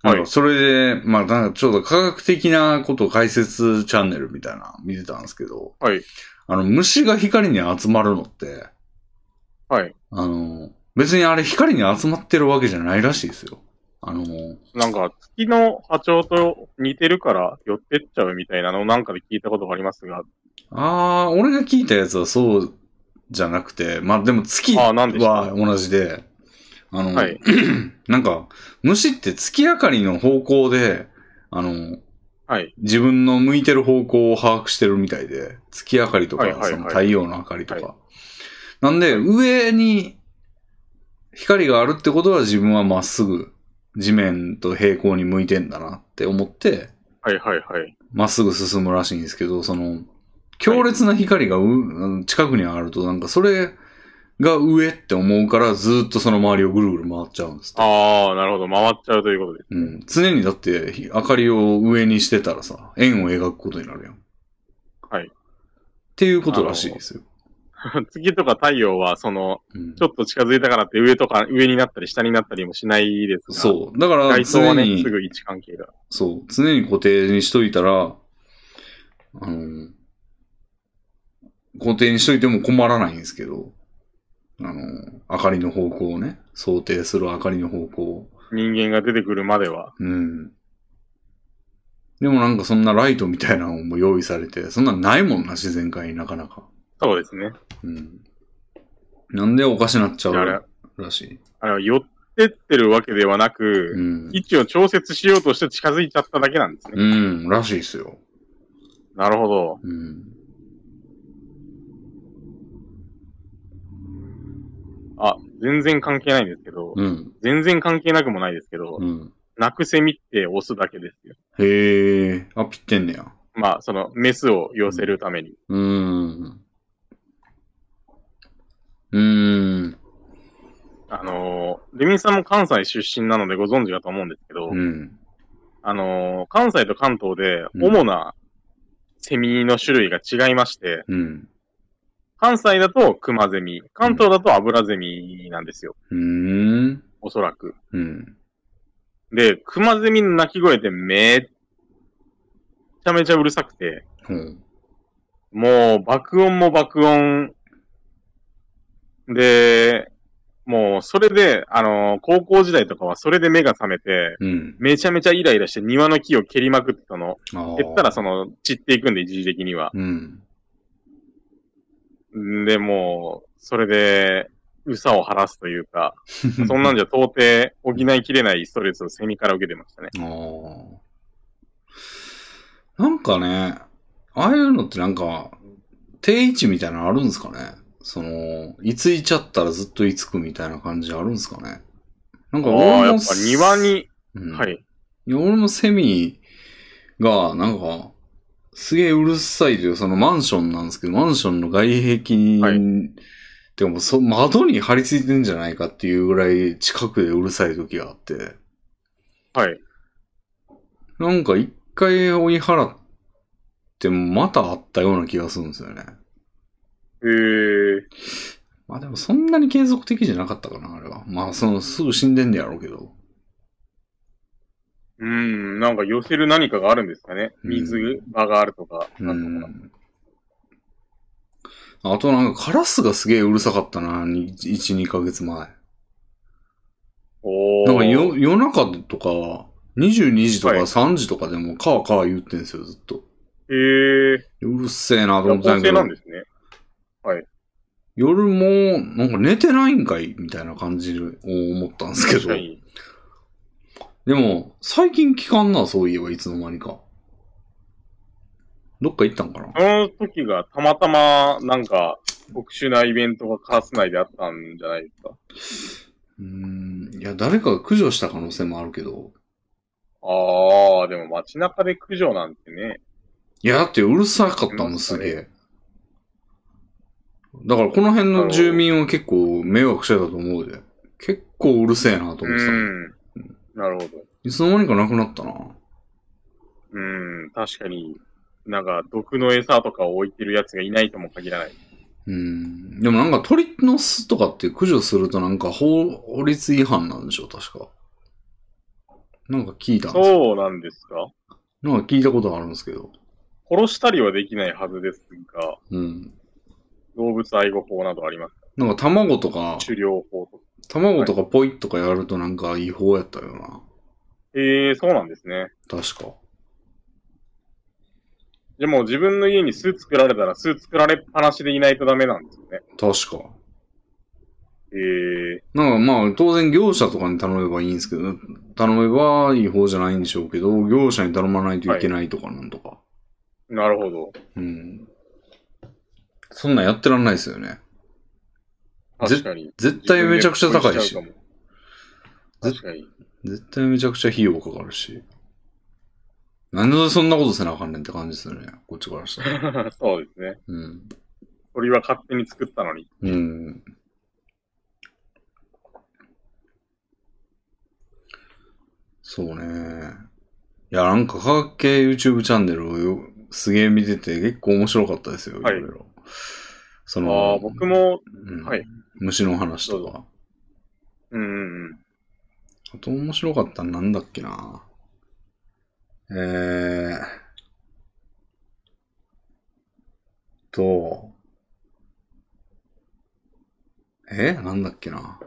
Speaker 1: なんかそれで、まあなんかちょっと科学的なことを解説チャンネルみたいな見てたんですけど、
Speaker 2: はい。
Speaker 1: あの虫が光に集まるのって、
Speaker 2: はい。
Speaker 1: あの、別にあれ光に集まってるわけじゃないらしいですよ。あの、
Speaker 2: なんか、月の波長と似てるから寄ってっちゃうみたいなのをなんかで聞いたことがありますが、
Speaker 1: あー、俺が聞いたやつはそうじゃなくて、まあでも月
Speaker 2: あーなんでした
Speaker 1: は同じで、あの、
Speaker 2: はい。
Speaker 1: なんか、虫って月明かりの方向で、あの、
Speaker 2: はい。
Speaker 1: 自分の向いてる方向を把握してるみたいで、月明かりとか、
Speaker 2: はいはいはい
Speaker 1: その太陽の明かりとか。
Speaker 2: は
Speaker 1: なんで、上に光があるってことは自分はまっすぐ地面と平行に向いてんだなって思って、
Speaker 2: はいはいはい。
Speaker 1: まっすぐ進むらしいんですけど、その、強烈な光がう、うん近くにあると、なんかそれが上って思うから、ずっとその周りをぐるぐる回っちゃうんですって。
Speaker 2: ああ、なるほど。回っちゃうということです。
Speaker 1: うん、常にだってひ明かりを上にしてたらさ、円を描くことになるやん。
Speaker 2: はい
Speaker 1: っていうことらしいですよ。
Speaker 2: 月とか太陽は、その、
Speaker 1: うん
Speaker 2: ちょっと近づいたからって上とか、上になったり下になったりもしないですが、
Speaker 1: そう。だから
Speaker 2: 外装は
Speaker 1: 常
Speaker 2: ね、
Speaker 1: に、
Speaker 2: すぐ位置関係が。
Speaker 1: そう、常に固定にしといたら、あの、固定にしといても困らないんですけど、あの、明かりの方向をね、想定する明かりの方向を。
Speaker 2: 人間が出てくるまでは。
Speaker 1: うん。でもなんかそんなライトみたいなのも用意されて、そんなんないもんな、自然界になかなか。
Speaker 2: そうですね。
Speaker 1: うん。なんでおかしなっちゃ
Speaker 2: あれ
Speaker 1: う、らしい。
Speaker 2: あの、寄ってってるわけではなく、
Speaker 1: うん。
Speaker 2: 位置を調節しようとして近づいちゃっただけなんですね。
Speaker 1: うん、らしいですよ。
Speaker 2: なるほど。
Speaker 1: うん。
Speaker 2: あ、全然関係ないんですけど、
Speaker 1: うん。
Speaker 2: 全然関係なくもないですけど、
Speaker 1: うん。
Speaker 2: 鳴くセミって押すだけですよ。
Speaker 1: へえ、あ、ぴってんねや。
Speaker 2: まあ、その、メスを寄せるために。
Speaker 1: うーん。うーん。
Speaker 2: あのーレミンさんも関西出身なのでご存知だと思うんですけど、
Speaker 1: うん。
Speaker 2: あのー関西と関東で
Speaker 1: うん
Speaker 2: 主なセミの種類が違いまして、
Speaker 1: うん。
Speaker 2: 関西だとクマゼミ、関東だとアブラゼミなんですよ。
Speaker 1: うーん。
Speaker 2: おそらく。
Speaker 1: うん。
Speaker 2: で、クマゼミの鳴き声ってめっちゃめちゃうるさくて、
Speaker 1: ほう。
Speaker 2: もう爆音も爆音。で、もうそれで、あのー高校時代とかはそれで目が覚めて、
Speaker 1: うん。
Speaker 2: めちゃめちゃイライラして庭の木を蹴りまくってたの。
Speaker 1: ああ。
Speaker 2: 蹴ったらその散っていくんで、一時的には。
Speaker 1: うん。
Speaker 2: んで、もう、それで、うさを晴らすとい うか、そんなんじゃ到底補いきれないストレスをセミから受けてましたね。
Speaker 1: あーなんかね、ああいうのってなんか、定位置みたいなのあるんですかねその、いついちゃったらずっといつくみたいな感じあるんですかねなん
Speaker 2: あ
Speaker 1: か俺
Speaker 2: あ
Speaker 1: も、
Speaker 2: ー、やっぱ庭に、
Speaker 1: うん、
Speaker 2: はい。
Speaker 1: いや、俺もセミが、なんか、すげえうるさいという、そのマンションなんですけど、マンションの外壁に、
Speaker 2: はい
Speaker 1: てかもうそ窓に張り付いてんじゃないかっていうぐらい近くでうるさい時があって、
Speaker 2: はい。
Speaker 1: なんか一回追い払ってもまたあったような気がするんですよね。
Speaker 2: えー、
Speaker 1: まあでもそんなに継続的じゃなかったかな、あれは。まあそのすぐ死んでんねやろうけど。
Speaker 2: うん、なんか寄せる何かがあるんですかね。
Speaker 1: うん
Speaker 2: 水場があるとか、なんとか。
Speaker 1: あとなんかカラスがすげえうるさかったな、1、2ヶ月前。
Speaker 2: おー。
Speaker 1: なんかよ夜中とか、22時とか
Speaker 2: はい
Speaker 1: 3時とかでもカーカー言ってんすよ、ずっと。
Speaker 2: えー、
Speaker 1: うるせえなと
Speaker 2: 夜
Speaker 1: 思ってたんや
Speaker 2: 行
Speaker 1: け
Speaker 2: 性な
Speaker 1: ど
Speaker 2: ん、ですね。
Speaker 1: 夜も、なんか寝てないんかいみたいな感じを思ったんですけ
Speaker 2: 確
Speaker 1: ど
Speaker 2: か。に。
Speaker 1: でも、最近聞かんな、そういえば、いつの間にか。どっか行ったんかな
Speaker 2: その時がたまたま、なんか、特殊なイベントがカース内であったんじゃないですか。
Speaker 1: うーん、いや、誰かが駆除した可能性もあるけど。
Speaker 2: ああ、でも街中で駆除なんてね。
Speaker 1: いや、だってうるさかったもん、すげえ。だから、この辺の住民は結構迷惑してたと思うで。結構うるせえなと
Speaker 2: う
Speaker 1: 思ってたもん。
Speaker 2: ん。なるほど。
Speaker 1: いつの間にかなくなったな。
Speaker 2: うん、確かに。なんか、毒の餌とかを置いてるやつがいないとも限らない。
Speaker 1: うん。でもなんか鳥の巣とかって駆除するとなんか法法律違反なんでしょ、確か。なんか聞いたんですよ
Speaker 2: そうなんですか
Speaker 1: なんか聞いたことがあるんですけど。
Speaker 2: 殺したりはできないはずですが、
Speaker 1: うん。
Speaker 2: 動物愛護法などあります。
Speaker 1: なんか卵とか、
Speaker 2: 狩猟法とか。
Speaker 1: 卵とかポイとかやるとなんか違法やったよな。
Speaker 2: ええー、そうなんですね。
Speaker 1: 確か。
Speaker 2: じゃあもう自分の家に巣作られたら巣作られっぱなしでいないとダメなんですよね。
Speaker 1: 確か。
Speaker 2: ええ
Speaker 1: なんかまあ当然業者とかに頼めばいいんですけど、頼めば違法じゃないんでしょうけど、業者に頼まないといけないとかなんとか。
Speaker 2: ー、なるほど。
Speaker 1: うん。そんなんやってらんないですよね。ぜ
Speaker 2: 確かに。
Speaker 1: 絶対めちゃくちゃ高いし
Speaker 2: 自。分で殺しちゃうかも。確かに。
Speaker 1: 絶対めちゃくちゃ費用かかるし。なんでそんなことせなあかんねんって感じですよね。こっちからしたら。
Speaker 2: そうですね。
Speaker 1: うん。
Speaker 2: 鳥は勝手に作ったのに。
Speaker 1: うん。そうね。いや、なんか科学系 YouTube チャンネルをよすげえ見てて結構面白かったですよ。
Speaker 2: はい
Speaker 1: いろいろ。そ
Speaker 2: あ
Speaker 1: の
Speaker 2: あ、、僕も、
Speaker 1: うん
Speaker 2: はい
Speaker 1: 虫の話
Speaker 2: ど
Speaker 1: とか。
Speaker 2: うんうんうん。
Speaker 1: あと面白かったのなんだっけな。えー、と、えなんだっけな。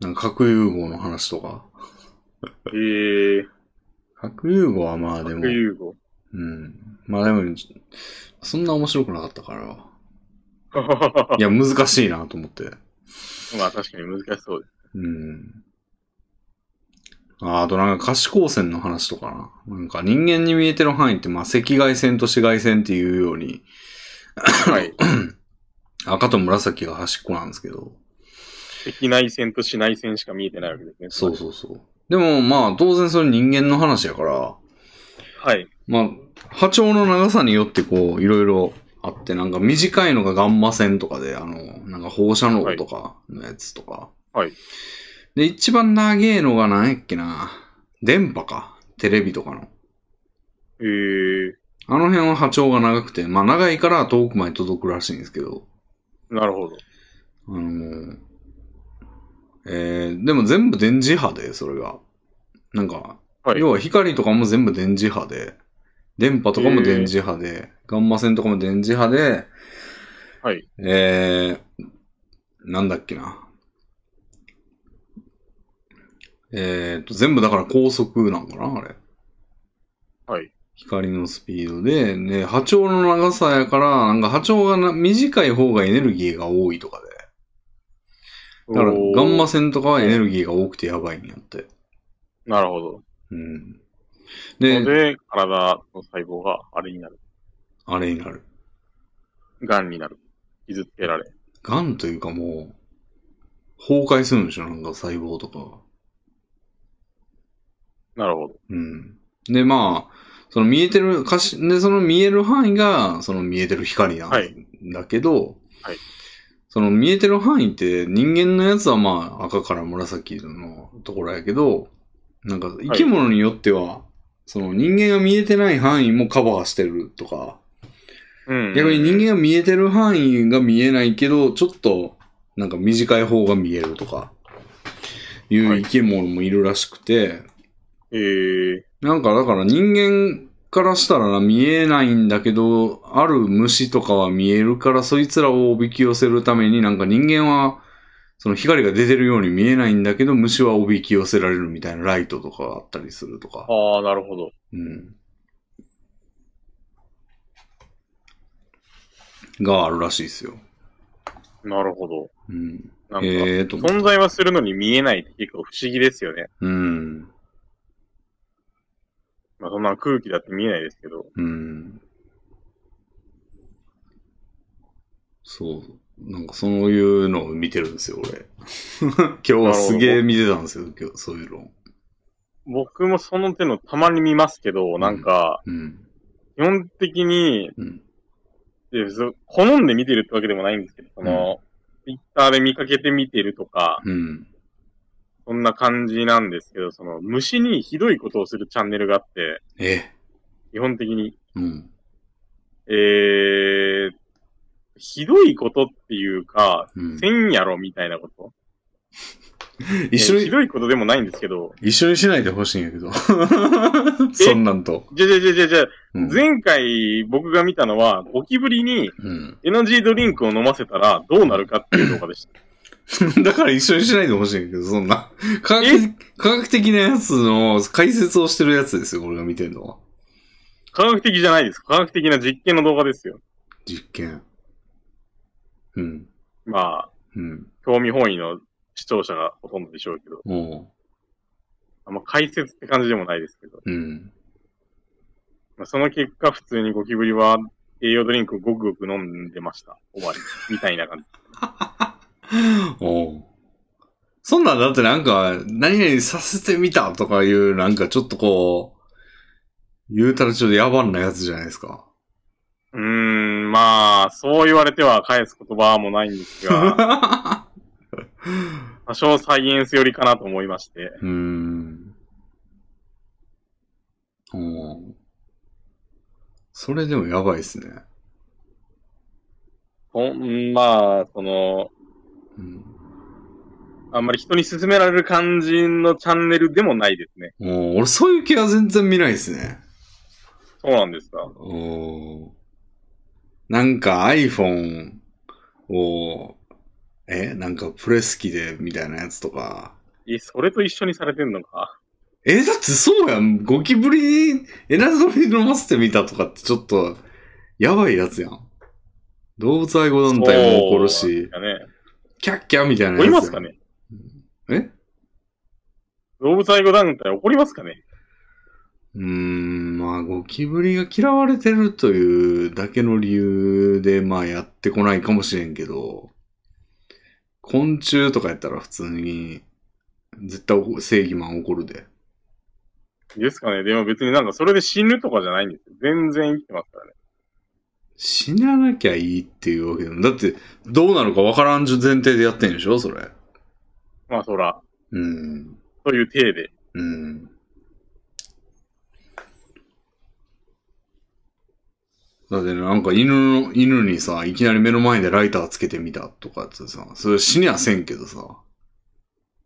Speaker 1: なんか核融合の話とか。
Speaker 2: へえ、
Speaker 1: 核融合はまあでも
Speaker 2: 核、融合。
Speaker 1: うん。まあでも、そんな面白くなかったから。
Speaker 2: ま
Speaker 1: いや、難しいなと思って。
Speaker 2: あ確かに難しそうです。
Speaker 1: うん。ああとなんか可視光線の話とかな。なんか人間に見えてる範囲って、まあ赤外線と紫外線っていうように、
Speaker 2: はい。
Speaker 1: 赤と紫が端っこなんですけど。
Speaker 2: 赤内線と市内線しか見えてないわけですね。
Speaker 1: そうそうそう。でもまあ当然それ人間の話やから、
Speaker 2: はい。
Speaker 1: まあ波長の長さによってこういろいろあって、なんか短いのがガンマ線とかで、あの、なんか放射能とかのやつとか。
Speaker 2: はい。
Speaker 1: で、一番長えのが何やっけな。電波か。テレビとかの。
Speaker 2: へえ、
Speaker 1: あの辺は波長が長くて、まあ長いから遠くまで届くらしいんですけど、
Speaker 2: なるほど。
Speaker 1: あのーえー、でも全部電磁波で、それが。なんか、
Speaker 2: はい
Speaker 1: 要は光とかも全部電磁波で、電波とかも電磁波で、ガンマ線とかも電磁波で、
Speaker 2: はい。
Speaker 1: えー、なんだっけな。えーと、全部だから高速なんかなあれ。
Speaker 2: はい。
Speaker 1: 光のスピードで、ね、波長の長さやから、なんか波長がな短い方がエネルギーが多いとかで。だから、
Speaker 2: おー
Speaker 1: ガンマ線とかはエネルギーが多くてやばいんやって。
Speaker 2: なるほど。
Speaker 1: うん。
Speaker 2: で
Speaker 1: で、
Speaker 2: で、体の細胞があれになる。
Speaker 1: あれになる。
Speaker 2: 癌になる。傷つけられ。
Speaker 1: ガンというかもう、崩壊するんでしょなんか細胞とか。
Speaker 2: なるほど。
Speaker 1: うん。で、まあ、その見えてる、かし、で、その見える範囲が、その見えてる光なん
Speaker 2: はい
Speaker 1: だけど、
Speaker 2: はい
Speaker 1: その見えてる範囲って人間のやつはまあ赤から紫のところやけど、なんか生き物によっては、その人間が見えてない範囲もカバーしてるとか、
Speaker 2: うん。
Speaker 1: 逆に人間が見えてる範囲が見えないけど、ちょっとなんか短い方が見えるとか、いう生き物もいるらしくて、
Speaker 2: ええ
Speaker 1: なんかだから人間からしたらな見えないんだけど、ある虫とかは見えるから、そいつらをおびき寄せるためになんか人間は、その光が出てるように見えないんだけど、虫はおびき寄せられるみたいなライトとかがあったりするとか。
Speaker 2: ああ、なるほど。
Speaker 1: うん。があるらしいですよ。
Speaker 2: なるほど。
Speaker 1: うん。
Speaker 2: なんか、
Speaker 1: えーと。
Speaker 2: 存在はするのに見えないって結構不思議ですよね。
Speaker 1: うん。
Speaker 2: まあそんな空気だって見えないですけど。
Speaker 1: うん。そう。なんかそういうのを見てるんですよ、俺。 今日はすげえ見てたんですよ、今日、そういうの。
Speaker 2: 僕もその手のたまに見ますけど、なんか、
Speaker 1: うん。
Speaker 2: 基本的に、
Speaker 1: うん。
Speaker 2: でそ好んで見てるってわけでもないんですけど、その、ツイッターで見かけて見てるとか、
Speaker 1: うん。
Speaker 2: そんな感じなんですけど、その、虫にひどいことをするチャンネルがあって、
Speaker 1: え、
Speaker 2: 基本的に、
Speaker 1: うん。
Speaker 2: えー、ひどいことっていうか、
Speaker 1: うん
Speaker 2: せ、んやろみたいなこと。
Speaker 1: 一緒
Speaker 2: えーひ
Speaker 1: に、
Speaker 2: どいことでもないんですけど、
Speaker 1: 一緒にしないでほしいんやけ ど。そんなんと。
Speaker 2: じゃじゃじゃじゃじゃ、
Speaker 1: うん。
Speaker 2: 前回僕が見たのは、ゴキブリに
Speaker 1: うん、
Speaker 2: エナジードリンクを飲ませたらどうなるかっていう動画でした。
Speaker 1: だから一緒にしないでほしいんやけど、そんな。科学
Speaker 2: え
Speaker 1: 科学的なやつの解説をしてるやつですよ、俺が見てるのは。
Speaker 2: 科学的じゃないです。科学的な実験の動画ですよ。
Speaker 1: 実験。うん。
Speaker 2: まあ、
Speaker 1: うん。
Speaker 2: 興味本位の視聴者がほとんどでしょうけど、
Speaker 1: おう。
Speaker 2: あんま解説って感じでもないですけど、
Speaker 1: うん。
Speaker 2: まあ、その結果普通にゴキブリは栄養ドリンクをごくごく飲んでました。終わり。みたいな感じ。
Speaker 1: おうそんなんだってなんか、何々させてみたとかいう、なんかちょっとこう、言うたらちょっと野蛮なやつじゃないですか。
Speaker 2: うーん、まあ、そう言われては返す言葉もないんですが、
Speaker 1: う
Speaker 2: 多少サイエンス寄りかなと思いまして、
Speaker 1: ーん。おうそれでもやばいっすね。
Speaker 2: ほんまあ、その、
Speaker 1: うん、
Speaker 2: あんまり人に勧められる感じのチャンネルでもないですね。
Speaker 1: おう俺そういう気は全然見ないっすね。
Speaker 2: そうなんですか。
Speaker 1: おーなんか iPhone をえ、なんかプレス機でみたいなやつとか。
Speaker 2: え、それと一緒にされてんのか。
Speaker 1: え、だってそうやん。ゴキブリにエナドリ飲ませてみたとかってちょっと、やばいやつやん。動物愛護団体も怒るし、
Speaker 2: そうなんですかね。
Speaker 1: キャッキャみたいなやつや
Speaker 2: 怒り
Speaker 1: ん。
Speaker 2: ますかね
Speaker 1: え
Speaker 2: 動物愛護団体怒りますかね
Speaker 1: うーん、まあ、ゴキブリが嫌われてるというだけの理由で、まあ、やってこないかもしれんけど、昆虫とかやったら普通に、絶対お正義マン怒るで。
Speaker 2: ですかね。でも別になんかそれで死ぬとかじゃないんですよ。全然生きてますからね。
Speaker 1: 死ななきゃいいっていうわけでも、だって、どうなるかわからん前提でやってんでしょそれ。
Speaker 2: まあそら、
Speaker 1: うん。
Speaker 2: そういう体で。
Speaker 1: うん。だってなんか犬の、犬にさ、いきなり目の前でライターつけてみたとかってさ、それ死にはせんけどさ、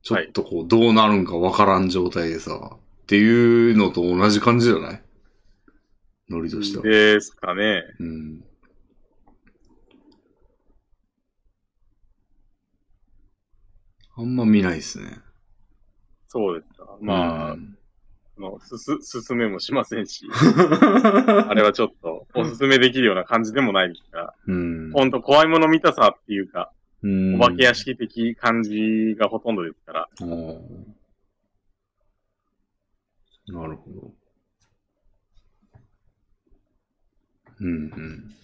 Speaker 1: ちょっとこう、どうなるんかわからん状態でさ、っていうのと同じ感じじゃないノリとしては。
Speaker 2: ですかね。
Speaker 1: うん。あんま見ないっすね。
Speaker 2: そうですか。まあ、
Speaker 1: うん
Speaker 2: あのすす、進めもしませんし。あれはちょっと、おすすめできるような感じでもないですから。
Speaker 1: うん。
Speaker 2: ほんと、怖いもの見たさっていうか、
Speaker 1: うん
Speaker 2: お化け屋敷的感じがほとんどですから。
Speaker 1: おーなるほど。うんうん。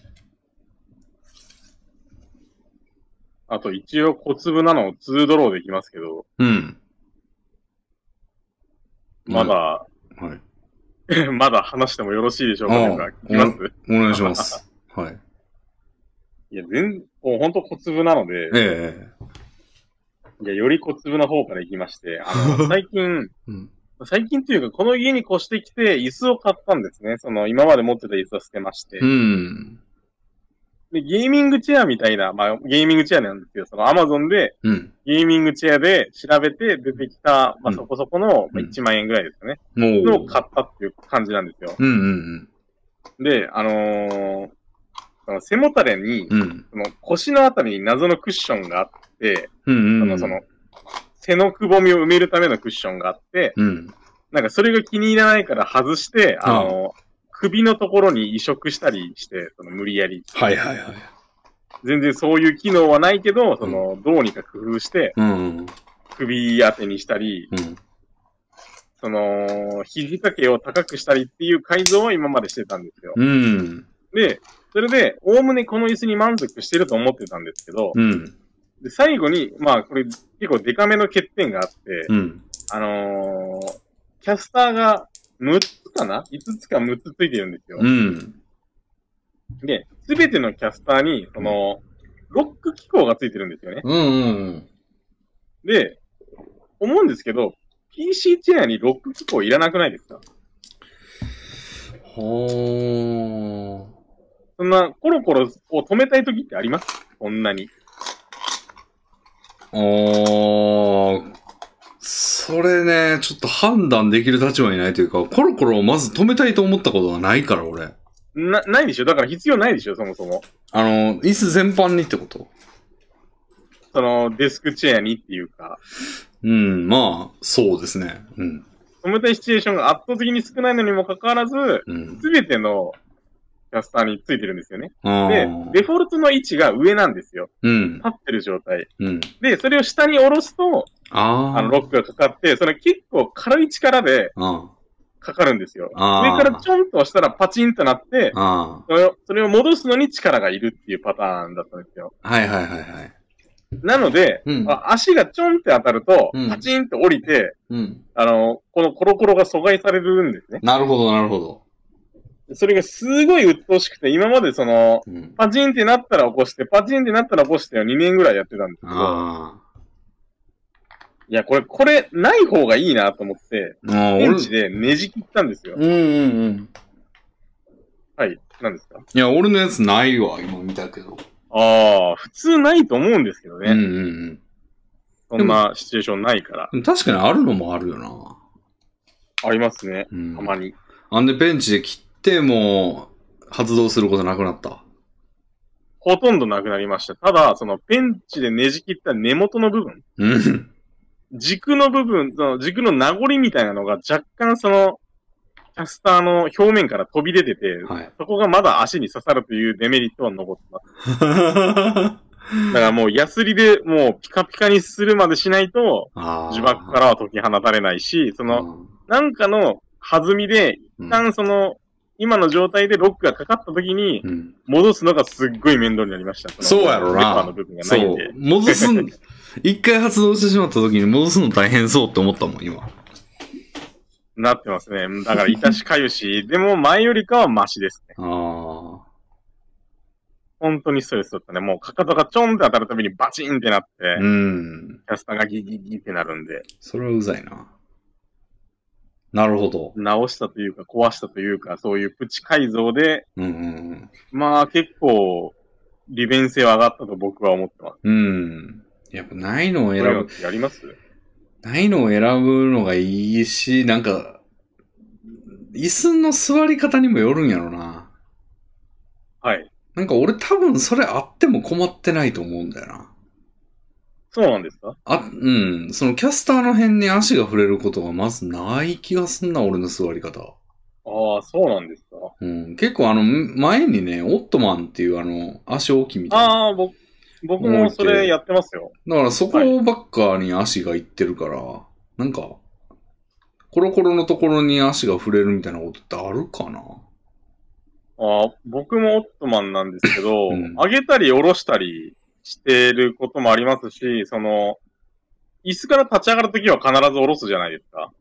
Speaker 2: あと、一応小粒なのを2ドローできますけど、
Speaker 1: うん。
Speaker 2: まだ、
Speaker 1: はい。はい。
Speaker 2: まだ話してもよろしいでしょうかとか
Speaker 1: ああ
Speaker 2: 聞きます
Speaker 1: お願いし ます。はい。
Speaker 2: いや、全、もうほんと小粒なので、
Speaker 1: ええ
Speaker 2: いや、より小粒な方から行きまして、あの、最近、
Speaker 1: うん。
Speaker 2: 最近というか、この家に越してきて、椅子を買ったんですね。その、今まで持ってた椅子を捨てまして
Speaker 1: う。ん。
Speaker 2: で、ゲーミングチェアみたいな、まあ、ゲーミングチェアなんですけど、その、アマゾンで、
Speaker 1: うん。
Speaker 2: ゲーミングチェアで調べて出てきた、ま
Speaker 1: うん
Speaker 2: あ、そこそこの、まあ
Speaker 1: うん
Speaker 2: 1万円ぐらいですかね。
Speaker 1: もう。
Speaker 2: のを買ったっていう感じなんですよ。
Speaker 1: うんうん
Speaker 2: で、あのーその背もたれに、
Speaker 1: うん。うん。
Speaker 2: その腰のあたりに謎のクッションがあって、
Speaker 1: うんう
Speaker 2: そ
Speaker 1: ん。
Speaker 2: の、その、背のくぼみを埋めるためのクッションがあって、
Speaker 1: うん。
Speaker 2: なんかそれが気に入らないから外して、あのー首のところに移植したりして、その無理やり。
Speaker 1: はいはいはい。
Speaker 2: 全然そういう機能はないけど、その、どうにか工夫して、
Speaker 1: うん。うん。
Speaker 2: 首当てにしたり、その、肘掛けを高くしたりっていう改造は今までしてたんですよ。
Speaker 1: うん。
Speaker 2: で、それで、おおむねこの椅子に満足してると思ってたんですけど、
Speaker 1: うん。
Speaker 2: で最後に、まあ、これ結構デカめの欠点があって、
Speaker 1: うん。
Speaker 2: あのーキャスターが6つかな ?5 つか6つついてるんですよ
Speaker 1: う。ん。
Speaker 2: で、すべてのキャスターに、その、ロック機構がついてるんですよね。
Speaker 1: うんうん。
Speaker 2: で、思うんですけど、PC チェアにロック機構いらなくないですか
Speaker 1: ほー。
Speaker 2: そんな、コロコロを止めたい時ってありますこんなに。
Speaker 1: あー、それね、ちょっと判断できる立場にないというか、コロコロをまず止めたいと思ったことはないから、俺。
Speaker 2: な、ないでしょだから必要ないでしょそもそも。
Speaker 1: あの、椅子全般にってこと
Speaker 2: その、デスクチェアにっていうか、
Speaker 1: うん、まあ、そうですね。うん、
Speaker 2: 止めたいシチュエーションが圧倒的に少ないのにもかかわらず、
Speaker 1: うん。
Speaker 2: すべてのキャスターについてるんですよね。
Speaker 1: あ
Speaker 2: で
Speaker 1: ー、
Speaker 2: デフォルトの位置が上なんですよ。
Speaker 1: うん、
Speaker 2: 立ってる状態。
Speaker 1: うん。
Speaker 2: で、それを下に下ろすと、
Speaker 1: あー。
Speaker 2: あの、ロックがかかって、それ結構軽い力で
Speaker 1: あ
Speaker 2: かかるんですよ。
Speaker 1: あー
Speaker 2: 上からちょんと押したらパチンとなって、
Speaker 1: あ
Speaker 2: それをそれを戻すのに力がいるっていうパターンだったんですよ。
Speaker 1: ー。はいはいはいはい。
Speaker 2: なので、
Speaker 1: うん
Speaker 2: あ足がちょんって当たると
Speaker 1: うん、
Speaker 2: パチンと降りて、
Speaker 1: うん。
Speaker 2: あの、このコロコロが阻害されるんですね。
Speaker 1: なるほど、なるほど。
Speaker 2: それがすごい鬱陶しくて、今までその、
Speaker 1: うん。
Speaker 2: パチンってなったら起こして、パチンってなったら起こしてを2年ぐらいやってたんですけど、
Speaker 1: あ
Speaker 2: いや、これ、これ、ない方がいいなと思って、
Speaker 1: ー。あー
Speaker 2: ベン
Speaker 1: 俺
Speaker 2: チでねじ切ったんですよ。
Speaker 1: うんうんうん。
Speaker 2: はい。なんですか
Speaker 1: いや、俺のやつないわ、今見たけど。
Speaker 2: ああ、普通ないと思うんですけど
Speaker 1: うんうん
Speaker 2: ね。
Speaker 1: うん。
Speaker 2: そんなシチュエーションないから。
Speaker 1: でも確かにあるのもあるよな。
Speaker 2: ありますね。
Speaker 1: うん
Speaker 2: たまに。
Speaker 1: あんで、ベンチで切っても、発動することなくなった。
Speaker 2: ほとんどなくなりました。ただ、そのペンチでねじ切った根元の部分、
Speaker 1: うん。
Speaker 2: 軸の部分、その軸の名残みたいなのが若干その、キャスターの表面から飛び出てて、
Speaker 1: はい。
Speaker 2: そこがまだ足に刺さるというデメリットは残ってます。
Speaker 1: あ
Speaker 2: だからもうヤスリでもうピカピカにするまでしないと、
Speaker 1: あ。
Speaker 2: 呪縛からは解き放たれないし、その、
Speaker 1: うん
Speaker 2: なんかの弾みで、
Speaker 1: う
Speaker 2: 一
Speaker 1: ん
Speaker 2: 旦その、今の状態でロックがかかった時に、
Speaker 1: うん
Speaker 2: 戻すのがすっごい面倒になりました。の
Speaker 1: そうやろな
Speaker 2: ペッパーの部分がないん
Speaker 1: そ
Speaker 2: で
Speaker 1: う。。戻すん、 一回発動してしまった時に戻すの大変そうって思ったもん、今。
Speaker 2: なってますね。だから、いたしか ゆし、でも前よりかはマシですね。
Speaker 1: あ
Speaker 2: 本当にストレスだったね。もう、かかとがちょんって当たるたびにバチンってなって、
Speaker 1: あ。うん。
Speaker 2: キャスターがギギギってなるんで、
Speaker 1: それはうざいな。なるほど。
Speaker 2: 直したというか、壊したというか、そういうプチ改造で、
Speaker 1: うんうん
Speaker 2: まあ結構、利便性は上がったと僕は思ってます。
Speaker 1: うん。うん。やっぱないのを選
Speaker 2: こういうの
Speaker 1: ぶ
Speaker 2: っ。てやります
Speaker 1: ないのを選ぶのがいいし、なんか、椅子の座り方にもよるんやろな。
Speaker 2: はい。
Speaker 1: なんか俺多分それあっても困ってないと思うんだよな。
Speaker 2: そうなんですか
Speaker 1: あ、うん。そのキャスターの辺に足が触れることがまずない気がすんな、俺の座り方。
Speaker 2: ああ、そうなんですか
Speaker 1: うん。結構あの、前にね、オットマンっていうあの、足置きみたいな。
Speaker 2: ああ、僕、僕もそれやってますよ。
Speaker 1: だからそこばっかに足がいってるから、なんか、コロコロのところに足が触れるみたいなことってあるかな
Speaker 2: あー僕もオットマンなんですけど、
Speaker 1: うん
Speaker 2: 上げたり下ろしたりしてることもありますし、その、椅子から立ち上がるときは必ず下ろすじゃないですか。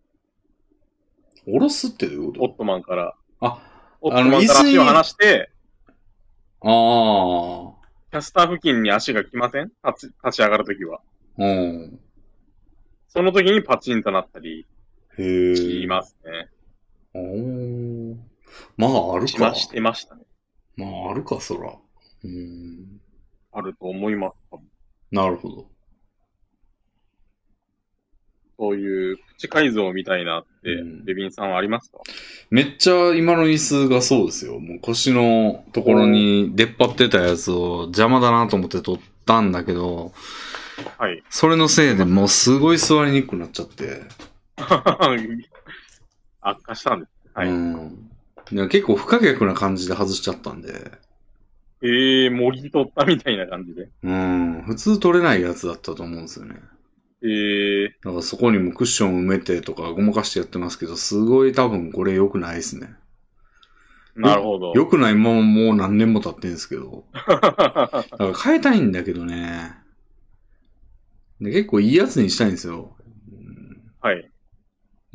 Speaker 1: 下ろすってどういう
Speaker 2: オ
Speaker 1: こ
Speaker 2: ットマンから。
Speaker 1: とあ、
Speaker 2: オットマンから
Speaker 1: 椅子に
Speaker 2: 足を離して、
Speaker 1: ああ、
Speaker 2: キャスター付近に足が来ません立ち立ち上がるときは。
Speaker 1: うん。
Speaker 2: その時にパチンとなったり
Speaker 1: へえ。
Speaker 2: しますね。
Speaker 1: おーまあ、ある
Speaker 2: し
Speaker 1: か
Speaker 2: ま。してましたね。
Speaker 1: まあ、あるか、そら。うん。
Speaker 2: あると思います。
Speaker 1: なるほど。
Speaker 2: そういうプチ改造みたいなって、
Speaker 1: うん
Speaker 2: レビンさんはありますか
Speaker 1: めっちゃ今の椅子がそうですよ。もう腰のところに出っ張ってたやつを邪魔だなと思って取ったんだけど、
Speaker 2: はい。
Speaker 1: それのせいでもうすごい座りにくくなっちゃって。
Speaker 2: 悪化したんです。はい
Speaker 1: うん。いや結構不可逆な感じで外しちゃったんで。
Speaker 2: ええー、もぎ取ったみたいな感じで。
Speaker 1: うん。普通取れないやつだったと思うんですよね。
Speaker 2: ええー、
Speaker 1: だからそこにもクッション埋めてとかごまかしてやってますけど、すごい多分これ良くないですね。
Speaker 2: なるほど。
Speaker 1: 良くないままもう何年も経ってんですけ ど。だ
Speaker 2: は
Speaker 1: から変えたいんだけどね。で結構いいやつにしたいんですよ。
Speaker 2: い。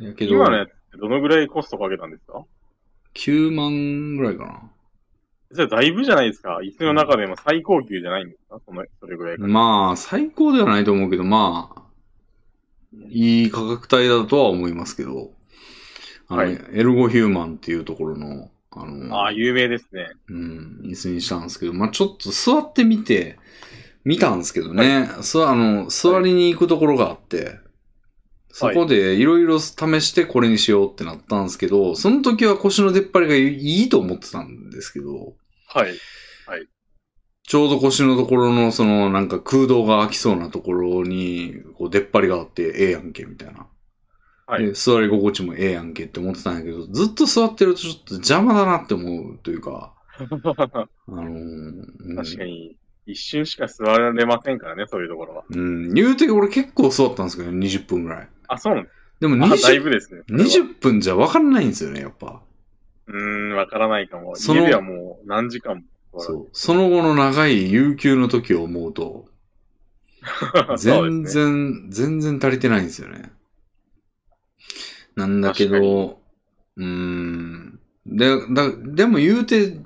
Speaker 1: うんやけど、
Speaker 2: 今のやつってどのぐらいコストかけたんですか
Speaker 1: 9万ぐらいかな。
Speaker 2: じゃあだいぶじゃないですか。椅子の中でも最高級じゃないんですかその、それぐらいか。
Speaker 1: まあ、最高ではないと思うけど、まあ、いい価格帯だとは思いますけど、あの、
Speaker 2: はい
Speaker 1: エルゴヒューマンっていうところの、あの、
Speaker 2: ああ、有名ですね。
Speaker 1: うん、椅子にしたんですけど、まあちょっと座ってみて、見たんですけどね、そあの、座りに行くところがあって、そこでいろいろ試してこれにしようってなったんですけど、その時は腰の出っ張りがいいと思ってたんですけど、
Speaker 2: はい。
Speaker 1: ちょうど腰のところの、その、なんか空洞が空きそうなところに、こう、出っ張りがあって、ええやんけ、みたいな。
Speaker 2: はい
Speaker 1: で座り心地もええやんけって思ってたんやけど、ずっと座ってるとちょっと邪魔だなって思うという か、あのーうん
Speaker 2: 確かに、一瞬しか座られませんからね、そういうところは。
Speaker 1: うん、言うて俺結構座ったんですけど、20分ぐらい。
Speaker 2: あ、そうなんです
Speaker 1: でも
Speaker 2: か。あ、だい
Speaker 1: 20,
Speaker 2: ぶですね。それは
Speaker 1: 20分じゃ分かんないんですよね、やっぱ。
Speaker 2: うーん、わからないかも。
Speaker 1: その
Speaker 2: 家ではもう何時間も座
Speaker 1: そ
Speaker 2: ら
Speaker 1: う。その後の長い有給の時を思うと、
Speaker 2: ない。 そう
Speaker 1: 全
Speaker 2: ですね。
Speaker 1: 然、全然足りてないんですよね。なんだけ
Speaker 2: 確か
Speaker 1: ど、うーん。で、だ、でも言うて、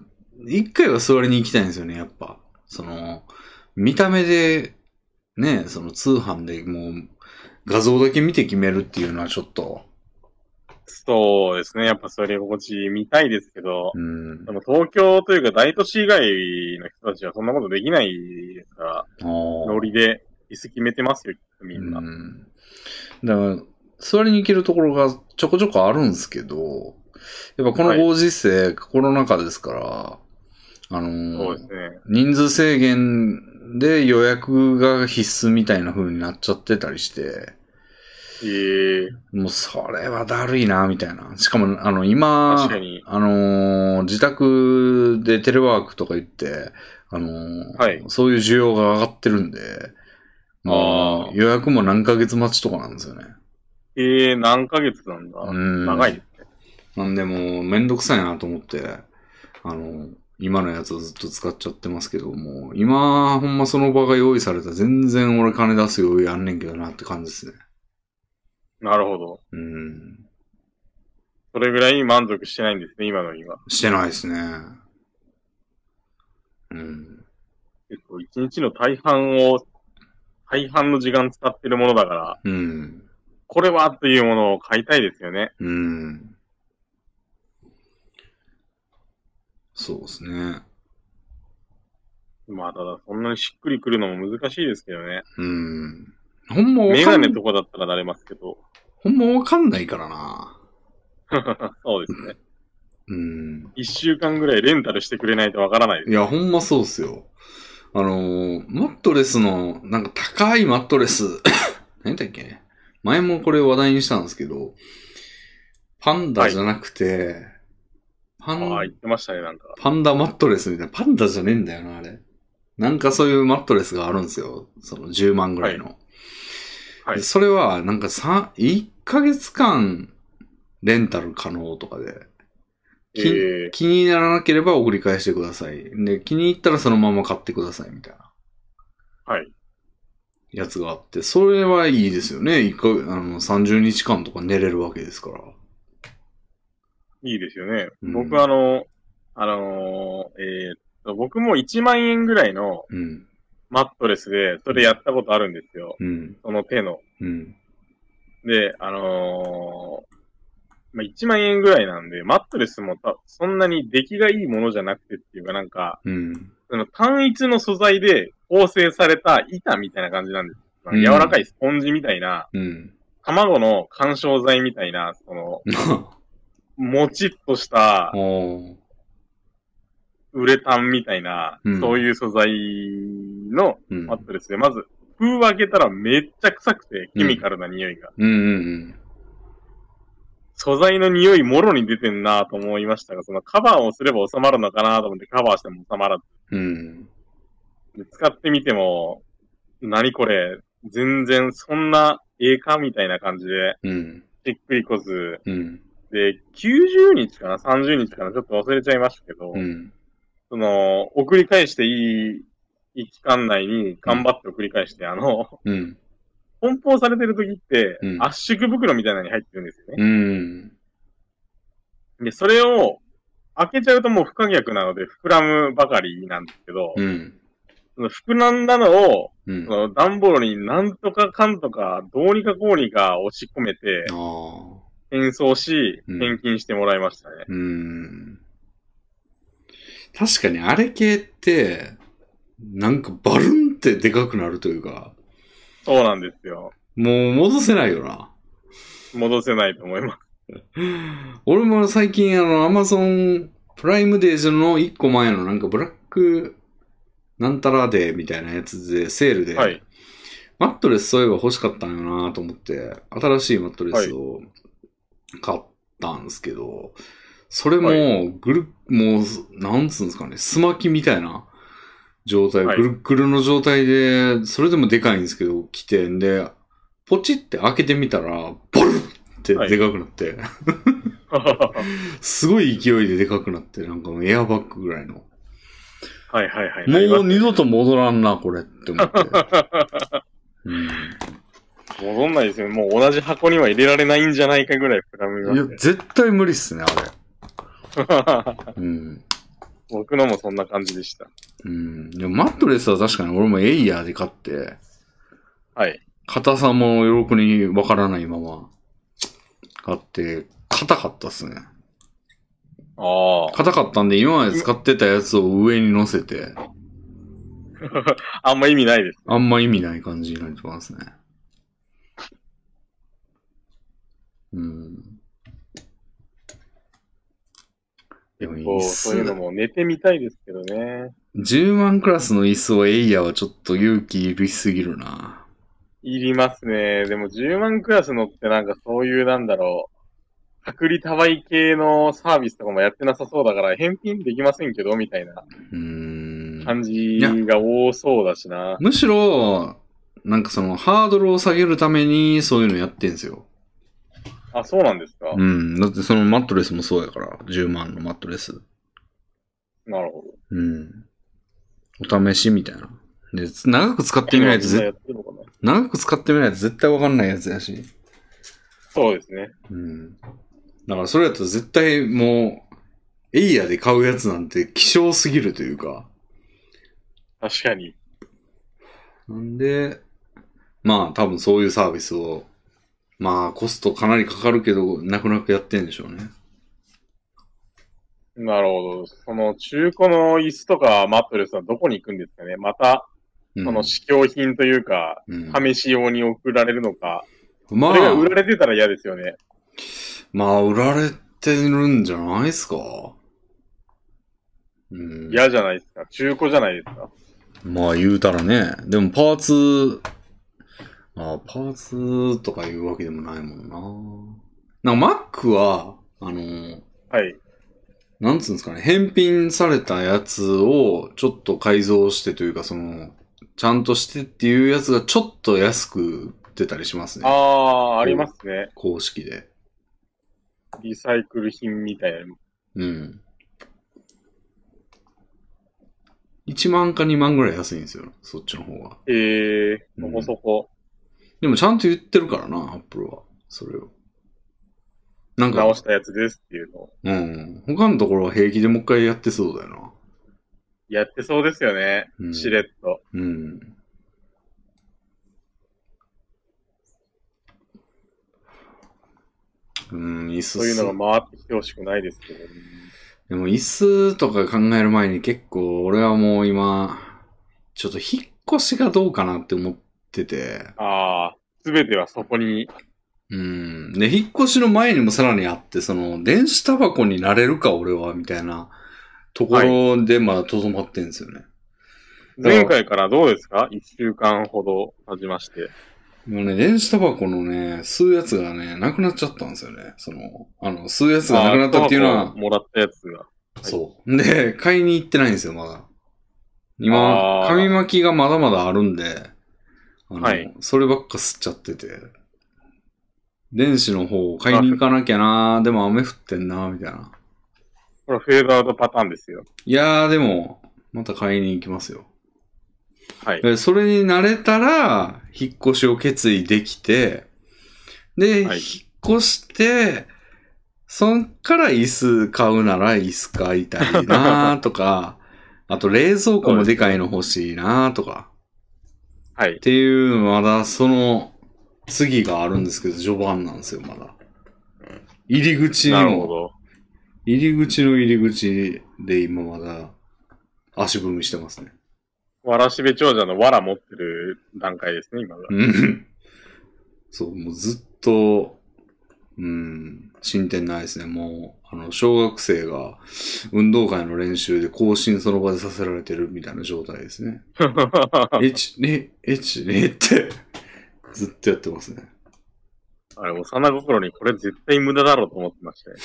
Speaker 1: 一回は座りに行きたいんですよね、やっぱ。その、見た目で、ね、その通販でもう、画像だけ見て決めるっていうのはちょっと、
Speaker 2: そうですね。やっぱ座り心地見たいですけど、
Speaker 1: うん
Speaker 2: で。も東京というか大都市以外の人たちはそんなことできないですから、
Speaker 1: あー
Speaker 2: ノリで椅子決めてますよ、みんな。
Speaker 1: うん。だから、座りに行けるところがちょこちょこあるんですけど、やっぱこのご時世、コロナ禍ですから、ああのー
Speaker 2: そうですね。
Speaker 1: 人数制限で予約が必須みたいな風になっちゃってたりして、
Speaker 2: えー、
Speaker 1: もうそれはだるいな、みたいな。しかも、あの、
Speaker 2: 確
Speaker 1: 今
Speaker 2: か、に。
Speaker 1: あのー自宅でテレワークとか行って、あのー
Speaker 2: はい
Speaker 1: そういう需要が上がってるんで、も
Speaker 2: あー
Speaker 1: う予約も何ヶ月待ちとかなんですよね。
Speaker 2: えー、何ヶ月なんだ、
Speaker 1: うん
Speaker 2: 長いですね。
Speaker 1: なんでもうめんどくさいなと思って、あの、今のやつをずっと使っちゃってますけども、今、ほんまその場が用意されたら全然俺金出す余裕あんねんけどなって感じですね。
Speaker 2: なるほど。
Speaker 1: うん。
Speaker 2: それぐらい満足してないんですね、今の今。
Speaker 1: してないですね。うん。
Speaker 2: 結構一日の大半を、大半の時間使ってるものだから、
Speaker 1: うん。
Speaker 2: これはというものを買いたいですよね。
Speaker 1: うん。そうですね。
Speaker 2: まあ、ただ、そんなにしっくりくるのも難しいですけどね。
Speaker 1: うん。ほんまわ
Speaker 2: メ
Speaker 1: か
Speaker 2: ガ
Speaker 1: ん
Speaker 2: ネとかだったらなれますけど。
Speaker 1: ほんまわかんないからな。
Speaker 2: そうですね。
Speaker 1: うん。
Speaker 2: 一週間ぐらいレンタルしてくれないとわからないで
Speaker 1: いや、ほんまそうっすよ。あのーマットレスの、なんか高いマットレス、 何だっけ前もこれ話題にしたんですけど、パンダじゃなくて、パ
Speaker 2: す。ああ、言
Speaker 1: ン、
Speaker 2: ってましたね、なんか。
Speaker 1: パンダマットレスみたいな、パンダじゃねえんだよな、あれ。なんかそういうマットレスがあるんですよ。その10万ぐらいの。
Speaker 2: はい
Speaker 1: でそれは、なんか3、1ヶ月間、レンタル可能とかで。
Speaker 2: え
Speaker 1: き
Speaker 2: え
Speaker 1: 気にならなければ送り返してください。で、気に入ったらそのまま買ってくださいみたいな
Speaker 2: はい。
Speaker 1: やつがあって、それはいいですよね。一回、あの、30日間とか寝れるわけですから。
Speaker 2: いいですよね。
Speaker 1: うん
Speaker 2: 僕あの、あのーえーっと、僕も1万円ぐらいの
Speaker 1: うん、
Speaker 2: マットレスで、それやったことあるんですよ。
Speaker 1: うん、
Speaker 2: その手の。
Speaker 1: うん、
Speaker 2: で、あのーまあ、1万円ぐらいなんで、マットレスもたそんなに出来がいいものじゃなくてっていうか、なんか、
Speaker 1: うん。
Speaker 2: その単一の素材で構成された板みたいな感じなんです。
Speaker 1: うん
Speaker 2: 柔らかいスポンジみたいな、
Speaker 1: うん。
Speaker 2: 卵の干渉剤みたいな、その、もちっとした
Speaker 1: おー
Speaker 2: ウレタンみたいな、
Speaker 1: うん
Speaker 2: そういう素材の
Speaker 1: うん。
Speaker 2: マットレスで、まず、封を開けたらめっちゃ臭くて、ケミカルな匂いが。
Speaker 1: うん、うん、
Speaker 2: 素材の匂いもろに出てんなと思いましたが、そのカバーをすれば収まるのかなと思ってカバーしても収まら
Speaker 1: うん。うん。
Speaker 2: ず、使ってみても、何これ、全然そんなええかみたいな感じで、
Speaker 1: うん。
Speaker 2: しっくりこず、
Speaker 1: うん。
Speaker 2: で、90日かな ?30 日かなちょっと忘れちゃいましたけど、
Speaker 1: うん。
Speaker 2: その、送り返していい、いい期間内に頑張って送り返して、あの、
Speaker 1: うん。
Speaker 2: 梱包されてる時って、
Speaker 1: うん
Speaker 2: 圧縮袋みたいなのに入ってるんですよね。
Speaker 1: うん。
Speaker 2: で、それを開けちゃうともう不可逆なので、膨らむばかりなんですけど、
Speaker 1: うん。
Speaker 2: その膨らんだのを、
Speaker 1: うん
Speaker 2: そ。の段ボールになんとかかんとか、どうにかこうにか押し込めて
Speaker 1: あ、あ。
Speaker 2: 転送し、
Speaker 1: うん
Speaker 2: 返金してもらいましたね。
Speaker 1: うん。確かにあれ系って、なんかバルンってでかくなるというか、
Speaker 2: そうなんですよ。
Speaker 1: もう戻せないよな。
Speaker 2: 戻せないと思います。
Speaker 1: 俺も最近あの、アマゾンプライムデーの一個前のなんかブラックなんたらデーみたいなやつで、セールで、
Speaker 2: はい。
Speaker 1: マットレスそういえば欲しかったんよなと思って、新しいマットレスを買ったんですけど、それ
Speaker 2: は
Speaker 1: も、ぐる、もう、なんつうんですかね、すまきみたいな状態、
Speaker 2: はい
Speaker 1: ぐるっぐるの状態で、それでもでかいんですけど、来てんで、ポチって開けてみたら、ボルってでかくなって、
Speaker 2: は
Speaker 1: すごい勢いででかくなって、なんかもうエアバッグぐらいの。
Speaker 2: いはいはい。なりま
Speaker 1: も
Speaker 2: す
Speaker 1: う二度と戻らんな、これって思って。うん
Speaker 2: 戻んないですよ。もう同じ箱には入れられないんじゃないかぐらい膨らみ
Speaker 1: いや
Speaker 2: ま、
Speaker 1: 絶対無理っすね、あ
Speaker 2: すね。
Speaker 1: れ。うん。
Speaker 2: 僕のもそんな感じでした。
Speaker 1: うん。でもマットレスは確かに俺もエイヤーで買って、
Speaker 2: はい。
Speaker 1: 硬さもよくにわからないまま買って、硬かったっすね。
Speaker 2: あ
Speaker 1: 硬かったんで今まで使ってたやつを上に乗せて、
Speaker 2: あ。あんま意味ないです。
Speaker 1: あんま意味ない感じになってますね。うん。でも
Speaker 2: そう、
Speaker 1: 椅
Speaker 2: そういうの
Speaker 1: 子、
Speaker 2: も寝てみたいですけどね。
Speaker 1: 10万クラスの椅子をエイヤーはちょっと勇気いりすぎるな。
Speaker 2: いりますね。でも10万クラス乗ってなんかそういうなんだろう。隔離多売系のサービスとかもやってなさそうだから返品できませんけど、みたいな
Speaker 1: うーん。
Speaker 2: 感じが多そうだしな。
Speaker 1: むしろ、なんかそのハードルを下げるためにそういうのやってんすよ。
Speaker 2: あ、そうなんですか、
Speaker 1: うん。だってそのマットレスもそうやから、10万のマットレス。
Speaker 2: なるほど。
Speaker 1: うん。お試しみたいな。で、つ長く使ってみないと
Speaker 2: 今み
Speaker 1: ぜ、
Speaker 2: んなやってるのかな
Speaker 1: 長く使ってみないと絶対わかんないやつやし。
Speaker 2: そうですね。
Speaker 1: うん。だからそれやと絶対もう、エイヤーで買うやつなんて希少すぎるというか。
Speaker 2: 確かに。
Speaker 1: なんで、まあ多分そういうサービスを、まあコストかなりかかるけど、なくなくやってんでしょうね。
Speaker 2: なるほど。その中古の椅子とかマットレスはどこに行くんですかねまた、
Speaker 1: うん
Speaker 2: その試供品というか、
Speaker 1: うん
Speaker 2: 試し用に送られるのか。
Speaker 1: ま
Speaker 2: それが売
Speaker 1: あ、
Speaker 2: られてたら嫌ですよね。
Speaker 1: まあ、売られてるんじゃないですか。うん。
Speaker 2: 嫌じゃないですか。中古じゃないですか。
Speaker 1: まあ、言うたらね。でも、パーツ、あパーツとか言うわけでもないもんな。なんか、Mac は、あの、
Speaker 2: はい。
Speaker 1: なんつうんですかね、返品されたやつをちょっと改造してというか、その、ちゃんとしてっていうやつがちょっと安く売ってたりします
Speaker 2: あ
Speaker 1: ね。
Speaker 2: あ、ありますね。
Speaker 1: 公式で。
Speaker 2: リサイクル品みたいな。
Speaker 1: うん。1万か2万ぐらい安いんですよ。そっちの方が。
Speaker 2: ええ
Speaker 1: う
Speaker 2: そ
Speaker 1: ん
Speaker 2: こそこ。
Speaker 1: でもちゃんと言ってるからな、アップルは。それを。なんか、
Speaker 2: 直したやつですっていうのを。
Speaker 1: うん。他のところは平気でもう一回やってそうだよな。
Speaker 2: やってそうですよね。
Speaker 1: うん
Speaker 2: しれっと。
Speaker 1: うん。うん、椅子
Speaker 2: そういうのが回ってきてほしくないですけど、
Speaker 1: でも椅子とか考える前に結構俺はもう今、ちょっと引っ越しがどうかなって思ってて。
Speaker 2: ああ、すべてはそこに。
Speaker 1: うん。で、引っ越しの前にもさらにあって、その、電子タバコになれるか、俺は、みたいなところで、まあ、とどまってんですよね。
Speaker 2: 前回からどうですか一週間ほど経ちまして。
Speaker 1: 今ね、電子タバコのね、吸うやつがね、なくなっちゃったんですよね。その、あの、吸うやつがなくなったっていうの
Speaker 2: あータバ
Speaker 1: は
Speaker 2: コ、もらったやつが。はい
Speaker 1: そう。で、買いに行ってないんですよ、まだ。今、
Speaker 2: あー
Speaker 1: 紙巻きがまだまだあるんで、あの、
Speaker 2: はい
Speaker 1: そればっか吸っちゃってて。電子の方を買いに行かなきゃなでも雨降ってんなみたいな。
Speaker 2: これフェードアウトパターンですよ。
Speaker 1: いやー、でも、また買いに行きますよ。
Speaker 2: はい。
Speaker 1: でそれに慣れたら、引っ越しを決意できて、で、
Speaker 2: はい
Speaker 1: 引っ越して、そんから椅子買うなら椅子買いたいなと か、あと冷蔵庫もでかいの欲しいなとか、
Speaker 2: はい
Speaker 1: っ。ていう、まだその次があるんですけど、序盤なんですよ、まだ。入り口に
Speaker 2: なるほ
Speaker 1: も、
Speaker 2: ど。
Speaker 1: 入り口の入り口で今まだ足踏みしてますね。
Speaker 2: わらしべ長者のわら持ってる段階ですね、 今が。
Speaker 1: うんそう、もうずっと、うん、進展ないですね。もう、あの、小学生が運動会の練習で更新その場でさせられてるみたいな状態ですね。1、2、1、2って、ずっとやってますね。
Speaker 2: あれ、幼心にこれ絶対無駄だろうと思ってましたよ。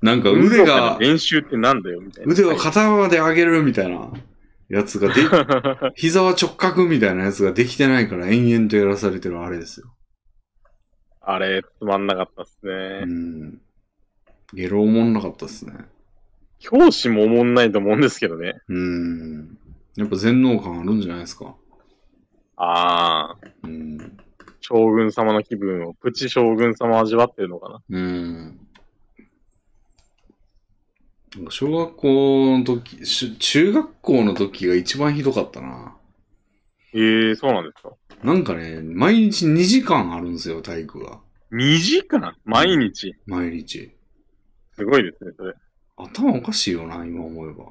Speaker 1: なんか腕
Speaker 2: 運動会
Speaker 1: が
Speaker 2: の、練習ってなんだよ、みたいな。
Speaker 1: 腕を肩まで上げるみたいなやつ がで、膝は直角みたいなやつができてないから延々とやらされてるあれですよ。
Speaker 2: あれ、つまんなかったっす
Speaker 1: う
Speaker 2: ね。
Speaker 1: ん。ゲロおもんなかったですね。
Speaker 2: 教師もおもんないと思うんですけどね。
Speaker 1: うん。やっぱ全能感あるんじゃないですか。
Speaker 2: ああ、
Speaker 1: うん。
Speaker 2: 将軍様の気分を、プチ将軍様味わってるのかな。
Speaker 1: うん。なんか小学校の時、し中学校の時が一番ひどかったな。
Speaker 2: ええそうなんですか。
Speaker 1: なんかね、毎日2時間あるんですよ、体育が。
Speaker 2: 2時間毎日。
Speaker 1: 毎日。
Speaker 2: すごいですね、それ。
Speaker 1: 頭おかしいよな、今思えば。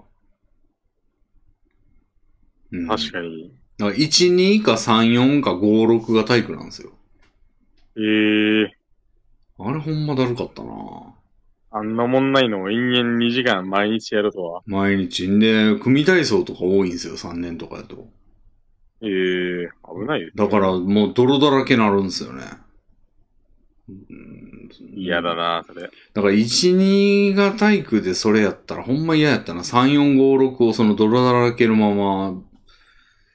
Speaker 1: うん、
Speaker 2: 確かに。
Speaker 1: だから1、2か3、4か5、6が体育なんですよ。
Speaker 2: ええ
Speaker 1: あれほんまだるかったな
Speaker 2: あんなもんないのを延々2時間毎日やるとは。
Speaker 1: 毎日。んで、組体操とか多いんですよ、3年とかだと。
Speaker 2: ええ危ないよ。
Speaker 1: だから、もう泥だらけになるんですよね。うん
Speaker 2: 嫌だ。な、それ。
Speaker 1: だから、1、2が体育でそれやったら、ほんま嫌やったな。3、4、5、6をその泥だらけのまま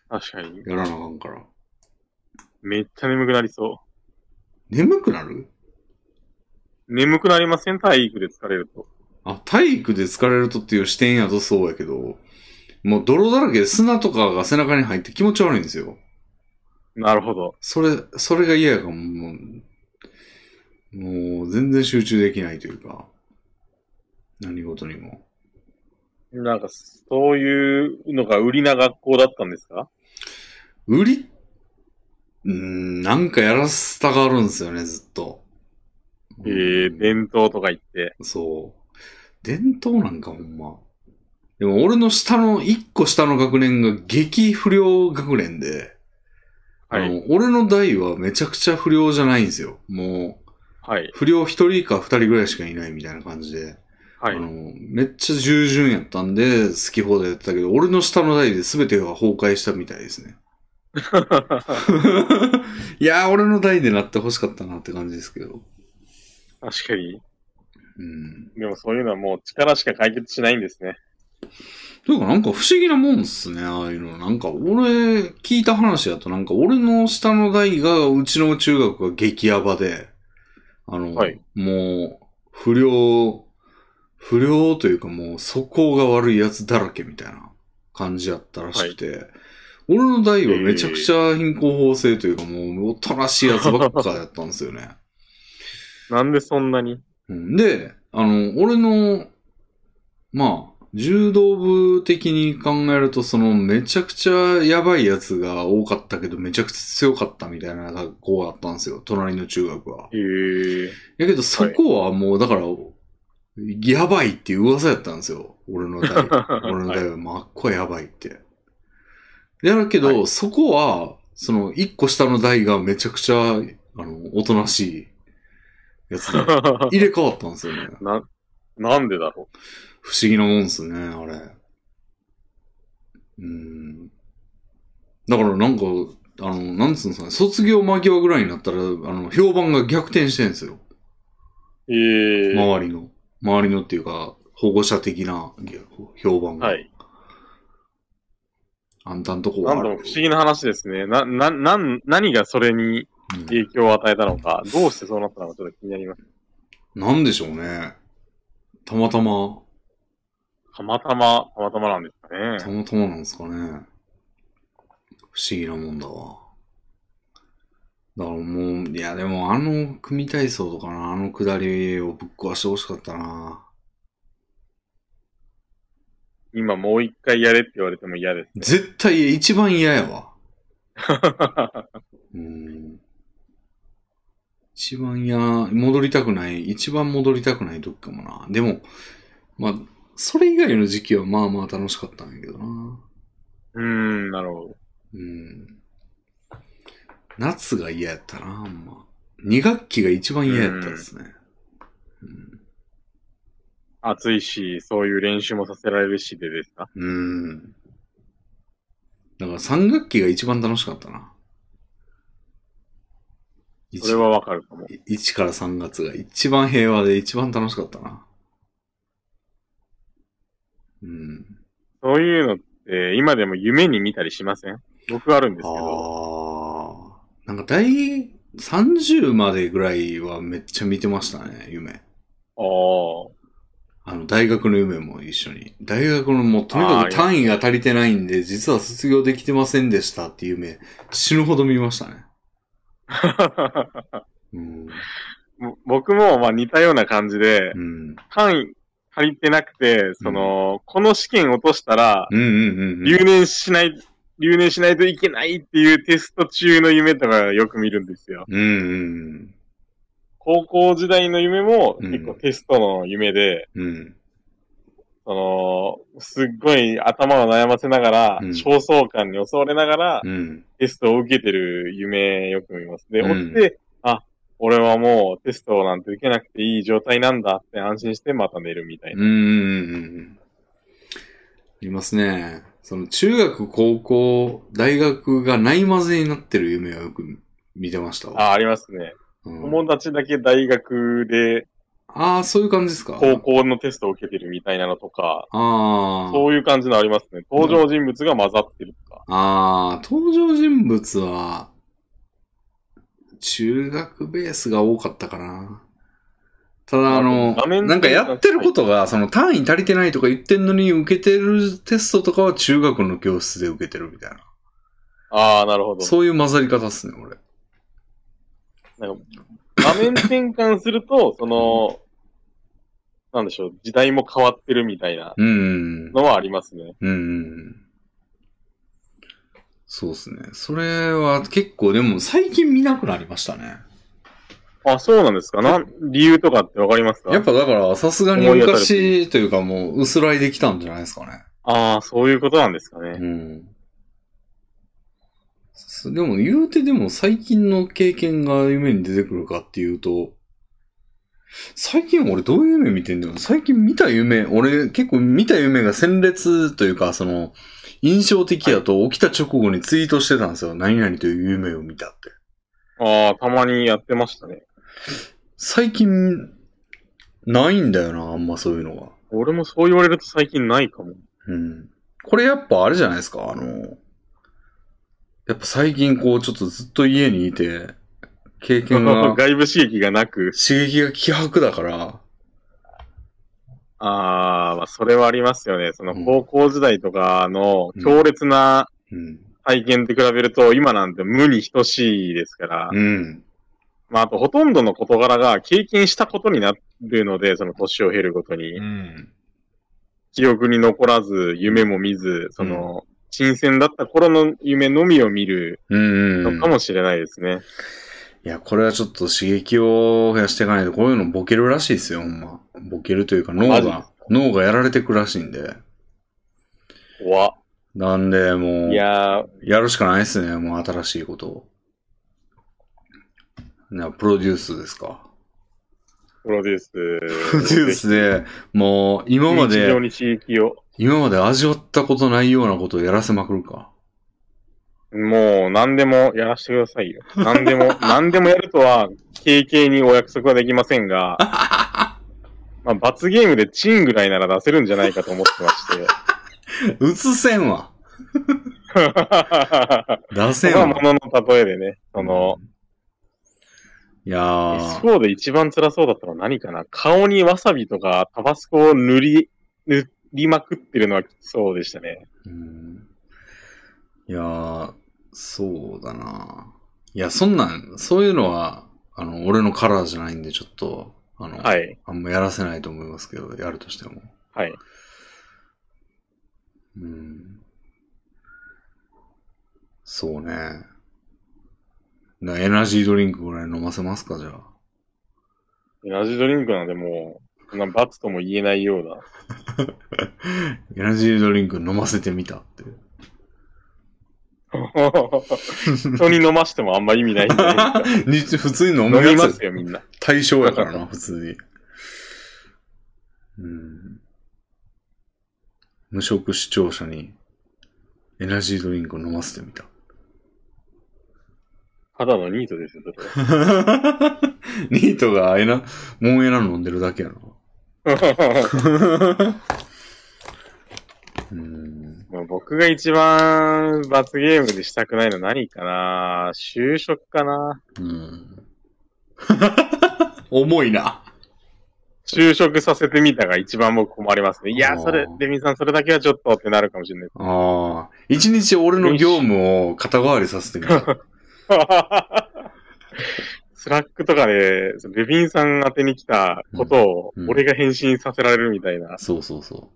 Speaker 2: 確かに。
Speaker 1: やらなあかんから。
Speaker 2: めっちゃ眠くなりそ
Speaker 1: 眠くなる
Speaker 2: う。眠くなりません体育で疲れると。
Speaker 1: あ、体育で疲れるとっていう視点やとそうやけど、もう泥だらけで砂とかが背中に入って気持ち悪いんですよ。
Speaker 2: なるほど。
Speaker 1: それ、それが嫌やからもう、もう全然集中できないというか、何事にも。
Speaker 2: なんか、そういうのが売りな学校だったんですか
Speaker 1: 売り、うーん、なんかやらせたがるんですよね、ずっと。
Speaker 2: ええ伝統とか言って。
Speaker 1: そう。伝統なんかほんま。でも俺の下の、一個下の学年が激不良学年で、
Speaker 2: は
Speaker 1: あ
Speaker 2: い。
Speaker 1: の俺の代はめちゃくちゃ不良じゃないんですよ。もう、
Speaker 2: はい。
Speaker 1: 不良一人か二人ぐらいしかいないみたいな感じで。
Speaker 2: は
Speaker 1: あ。
Speaker 2: い
Speaker 1: の、めっちゃ従順やったんで、好き放題やってたけど、俺の下の代で全てが崩壊したみたいですね。 いやー、俺の代でなってほしかったなって感じですけど。
Speaker 2: 確かに。
Speaker 1: うん。
Speaker 2: でもそういうのはもう力しか解決しないんですね。
Speaker 1: というか、なんか不思議なもんっすね、ああいうの。なんか、俺、聞いた話だと、なんか、俺の下の代が、うちの中学が激ヤバで、あの、
Speaker 2: はい
Speaker 1: もう、不良、不良というかもう、素行が悪いやつだらけみたいな感じやったらしくて、俺の代はめちゃくちゃ貧困法制というか、もう、おとなしいやつばっかやったんですよね。
Speaker 2: なんでそんなに
Speaker 1: うんで、あの、俺の、まあ、柔道部的に考えると、その、めちゃくちゃやばいやつが多かったけど、めちゃくちゃ強かったみたいな学校があったんですよ。隣の中学は。
Speaker 2: ええ
Speaker 1: やけど、そこはもう、だから、やばいっていう噂やったんですよ。俺の 代。俺の代は、まあ、あっこはやばいって。やるけど、
Speaker 2: は
Speaker 1: そこは、その、一個下の代がめちゃくちゃ、あの、おとなしいやつ で、入れ替わったんですよね。
Speaker 2: な、 なんでだろ
Speaker 1: 不思議なもんですね、あれ。うん。だからなんか、あの、なんつうんですかね、卒業間際ぐらいになったら、あの、評判が逆転してんですよ。
Speaker 2: う。ええ
Speaker 1: 周りの。周りのっていうか、保護者的な評判が。
Speaker 2: はい。
Speaker 1: あんたんとこ
Speaker 2: なん
Speaker 1: あ
Speaker 2: と
Speaker 1: る
Speaker 2: も不思議な話ですね。な、な、なん、何がそれに
Speaker 1: うん
Speaker 2: 影響を与えたのか、どうしてそうなったのかちょっと気になります。
Speaker 1: なんでしょうね。たまたま、
Speaker 2: たまたま、たまたまなんですか
Speaker 1: た
Speaker 2: ね。
Speaker 1: またまなんですかね。不思議なもんだわ。だからもう、いやでもあの組体操とかな、あのくだりをぶっ壊してほしかったな。
Speaker 2: 今もう一回やれって言われても嫌ですね。
Speaker 1: 絶対一番嫌やわ。うん。一番嫌、戻りたくない、一番戻りたくない時かもな。でも、まあ、それ以外の時期はまあまあ楽しかったんやけどな。
Speaker 2: うーん、なるほど。
Speaker 1: うん。夏が嫌やったな、ほんま。二学期が一番嫌やったですね。うん。
Speaker 2: 暑いし、そういう練習もさせられるしでですか
Speaker 1: うん。だから三学期が一番楽しかったな。
Speaker 2: それはわかるかも。
Speaker 1: 1, から3月が一番平和で一番楽しかったな。うん。
Speaker 2: そういうのって、今でも夢に見たりしません僕あるんですけど。
Speaker 1: ああ。なんか大、30までぐらいはめっちゃ見てましたね、夢。
Speaker 2: ああ。
Speaker 1: あの、大学の夢も一緒に。大学のもう、とにか
Speaker 2: あー
Speaker 1: く単位が足りてないんで、実は卒業できてませんでしたっていう夢、死ぬほど見ましたね。うん。
Speaker 2: ぼ 僕もまあ似たような感じで
Speaker 1: う、ん。
Speaker 2: 単位足りてなくて、その、この試験落としたら、
Speaker 1: うんうんうんうん。
Speaker 2: 留年しない、留年しないといけないっていうテスト中の夢とかよく見るんですよ。
Speaker 1: うんうん
Speaker 2: 高校時代の夢も
Speaker 1: うん
Speaker 2: 結構テストの夢で、
Speaker 1: うん。うん。
Speaker 2: その、すっごい頭を悩ませながら、
Speaker 1: うん
Speaker 2: 焦燥感に襲われながら、
Speaker 1: うん。
Speaker 2: テストを受けてる夢よく見ます。で、
Speaker 1: うん
Speaker 2: 落ちて、あ、俺はもうテストなんて受けなくていい状態なんだって安心してまた寝るみたいな。
Speaker 1: うーん。ありますね。その中学、高校、大学がないまぜになってる夢はよく見てましたわ。
Speaker 2: あ、ありますね。
Speaker 1: うん
Speaker 2: 友達だけ大学で
Speaker 1: ああ、そういう感じですか
Speaker 2: 高校のテストを受けてるみたいなのとか、
Speaker 1: ああ。
Speaker 2: そういう感じのありますね。登場人物が混ざってるとか。
Speaker 1: ああ、登場人物は、中学ベースが多かったかな。ただ、あの
Speaker 2: 画、面
Speaker 1: なんかやってることが、その単位足りてないとか言ってんのに受けてるテストとかは中学の教室で受けてるみたいな。
Speaker 2: ああ、なるほど。
Speaker 1: そういう混ざり方っすね、俺。
Speaker 2: 画面転換すると、その、なんでしょう、時代も変わってるみたいな
Speaker 1: うん。
Speaker 2: のはありますね。
Speaker 1: うん。そうっすね。それは結構、でも最近見なくなりましたね。
Speaker 2: あ、そうなんですかなん、理由とかってわかりますか
Speaker 1: やっぱだから、さすがに昔というかもう薄らいできたんじゃないですかね。
Speaker 2: ああ、そういうことなんですかね。
Speaker 1: うん。すでも言うてでも最近の経験が夢に出てくるかっていうと、最近俺どういう夢見てんだろう最近見た夢、俺結構見た夢が鮮烈というか、その、印象的やと起きた直後にツイートしてたんですよ。何々という夢を見たって。
Speaker 2: ああ、たまにやってましたね。
Speaker 1: 最近、ないんだよな、あんまそういうのが。
Speaker 2: 俺もそう言われると最近ないかも。
Speaker 1: うん。これやっぱあれじゃないですか、あの、やっぱ最近こうちょっとずっと家にいて、経験が、
Speaker 2: 外部刺 激がなく。
Speaker 1: 刺激が希薄だから、
Speaker 2: ああ、まあ、それはありますよね。その
Speaker 1: うん
Speaker 2: 高校時代とかの強烈な
Speaker 1: うん。
Speaker 2: 体験と比べると、今なんて無に等しいですから。
Speaker 1: うん。
Speaker 2: まあ、あとほとんどの事柄が経験したことになるので、その年を経るごとに。
Speaker 1: ん。
Speaker 2: 記憶に残らず、夢も見ず、その、新鮮だった頃の夢のみを見る
Speaker 1: うん。
Speaker 2: のかもしれないですね。
Speaker 1: いや、これはちょっと刺激を増やしていかないと、こういうのボケるらしいですよ、ほんま。ボケるというか、脳
Speaker 2: マジです
Speaker 1: が、脳がやられてくらしいんで。
Speaker 2: 怖、
Speaker 1: なんで、もう、
Speaker 2: いやー、
Speaker 1: やるしかないですね、もう新しいことを。な、プロデュースですか。
Speaker 2: プロデュース。
Speaker 1: プロデュースで、もう、今ま
Speaker 2: 日
Speaker 1: で、
Speaker 2: 常に刺激を。
Speaker 1: 今まで味わったことないようなことをやらせまくるか。
Speaker 2: もう、何でもやらせてくださいよ。何で も、何でもやるとは、経験にお約束はできません が、まあ、罰ゲームでチンぐらいなら出せるんじゃないかと思ってまして。
Speaker 1: うつせんわ。出
Speaker 2: そ
Speaker 1: せん
Speaker 2: れ
Speaker 1: わ。
Speaker 2: はものの例えでね、その、
Speaker 1: いやー、
Speaker 2: そうで一番辛そうだったのは何かな顔にわさびとかタバスコを塗り、塗りまくってるのはそうでしたね。
Speaker 1: うんいやー、そうだな。いや、そんなん、そういうのは、あの、俺のカラーじゃないんで、ちょっと、あの、
Speaker 2: はい。
Speaker 1: あんまやらせないと思いますけど、やるとしても。
Speaker 2: はい。
Speaker 1: うん。そうね。なエナジードリンクぐらい飲ませますか、じゃあ。
Speaker 2: エナジードリンクなんでもう、そんな罰とも言えないよう な。
Speaker 1: エナジードリンク飲ませてみた って。
Speaker 2: 人に飲ましてもあんま意味ないんじゃないで
Speaker 1: 日
Speaker 2: すか
Speaker 1: 普通に飲む
Speaker 2: 飲みま
Speaker 1: やつ
Speaker 2: すよ、みんな。
Speaker 1: 対象やからな、普通に。うん。無色視聴者にエナジードリンクを飲ませて みた。
Speaker 2: ただのニートですよ、それ
Speaker 1: ニートがエナ、モンエナ飲んでるだけやな。
Speaker 2: は
Speaker 1: うん。
Speaker 2: まあ僕が一番罰ゲームでしたくないの何かな就職かな
Speaker 1: うん。重いな。
Speaker 2: 就職させてみたが一番僕困りますね。いや、それ
Speaker 1: あ、ー
Speaker 2: デミさんそれだけはちょっとってなるかもしれない。
Speaker 1: ああ。一日俺の業務を肩代わりさせてみた。
Speaker 2: スラックとかで、そのレビンさん宛てに来たことを
Speaker 1: うんう、ん
Speaker 2: 俺が返信させられるみたいな、
Speaker 1: そうそうそう。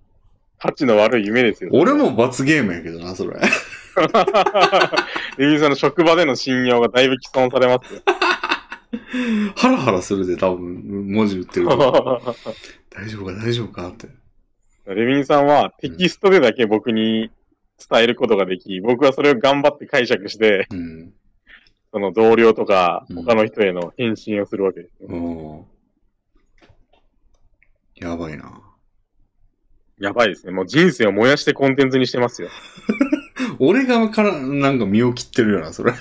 Speaker 2: タッチの悪い夢ですよ。
Speaker 1: 俺。も罰ゲームやけどな、それ。
Speaker 2: レビンさんの職場での信用がだいぶ毀損されますよ。
Speaker 1: ハラハラするで、多分、文字打ってると。大丈夫か、大丈夫かって。
Speaker 2: レビンさんはテキストでだけ僕に伝えることができ、僕はそれを頑張って解釈して、
Speaker 1: うん。
Speaker 2: その同僚とか
Speaker 1: うん、
Speaker 2: 他の人への返信をするわけですよ。
Speaker 1: うん。やばいな。
Speaker 2: やばいですね。もう人生を燃やしてコンテンツにしてますよ。
Speaker 1: 俺がから、なんか身を切ってるよな、それ。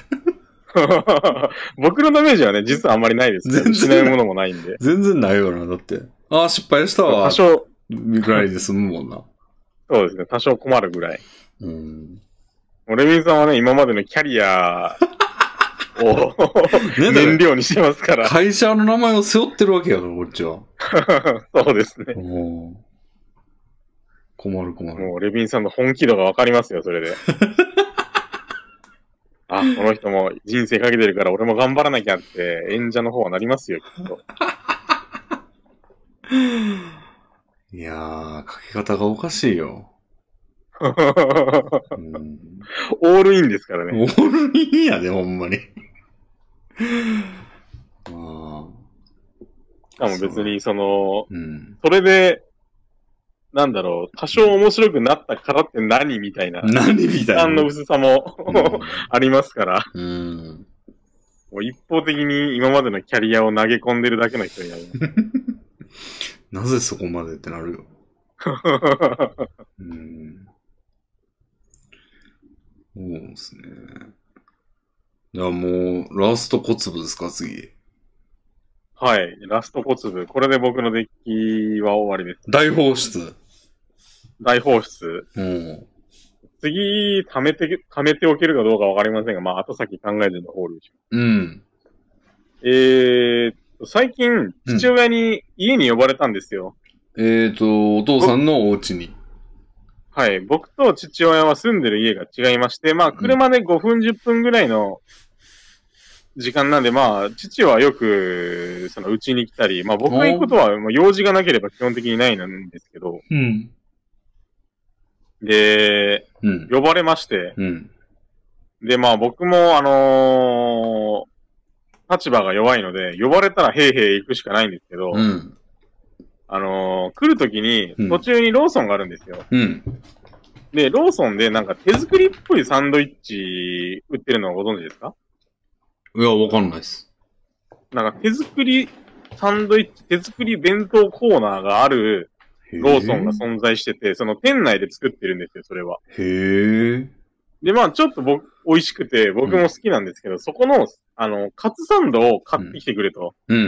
Speaker 2: 僕のダメージはね、実はあんまりないです。
Speaker 1: 全然
Speaker 2: しないものもないんで。
Speaker 1: 全然ないよな、だって。ああ、失敗したわ
Speaker 2: 多。少、
Speaker 1: ぐらいで済むもんな。
Speaker 2: そうですね、多少困るぐらい。
Speaker 1: うん。
Speaker 2: もうレミンさんはね、今までのキャリアを
Speaker 1: ねだ
Speaker 2: 燃
Speaker 1: から
Speaker 2: 料にしてますから。
Speaker 1: 会社の名前を背負ってるわけやから、こっちは。
Speaker 2: そうですね。
Speaker 1: うん困る困る。
Speaker 2: もうレビンさんの本気度がわかりますよ、そ れで。あ、この人も人生かけてるから俺も頑張らなきゃって演者の方はなりますよ、き っと。
Speaker 1: いやー、書き方がおかしいよ。うん。
Speaker 2: オールインですからね。
Speaker 1: オールインやで、ほんまに。まあ、
Speaker 2: しかも別に、その、
Speaker 1: うん。
Speaker 2: それで、なんだろう、多少面白くなったからって何みたいな。
Speaker 1: 何みたいな。
Speaker 2: 感の薄さも、 ありますから、
Speaker 1: うんうん。
Speaker 2: もう一方的に今までのキャリアを投げ込んでるだけの人になります。
Speaker 1: なぜそこまでってなるよ。うん。そうですね。じゃあもう、ラスト小粒ですか、次。
Speaker 2: はい。ラスト小粒。これで僕のデッキは終わりです。
Speaker 1: 大放出。
Speaker 2: 大放出。
Speaker 1: うん。
Speaker 2: 次、貯めて、貯めておけるかどうかわかりませんが、まあ、後先考えずに放流しま
Speaker 1: うん。
Speaker 2: す。えーっと、最近、父親に家に呼ばれたんですよ。
Speaker 1: えっ、ー、と、お父さんのお家に。
Speaker 2: はい。僕と父親は住んでる家が違いまして、まあ、車で5分、10分ぐらいの時間なんで、まあ、父はよく、その、うちに来たり、まあ、僕が行くことは、まあ、用事がなければ基本的にないんですけど、
Speaker 1: うん。
Speaker 2: で、
Speaker 1: うん。
Speaker 2: 呼ばれまして、
Speaker 1: うん。
Speaker 2: で、まあ、僕も、あのー立場が弱いので、呼ばれたらへいへい行くしかないんですけど、
Speaker 1: うん。
Speaker 2: あのー来るときに
Speaker 1: うん、
Speaker 2: 途中にローソンがあるんですよ。
Speaker 1: うん。
Speaker 2: で、ローソンでなんか手作りっぽいサンドイッチ売ってるのをご存知ですか
Speaker 1: いや、わかんないっす。
Speaker 2: なんか手作りサンドイッチ、手作り弁当コーナーがあるローソンが存在してて、その店内で作ってるんですよ、それは。
Speaker 1: へー
Speaker 2: で、まあちょっと僕、美味しくて、僕も好きなんですけど、そこの、あの、カツサンドを買ってきてくれと。
Speaker 1: うんう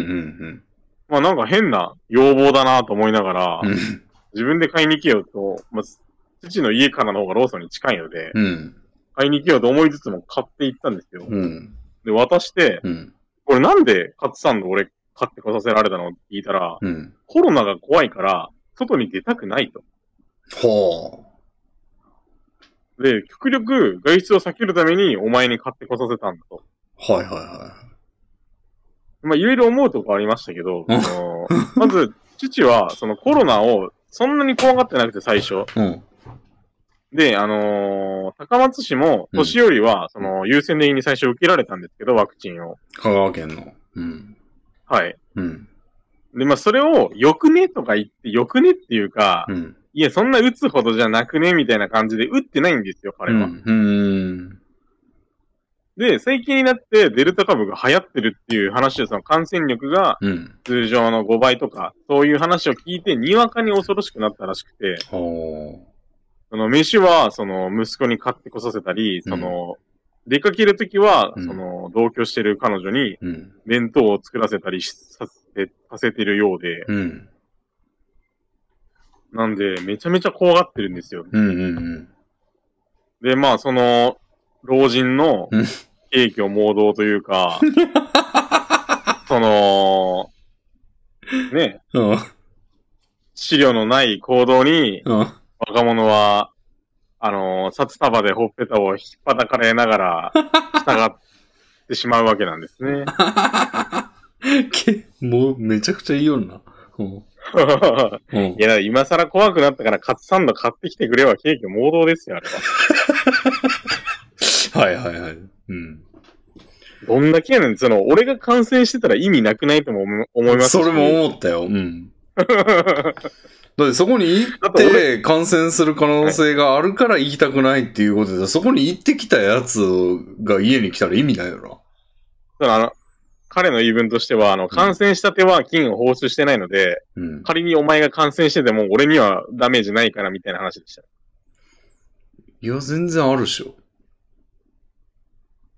Speaker 1: ん
Speaker 2: まあなんか変な要望だなと思いながら、
Speaker 1: うん。
Speaker 2: 自分で買いに行けよと、まあ、父の家からの方がローソンに近いので、
Speaker 1: うん。
Speaker 2: 買いに行けよと思いつつも買って行ったんですよ。
Speaker 1: うん。
Speaker 2: で、渡して、
Speaker 1: うん。
Speaker 2: これなんでカツサンド俺買ってこさせられたのって聞いたら、
Speaker 1: うん。
Speaker 2: コロナが怖いから、外に出たくないと。
Speaker 1: ほ
Speaker 2: で、極力外出を避けるためにお前に買ってこさせたんだと。
Speaker 1: う。はいはいは
Speaker 2: まあ、いろいろ思うとこありましたけど、
Speaker 1: う
Speaker 2: あ
Speaker 1: ん
Speaker 2: のまず、父は、そのコロナをそんなに怖がってなくて最初。
Speaker 1: い。うん。
Speaker 2: で、あのー高松市も、年寄りは、その、優先的に最初受けられたんですけど、ワクチンを。
Speaker 1: 香川県の。うん。
Speaker 2: はい。
Speaker 1: うん。
Speaker 2: で、まあ、それを、よくねとか言って、よくねっていうか、
Speaker 1: うん。
Speaker 2: いや、そんな打つほどじゃなくねみたいな感じで、打ってないんですよ、
Speaker 1: あ
Speaker 2: 彼
Speaker 1: う
Speaker 2: は。
Speaker 1: ん。
Speaker 2: で、最近になってデルタ株が流行ってるっていう話で、その感染力が
Speaker 1: うん。
Speaker 2: 通常の5倍とか、そういう話を聞いて、にわかに恐ろしくなったらしくて、
Speaker 1: ほ
Speaker 2: その飯は、その息子に買ってこさせたり、その、出かけるときは、
Speaker 1: うん
Speaker 2: その、同居してる彼女に
Speaker 1: う。うん。
Speaker 2: 弁当を作らせたりしさせて、させてるようで、
Speaker 1: うん。
Speaker 2: なんで、めちゃめちゃ怖がってるんですよ。
Speaker 1: うんうんうん。
Speaker 2: で、まあ、その、老人の
Speaker 1: うん、
Speaker 2: 景気を盲導とい うか、その、ね、
Speaker 1: うん。
Speaker 2: 資料のない行動に、
Speaker 1: うん。
Speaker 2: 若者は、あのー札束でほっぺたを引っ叩かれながら、従ってしまうわけなんですね。
Speaker 1: け、もうめちゃくちゃいいよな。うん。うん
Speaker 2: い。や、今更怖くなったからカツサンド買ってきてくれはケーキ盲導ですよ、あれは。
Speaker 1: はいはいはい。うん。
Speaker 2: どんだけやねん、その、俺が感染してたら意味なくないとも思思いますし
Speaker 1: それ も思ったよ。うん。だってそこに行
Speaker 2: だっ
Speaker 1: ってて感染する可能性があるから行きたくないっていうことで、そこに行ってきたやつが家に来たら意味ないよ
Speaker 2: ただあの、彼の言い分としては、あの、感染した手は菌を放出してないので、
Speaker 1: うん。
Speaker 2: 仮にお前が感染してても俺にはダメージないからみたいな話でした。
Speaker 1: いや、全然あるっしょ。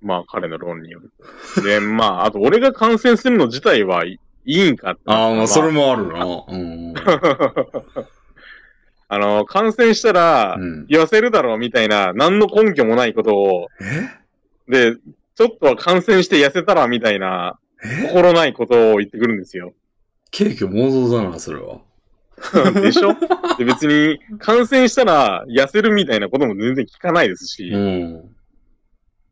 Speaker 2: まあ、彼の論によると。で、 まあ、あと俺が感染するの自体はいいいんかって。
Speaker 1: ああ、まあ、それもあるな。うん。
Speaker 2: あの、感染したら
Speaker 1: う、ん、
Speaker 2: 痩せるだろうみたいな、何の根拠もないことを、
Speaker 1: え
Speaker 2: で、ちょっとは感染して痩せたらみたいな、
Speaker 1: え
Speaker 2: 心ないことを言ってくるんですよ。
Speaker 1: ケーキ妄想だな、それは。
Speaker 2: でしょで別に、感染したら痩せるみたいなことも全然聞かないですし、
Speaker 1: うん。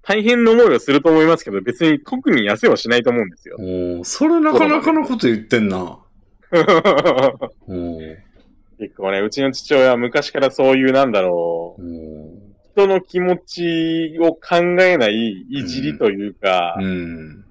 Speaker 2: 大変な思いをすると思いますけど、別に特に痩せはしないと思うんですよ。
Speaker 1: おーそれなかなかのこと言ってんな。おー
Speaker 2: 結構ね、うちの父親は昔からそういうなんだろう、
Speaker 1: おー
Speaker 2: 人の気持ちを考えないいじりというか
Speaker 1: う、ん。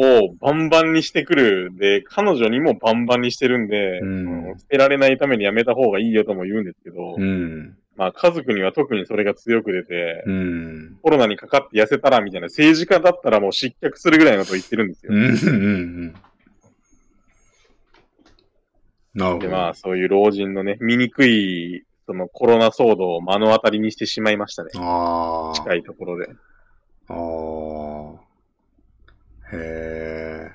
Speaker 2: をバンバンにしてくる。で、彼女にもバンバンにしてるんで、
Speaker 1: うん
Speaker 2: 捨てられないためにやめた方がいいよとも言うんですけど、
Speaker 1: うん。
Speaker 2: まあ家族には特にそれが強く出て、
Speaker 1: うん。
Speaker 2: コロナにかかって痩せたらみたいな政治家だったらもう失脚するぐらいのこと言ってるんですよ。
Speaker 1: うん。うん。なるほ
Speaker 2: で、
Speaker 1: ど。
Speaker 2: まあそういう老人のね、醜い、そのコロナ騒動を目の当たりにしてしまいましたね。
Speaker 1: あー
Speaker 2: 近いところで。
Speaker 1: あー。へ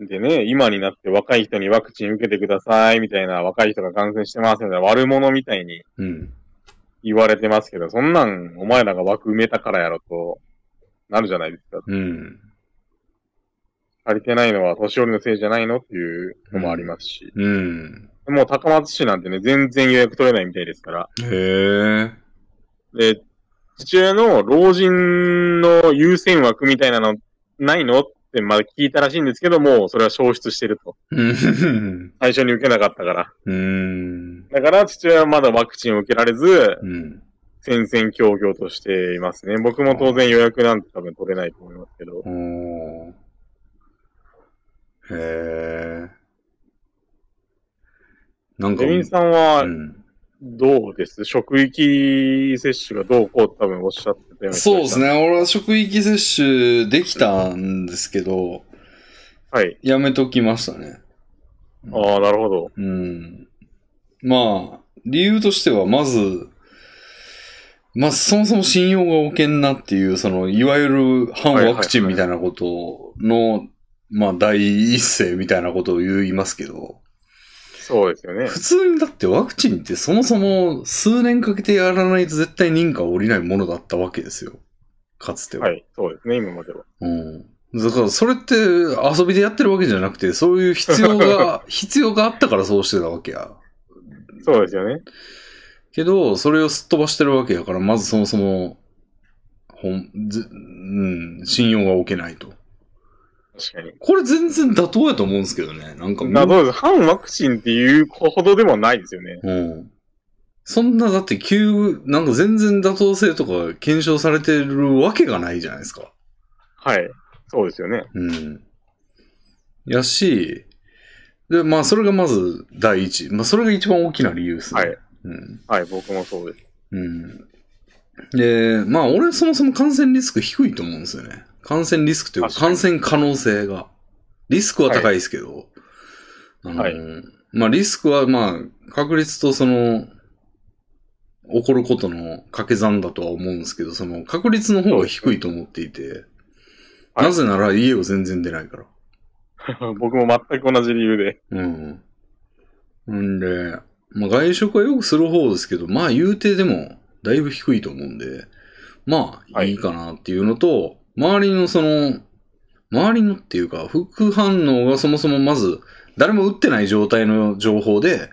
Speaker 1: え。
Speaker 2: でね、今になって若い人にワクチン受けてくださいみたいな、若い人が感染してますみたいな、悪者みたいに
Speaker 1: うん。
Speaker 2: 言われてますけど、そんなんお前らが枠埋めたからやろと、なるじゃないですか。
Speaker 1: うん。
Speaker 2: 足りてないのは年寄りのせいじゃないのっていうのもありますし。
Speaker 1: うん。
Speaker 2: もう高松市なんてね、全然予約取れないみたいですから。
Speaker 1: へえ。
Speaker 2: で、父親の老人の優先枠みたいなのないのってまだ聞いたらしいんですけども、それは消失してると。
Speaker 1: うん。
Speaker 2: 最初に受けなかったから。
Speaker 1: うん。
Speaker 2: だから父親はまだワクチンを受けられず、
Speaker 1: うん。
Speaker 2: 戦々恐々としていますね。僕も当然予約なんて多分取れないと思いますけど。
Speaker 1: おーへえ。なんか、
Speaker 2: デビンさんは
Speaker 1: うん
Speaker 2: どうです、職域接種がどうこうって多分おっしゃってたような気がした
Speaker 1: そうです。ね。俺は職域接種できたんですけど、
Speaker 2: はい。
Speaker 1: やめときましたね。
Speaker 2: ああ、なるほど。
Speaker 1: うん。まあ、理由としては、まず、まあ、そもそも信用がおけんなっていう、その、いわゆる反ワクチンみたいなことの、まあ、第一声みたいなことを言いますけど、
Speaker 2: そうですよね。
Speaker 1: 普通にだってワクチンってそもそも数年かけてやらないと絶対認可を下りないものだったわけですよ。かつては。
Speaker 2: はい。そうですね、今までは。
Speaker 1: うん。だからそれって遊びでやってるわけじゃなくて、そういう必要 が、必要があったからそうしてたわけや。
Speaker 2: そうですよね。
Speaker 1: けど、それをすっ飛ばしてるわけやから、まずそもそも、ほん、ず、うん、信用が置けないと。
Speaker 2: 確かに。
Speaker 1: これ全然妥当やと思うんですけどね。なんかもう
Speaker 2: などうです反ワクチンっていうほどでもないですよね。
Speaker 1: うん。そんな、だって急、なんか全然妥当性とか検証されてるわけがないじゃないですか。
Speaker 2: はい。そうですよね。
Speaker 1: うん。やし、で、まあ、それがまず第一。まあ、それが一番大きな理由ですね。
Speaker 2: はい。
Speaker 1: うん。
Speaker 2: はい、僕もそうです。
Speaker 1: うん。で、まあ、俺そもそも感染リスク低いと思うんですよね。感染リスクというか、
Speaker 2: 確か
Speaker 1: 感
Speaker 2: に
Speaker 1: 染可能性が。リスクは高いですけど、あの、
Speaker 2: はい
Speaker 1: まあ、リスクは、まあ、確率とその、起こることの掛け算だとは思うんですけど、その、確率の方が低いと思っていて、
Speaker 2: はい
Speaker 1: なぜなら家を全然出ないから。
Speaker 2: 僕も全く同じ理由で。
Speaker 1: うん。んで、まあ、外食はよくする方ですけど、まあ言うてでもだいぶ低いと思うんで、まあ
Speaker 2: はい
Speaker 1: いいかなっていうのと、周りのその、周りのっていうか、副反応がそもそもまず、誰も打ってない状態の情報で、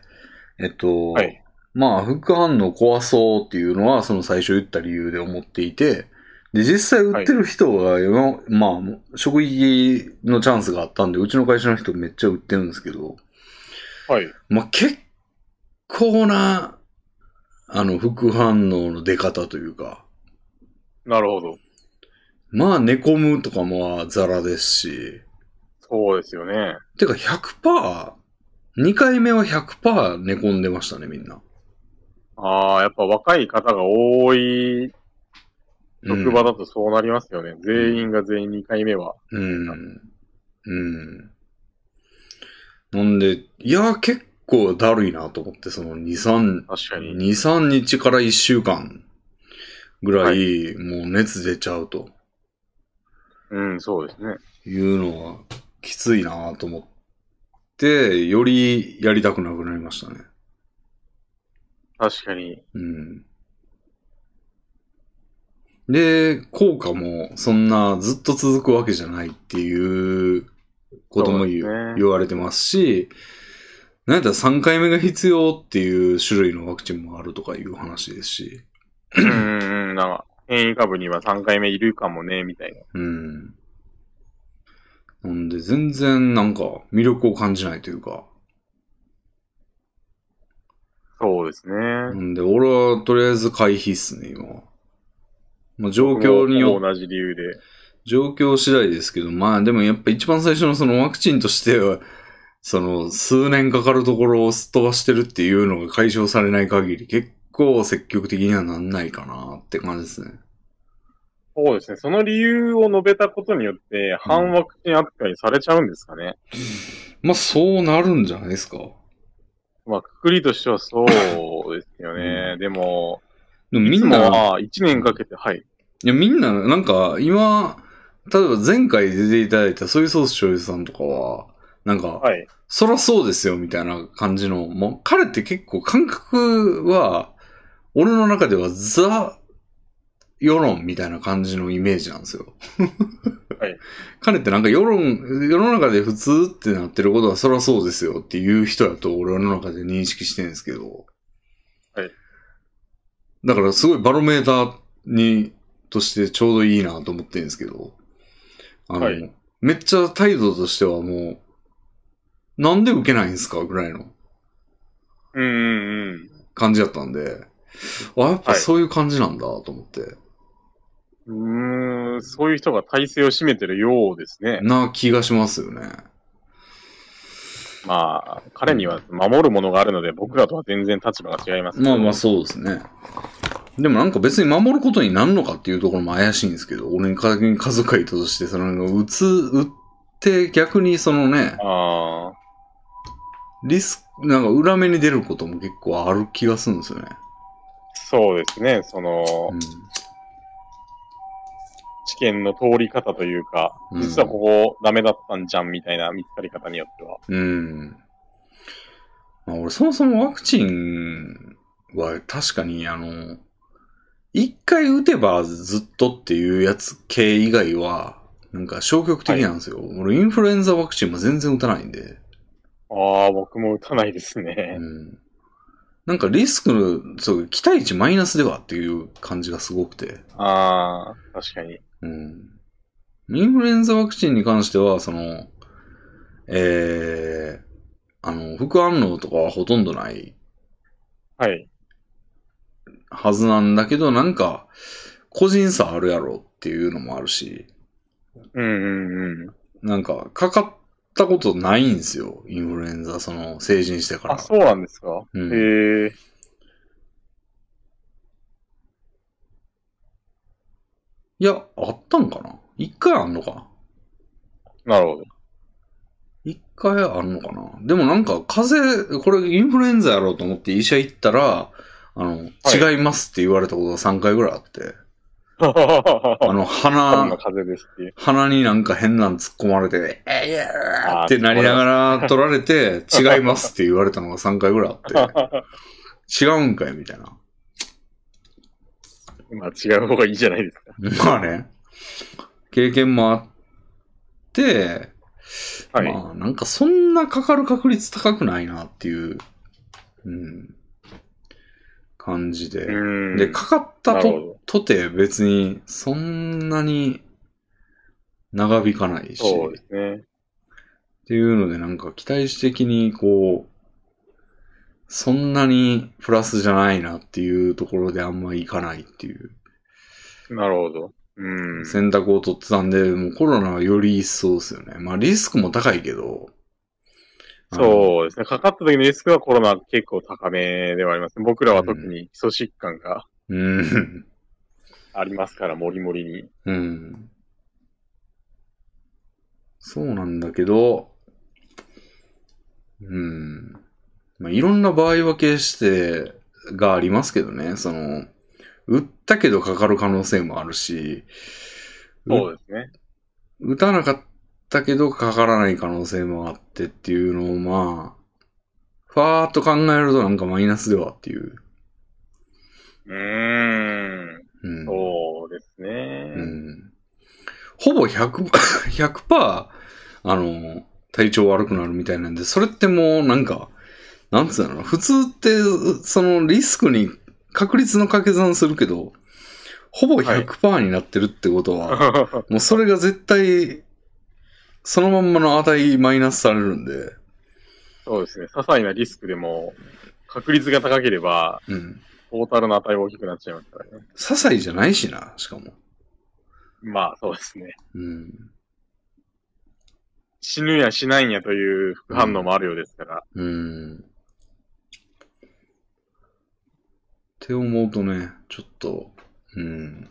Speaker 1: えっと、
Speaker 2: はい。
Speaker 1: まあ副反応怖そうっていうのはその最初言った理由で思っていて、で、実際売ってる人が、よまあ、職域のチャンスがあったんで、うちの会社の人めっちゃ売ってるんですけど、
Speaker 2: はい。
Speaker 1: まあ、結構な、あの、副反応の出方というか、
Speaker 2: なるほど。
Speaker 1: まあ、寝込むとかもザラですし、
Speaker 2: そうですよね。
Speaker 1: てか100%、2回目は100%寝込んでましたね、みんな。
Speaker 2: ああ、やっぱ若い方が多い
Speaker 1: うん
Speaker 2: 職場だとそうなりますよね。全員が全員2回目は。
Speaker 1: うん。うん。なんで、いや、結構だるいなと思って、その2、3、
Speaker 2: 確か
Speaker 1: 2、
Speaker 2: に。
Speaker 1: 3日から1週間ぐら、
Speaker 2: はい
Speaker 1: もう熱出ちゃうと
Speaker 2: うん、そうですね。
Speaker 1: いうのはきついなと思って、よりやりたくなくなりましたね。
Speaker 2: 確かに。
Speaker 1: うん。で、効果もそんなずっと続くわけじゃないっていうことも言,、
Speaker 2: そうですね
Speaker 1: 言われてますし、なんやったら3回目が必要っていう種類のワクチンもあるとかいう話ですし、
Speaker 2: うんうんうん、なんか、変異株には3回目いるかもね、みたいな。
Speaker 1: うん。なんで全然なんか魅力を感じないというか、
Speaker 2: そうですね。
Speaker 1: なんで俺はとりあえず回避っすね、今は。まあ、状況によっ
Speaker 2: 僕も同じ理由で。
Speaker 1: 状況次第ですけど、まあでもやっぱ一番最初のそのワクチンとしては、 その数年かかるところをすっ飛ばしてるっていうのが解消されない限り、結構積極的にはなんないかなって感じですね。
Speaker 2: そうですね。その理由を述べたことによって、反ワクチン扱いされちゃうんですかね。
Speaker 1: まあそうなるんじゃないですか。
Speaker 2: まあ、くくりとしてはそうですよね。でも、
Speaker 1: でもみ
Speaker 2: いつ
Speaker 1: ん
Speaker 2: も
Speaker 1: な、
Speaker 2: は1年かけて、はい。
Speaker 1: いやみんな、なんか今、例えば前回出ていただいたソイソース醤油さんとかは、なんか、
Speaker 2: はい。
Speaker 1: そらそうですよ、みたいな感じの、もう彼って結構感覚は、俺の中ではザ、世論みたいな感じのイメージなんですよ。
Speaker 2: はい
Speaker 1: 彼ってなんか世論、世の中で普通ってなってることはそらそうですよっていう人やと俺の中で認識してるんですけど。
Speaker 2: はい。
Speaker 1: だからすごいバロメーターに、としてちょうどいいなと思ってるんですけど。あの、
Speaker 2: はい
Speaker 1: めっちゃ態度としてはもう、なんで受けないんですかぐらいの
Speaker 2: うんうんうん。
Speaker 1: 感じだったんで、あ、やっぱ
Speaker 2: はい
Speaker 1: そういう感じなんだと思って、
Speaker 2: うーん、そういう人が体制を占めてるようですね。
Speaker 1: な気がしますよね。
Speaker 2: まあ、彼には守るものがあるので、僕らとは全然立場が違いますけ
Speaker 1: ま
Speaker 2: ど。
Speaker 1: あまあそうですね。でもなんか別に守ることになるのかっていうところも怪しいんですけど、俺に家族家族がいたとして、その、打つ、打って逆にそのね、
Speaker 2: あ
Speaker 1: リスク、なんか裏目に出ることも結構ある気がするんですよね。
Speaker 2: ーそうですね。その、知見の通り方というか、
Speaker 1: うん
Speaker 2: 実はここダメだったんじゃんみたいな見つかり方によっては。
Speaker 1: うん。まあ、俺、そもそもワクチンは確かに、あの、一回打てばずっとっていうやつ系以外は、なんか消極的なんですよ。俺、インフルエンザワクチンも全然打たないんで。
Speaker 2: ああ、僕も打たないですね
Speaker 1: う。ん。なんかリスクの、そう、期待値マイナスではっていう感じがすごくて。
Speaker 2: ああ、確かに。
Speaker 1: うん。インフルエンザワクチンに関しては、その、えー、あの、副反応とかはほとんどない
Speaker 2: はい。
Speaker 1: はずなんだけど、なんか、個人差あるやろっていうのもあるし、
Speaker 2: うんうんうん。
Speaker 1: なんか、かかったことないんですよ、インフルエンザ、その、成人してから。
Speaker 2: あ、そうなんですか、
Speaker 1: うん
Speaker 2: へえ。
Speaker 1: いや、あったんかな一回あんのか
Speaker 2: なるほど。
Speaker 1: 一回あんのかなでもなんか、風邪、これインフルエンザやろうと思って医者行ったら、あの、
Speaker 2: は
Speaker 1: 違いますって言われたことが3回ぐらいあって、 あ
Speaker 2: あ
Speaker 1: の、
Speaker 2: の、
Speaker 1: 鼻
Speaker 2: の、風ですっていう。
Speaker 1: 鼻になんか変なん突っ込まれて、えいやーってなりながら取られて、違いますって言われたのが3回ぐらいあって、 違うんかいみたいな。
Speaker 2: まあ違う方がいいじゃないですか。
Speaker 1: まあね、経験もあって、
Speaker 2: はい。
Speaker 1: まあなんかそんなかかる確率高くないなっていう、うん、感じで。
Speaker 2: うん。
Speaker 1: で、かかった
Speaker 2: なるほ
Speaker 1: ととて別にそんなに長引かないし。
Speaker 2: そうですね。
Speaker 1: っていうので、なんか期待値的に、こう、そんなにプラスじゃないなっていうところであんまいかないっていう
Speaker 2: なるほど。うん。
Speaker 1: 選択を取ってたんで、もうコロナはより一層ですよね。まあリスクも高いけど。
Speaker 2: そうですね。かかった時のリスクはコロナ結構高めではあります。僕らは特に基礎疾患が
Speaker 1: う。うん。
Speaker 2: ありますから、もりもりに。
Speaker 1: うん。そうなんだけど、うん。まあ、いろんな場合分けしてがありますけどね、その、打ったけどかかる可能性もあるし、
Speaker 2: そうですね。
Speaker 1: 打たなかったけどかからない可能性もあってっていうのをまあ、ふわーっと考えるとなんかマイナスではっていう。
Speaker 2: うーん。
Speaker 1: うん。
Speaker 2: そうですね。
Speaker 1: うん。ほぼ100、100%、あの、体調悪くなるみたいなんで、それってもうなんか、なんつうのかな普通って、そのリスクに確率の掛け算するけど、ほぼ100%になってるってことは、 もうそれが絶対、そのまんまの値マイナスされるんで、
Speaker 2: そうですね。些細なリスクでも、確率が高ければ、
Speaker 1: うん。
Speaker 2: トータルの値が大きくなっちゃいますからね。
Speaker 1: 些細じゃないしな、しかも。
Speaker 2: まあ、そうですね。
Speaker 1: うん。
Speaker 2: 死ぬやしないんやという副反応もあるようですから。
Speaker 1: うん。って思うとね、ちょっと、うん。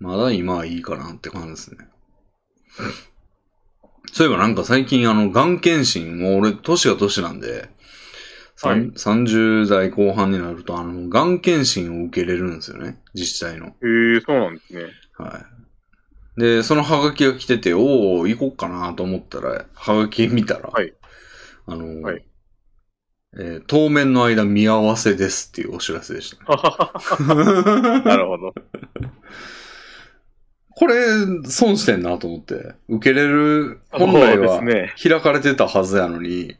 Speaker 1: まだ今はいいかなって感じですね。 そういえばなんか最近あの、がん検診、もう俺、年が年なんで、さん
Speaker 2: はい
Speaker 1: 30代後半になると、あの、がん検診を受けれるんですよね、自治体の。
Speaker 2: へえそうなんで すね。
Speaker 1: はい。で、そのハガキが来てて、おお、行こっかなと思ったら、ハガキ見たら、
Speaker 2: はい
Speaker 1: あの、
Speaker 2: はい
Speaker 1: えー当面の間見合わせですっていうお知らせでした、ね。
Speaker 2: なるほど。
Speaker 1: これ、損してんなと思って、受けれる、本来
Speaker 2: そうで
Speaker 1: は
Speaker 2: すね。
Speaker 1: 開かれてたはずやのに、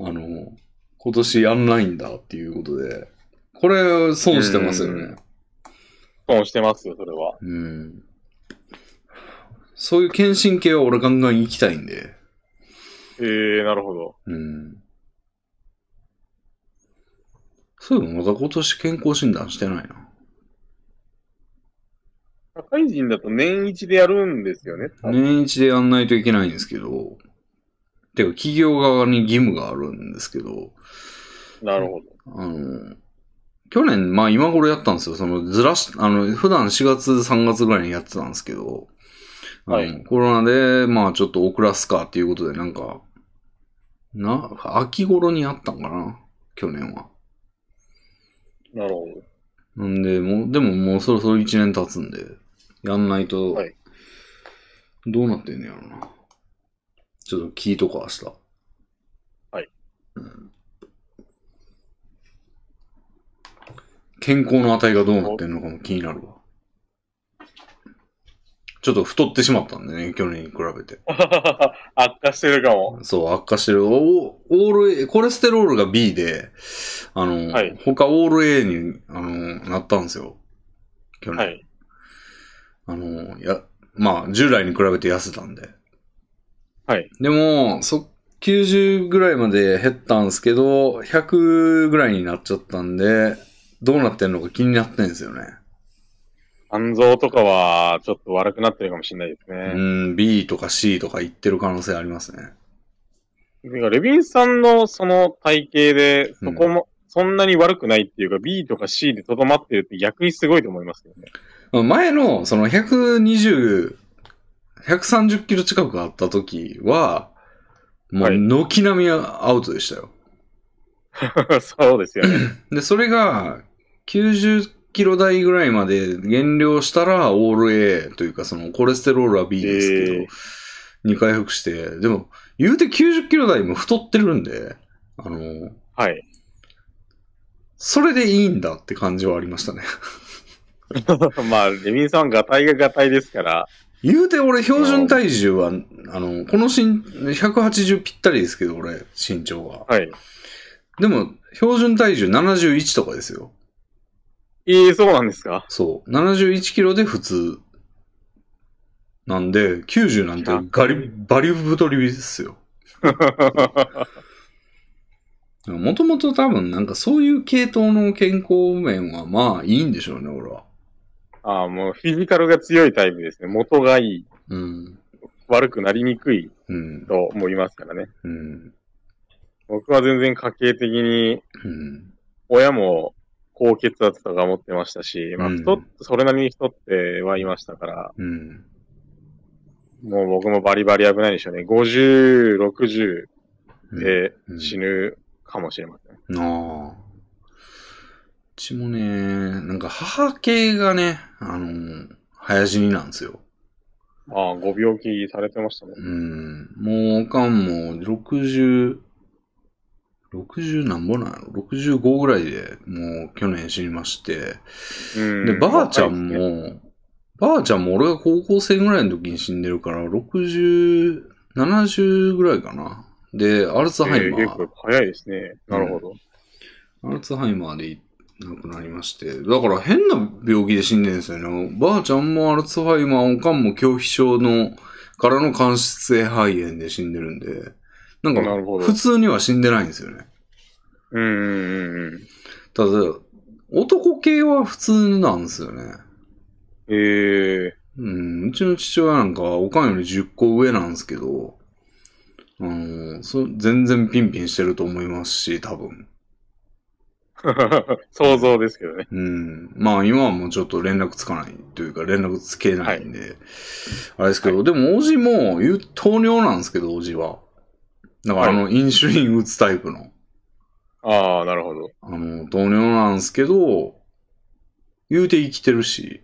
Speaker 1: あの、今年やんないんだっていうことで、これ、損してますよね。
Speaker 2: うん損してますよ、それは。
Speaker 1: うん。そういう検診系は俺ガンガン行きたいんで。
Speaker 2: ええなるほど。
Speaker 1: うん。そういえばまだ今年健康診断してないな。
Speaker 2: 社会人だと年一でやるんですよね。多分
Speaker 1: 年一でやんないといけないんですけど、てか企業側に義務があるんですけど、
Speaker 2: なるほど。
Speaker 1: あの、去年、まあ今頃やったんですよ。そのずらし、あの、普段4月、3月ぐらいにやってたんですけど、あの
Speaker 2: はい
Speaker 1: コロナで、まあちょっと遅らすかっていうことで、なんか、な、秋頃にやったんかな去年は。
Speaker 2: なるほど。
Speaker 1: なんで、もう、でももうそろそろ1年経つんで、やんないと
Speaker 2: はい、
Speaker 1: どうなってんねやろな。ちょっと聞いとか明日。
Speaker 2: はい。
Speaker 1: うん、健康の値がどうなってんのかも気になるわ。ちょっと太ってしまったんでね、去年に比べて。
Speaker 2: 悪化してるかも。
Speaker 1: そう、悪化してる。おオール A、コレステロールが B で、あの、
Speaker 2: はい
Speaker 1: 他オール A に、あの、なったんですよ。去年。
Speaker 2: はい。
Speaker 1: あの、や、まあ、従来に比べて痩せたんで。
Speaker 2: はい。
Speaker 1: でも、そ、90ぐらいまで減ったんですけど、100ぐらいになっちゃったんで、どうなってんのか気になってんですよね。
Speaker 2: 肝臓とかは、ちょっと悪くなってるかもしれないです
Speaker 1: う
Speaker 2: ね。
Speaker 1: ん、B とか C とか言ってる可能性ありますね。
Speaker 2: てかレビンさんのその体型で、そこも、そんなに悪くないっていうか、B とか C でとどまってるって逆にすごいと思いますよね。
Speaker 1: 前の、その120、130キロ近くあった時は、もう、
Speaker 2: はい
Speaker 1: 軒並みアウトでしたよ。
Speaker 2: そうですよ ね。
Speaker 1: で、それが、90キロ台ぐらいまで減量したら、オール A というか、その、コレステロールは B ですけど、
Speaker 2: えー
Speaker 1: に回復して、でも、言うて90キロ台も太ってるんで、あの、
Speaker 2: はい。
Speaker 1: それでいいんだって感じはありましたね。
Speaker 2: まあ、レビンさんはガタイがガタイですから、
Speaker 1: 言うて俺、標準体重は、あの、この身、180ぴったりですけど、俺、身長が。
Speaker 2: はい。
Speaker 1: でも、標準体重71とかですよ。
Speaker 2: ええそうなんですか
Speaker 1: そう。71キロで普通。なんで、90なんてガリ、バリ太りですよ。もともと多分なんかそういう系統の健康面はまあいいんでしょうね、俺は。
Speaker 2: ああ、もうフィジカルが強いタイプですね。元がいい。
Speaker 1: うん。
Speaker 2: 悪くなりにくい
Speaker 1: うん。
Speaker 2: と思いますからね。
Speaker 1: うん。
Speaker 2: 僕は全然家系的に、
Speaker 1: うん。
Speaker 2: 親も高血圧とか持ってましたし、まあ、
Speaker 1: うん
Speaker 2: 太っ、それなりに太ってはいましたから、
Speaker 1: うん。
Speaker 2: もう僕もバリバリ危ないでしょうね。50、60で
Speaker 1: うん
Speaker 2: 死ぬかもしれません。
Speaker 1: なあ。うちもね、なんか母系がね、あの、早死になんですよ。
Speaker 2: ああ、ご病気されてましたね。
Speaker 1: うん。もう、おかんも60、60なんぼなんやろ ?65 ぐらいでもう去年死にまして。
Speaker 2: うん。
Speaker 1: で、ばあちゃん
Speaker 2: 若いですね。
Speaker 1: も、ばあちゃんも俺が高校生ぐらいの時に死んでるから、60、70ぐらいかな。で、アルツハイマー。
Speaker 2: ええ結構早いですね。なるほど。
Speaker 1: アルツハイマーで亡くなりまして。だから変な病気で死んでるんですよね。ばあちゃんもアルツハイマー、おかんも拒否症の、からの間質性肺炎で死んでるんで、なんか
Speaker 2: なるほど
Speaker 1: 普通には死んでないんですよね。
Speaker 2: うんうんうんうん。
Speaker 1: ただ、男系は普通なんですよね。
Speaker 2: ええ
Speaker 1: うん、うちの父親なんかおかんより10個上なんですけど、あの、そ全然ピンピンしてると思いますし、多分。
Speaker 2: 想像ですけどね。
Speaker 1: うん。まあ今はもうちょっと連絡つかないというか連絡つけないんで、あれですけど、でもおじも言う糖尿なんですけど、おじは。だからあの、インシュリン打つタイプの、
Speaker 2: ああ、なるほど。
Speaker 1: あの、糖尿なんですけど、言うて生きてるし、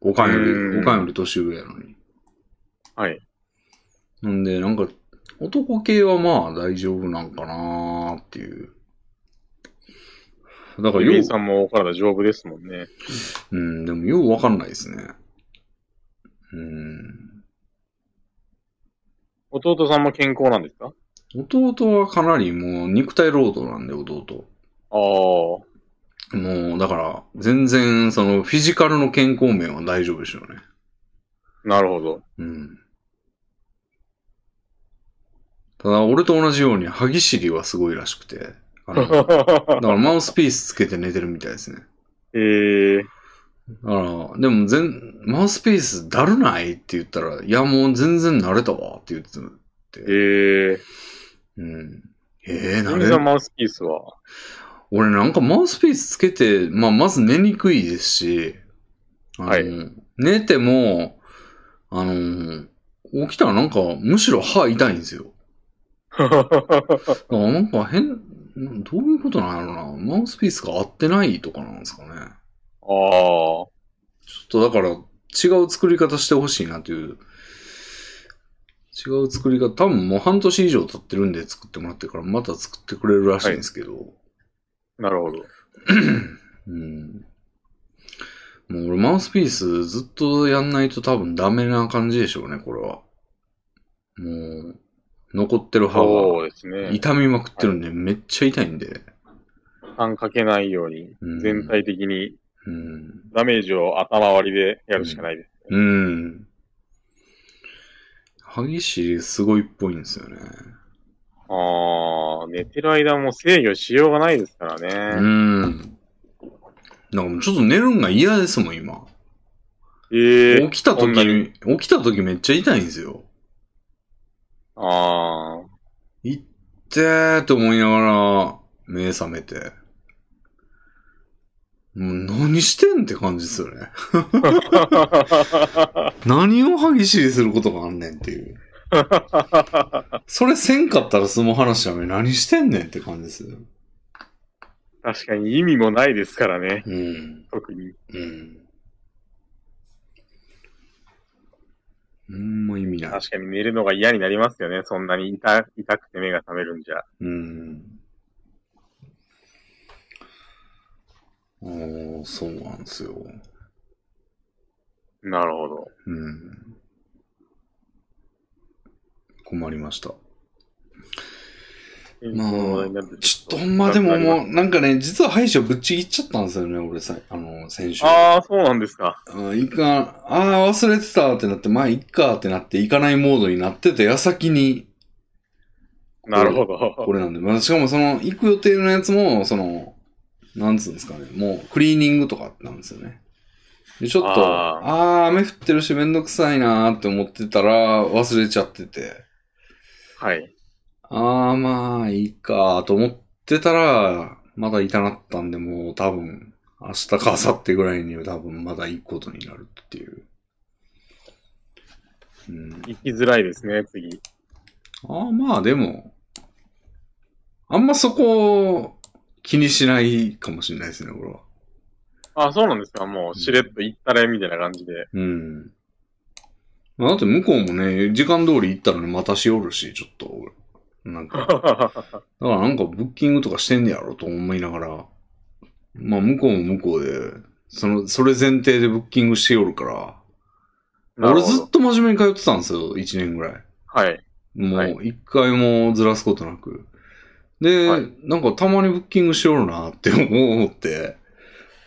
Speaker 1: おかんよ
Speaker 2: う
Speaker 1: り、
Speaker 2: ん
Speaker 1: おかんより年上やのに。
Speaker 2: はい。
Speaker 1: なんで、なんか、男系はまあ大丈夫なんかなーっていう。だから
Speaker 2: ユ
Speaker 1: よ
Speaker 2: ミ
Speaker 1: う
Speaker 2: ン、さんもお体丈夫ですもんね。
Speaker 1: うん、でもようわかんないですね。うん。
Speaker 2: 弟さんも健康なんですか
Speaker 1: 弟はかなりもう肉体労働なんで、弟。
Speaker 2: ああ。
Speaker 1: もう、だから、全然、その、フィジカルの健康面は大丈夫でしょうね。
Speaker 2: なるほど。
Speaker 1: うん。ただ、俺と同じように、歯ぎしりはすごいらしくて。あ のだから、マウスピースつけて寝てるみたいですね。
Speaker 2: ええ
Speaker 1: だから、でも、全、マウスピースだるないって言ったら、いや、もう全然慣れたわって言ってた。
Speaker 2: ええ
Speaker 1: うん。ええー、
Speaker 2: ユ
Speaker 1: 慣
Speaker 2: ミ
Speaker 1: れ
Speaker 2: ンさんマウスピースは
Speaker 1: 俺なんかマウスピースつけて、まあ、まず寝にくいですし、あの
Speaker 2: はい
Speaker 1: 寝ても、あの、起きたらなんか、むしろ歯痛いんですよ。だからなんか変、どういうことなんやろな。マウスピースが合ってないとかなんですかね。
Speaker 2: ああ。
Speaker 1: ちょっとだから、違う作り方してほしいなという。違う作り方、多分もう半年以上経ってるんで作ってもらってから、また作ってくれるらしいんですけど。
Speaker 2: なるほど。
Speaker 1: うんもう俺マウスピースずっとやんないと多分ダメな感じでしょうね、これは。もう、残ってる歯は
Speaker 2: そうですね。
Speaker 1: 痛みまくってるんで、めっちゃ痛いんで。
Speaker 2: 負担かけないように、
Speaker 1: うん
Speaker 2: 全体的に
Speaker 1: うん。
Speaker 2: ダメージを頭割りでやるしかないです。
Speaker 1: うん。歯ぎしりすごいっぽいんですよね。
Speaker 2: ああ、寝てる間も制御しようがないですから
Speaker 1: う
Speaker 2: ね。
Speaker 1: ん。なんかもうちょっと寝るんが嫌ですもん、今。
Speaker 2: ええ
Speaker 1: 起きた
Speaker 2: こんな
Speaker 1: 時、起きた時めっちゃ痛いんですよ。
Speaker 2: ああ、
Speaker 1: いってーって思いながら、目覚めて。もう何してんって感じですよね。何を歯ぎしりすることがあんねんって いう。それせんかったらその話はね、何してんねんって感じですよ。
Speaker 2: 確かに意味もないですからね。
Speaker 1: うん。
Speaker 2: 特に。
Speaker 1: うん。うんもう意味ない。
Speaker 2: 確かに寝るのが嫌になりますよね。そんなに痛痛くて目が覚めるんじゃ。
Speaker 1: うん。おー、そうなんですよ。
Speaker 2: なるほど。
Speaker 1: うん。困りました。まあちょっとほんまでももう、なんかね、実は歯医者ぶっちぎっちゃったんですよね、俺さ、あの、先週。
Speaker 2: ああ、そうなんですか。
Speaker 1: あいかん、ああ、忘れてたってなって、まあ、いっかってなって、行かないモードになってた矢先に、
Speaker 2: なるほど。
Speaker 1: これなんで、まあ、しかもその、行く予定のやつも、その、なんつうんですかね、もう、クリーニングとかなんですよね。でちょっと、
Speaker 2: あー
Speaker 1: ああー、雨降ってるしめんどくさいなーって思ってたら、忘れちゃってて。
Speaker 2: はい。
Speaker 1: あーまあいいかと思ってたら、まだ至らなったんで、もう多分、明日か明後日ぐらいには多分まだいいことになるっていう。うん。
Speaker 2: 行きづらいですね、次。
Speaker 1: ああ、まあでも、あんまそこ、気にしないかもしれないですね、俺は。
Speaker 2: あ、そうなんですか。もう、しれっと行ったれ、みたいな感じ で。
Speaker 1: うん。まあだって向こうもね、時間通り行ったらね、またしおるし、ちょっと、なんか、だからなんかブッキングとかしてんねやろと思いながら、まあ向こうも向こうで、その、それ前提でブッキングしておるから、
Speaker 2: なる
Speaker 1: 俺
Speaker 2: ほ
Speaker 1: ず
Speaker 2: ど
Speaker 1: っと真面目に通ってたんですよ、1年ぐらい。
Speaker 2: はい。
Speaker 1: も
Speaker 2: はいう
Speaker 1: 一回もずらすことなく。で、
Speaker 2: はい
Speaker 1: なんかたまにブッキングしよるなって思って、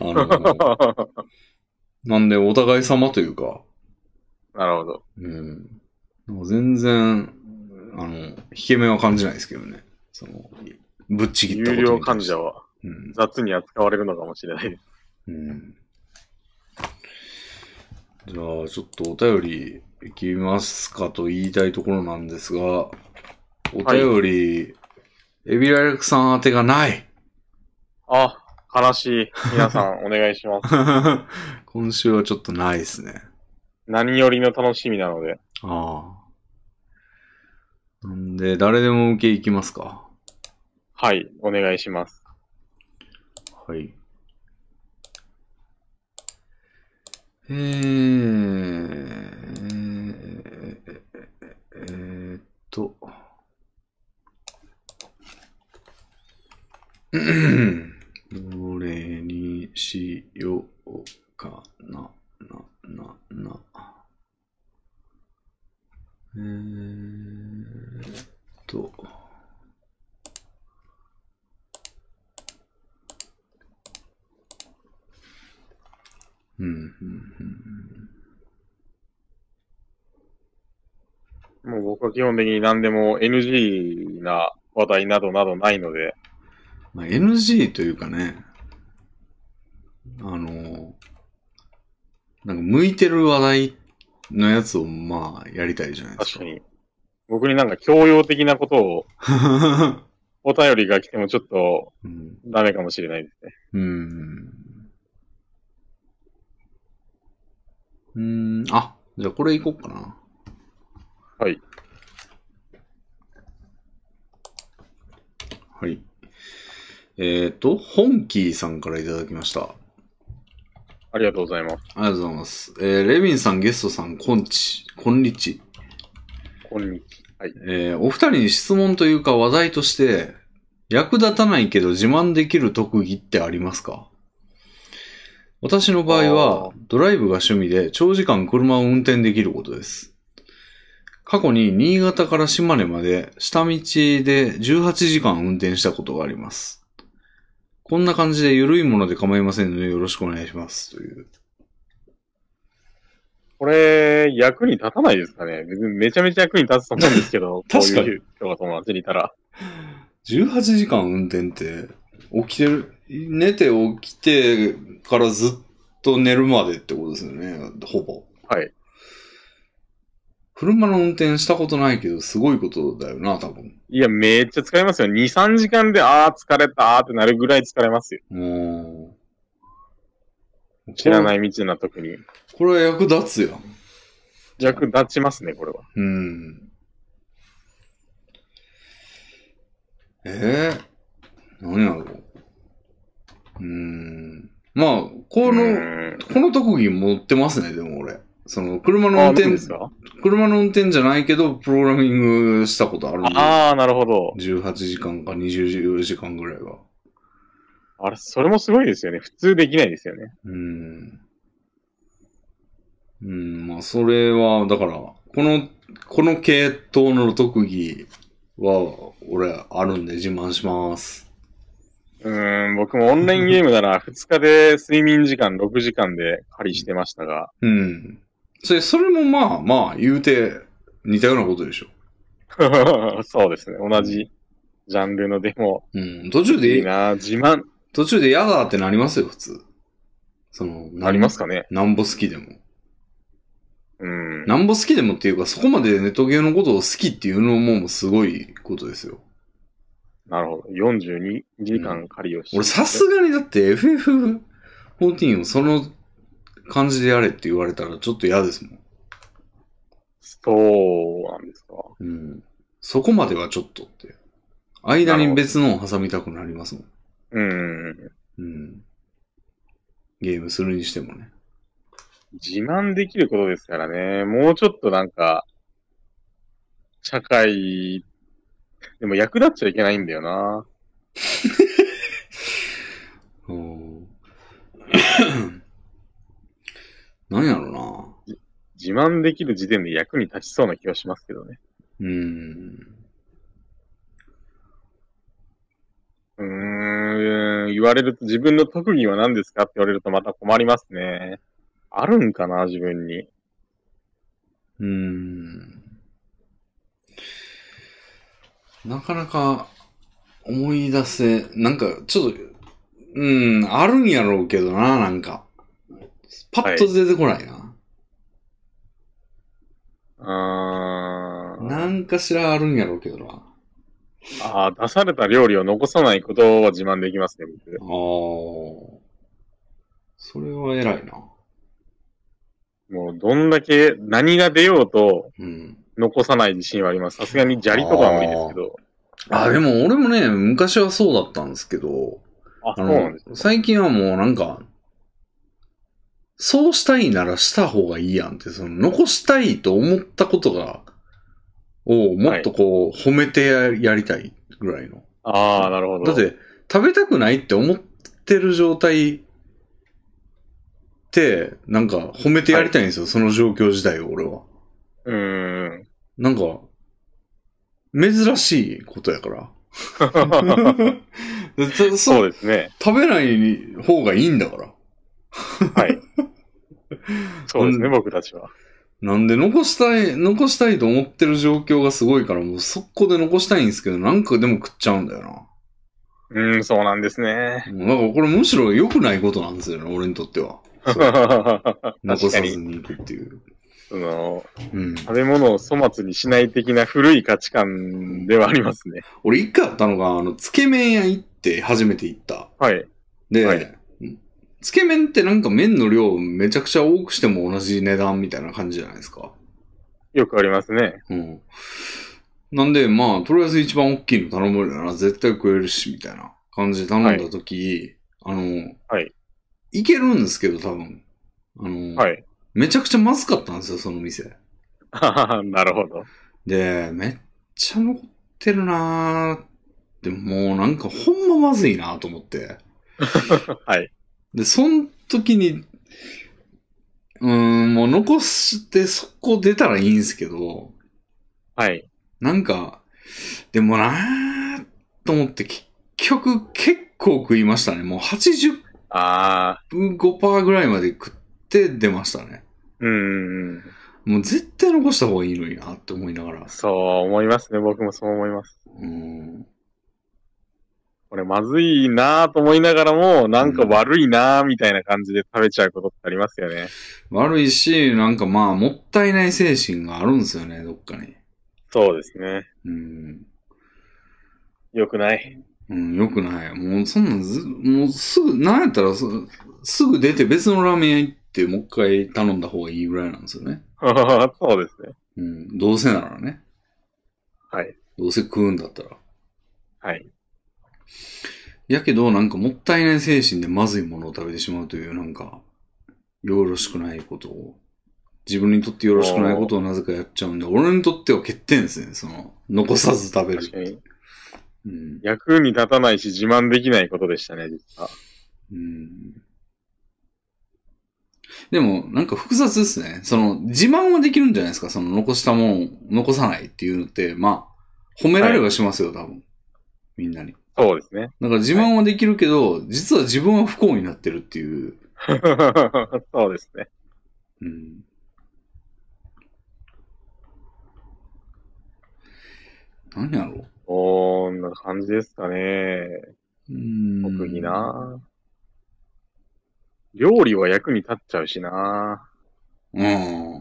Speaker 1: あ の、なんでお互い様というか、
Speaker 2: なるほど。
Speaker 1: うん。なんか全然、あの、引け目は感じないですけどね。その、ぶっちぎ
Speaker 2: 有
Speaker 1: ったことに対して
Speaker 2: 料患者は
Speaker 1: うん。
Speaker 2: 雑に扱われるのかもしれないです。
Speaker 1: うん。じゃあ、ちょっとお便りいきますかと言いたいところなんですが、お便り、エビライラクさん宛てが ない。
Speaker 2: あ、悲しい。皆さん、お願いします。
Speaker 1: 今週はちょっとないですね。
Speaker 2: 何よりの楽しみなので。
Speaker 1: ああ。なんで、誰でも受けいきますか。
Speaker 2: はい、お願いします。
Speaker 1: はい。えー、えーえーっと。どれにしようかな、な、な、な。えーっと。うん、うん、うん。
Speaker 2: もう僕は基本的に何でも NG な話題などなどないので。
Speaker 1: まあ、NG というかね、あの、なんか向いてる話題のやつをまあやりたいじゃないです
Speaker 2: 確
Speaker 1: か
Speaker 2: か。に。僕になんか教養的なことを、お便りが来てもちょっと
Speaker 1: うん、
Speaker 2: ダメかもしれないですね。
Speaker 1: うん。うん、あ、じゃあこれいこうかな。
Speaker 2: はい。
Speaker 1: はい。えっ、と、ホンキーさんからいただきました。
Speaker 2: ありがとうございます。
Speaker 1: ありがとうございます。えーレビンさん、ゲストさん、こんち、こんにち。
Speaker 2: こんに
Speaker 1: えーお二人に質問というか話題として、役立たないけど自慢できる特技ってありますか私の場合
Speaker 2: あ
Speaker 1: は、ドライブが趣味で長時間車を運転できることです。過去に新潟から島根まで下道で18時間運転したことがあります。こんな感じで緩いもので構いませんのでよろしくお願いします。という。
Speaker 2: これ、役に立たないですかね別にめちゃめちゃ役に立つと思うんですけど、
Speaker 1: 確かに
Speaker 2: こういう人が友達にいたら。
Speaker 1: 18時間運転って、起きてる、寝て起きてからずっと寝るまでってことですよね、ほぼ。
Speaker 2: はい。
Speaker 1: 車の運転したことないけど、すごいことだよな、多分。
Speaker 2: いや、めっちゃ疲れますよ。2、3時間で、あー疲れたーってなるぐらい疲れますよ。
Speaker 1: もう。。
Speaker 2: 知らないい道な特に。
Speaker 1: これは役立つやん。
Speaker 2: 役立ちますね、これは。
Speaker 1: うん。ええ何やろう。うーん。まあ、こ
Speaker 2: う
Speaker 1: の、
Speaker 2: ーん
Speaker 1: この特技持ってますね、でも俺。その、車の
Speaker 2: あ
Speaker 1: 運
Speaker 2: ー、何
Speaker 1: 転
Speaker 2: で、すか
Speaker 1: 車の運転じゃないけど、プログラミングしたことあるんで
Speaker 2: あー、なるほど。
Speaker 1: すよ。18時間か20時間ぐらいは。
Speaker 2: あれ、それもすごいですよね。普通できないですよね。
Speaker 1: うん。うん、まあ、それは、だから、この、この系統の特技は、俺、あるんで自慢します。
Speaker 2: うーん、僕もオンラインゲームなら2日で睡眠時間6時間で借りしてましたが、
Speaker 1: うん。それ、それもまあまあ、言うて、似たようなことでしょ。
Speaker 2: そうですね。同じジャンルのでも、
Speaker 1: うん。途中
Speaker 2: いい
Speaker 1: で、
Speaker 2: な自慢、
Speaker 1: 途中で嫌だってなりますよ、普通。その、
Speaker 2: ありますかね。
Speaker 1: なんぼ好きでも。
Speaker 2: うん。
Speaker 1: なんぼ好きでもっていうか、そこまでネットゲーのことを好きっていうのももうすごいことですよ。
Speaker 2: なるほど。42時間借りをして、
Speaker 1: 俺さすがにだって FF14 をその感じでやれって言われたらちょっと嫌ですもん。
Speaker 2: そうなんですか。
Speaker 1: うん。そこまではちょっとって。間に別のを挟みたくなりますもん。
Speaker 2: うん。
Speaker 1: うん。ゲームするにしてもね。
Speaker 2: 自慢できることですからね。もうちょっとなんか、社会、でも役立っちゃいけないんだよな。
Speaker 1: おー何やろ な。
Speaker 2: 自慢できる時点で役に立ちそうな気がしますけどね。
Speaker 1: うん。
Speaker 2: うーん、言われると自分の特技は何ですかって言われるとまた困りますね。あるんかな、自分に。
Speaker 1: うん。なかなか思い出せ、なんかちょっと、うん、あるんやろうけどな、なんか。パッと出てこないな。
Speaker 2: うーん。
Speaker 1: なんかしらあるんやろうけどな。
Speaker 2: あー出された料理を残さないことは自慢できますね、僕。
Speaker 1: ああ。それは偉いな。
Speaker 2: もう、どんだけ、何が出ようと
Speaker 1: うん。
Speaker 2: 残さない自信はあります。さすがに砂利とかは無理ですけど。
Speaker 1: あ、でも俺もね、昔はそうだったんですけど、
Speaker 2: あ、そ
Speaker 1: あ
Speaker 2: うなん
Speaker 1: の
Speaker 2: です、
Speaker 1: 最近はもうなんか、そうしたいならした方がいいやんって、その、残したいと思ったことが、をもっとこう、褒めてややりたいぐらいの。
Speaker 2: ああ、なるほど。
Speaker 1: だっ、て、食べたくないって思ってる状態って、なんか褒めてやりたいんですよ、その状況自体を俺は。
Speaker 2: うーん。
Speaker 1: なんか、珍しいことや から。そそ
Speaker 2: そううですね。
Speaker 1: 食べない方がいいんだから。
Speaker 2: はい。そうですね、僕たちは。
Speaker 1: なんで残したい、残したいと思ってる状況がすごいから、もう速攻で残したいんですけど、なんかでも食っちゃうんだよな。
Speaker 2: うーん、そうなんですね。
Speaker 1: もうなんかこれむしろ良くないことなんですよね、俺にとっては。残
Speaker 2: 確か
Speaker 1: さず
Speaker 2: に、
Speaker 1: に行くっていう。
Speaker 2: その、
Speaker 1: うん。
Speaker 2: 食べ物を粗末にしない的な古い価値観ではありますね。
Speaker 1: 俺一回あったのが、あの、つけ麺屋行って初めて行った。
Speaker 2: はい。
Speaker 1: で、
Speaker 2: はい
Speaker 1: つけ麺ってなんか麺の量めちゃくちゃ多くしても同じ値段みたいな感じじゃないですか。
Speaker 2: よくありますね。
Speaker 1: うん。なんで、まあ、とりあえず一番大きいの頼むなら絶対食えるし、みたいな感じで頼んだとき、あの、
Speaker 2: はい。
Speaker 1: けるんですけど、多分。あの、
Speaker 2: はい。
Speaker 1: めちゃくちゃまずかったんですよ、その店。
Speaker 2: なるほど。
Speaker 1: で、めっちゃ残ってるなーって、もうなんかほんままずいなーと思って。
Speaker 2: はい。
Speaker 1: で、そん時に、うーん、もう残してそこ出たらいいんですけど、
Speaker 2: はい。
Speaker 1: なんか、でもなーと思って結局結構食いましたね。もう
Speaker 2: ああ、
Speaker 1: 85%ぐらいまで食って出ましたね。
Speaker 2: うーん。
Speaker 1: もう絶対残した方がいいのになって思いながら。
Speaker 2: そう思いますね。僕もそう思います。
Speaker 1: うん。
Speaker 2: 俺、まずいなぁと思いながらも、なんか悪いなぁみたいな感じで食べちゃうことってありますよね。
Speaker 1: 悪いし、なんかまあ、もったいない精神があるんですよね、どっかに。
Speaker 2: そうですね。
Speaker 1: うん。
Speaker 2: よくない。
Speaker 1: うん、よくない。もうそんなんず、もうすぐ、なんやったらす、すぐ出て別のラーメン屋行って、もう一回頼んだ方がいいぐらいなんですよね。
Speaker 2: そうですね。
Speaker 1: うん、どうせならね。
Speaker 2: はい。
Speaker 1: どうせ食うんだったら。
Speaker 2: はい。
Speaker 1: やけど、なんかもったいない精神でまずいものを食べてしまうという、なんか、よろしくないことを、自分にとってよろしくないことをなぜかやっちゃうんで、俺にとっては欠点ですね、その、残さず食べ
Speaker 2: 確か
Speaker 1: る。
Speaker 2: に。
Speaker 1: うん。
Speaker 2: 役に立たないし、自慢できないことでしたね、実は。
Speaker 1: うん。でも、なんか複雑ですね。その、自慢はできるんじゃないですか、その残したもんを残さないっていうのって、まあ、褒められはしますよ、多分。みんなに。
Speaker 2: そうですね。
Speaker 1: だから自慢はできるけど、実は自分は不幸になってるっていう、
Speaker 2: そうですね。
Speaker 1: うん何やろ
Speaker 2: こんな感じですかね。
Speaker 1: ううん
Speaker 2: 特になぁ。料理は役に立っちゃうしなぁ。
Speaker 1: うん。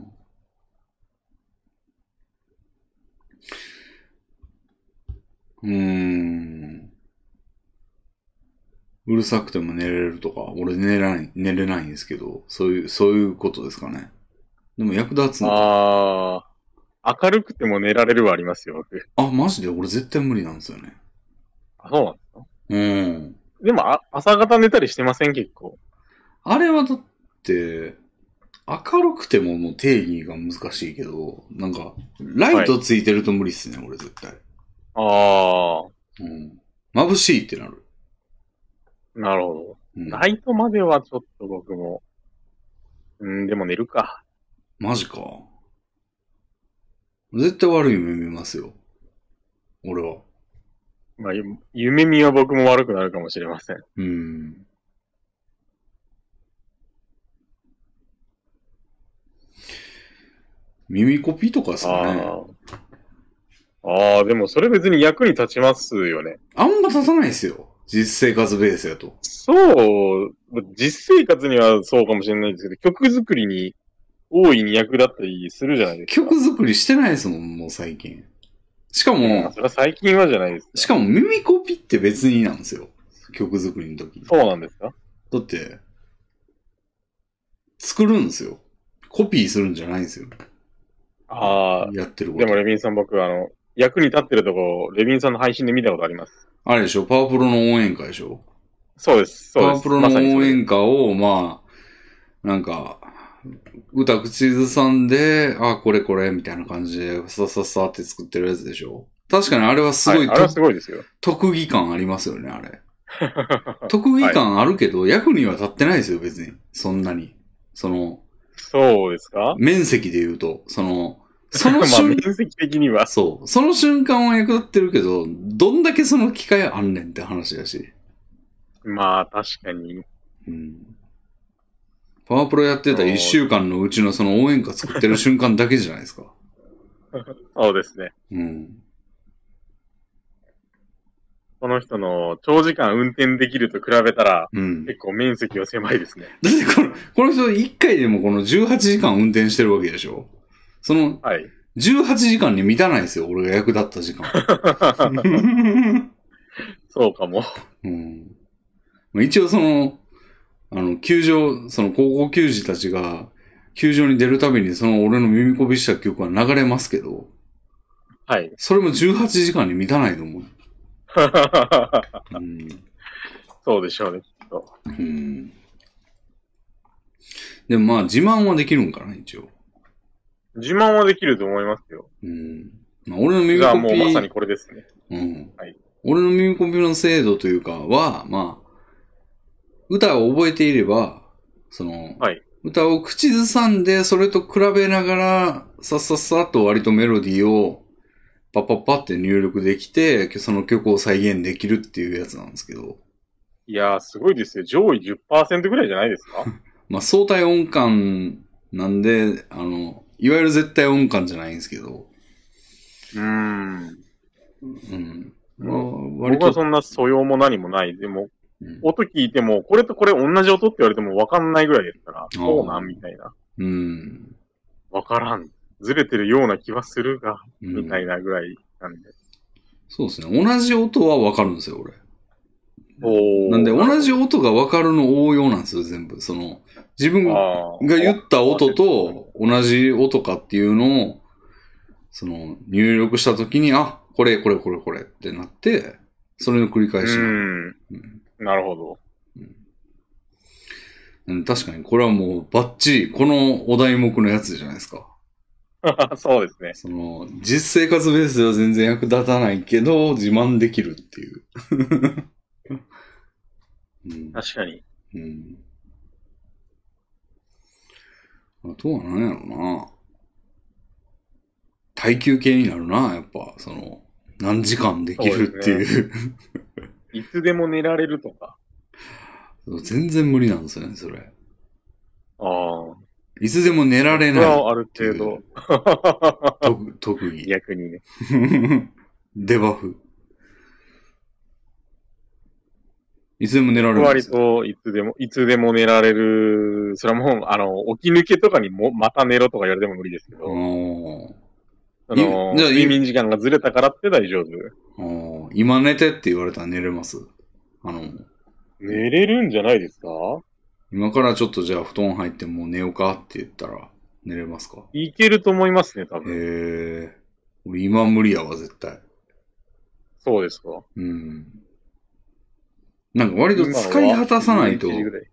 Speaker 1: うーん。うるさくても寝れるとか、俺寝れない、寝れないんですけど、そういう、そういうことですかね。でも役立つの。
Speaker 2: ああ、明るくても寝られるはありますよ、僕。
Speaker 1: あ、マジで俺絶対無理なんですよね。
Speaker 2: あ、そうなんですか
Speaker 1: うん。
Speaker 2: でもあ、朝方寝たりしてません、結構。
Speaker 1: あれはだって、明るくてももう定義が難しいけど、なんか、ライトついてると無理っすね、俺絶対。
Speaker 2: ああ、
Speaker 1: うん。眩しいってなる。
Speaker 2: なるほ
Speaker 1: うん
Speaker 2: ど。ライトまではちょっと僕も。うん、でも寝るか。
Speaker 1: マジか。絶対悪い夢見ますよ。俺は。
Speaker 2: まあ、ゆ夢見は僕も悪くなるかもしれません。
Speaker 1: うん。耳コピーとかですかね。
Speaker 2: ああ。ああ、でもそれ別に役に立ちますよね。
Speaker 1: あんま立たないですよ。実生活ベースやと。
Speaker 2: そう、実生活にはそうかもしれないですけど、曲作りに大いに役立ったりするじゃないですか。
Speaker 1: 曲作りしてないですもん、もう最近。しか
Speaker 2: まあ
Speaker 1: も、
Speaker 2: それは最近はじゃないですか。
Speaker 1: しかも耳コピって別になんですよ。曲作りの時。
Speaker 2: そうなんですか
Speaker 1: だって、作るんですよ。コピーするんじゃないんですよ。
Speaker 2: ああ、
Speaker 1: やってるこ
Speaker 2: でも
Speaker 1: と。
Speaker 2: レビンさん僕、あの、役に立ってるとこ、レビンさんの配信で見たことあります。
Speaker 1: あれでしょパワープロの応援歌でしょ
Speaker 2: そうです、
Speaker 1: パ
Speaker 2: そう
Speaker 1: ワ
Speaker 2: で
Speaker 1: ー
Speaker 2: す。
Speaker 1: プロ
Speaker 2: ま
Speaker 1: の
Speaker 2: さにそ
Speaker 1: 応
Speaker 2: れ
Speaker 1: 援歌を、まあ、なんか、歌口ずさんで、あ、これこれ、みたいな感じで、さささって作ってるやつでしょ確かにあれはすごい
Speaker 2: はあれはすごいですよ。
Speaker 1: 特技感ありますよね、あれ。特技感あるけど、役には立ってないですよ、別に。そんなに。その、
Speaker 2: そうですか
Speaker 1: 面積で言うと、その、その
Speaker 2: まあ、
Speaker 1: 瞬
Speaker 2: 面積的には。
Speaker 1: そう。その瞬間は役立ってるけど、どんだけその機会あんねんって話だし。
Speaker 2: まあ、確かに。
Speaker 1: うん。パワープロやってた
Speaker 2: そう
Speaker 1: 一週間のうちのその応援歌作ってる瞬間だけじゃないですか。
Speaker 2: そうですね。
Speaker 1: うん。
Speaker 2: この人の長時間運転できると比べたら、
Speaker 1: うん。だ
Speaker 2: 結構面積は狭いですね。
Speaker 1: ってこの、この人一回でもこの18時間運転してるわけでしょその
Speaker 2: はい。
Speaker 1: 18時間に満たないですよ、俺が役立った時間。
Speaker 2: そうかも。
Speaker 1: うん。まあ一応その、あの、球場、その高校球児たちが、球場に出るたびにその俺の耳こびした曲は流れますけど、
Speaker 2: はい。
Speaker 1: それも18時間に満たないと思う。うん。
Speaker 2: そうでしょうね。
Speaker 1: うん。でもまあ自慢はできるんかな、一応。
Speaker 2: 自慢はできると思いますよ。
Speaker 1: うん。まあ、俺の耳
Speaker 2: じゃあ
Speaker 1: コ
Speaker 2: もう
Speaker 1: ピ
Speaker 2: まさに
Speaker 1: ー、
Speaker 2: これですね。
Speaker 1: うん
Speaker 2: はい
Speaker 1: 俺の耳コピの精度というかは、まあ、歌を覚えていれば、その、
Speaker 2: はい
Speaker 1: 歌を口ずさんで、それと比べながら、さっさっさっと割とメロディーを、パッパッパって入力できて、その曲を再現できるっていうやつなんですけど。
Speaker 2: いやー、すごいですよ。上位10%ぐらいじゃないですか
Speaker 1: まあ、相対音感なんで、あの、いわゆる絶対音感じゃないんですけど、
Speaker 2: うーん。
Speaker 1: うん。
Speaker 2: うん
Speaker 1: まあ、割
Speaker 2: 僕は
Speaker 1: と、
Speaker 2: そんな素養も何もない。でも、
Speaker 1: うん
Speaker 2: 音聞いても、これとこれ同じ音って言われてもわかんないぐらいですから、そうなんみたいな。
Speaker 1: うん。
Speaker 2: わからん。ずれてるような気はするが、
Speaker 1: うん
Speaker 2: みたいなぐらいなんで。
Speaker 1: そうですね。同じ音はわかるんですよ、俺。
Speaker 2: おー
Speaker 1: なんで、同じ音がわかるの応用なんですよ、全部。その、自分が
Speaker 2: あー
Speaker 1: 言った音と同じ音かっていうのを、その、入力したときに、あ、これ、これ、これ、これってなって、それの繰り返し
Speaker 2: う。
Speaker 1: なんうん
Speaker 2: なるほど。
Speaker 1: うん、確かに、これはもうバッチリ、このお題目のやつじゃないですか。
Speaker 2: そうですね。
Speaker 1: その、実生活ベースでは全然役立たないけど、自慢できるっていう。 うん
Speaker 2: 確かに。
Speaker 1: うん、あとは何やろな。耐久系になるな、やっぱ。その、何時間できるっていう。
Speaker 2: いつでも寝られるとか。
Speaker 1: 全然無理なんですよね、それ。
Speaker 2: ああ。
Speaker 1: いつでも寝られ
Speaker 2: それ
Speaker 1: ない
Speaker 2: はある程度。
Speaker 1: 特特技。
Speaker 2: 逆にね。
Speaker 1: デバフ。いつでも寝られるんで
Speaker 2: 割
Speaker 1: すよ。
Speaker 2: と、いつでも、いつでも寝られる。それはもう、あの、起き抜けとかにも、また寝ろとか言われても無理ですけ
Speaker 1: あ
Speaker 2: ど。
Speaker 1: ー
Speaker 2: あの、
Speaker 1: じゃあ
Speaker 2: 睡眠時間がずれたからって大丈夫。
Speaker 1: あー今寝てって言われたら寝れます。あの、
Speaker 2: 寝れるんじゃないですか
Speaker 1: 今からちょっとじゃあ布団入ってもう寝ようかって言ったら寝れますか
Speaker 2: いけると思いますね、多
Speaker 1: へ
Speaker 2: 分。
Speaker 1: え。俺今無理やわ、絶対。
Speaker 2: そうですか。
Speaker 1: うん。なんか割と使い果たさないと
Speaker 2: 今は11時ぐらい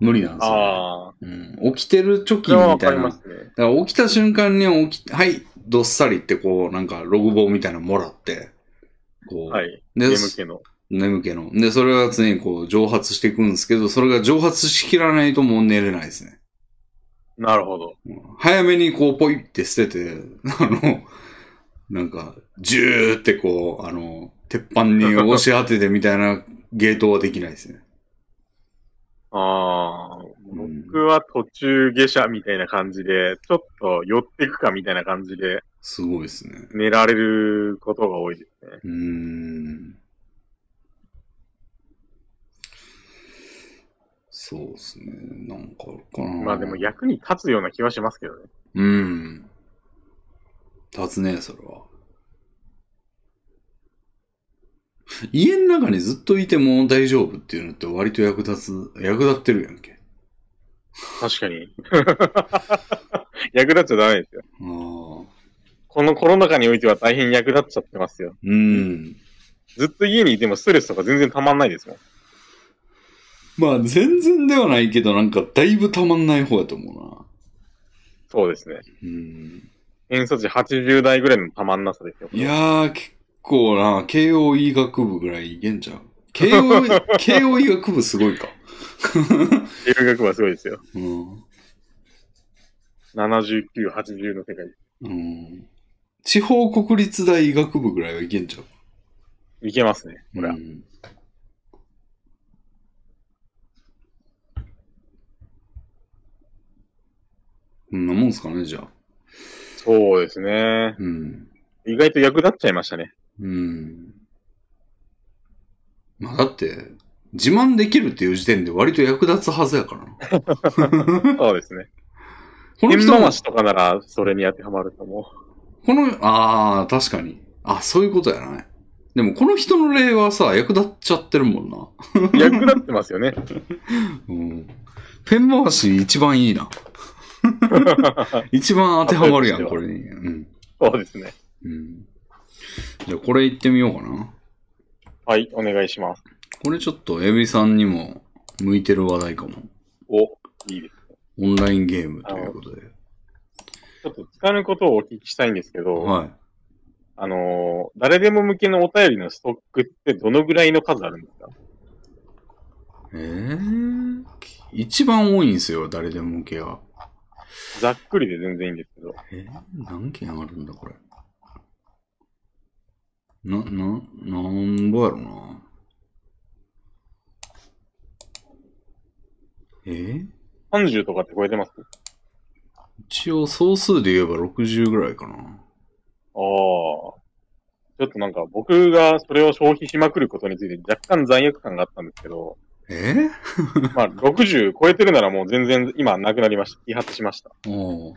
Speaker 1: 無理なんですよ、ね
Speaker 2: ああ。
Speaker 1: うん。起きてる貯
Speaker 2: それは
Speaker 1: 金
Speaker 2: わ
Speaker 1: みた
Speaker 2: か
Speaker 1: いな。
Speaker 2: りま
Speaker 1: だ
Speaker 2: すね。
Speaker 1: から起きた瞬間に起き、はい、どっさりってこう、なんかログ棒みたいなのもらって、こう、
Speaker 2: はい。
Speaker 1: で
Speaker 2: 眠気の。
Speaker 1: 眠気の。で、それが常にこう蒸発していくんですけど、それが蒸発しきらないともう寝れないですね。
Speaker 2: なるほど。
Speaker 1: うん早めにこうポイって捨てて、あの、なんか、ジューってこう、あの、鉄板に押し当ててみたいなゲートはできないですね。
Speaker 2: ああ。
Speaker 1: ん
Speaker 2: 僕は途中下車みたいな感じで、ちょっと寄ってくかみたいな感じで、
Speaker 1: すごいですね。
Speaker 2: 寝られることが多いですね。
Speaker 1: うーん。そうですね。なんかあるかな。
Speaker 2: まあでも役に立つような気はしますけどね。
Speaker 1: うん。立つね、それは。家の中にずっといても大丈夫っていうのって割と役立つ、役立ってるやんけ。
Speaker 2: 確かに。 役立っちゃダメですよ。
Speaker 1: ああ。
Speaker 2: このコロナ禍においては大変役立っちゃってますよ。
Speaker 1: うん。
Speaker 2: ずっと家にいてもストレスとか全然たまんないですもん。
Speaker 1: まあ、全然ではないけど、なんかだいぶたまんない方やと思
Speaker 2: そうですね。
Speaker 1: うな。うん。
Speaker 2: 偏差値80代ぐらいのたまんなさですよ。
Speaker 1: いやー、結構な、慶応医学部ぐらいいけんじゃん。慶応、慶応医学部すごいか。
Speaker 2: 留学はすごいですよ。
Speaker 1: うん。
Speaker 2: 79、80の世界。
Speaker 1: うん。地方国立大医学部ぐらいはいけんじゃん。
Speaker 2: いけますね。ほら。
Speaker 1: うんこんなもんすかね、じゃあ。
Speaker 2: そうですね。
Speaker 1: うん。
Speaker 2: 意外と役立っちゃいましたね。
Speaker 1: うん。まあ、だって、自慢できるっていう時点で割と役立つはずやからな。
Speaker 2: そうですね。
Speaker 1: この
Speaker 2: 天
Speaker 1: 人も
Speaker 2: 回、しとかなら、それに当てはまると思う。
Speaker 1: この、ああ、確かに。あ、そういうことやね。でも、この人の例はさ、役立っちゃってるもんな。
Speaker 2: 役立ってますよね。
Speaker 1: うん。ペン回し一番いい な。一番当てはまるやん、
Speaker 2: 例えとしては
Speaker 1: これに。うん。
Speaker 2: そうですね。
Speaker 1: うん。じゃあ、これ行ってみようかな。
Speaker 2: はい、お願いします。
Speaker 1: これちょっと、エビさんにも向いてる話題かも。
Speaker 2: お、いいです。
Speaker 1: オンラインゲームということで。
Speaker 2: ちょっと使うことをお聞きしたいんですけど、
Speaker 1: はい。
Speaker 2: あのー誰でも向けのお便りのストックってどのぐらいの数あるんですか
Speaker 1: えー、一番多いんですよ、誰でも受けが。
Speaker 2: ざっくりで全然いいんですけど。
Speaker 1: えー、何件あるんだ、これ。な、な、なんぼやろな。えー、
Speaker 2: 30とかって超えてますあ
Speaker 1: 一応総数で言えば60ぐらいかな。
Speaker 2: あ。ちょっとなんか僕がそれを消費しまくることについて若干罪悪感があったんですけ ど、
Speaker 1: えー、
Speaker 2: まあ60超えてるならもう全然今なくなりました。揮発しました。
Speaker 1: おー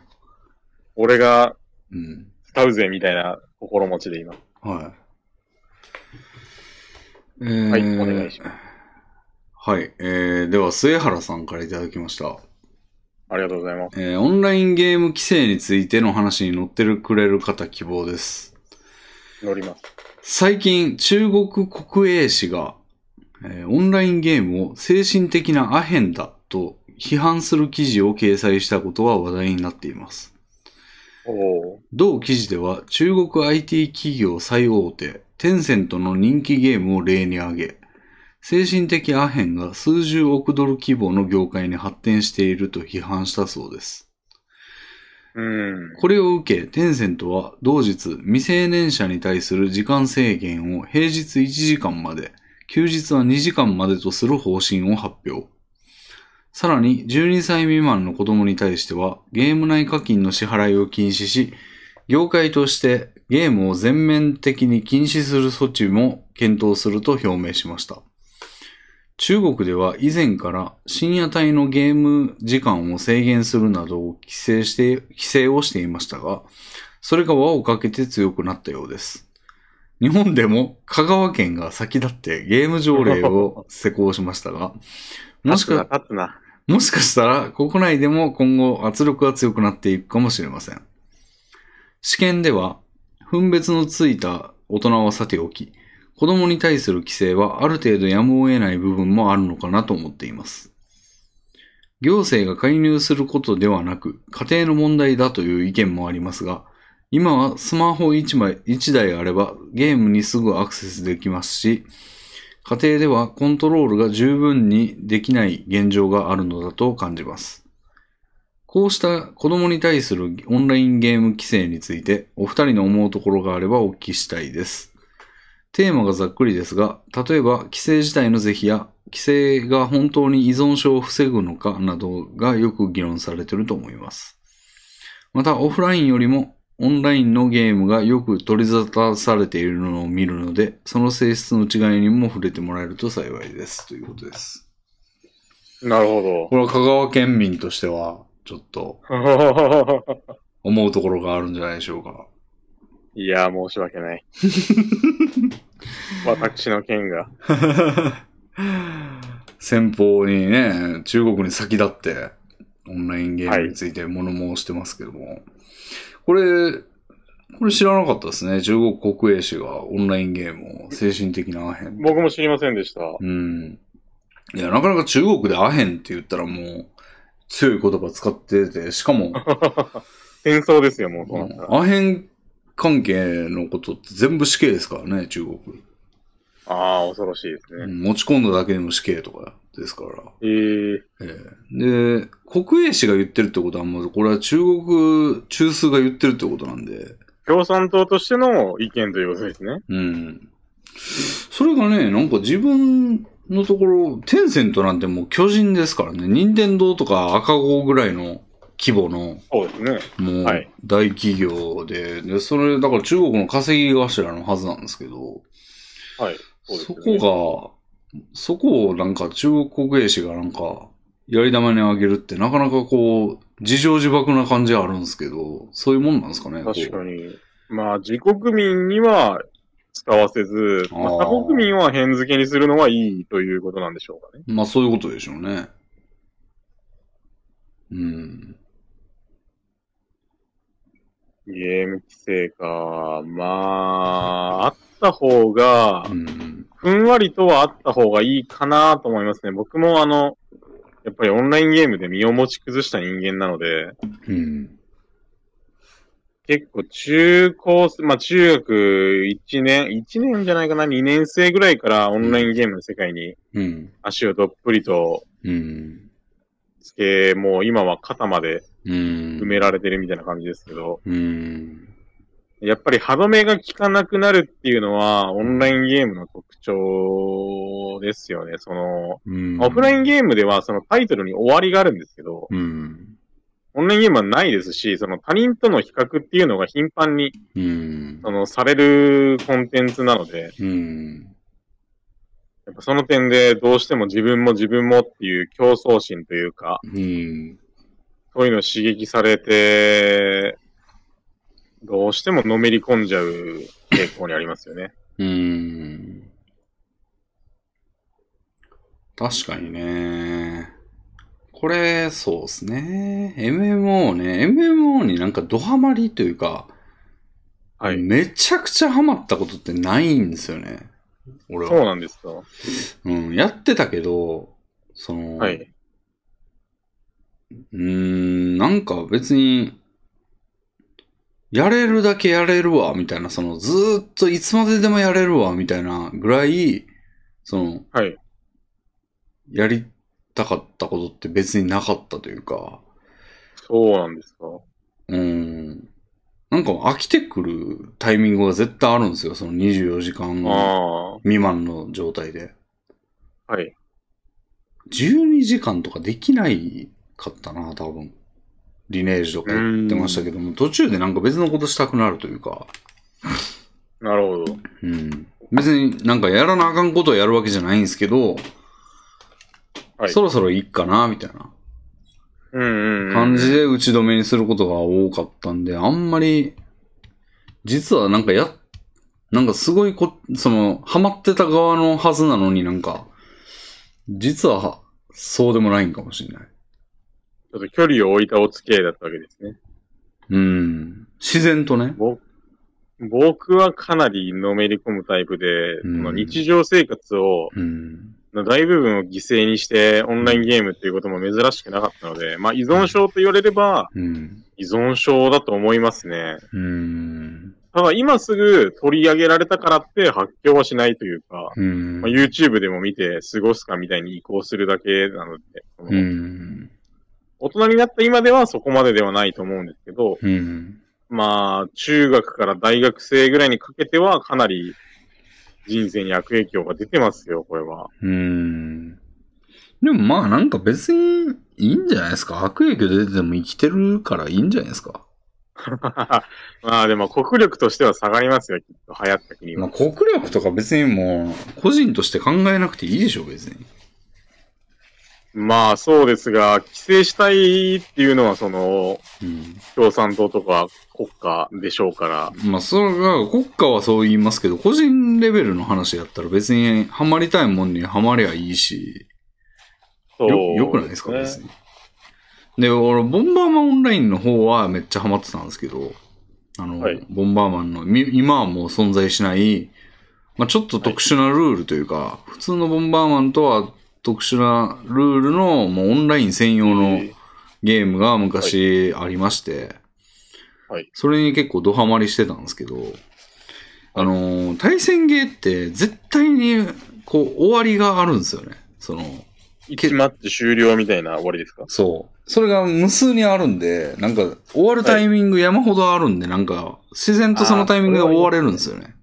Speaker 2: 俺が
Speaker 1: うん。
Speaker 2: 使うぜみたいな心持ちで今。
Speaker 1: はい。えー
Speaker 2: はいお願いします
Speaker 1: はい。えー、では、末原さんからいただきました。
Speaker 2: ありがとうございます。
Speaker 1: えーオンラインゲーム規制についての話に乗ってるくれる方希望です。
Speaker 2: 乗ります。
Speaker 1: 最近、中国国営紙が、えーオンラインゲームを精神的なアヘンだと批判する記事を掲載したことが話題になっています。
Speaker 2: おお
Speaker 1: 同記事では中国 IT 企業最大手、テンセントの人気ゲームを例に挙げ、精神的アヘンが数十億ドル規模の業界に発展していると批判したそうです。
Speaker 2: ー。うん。
Speaker 1: これを受け、テンセントは同日、未成年者に対する時間制限を平日1時間まで、休日は2時間までとする方針を発表。さらに、12歳未満の子供に対しては、ゲーム内課金の支払いを禁止し、業界としてゲームを全面的に禁止する措置も検討すると表明しました。中国では以前から深夜帯のゲーム時間を制限するなどを規制して、規制をしていましたが、それが輪をかけて強くなったようです。日本でも香川県が先立ってゲーム条例を施行しましたが、もしか、
Speaker 2: 立つな。
Speaker 1: もしかしたら国内でも今後圧力が強くなっていくかもしれません。試験では、分別のついた大人はさておき、子供に対する規制はある程度やむを得ない部分もあるのかなと思っています。行政が介入することではなく、家庭の問題だという意見もありますが、今はスマホ1枚、1台あればゲームにすぐアクセスできますし、家庭ではコントロールが十分にできない現状があるのだと感じます。こうした子供に対するオンラインゲーム規制について、お二人の思うところがあればお聞きしたいです。テーマがざっくりですが、例えば規制自体の是非や、規制が本当に依存症を防ぐのかなどがよく議論されていると思います。また、オフラインよりもオンラインのゲームがよく取り沙汰されているのを見るので、その性質の違いにも触れてもらえると幸いです。ということです。
Speaker 2: なる ほ
Speaker 1: これは香川県民としては、ちょっと
Speaker 2: ど。
Speaker 1: 思うところがあるんじゃないでしょうか。
Speaker 2: いやー、申し訳ない。 私の件が。
Speaker 1: 先方にね、中国に先立って、オンラインゲームについて物申してますけども、これ、これ知らなかったですね。中国国営紙がオンラインゲームを精神的なアヘン。
Speaker 2: 僕も知りませんでした。
Speaker 1: うん。いや、なかなか中国でアヘンって言ったらもう、強い言葉使ってて、しかも、
Speaker 2: 戦争ですよ、もうそううなっ
Speaker 1: ん
Speaker 2: たら。
Speaker 1: アヘン関係のことって全部死刑ですからね、中国。
Speaker 2: ああ、恐ろしいです
Speaker 1: う
Speaker 2: ね。
Speaker 1: ん持ち込んだだけでも死刑とかですから。
Speaker 2: えー、
Speaker 1: ええで、国営紙が言ってるってことは、もうこれは中国中枢が言ってるってことなんで、
Speaker 2: 共産党としての意見ということですね。
Speaker 1: うん。それがね、なんか自分のところ、テンセントなんてもう巨人ですからね、任天堂とか赤子ぐらいの規模の、
Speaker 2: そうですね。
Speaker 1: もう
Speaker 2: はい
Speaker 1: 大企業で、で、それ、だから中国の稼ぎ頭のはずなんですけど、
Speaker 2: はい。
Speaker 1: そ
Speaker 2: そうですね
Speaker 1: こが、そこをなんか中国国営紙がなんか、やり玉にあげるってなかなかこう、自情自爆な感じはあるんですけど、そういうもんなんですかね。
Speaker 2: 確
Speaker 1: こ
Speaker 2: かに。まあ、自国民には使わせず、まあ
Speaker 1: あー
Speaker 2: 他国民は変付けにするのはいいということなんでしょうかね。
Speaker 1: うまあそういうことでしょうね。うん。
Speaker 2: ゲーム規制か。まあ、あった方が
Speaker 1: う、ん。
Speaker 2: ふんわりとはあった方がいいかなと思いますね。僕もあの、やっぱりオンラインゲームで身を持ち崩した人間なので、
Speaker 1: うん。
Speaker 2: 結構中高生、まあ中学1年、1年じゃないかな、2年生ぐらいからオンラインゲームの世界に
Speaker 1: うん。
Speaker 2: 足をどっぷりと
Speaker 1: うん。
Speaker 2: つけ、もう今は肩まで
Speaker 1: うん。
Speaker 2: 埋められてるみたいな感じですけど、
Speaker 1: うん。
Speaker 2: やっぱり歯止めが効かなくなるっていうのはオンラインゲームの特徴ですよね。その、
Speaker 1: うん。
Speaker 2: オフライ
Speaker 1: ン
Speaker 2: ンゲームではそのタイトルに終わりがあるんですけど、
Speaker 1: うん。
Speaker 2: オンラインゲームはないですし、その他人との比較っていうのが頻繁に
Speaker 1: うん
Speaker 2: そ。のされるコンテンツなので、
Speaker 1: うん。
Speaker 2: やっぱその点でどうしても自分も自分もっていう競争心というか、
Speaker 1: うん。
Speaker 2: そういうのを刺激されて、どうしてものめり込んじゃう傾向にありますよね。
Speaker 1: うん。確かにね。これ、そうですね。MMO ね。MMO になんかドハマりというか、
Speaker 2: はい。
Speaker 1: めちゃくちゃハマったことってないんですよね。俺
Speaker 2: そう
Speaker 1: は。
Speaker 2: なんですよ。
Speaker 1: うん。やってたけど、その、
Speaker 2: はい。
Speaker 1: うーん、なんか別に、やれるだけやれるわ、みたいな、そのずーっといつまででもやれるわ、みたいなぐらい、その、
Speaker 2: はい。
Speaker 1: やりたかったことって別になかったというか、
Speaker 2: そうなんですよ。
Speaker 1: うーん。なんか飽きてくるタイミングが絶対あるんですよ、その24時間
Speaker 2: あ
Speaker 1: 未満の状態で。
Speaker 2: あ。はい。
Speaker 1: 12時間とかできないかったな、多分。リネージュとか言ってましたけども、途中でなんか別のことしたくなるというか、
Speaker 2: なるほど。
Speaker 1: うん。別になんかやらなあかんことをやるわけじゃないんですけど、
Speaker 2: はい
Speaker 1: そろそろいいかな、みたいな
Speaker 2: うんうん、うん。
Speaker 1: 感じで打ち止めにすることが多かったんで、あんまり、実はなんかやっなんかすごいこ、その、ハマってた側のはずなのになんか、実は、そうでもないんかもしれない。
Speaker 2: ちょっと距離を置いたお付き合いだったわけですね。
Speaker 1: うん。自然とね。
Speaker 2: ぼ僕はかなりのめり込むタイプで、
Speaker 1: うん
Speaker 2: その日常生活を、
Speaker 1: うん。
Speaker 2: の大部分を犠牲にして、オンラインゲームっていうことも珍しくなかったので、まあ依存症と言われれば、
Speaker 1: うん。
Speaker 2: 依存症だと思いますね。
Speaker 1: うん。
Speaker 2: ただ今すぐ取り上げられたからって発狂はしないというか、
Speaker 1: うん。
Speaker 2: まあ、YouTube でも見て過ごすかみたいに移行するだけなので、その
Speaker 1: うん。
Speaker 2: 大人になった今ではそこまでではないと思うんですけど、
Speaker 1: うん。
Speaker 2: まあ、中学から大学生ぐらいにかけては、かなり人生に悪影響が出てますよ、これは。
Speaker 1: うん。でもまあなんか別にいいんじゃないですか。悪影響出てても生きてるからいいんじゃないですか。
Speaker 2: まあ、でも国力としては下がりますよ、きっと流行った国
Speaker 1: まあ
Speaker 2: は。
Speaker 1: 国力とか別にもう個人として考えなくていいでしょ、別に。
Speaker 2: まあ、そうですが、規制したいっていうのは、その、
Speaker 1: うん。
Speaker 2: 共産党とか国家でしょうから。
Speaker 1: まあそれが国家はそう言いますけど、個人レベルの話やったら別にハマりたいもんにハマりゃいいし、
Speaker 2: そう
Speaker 1: よよくないですか、
Speaker 2: ね
Speaker 1: 別に。で、俺、ボンバーマンオンラインの方はめっちゃハマってたんですけど、あの、
Speaker 2: はい
Speaker 1: ボンバーマンの、み今はもう存在しない、まあちょっと特殊なルールというか、普通のボンバーマンとは特殊なルールの、もうオンライン専用のゲームが昔ありまして、
Speaker 2: はい
Speaker 1: それに結構ドハマりしてたんですけど、あのー対戦ゲーって絶対に、こう、終わりがあるんですよね。その、
Speaker 2: 一マッチ終了みたいな終わりですか
Speaker 1: そう。それが無数にあるんで、なんか、終わるタイミング山ほどあるんで、なんか、自然とそのタイミングで終われるんですよね。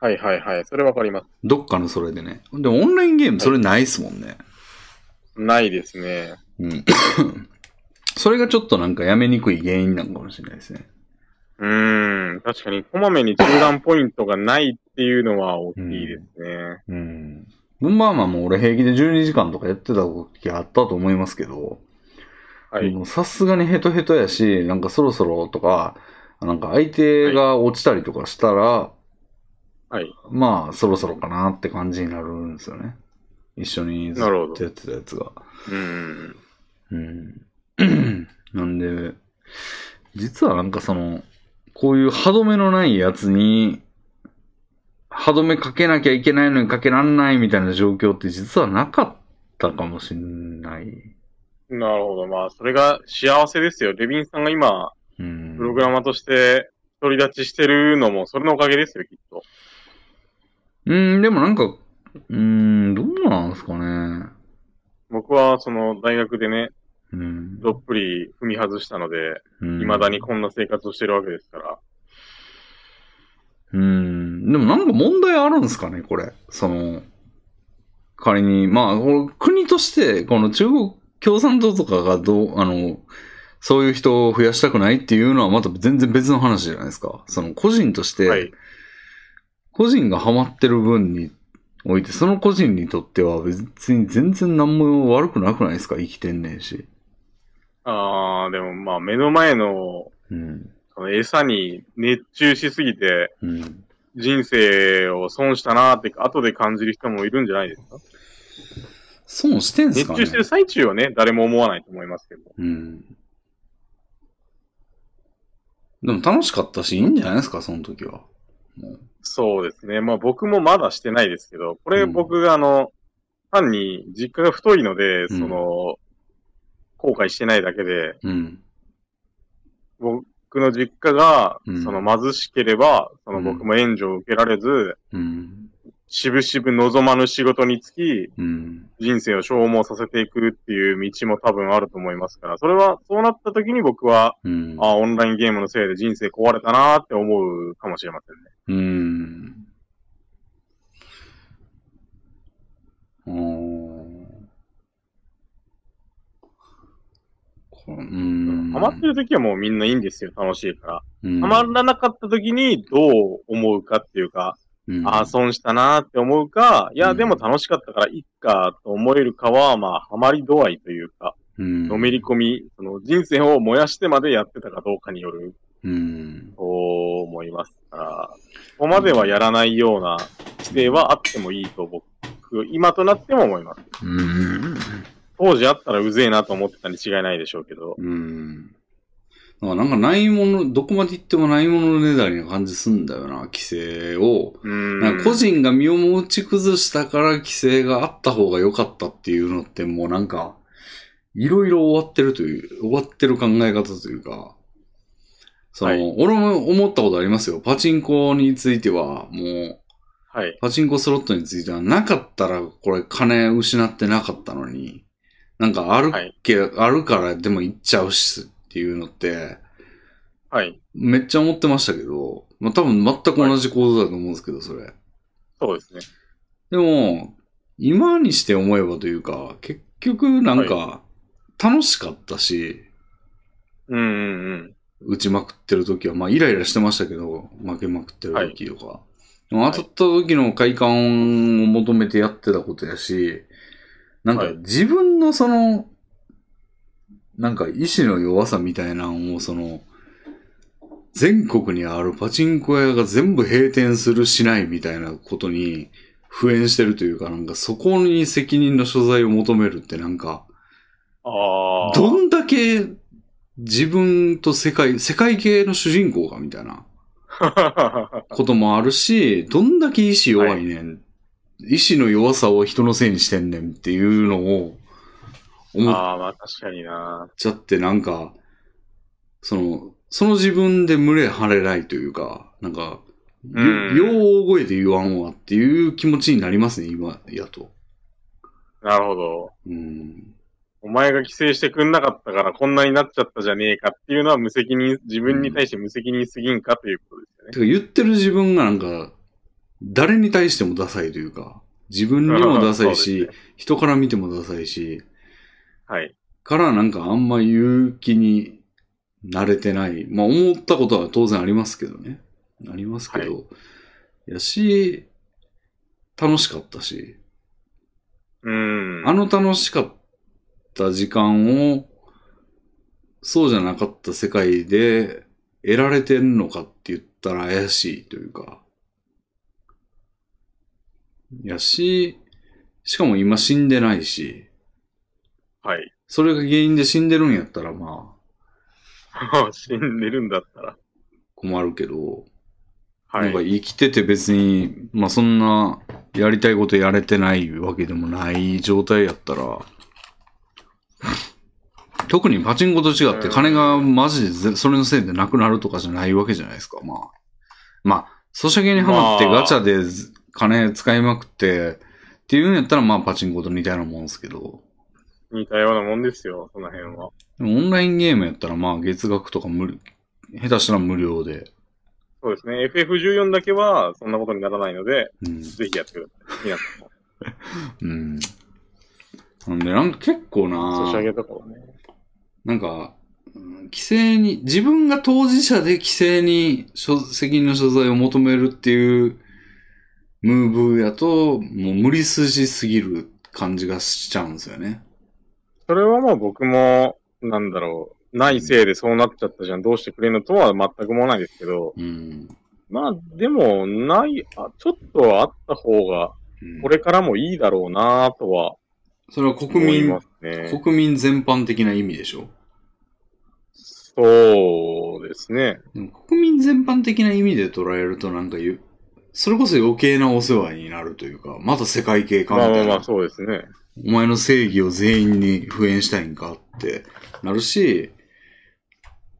Speaker 2: はいはいはい。それわかります。
Speaker 1: どっかのそれでね。でも、オンラインゲームそれないっすもんね。
Speaker 2: ないですね。
Speaker 1: うん。それがちょっとなんかやめにくい原因なのかもしれないですね。
Speaker 2: うーん。確かに、こまめに中断ポイントがないっていうのは大きいですね。
Speaker 1: うん。まあまあもう俺平気で12時間とかやってた時あったと思いますけど、
Speaker 2: はい。
Speaker 1: もうさすがにヘトヘトやし、なんかそろそろとか、なんか相手が落ちたりとかしたら、
Speaker 2: はい。
Speaker 1: まあ、そろそろかなって感じになるんですよね。一緒にずっ
Speaker 2: なる
Speaker 1: と
Speaker 2: ほど。
Speaker 1: やってたやつが。
Speaker 2: うん。
Speaker 1: うん。なん で、実はなんかその、こういう歯止めのないやつに、歯止めかけなきゃいけないのにかけらんないみたいな状況って実はなかったかもしんない。
Speaker 2: なるほど。まあ、それが幸せですよ。レビンさんが今、
Speaker 1: うん。
Speaker 2: プログラマーとして独り立ちしてるのも、それのおかげですよ、きっと。
Speaker 1: うん、でもなんか、うん、どうなんですかね。
Speaker 2: 僕は、その、大学でね、
Speaker 1: うん。
Speaker 2: どっぷり踏み外したので、
Speaker 1: うん
Speaker 2: 未だにこんな生活をしてるわけですから。
Speaker 1: うん。でもなんか問題あるんですかね、これ。その、仮に、まあ、この国として、この中国共産党とかがどう、あの、そういう人を増やしたくないっていうのはまた全然別の話じゃないですか。その個人として、
Speaker 2: はい。
Speaker 1: 個人がハマってる分において、その個人にとっては別に全然何も悪くなくないですか生きてんねんし。
Speaker 2: あー、でもまあ、目の前の、
Speaker 1: うん。
Speaker 2: その餌に熱中しすぎて、
Speaker 1: うん。
Speaker 2: 人生を損したなーって、後で感じる人もいるんじゃないですか
Speaker 1: 損してんす
Speaker 2: 熱
Speaker 1: かね
Speaker 2: 中してる最中はね、誰も思わないと思いますけど。
Speaker 1: うん。でも楽しかったし、いいんじゃないですか、その時は。もう
Speaker 2: そうですね。まあ僕もまだしてないですけど、こ
Speaker 1: う
Speaker 2: れ
Speaker 1: ん
Speaker 2: 僕があの、単に実家が太いので、
Speaker 1: ん
Speaker 2: その、後悔してないだけで、
Speaker 1: うん。
Speaker 2: 僕の実家が
Speaker 1: うん、
Speaker 2: その貧しければ、その
Speaker 1: うん
Speaker 2: 僕も援助を受けられず、
Speaker 1: うん。
Speaker 2: しぶしぶ望まぬ仕事につき、
Speaker 1: うん。
Speaker 2: 人生を消耗させていくっていう道も多分あると思いますから、それは、そうなった時に僕は、
Speaker 1: うん。
Speaker 2: ああ、オンラインゲームのせいで人生壊れたなーって思うかもしれませんね。
Speaker 1: うん。うーん。こううん。
Speaker 2: ハマってる時はもうみんないいんですよ、楽しいから。
Speaker 1: うん、
Speaker 2: ハマらなかった時にどう思うかっていうか、
Speaker 1: うん
Speaker 2: ああ、損したなーって思うか、いうや、
Speaker 1: ん
Speaker 2: でも楽しかったからいっかと思えるかは、まあ、ハマり度合いというか、
Speaker 1: うん。
Speaker 2: のめり込み、その人生を燃やしてまでやってたかどうかによる
Speaker 1: うん。
Speaker 2: と思いますから、ここまではやらないような規制はあってもいいと僕、今となっても思います。
Speaker 1: うん。
Speaker 2: 当時あったらうぜえなと思ってたに違いないでしょうけど。
Speaker 1: うん。だからなんかないもの、どこまで行ってもないものねだりな感じすんだよな、規制を。
Speaker 2: うん。
Speaker 1: なんか個人が身を持ち崩したから規制があった方が良かったっていうのってもうなんか、いろいろ終わってるという、終わってる考え方というか、その、
Speaker 2: はい
Speaker 1: 俺も思ったことありますよ。パチンコについては、もう、
Speaker 2: はい。
Speaker 1: パチンコスロットについては、なかったらこれ金失ってなかったのに、なんかあるっけ、あるからでも行っちゃうしっていうのって、
Speaker 2: はい。
Speaker 1: めっちゃ思ってましたけど、まあ多分全く同じ構造だと思うんですけど、それ。
Speaker 2: そうですね。
Speaker 1: でも、今にして思えばというか、結局なんか、楽しかったし、
Speaker 2: うんうんうん。
Speaker 1: 打ちまくってる時は、まあイライラしてましたけど、負けまくってる時とか。でも当たった時の快感を求めてやってたことやし、なんか
Speaker 2: はい
Speaker 1: 自分のその、なんか意志の弱さみたいなのをその、全国にあるパチンコ屋が全部閉店するしないみたいなことに不縁してるというか、なんかそこに責任の所在を求めるってなんか、
Speaker 2: ああ。
Speaker 1: ど んだけ自分と世界、世界系の主人公がみたいなこともあるし、どんだけ意志弱いねん、意志の弱さを人のせいにしてんねんっていうのを思っ
Speaker 2: ああ、まあ確かにな。
Speaker 1: ちゃってなんか、その、その自分で群れ張れないというか、なんか、よ
Speaker 2: うん
Speaker 1: よう大声で言わんわっていう気持ちになりますね、今やと。
Speaker 2: なるほど。
Speaker 1: うん。
Speaker 2: お前が規制してくんなかったからこんなになっちゃったじゃねえかっていうのは無責任、自分に対して無責任すぎんかということですよね。
Speaker 1: てか言ってる自分がなんか、誰に対してもダサいというか、自分にもダサい
Speaker 2: そ
Speaker 1: し
Speaker 2: うで、すね
Speaker 1: 人から見てもダサいし、
Speaker 2: はい。
Speaker 1: からなんかあんま言う気になれてない。まあ思ったことは当然ありますけどね。ありますけど。やし、楽しかったし、
Speaker 2: うん。
Speaker 1: あの楽しかった時間を、そうじゃなかった世界で得られてんのかって言ったら怪しいというか。やし、しかも今死んでないし、
Speaker 2: はい。
Speaker 1: それが原因で死んでるんやったらまあ
Speaker 2: 死んでるんだったら。
Speaker 1: 困るけど、
Speaker 2: は
Speaker 1: なんか
Speaker 2: い。
Speaker 1: 生きてて別に、まあそんなやりたいことやれてないわけでもない状態やったら、 特にパチンコと違って
Speaker 2: うん
Speaker 1: 金がマジでぜそれのせいでなくなるとかじゃないわけじゃないですか、まあ。まあ、ソシャゲにハマって
Speaker 2: まあ
Speaker 1: ガチャでず金使いまくって、っていうんやったらまあパチンコと似たようなもんですけど、
Speaker 2: 似たようなもんですよ、その辺は。
Speaker 1: でもオンラインゲームやったらまあ月額とか無理、下手したら無料で、
Speaker 2: そうですね。FF14 だけはそんなことにならないので、
Speaker 1: うん、
Speaker 2: ぜひやってください。皆さんも。
Speaker 1: うん。なんで、なんか結構な
Speaker 2: ソシャゲとかはね。
Speaker 1: なんか、うん規制に、自分が当事者で規制に所責任の所在を求めるっていうムーブやと、もう無理筋すぎる感じがしちゃうんですよね。
Speaker 2: それはもう僕も、なんだろう。ないせいでそうなっちゃったじゃん。どうしてくれんのとは全くもないですけど。
Speaker 1: うん。
Speaker 2: まあ、でも、ない、あちょっとはあった方が、
Speaker 1: うん
Speaker 2: これからもいいだろうなとは
Speaker 1: それは国
Speaker 2: 思い
Speaker 1: 民
Speaker 2: ま、すね。
Speaker 1: 国民全般的な意味でしょ
Speaker 2: そうですね。
Speaker 1: でも国民全般的な意味で捉えるとなんかゆそれこそ余計なお世話になるというか、また世界系かみ
Speaker 2: ま
Speaker 1: た
Speaker 2: あ
Speaker 1: いな。
Speaker 2: まあまあ、そうですね。
Speaker 1: お前の正義を全員に復縁したいんかってなるし、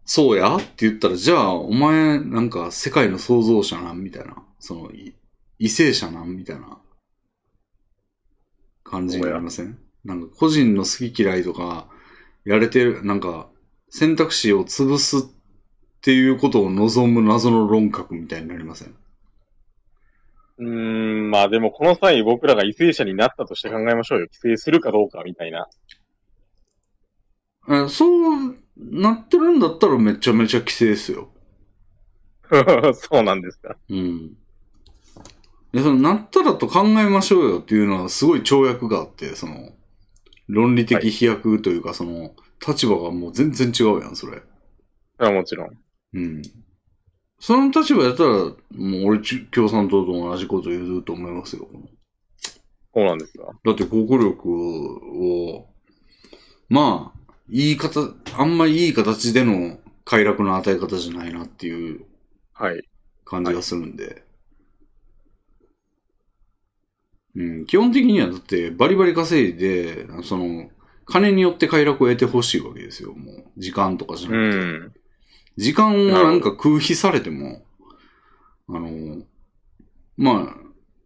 Speaker 1: そうやって言ったら、じゃあ、お前、なんか、世界の創造者なんみたいな。その、い異性者なんみたいな感じになりませんなんか、個人の好き嫌いとか、やれてる、なんか、選択肢を潰すっていうことを望む謎の論客みたいになりません
Speaker 2: うーん、まあでもこの際僕らが為政者になったとして考えましょうよ。規制するかどうかみたいな。
Speaker 1: えそうなってるんだったらめちゃめちゃ規制ですよ。
Speaker 2: そうなんですか。
Speaker 1: うん。で、その、なったらと考えましょうよっていうのは、すごい跳躍があって、その、論理的飛躍というか、その、立場がもう全然違うやん、それ。
Speaker 2: それはもちろん。
Speaker 1: ううん。その立場やったら、もう俺ち、共産党と同じこと言うと思いますよ。
Speaker 2: そうなんですか。
Speaker 1: だって国力を、まあ、いい方、あんまりいい形での快楽の与え方じゃないなっていう
Speaker 2: はい。
Speaker 1: 感じがするんで。うん、基本的にはだってバリバリ稼いで、その、金によって快楽を得てほしいわけですよ、もう。時間とかじゃ
Speaker 2: う
Speaker 1: なくて。
Speaker 2: ん。
Speaker 1: 時間をなんか空費されても、あの、まあ、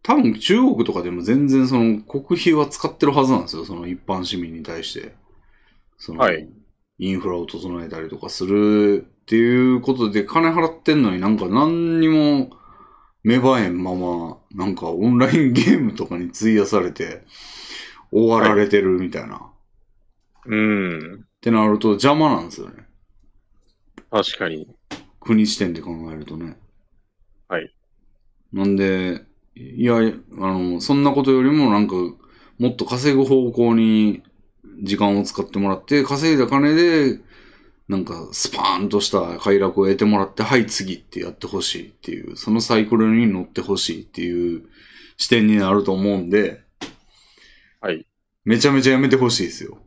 Speaker 1: 多分中国とかでも全然その国費は使ってるはずなんですよ、その一般市民に対して。その、
Speaker 2: はい
Speaker 1: インフラを整えたりとかするっていうことで金払ってんのになんか何にも芽生えんまま、なんかオンラインゲームとかに費やされて終わられてるみたいな。
Speaker 2: うん。
Speaker 1: ってなると邪魔なんですよね。
Speaker 2: 確かに。
Speaker 1: 国視点で考えるとね。
Speaker 2: はい。
Speaker 1: なんで、いや、あの、そんなことよりもなんか、もっと稼ぐ方向に時間を使ってもらって、稼いだ金で、なんか、スパーンとした快楽を得てもらって、はい、次ってやってほしいっていう、そのサイクルに乗ってほしいっていう視点になると思うんで、
Speaker 2: はい。
Speaker 1: めちゃめちゃやめてほしいですよ。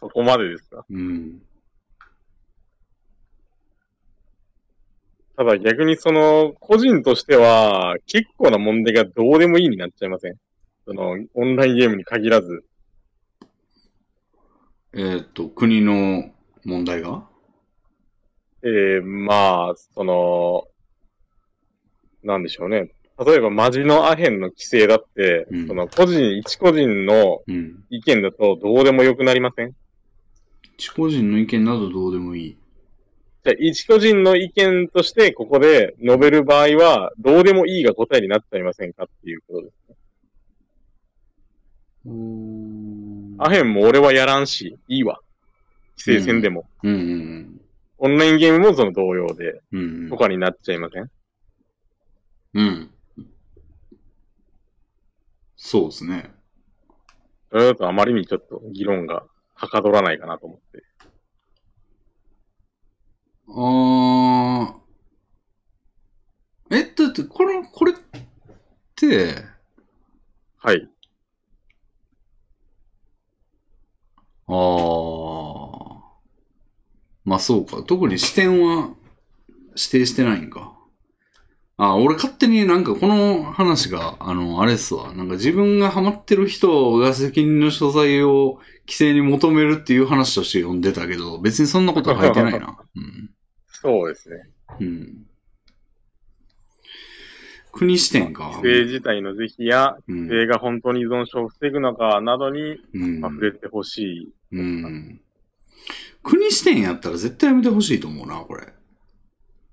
Speaker 2: そこまでですか。
Speaker 1: うん。
Speaker 2: ただ逆にその、個人としては、結構な問題がどうでもいいになっちゃいません。その、オンラインゲームに限らず。
Speaker 1: えーっと、国の問題が
Speaker 2: えー、まあ、その、なんでしょうね。例えば、マジのアヘンの規制だって、
Speaker 1: うん
Speaker 2: その、個人、一個人の
Speaker 1: うん。
Speaker 2: 意見だとどうでもよくなりません
Speaker 1: 自己人の意見などどうでもいい。
Speaker 2: じゃあ、一個人の意見として、ここで述べる場合は、どうでもいいが答えになっちゃいませんかっていうことです。
Speaker 1: うーん
Speaker 2: アヘンも俺はやらんし、いいわ。規制戦でも。
Speaker 1: うんうん
Speaker 2: オンラインゲームもその同様で、
Speaker 1: うん。うん
Speaker 2: とかになっちゃいません
Speaker 1: うん。うん。そうですね。
Speaker 2: それだとあまりにちょっと議論がはかどらないかなと思って。
Speaker 1: あー。え、だって、これ、これって、
Speaker 2: はい。
Speaker 1: あー。まあそうか。特に視点は指定してないんか。あ、俺勝手になんかこの話が、あの、あれっすわ。なんか自分がハマってる人が責任の所在を規制に求めるっていう話として読んでたけど、別にそんなことは書いてない な。うん。
Speaker 2: そうですね。
Speaker 1: うん。国視点か。
Speaker 2: 規制自体の是非や、
Speaker 1: うん
Speaker 2: 規制が本当に依存症を防ぐのかなどに
Speaker 1: うん
Speaker 2: まあ触れてほしい。
Speaker 1: うん。国視点やったら絶対やめてほしいと思うな、これ。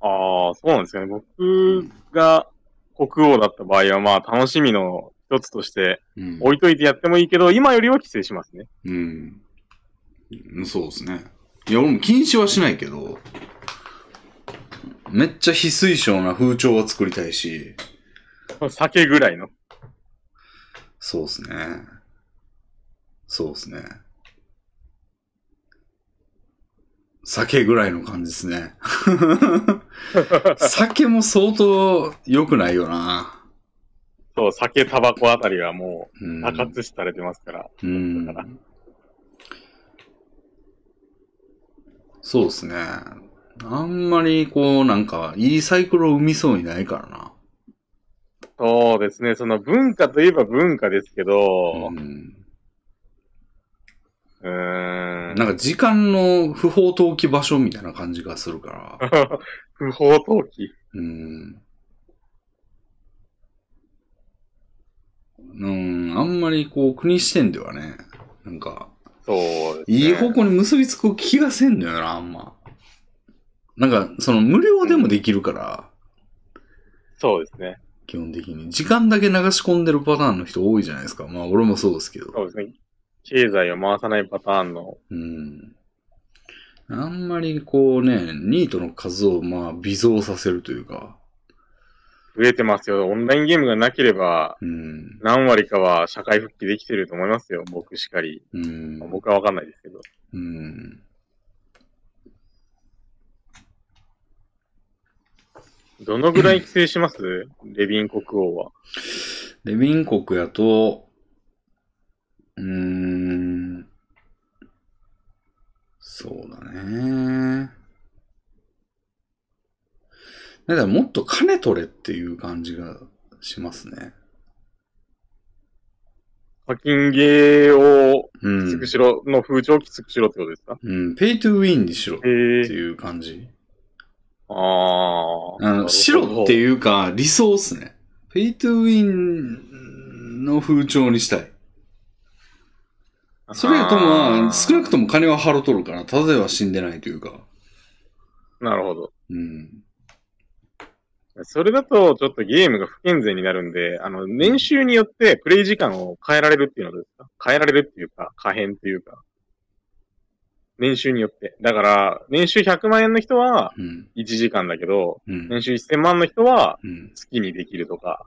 Speaker 2: ああ、そうなんですよね。僕が国王だった場合は、まあ楽しみの一つとして
Speaker 1: うん。
Speaker 2: 置いといてやってもいいけど、今よりは規制しますね。
Speaker 1: うん。そうですね。いや、俺も禁止はしないけど、めっちゃ非推奨な風潮は作りたいし、
Speaker 2: 酒ぐらいの。
Speaker 1: そうですね。そうですね。酒ぐらいの感じですね。酒も相当良くないよな。
Speaker 2: そう、酒、タバコあたりはも
Speaker 1: う。
Speaker 2: うん高津視されてますから。
Speaker 1: うん
Speaker 2: だから。
Speaker 1: そうですね。あんまりこうなんかいいサイクルを生みそうにないからな。
Speaker 2: そうですね。その文化といえば文化ですけ
Speaker 1: う
Speaker 2: ど、
Speaker 1: ん
Speaker 2: うーん。
Speaker 1: なんか時間の不法投棄場所みたいな感じがするから。
Speaker 2: 不法投棄。
Speaker 1: うん。うん、あんまりこう国視点ではね、なんか、
Speaker 2: そうですね。
Speaker 1: いい方向に結びつく気がせんのよな、あんま。なんか、その無料でもできるから、
Speaker 2: そうですね。
Speaker 1: 基本的に。時間だけ流し込んでるパターンの人多いじゃないですか。まあ俺もそうですけど。
Speaker 2: そうですね。経済を回さないパターンの。
Speaker 1: うん。あんまりこうね、ニートの数をまあ微増させるというか、
Speaker 2: 増えてますよ。オンラインゲームがなければ、
Speaker 1: うん。
Speaker 2: 何割かは社会復帰できてると思いますよ。僕しかり。
Speaker 1: うん。
Speaker 2: 僕はわかんないですけど。
Speaker 1: うん。
Speaker 2: どのぐらい規制します レビン国王は。
Speaker 1: レビン国やと、うーん、そうだね。だからもっと金取れっていう感じがしますね。
Speaker 2: 課金ゲーを
Speaker 1: う
Speaker 2: きつ
Speaker 1: ん
Speaker 2: く。しろ、の風潮をきつくしろってことですか
Speaker 1: うん、ペイトゥウィンにしろっ
Speaker 2: へ
Speaker 1: て
Speaker 2: え。
Speaker 1: いう感じ。
Speaker 2: ああ。
Speaker 1: あの、白って
Speaker 2: う。
Speaker 1: いうか、理想っすね。ペイトゥウィンの風潮にしたい。それやとまあ、少なくと
Speaker 2: も。
Speaker 1: も金は払うとるから、ただでは死んでないというか。
Speaker 2: なるほど。
Speaker 1: うん。
Speaker 2: それだと、ちょっとゲームが不健全になるんで、あの、年収によってプレイ時間を変えられるっていうのはどうですか変えられるっていうか、可変っていうか。年収によって。だから、年収100万円の人は
Speaker 1: うん。
Speaker 2: 1時間だけど、
Speaker 1: うん。
Speaker 2: 年収1000万の人は
Speaker 1: うん。
Speaker 2: 月にできるとか。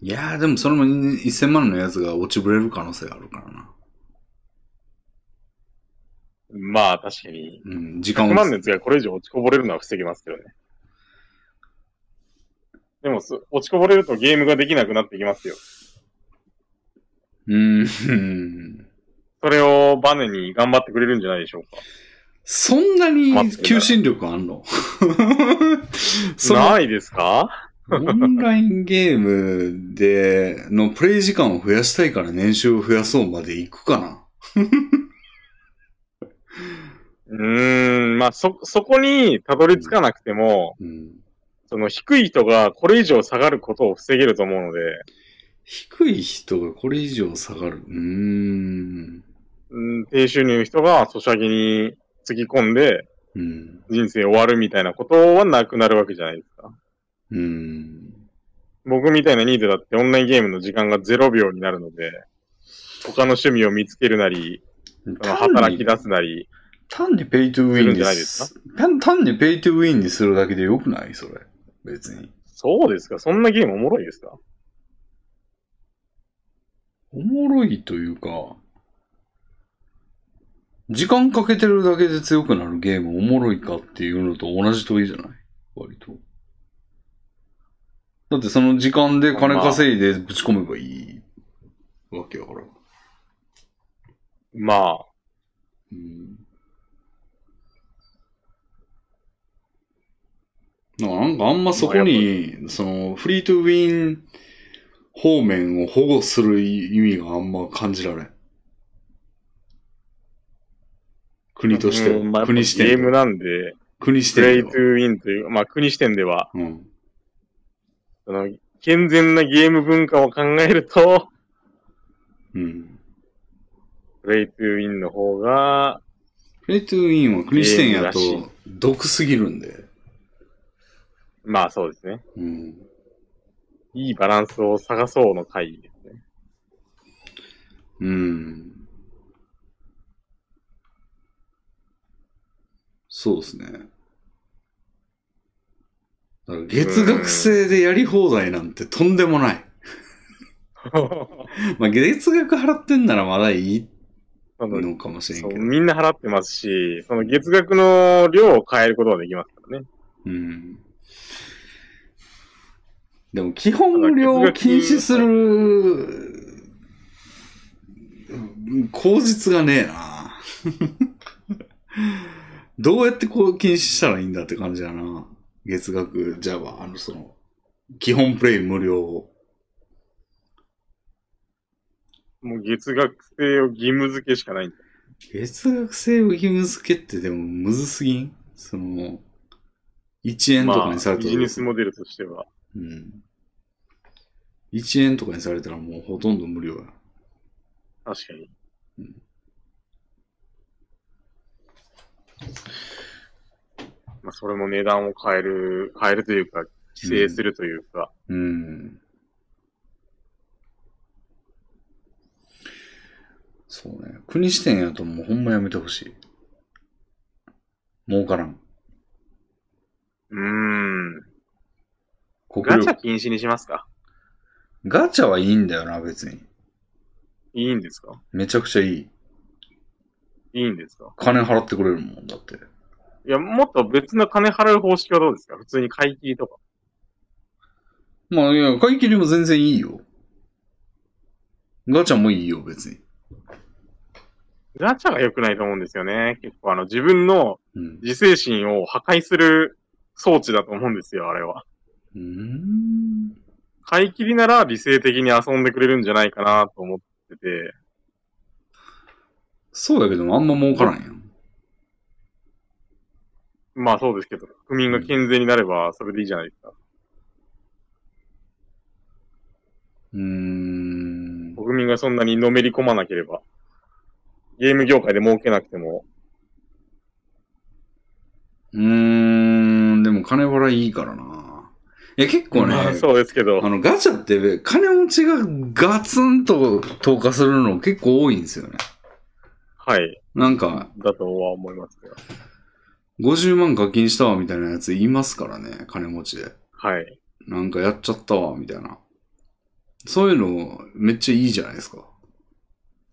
Speaker 1: いやー、でもそれも1000万のやつが落ちぶれる可能性があるからな。
Speaker 2: まあ、確かに。
Speaker 1: うん。時間
Speaker 2: 100
Speaker 1: を。
Speaker 2: 万のやつがこれ以上落ちこぼれるのは防げますけどね。でもそ、落ちこぼれるとゲームができなくなってきますよ。
Speaker 1: うんうん。
Speaker 2: それをバネに頑張ってくれるんじゃないでしょうか。
Speaker 1: そんなに求心力あんの その
Speaker 2: ないですか
Speaker 1: オンラインゲームでのプレイ時間を増やしたいから年収を増やそうまで行くかな。
Speaker 2: うーん、まあ、そ、そこにたどり着かなくても、
Speaker 1: うん。
Speaker 2: その低い人がこれ以上下がることを防げると思うので、
Speaker 1: 低い人がこれ以上下がる。うーん。
Speaker 2: うん、低収入の人がソシャゲにつぎ込んで
Speaker 1: うん。
Speaker 2: 人生終わるみたいなことはなくなるわけじゃないですか。
Speaker 1: うん。
Speaker 2: 僕みたいなニーズだってオンラインゲームの時間が0秒になるので、他の趣味を見つけるなり、その働き出すなり、
Speaker 1: 単にペイトゥウィンにす単単にペイトゥウィンにするだけでよくないそれ。別に。
Speaker 2: そうですかそんなゲームおもろいですか
Speaker 1: おもろいというか、時間かけてるだけで強くなるゲームおもろいかっていうのと同じ問いじゃない割と。だってその時間で金稼いでぶち込めばいいわけやから。
Speaker 2: まあ、
Speaker 1: うん。だからなんかあんまそこに、そのフリートゥウィン方面を保護する意味があんま感じられん。国としては、
Speaker 2: うんまあやっぱ
Speaker 1: 国視
Speaker 2: ゲ
Speaker 1: 点
Speaker 2: ー
Speaker 1: で
Speaker 2: ム
Speaker 1: は、
Speaker 2: なんで、
Speaker 1: 国視
Speaker 2: プレイ
Speaker 1: 点
Speaker 2: ト
Speaker 1: で
Speaker 2: ゥ
Speaker 1: は。
Speaker 2: ーウィンという、まあ国視点では、
Speaker 1: うん。
Speaker 2: その健全なゲーム文化を考えると、
Speaker 1: うん。
Speaker 2: プレイトゥーウィンの方が、
Speaker 1: フリートゥウィンは国視点やと
Speaker 2: ゲームら
Speaker 1: 毒すぎるんで。
Speaker 2: まあそうですね。
Speaker 1: うん。
Speaker 2: いいバランスを探そうの 回ですね。
Speaker 1: うん。そうですね。だから月額制でやり放題なんてとんでもない。まあ、月額払ってんならまだいい
Speaker 2: その
Speaker 1: のかもしれ
Speaker 2: そ
Speaker 1: ん
Speaker 2: う
Speaker 1: けど。
Speaker 2: みんな払ってますし、その月額の量を変えることができますからね。
Speaker 1: うん。でも、基本無料を禁止する、うん口実がねえな。 どうやってこう禁止したらいいんだって感じだな。月額、じゃあ、あの、その、基本プレイ無料を。
Speaker 2: もう月額制を義務付けしかないんだ。
Speaker 1: 月額制を義務付けってでもむずすぎんその、1円とかにされ
Speaker 2: ビ
Speaker 1: たら
Speaker 2: ジ
Speaker 1: どう
Speaker 2: ネ
Speaker 1: す
Speaker 2: ス
Speaker 1: る
Speaker 2: モデルとしては。
Speaker 1: うん。1円とかにされたらもうほとんど無料や。
Speaker 2: 確かに。
Speaker 1: うん
Speaker 2: まあ、それも値段を変える、変えるというか、規制するというか、
Speaker 1: うん。そうね。国視点やともうほんまやめてほしい。儲からん。
Speaker 2: うーん。
Speaker 1: 国
Speaker 2: ガ
Speaker 1: 力
Speaker 2: チャ禁止にしますか
Speaker 1: ガチャはいいんだよな、別に。
Speaker 2: いいんですか
Speaker 1: めちゃくちゃいい。
Speaker 2: いいんですか
Speaker 1: 金払ってくれるもんだって。
Speaker 2: えいや、もっと別の金払う方式はどうですか普通に買い切りとか。
Speaker 1: まあ、いや、買い切りも全然いいよ。ガチャもいいよ、別に。
Speaker 2: ガチャが良くないと思うんですよね。結構あの、自分の
Speaker 1: うん。
Speaker 2: 自制心を破壊する装置だと思うんですよ、あれは。
Speaker 1: うーん。
Speaker 2: 買い切りなら理性的に遊んでくれるんじゃないかなと思ってて。
Speaker 1: そうやけど、あんま儲からんやん。
Speaker 2: まあそうですけど、国民が健全になればそれでいいじゃないですか。
Speaker 1: うーん。
Speaker 2: 国民がそんなにのめり込まなければ。ゲーム業界で儲けなくても。
Speaker 1: うーん、でも金払いいからな。いや、結構ね、
Speaker 2: まあ
Speaker 1: あ、
Speaker 2: そうですけど。
Speaker 1: の、ガチャって、金持ちがガツンと投下するの結構多いんですよね。
Speaker 2: はい。
Speaker 1: なんか、
Speaker 2: だとは思いますけど。
Speaker 1: 50万課金したわ、みたいなやついますからね、金持ちで。
Speaker 2: はい。
Speaker 1: なんかやっちゃったわ、みたいな。そういうの、めっちゃいいじゃないですか。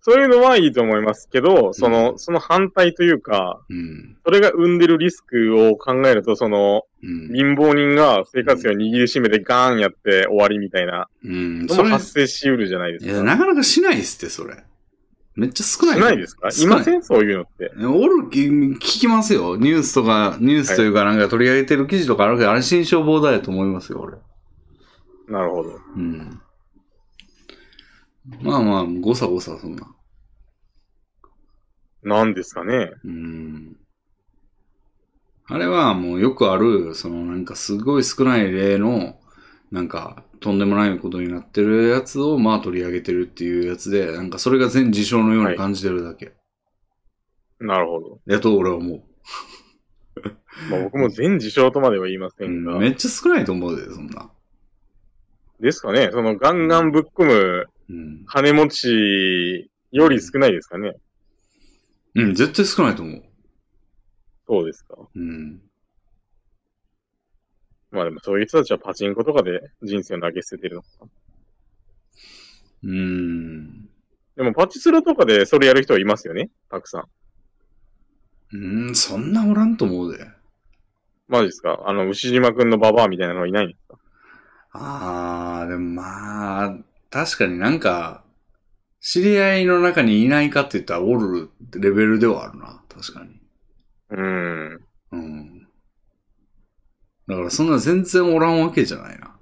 Speaker 2: そういうのはいいと思いますけど、その、その反対というか、
Speaker 1: うん。
Speaker 2: それが生んでるリスクを考えると、その、
Speaker 1: うん。
Speaker 2: 貧乏人が生活費を握りしめてガーンやって終わりみたいな
Speaker 1: うん。
Speaker 2: の
Speaker 1: そ
Speaker 2: も
Speaker 1: れ、
Speaker 2: 発生しうるじゃないです
Speaker 1: い
Speaker 2: か。
Speaker 1: や、なかなかしないっすって、それ。めっちゃ少ない。
Speaker 2: しないですか
Speaker 1: 少
Speaker 2: い
Speaker 1: ない
Speaker 2: ませんそういうのって。
Speaker 1: おる、聞きますよ。ニュースとか、ニュースというかなんか取り上げてる記事とかあるけど、あれ新消防だやと思いますよ、俺。
Speaker 2: なるほど。
Speaker 1: うん。まあまあ、誤差誤差、そんな。
Speaker 2: なんですかね
Speaker 1: うん。あれはもうよくある、そのなんかすごい少ない例の、なんか、とんでもないことになってるやつを、まあ取り上げてるっていうやつで、なんかそれが全事象のように感じてるだけ。
Speaker 2: なるほど。
Speaker 1: やと俺は思う。
Speaker 2: まあ、僕も全事象とまでは言いませ
Speaker 1: うん
Speaker 2: が。
Speaker 1: ん、めっちゃ少ないと思うで、そんな。
Speaker 2: ですかねそのガンガンぶっ込む
Speaker 1: うん。
Speaker 2: 金持ちより少ないですかね
Speaker 1: うん、絶対少ないと思う。
Speaker 2: そうですか。
Speaker 1: うん。
Speaker 2: まあでもそういう人たちはパチンコとかで人生を投げ捨ててるのかな。
Speaker 1: うーん。
Speaker 2: でもパチスロとかでそれやる人はいますよねたくさん。
Speaker 1: うーん、そんなおらんと思うで。
Speaker 2: マジですかあの、牛島くんのババアみたいなのはいないんですか
Speaker 1: あー、でもまあ、確かになんか、知り合いの中にいないかって言ったらおるレベルではあるな。確かに。
Speaker 2: うーん。
Speaker 1: うん。だからそんな全然おらんわけじゃないな。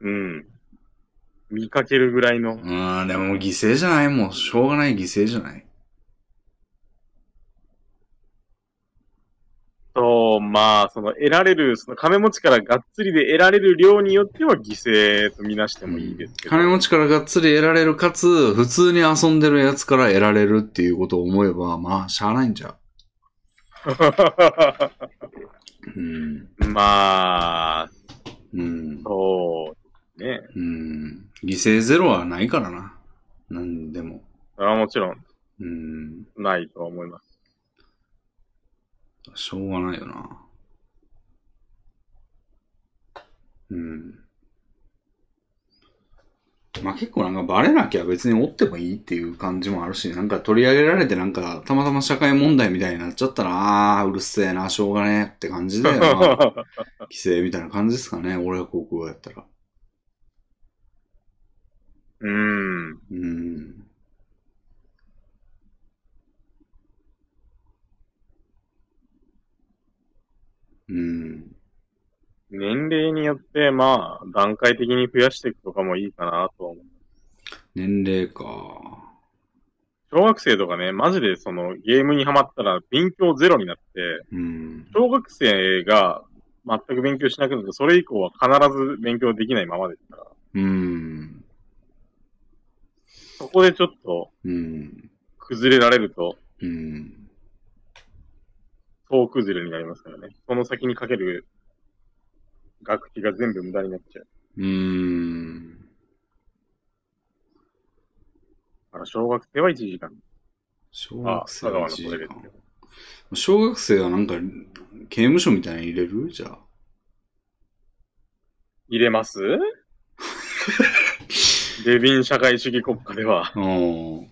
Speaker 2: うん。見かけるぐらいの
Speaker 1: う。ーん、でも犠牲じゃない。もうしょうがない犠牲じゃない。
Speaker 2: そう、まあ、その得られる、その金持ちからがっつりで得られる量によっては犠牲とみなしてもいいですけど。
Speaker 1: 金持ちからがっつり得られるかつ、普通に遊んでるやつから得られるっていうことを思えば、まあ、しゃあないんじゃう。うん。
Speaker 2: まあ、
Speaker 1: うん。
Speaker 2: そう、ね。
Speaker 1: うん。犠牲ゼロはないからな。なんでも。
Speaker 2: それはもちろん
Speaker 1: うん。
Speaker 2: ないとは思います。
Speaker 1: しょうがないよな。うん。まあ結構なんかバレなきゃ別に追ってもいいっていう感じもあるし、なんか取り上げられてなんかたまたま社会問題みたいになっちゃったら、あーうるせえな、しょうがねえって感じで、ま あ、規制みたいな感じですかね、俺が高校やったら。
Speaker 2: うん。
Speaker 1: うん。うん。
Speaker 2: 年齢によって、まあ、段階的に増やしていくとかもいいかなとは思う。
Speaker 1: 年齢か。
Speaker 2: 小学生とかね、マジでそのゲームにハマったら勉強ゼロになって、
Speaker 1: うん。
Speaker 2: 小学生が全く勉強しなくなると、それ以降は必ず勉強できないままですから、
Speaker 1: うん。
Speaker 2: そこでちょっと
Speaker 1: うん。
Speaker 2: 崩れられると、
Speaker 1: うん。
Speaker 2: 総崩れになりますからね。その先にかける学費が全部無駄になっちゃう。
Speaker 1: うん。
Speaker 2: だから小学生は1時間。
Speaker 1: 小
Speaker 2: あ、
Speaker 1: 学生
Speaker 2: 佐川
Speaker 1: は1
Speaker 2: の
Speaker 1: 時
Speaker 2: トイレです
Speaker 1: 間
Speaker 2: よ。。
Speaker 1: 小学生はなんか、刑務所みたいに入れるじゃあ。
Speaker 2: 入れます デビン社会主義国家では。
Speaker 1: うん。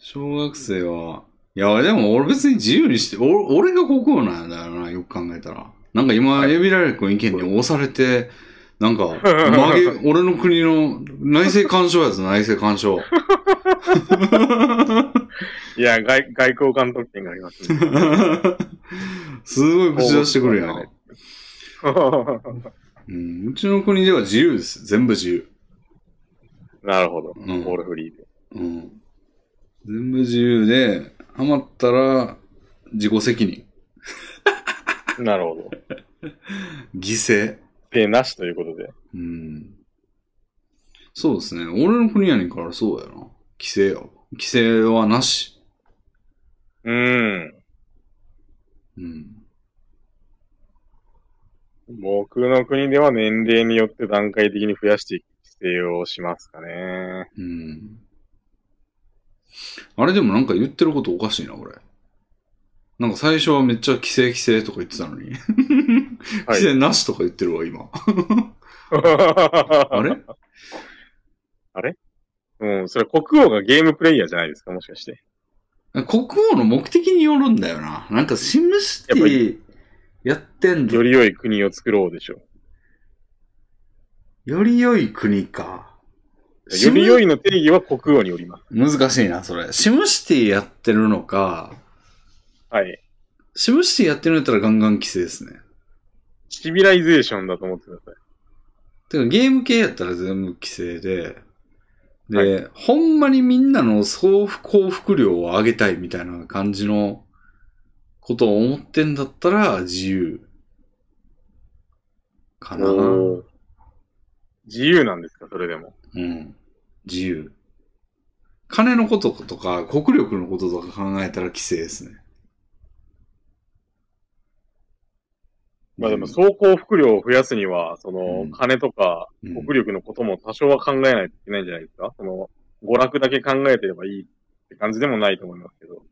Speaker 1: 小学生は、いや、でも俺別に自由にして、お俺が国王なんだよな、よく考えたら。なんか今、エビライラ君意見に押されて、なんか、曲げ、俺の国の内政干渉やつ、内政干渉。
Speaker 2: いや、外外交官特権がありま すね。
Speaker 1: すごい口出してくるやん。うん、うちの国では自由です。全部自由。
Speaker 2: なるほど。
Speaker 1: うん
Speaker 2: ボールフリーで。
Speaker 1: うん。全部自由で、ハマったら自己責任。
Speaker 2: なるほど。
Speaker 1: 犠牲。
Speaker 2: 手なしということで。
Speaker 1: うん。そうですね。俺の国やねんからそうやな。規制や。規制はなし。
Speaker 2: うん。
Speaker 1: うん。
Speaker 2: 僕の国では年齢によって段階的に増やしていく規制をしますかね。
Speaker 1: うん。あれでもなんか言ってることおかしいな、俺。なんか最初はめっちゃ規制規制とか言ってたのに。
Speaker 2: はい
Speaker 1: 規制なしとか言ってるわ、今。あ
Speaker 2: あ
Speaker 1: れ
Speaker 2: うん、それ国王がゲームプレイヤーじゃないですか、もしかして。
Speaker 1: 国王の目的によるんだよな。なんかシムシテ
Speaker 2: やっぱ
Speaker 1: ィやってん
Speaker 2: よ
Speaker 1: の。
Speaker 2: り良い国を作ろうでしょ
Speaker 1: より良い国か。
Speaker 2: う。より良いの定義は国王によります。
Speaker 1: 難しいな、それ。シムシティやってるのか、
Speaker 2: はい。
Speaker 1: シムシティやってるんだったらガンガン規制ですね。
Speaker 2: シビライゼーションだと思ってください。
Speaker 1: てかゲーム系やったら全部規制で、で、
Speaker 2: は
Speaker 1: ほんまにみんなの総幸福量を上げたいみたいな感じのことを思ってんだったら自由かな。う
Speaker 2: おー自由なんですか、それでも。
Speaker 1: ん。自由。金のこととか国力のこととか考えたら規制ですね。
Speaker 2: まあでも、
Speaker 1: うん
Speaker 2: 総幸福量を増やすには、その
Speaker 1: うん、
Speaker 2: 金とか、
Speaker 1: うん
Speaker 2: 国力のことも多少は考えないといけないんじゃないですかその、娯楽だけ考えてればいいって感じでもないと思いますけど。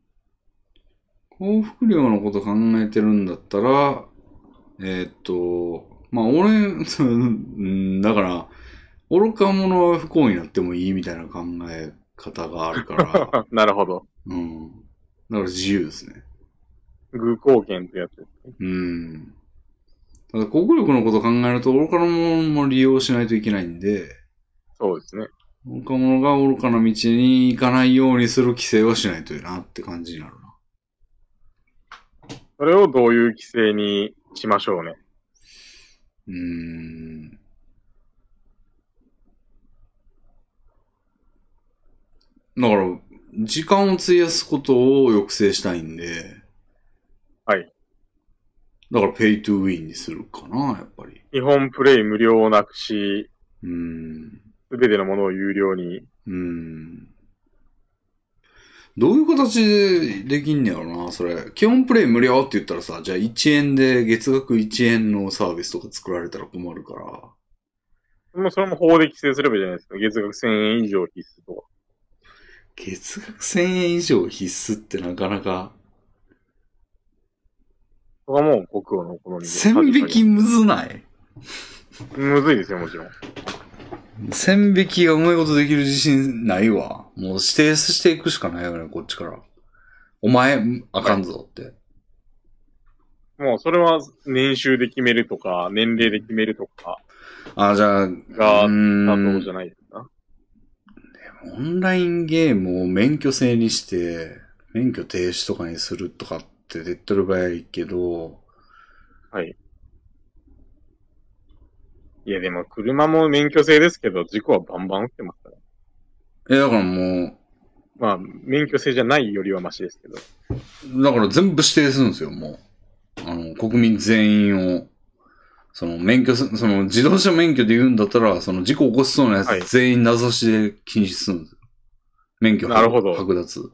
Speaker 1: 幸福量のこと考えてるんだったら、えーっと、まあ俺、 そうんだから、愚か者は不幸になってもいいみたいな考え方がある から、
Speaker 2: なるほど。
Speaker 1: うん。だから自由ですね。
Speaker 2: 偶貢献ってやつ。
Speaker 1: うん。ただ国力のこと考えると愚か者も利用しないといけないんで、
Speaker 2: そうですね。
Speaker 1: 愚か者が愚かな道に行かないようにする規制はしないといいなって感じになるな。
Speaker 2: それをどういう規制にしましょうね。
Speaker 1: うーん。だから、時間を費やすことを抑制したいんで。
Speaker 2: はい。
Speaker 1: だから、ペイトゥウィンにするかな、やっぱり。
Speaker 2: 日本プレイ無料をなくし、
Speaker 1: うーん。
Speaker 2: すべてのものを有料に。
Speaker 1: うーん。どういう形でできんねやろな、それ。基本プレイ無料って言ったらさ、じゃあ1円で月額1円のサービスとか作られたら困るから。
Speaker 2: もうそれも法で規制すればいいじゃないですか。月額1000円以上必須とか。
Speaker 1: 月額1000円以上必須ってなかなか、
Speaker 2: そこはもう国王のお好みで。
Speaker 1: 線引きむずない
Speaker 2: むずいですよ、もちろん。
Speaker 1: 線引きがうまいことできる自信ないわ。もう指定していくしかないよね、こっちから。お前、あかんぞって。
Speaker 2: もうそれは年収で決めるとか、年齢で決めるとか、
Speaker 1: あ、じゃあ、
Speaker 2: が
Speaker 1: うー
Speaker 2: 担当
Speaker 1: ん
Speaker 2: じゃないですか。
Speaker 1: オンラインゲームを免許制にして、免許停止とかにするとかって手っ取り早いけど、
Speaker 2: いや、でも車も免許制ですけど、事故はバンバン起きてますから。
Speaker 1: え、だからも
Speaker 2: まあ、免許制じゃないよりはマシですけど。
Speaker 1: う、だから全部指定するんですよ、もう。あの、国民全員を。その免許す、その自動車免許で言うんだったら、その事故起こしそうなや
Speaker 2: はい
Speaker 1: つ全員名指しで禁止するんですよ。免許
Speaker 2: なるほど
Speaker 1: 剥奪。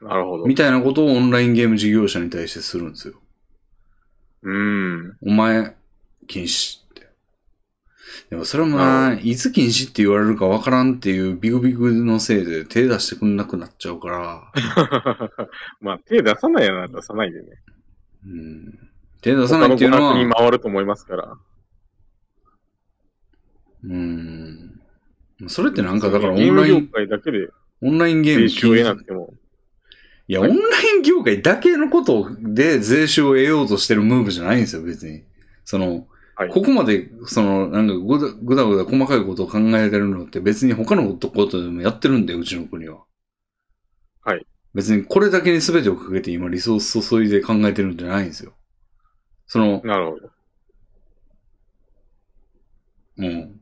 Speaker 2: なるほど。
Speaker 1: みたいなことをオンラインゲーム事業者に対してするんですよ。
Speaker 2: うん。
Speaker 1: お前、禁止って。でもそれもな、
Speaker 2: なる
Speaker 1: いつ禁止って言われるかわからんっていうビクビクのせいで手出してくんなくなっちゃうから、
Speaker 2: まあ、手出さないようなら出さないでね。
Speaker 1: うん、手出さ
Speaker 2: 他
Speaker 1: ない
Speaker 2: の
Speaker 1: ってい
Speaker 2: 娯
Speaker 1: うの
Speaker 2: 楽に
Speaker 1: は、
Speaker 2: 回ると思いますから。
Speaker 1: うん。それってなんかだからオ
Speaker 2: ゲー
Speaker 1: ン
Speaker 2: ム
Speaker 1: ライ
Speaker 2: 業
Speaker 1: ン、
Speaker 2: 界だけで
Speaker 1: オンラインゲー
Speaker 2: 練
Speaker 1: ム
Speaker 2: 習を
Speaker 1: 禁
Speaker 2: 得な
Speaker 1: 止
Speaker 2: くても。
Speaker 1: いや、オ
Speaker 2: は
Speaker 1: ン
Speaker 2: い
Speaker 1: ライン業界だけのことで税収を得ようとしてるムーブじゃないんですよ、別に。その、
Speaker 2: はい
Speaker 1: ここまで、その、なんかぐだ、ぐだぐだ細かいことを考えてるのって別に他のことでもやってるんで、うちの国は。
Speaker 2: はい。
Speaker 1: 別にこれだけに全てをかけて今リソース注いで考えてるんじゃないんですよ。その、
Speaker 2: なるほど。
Speaker 1: うん。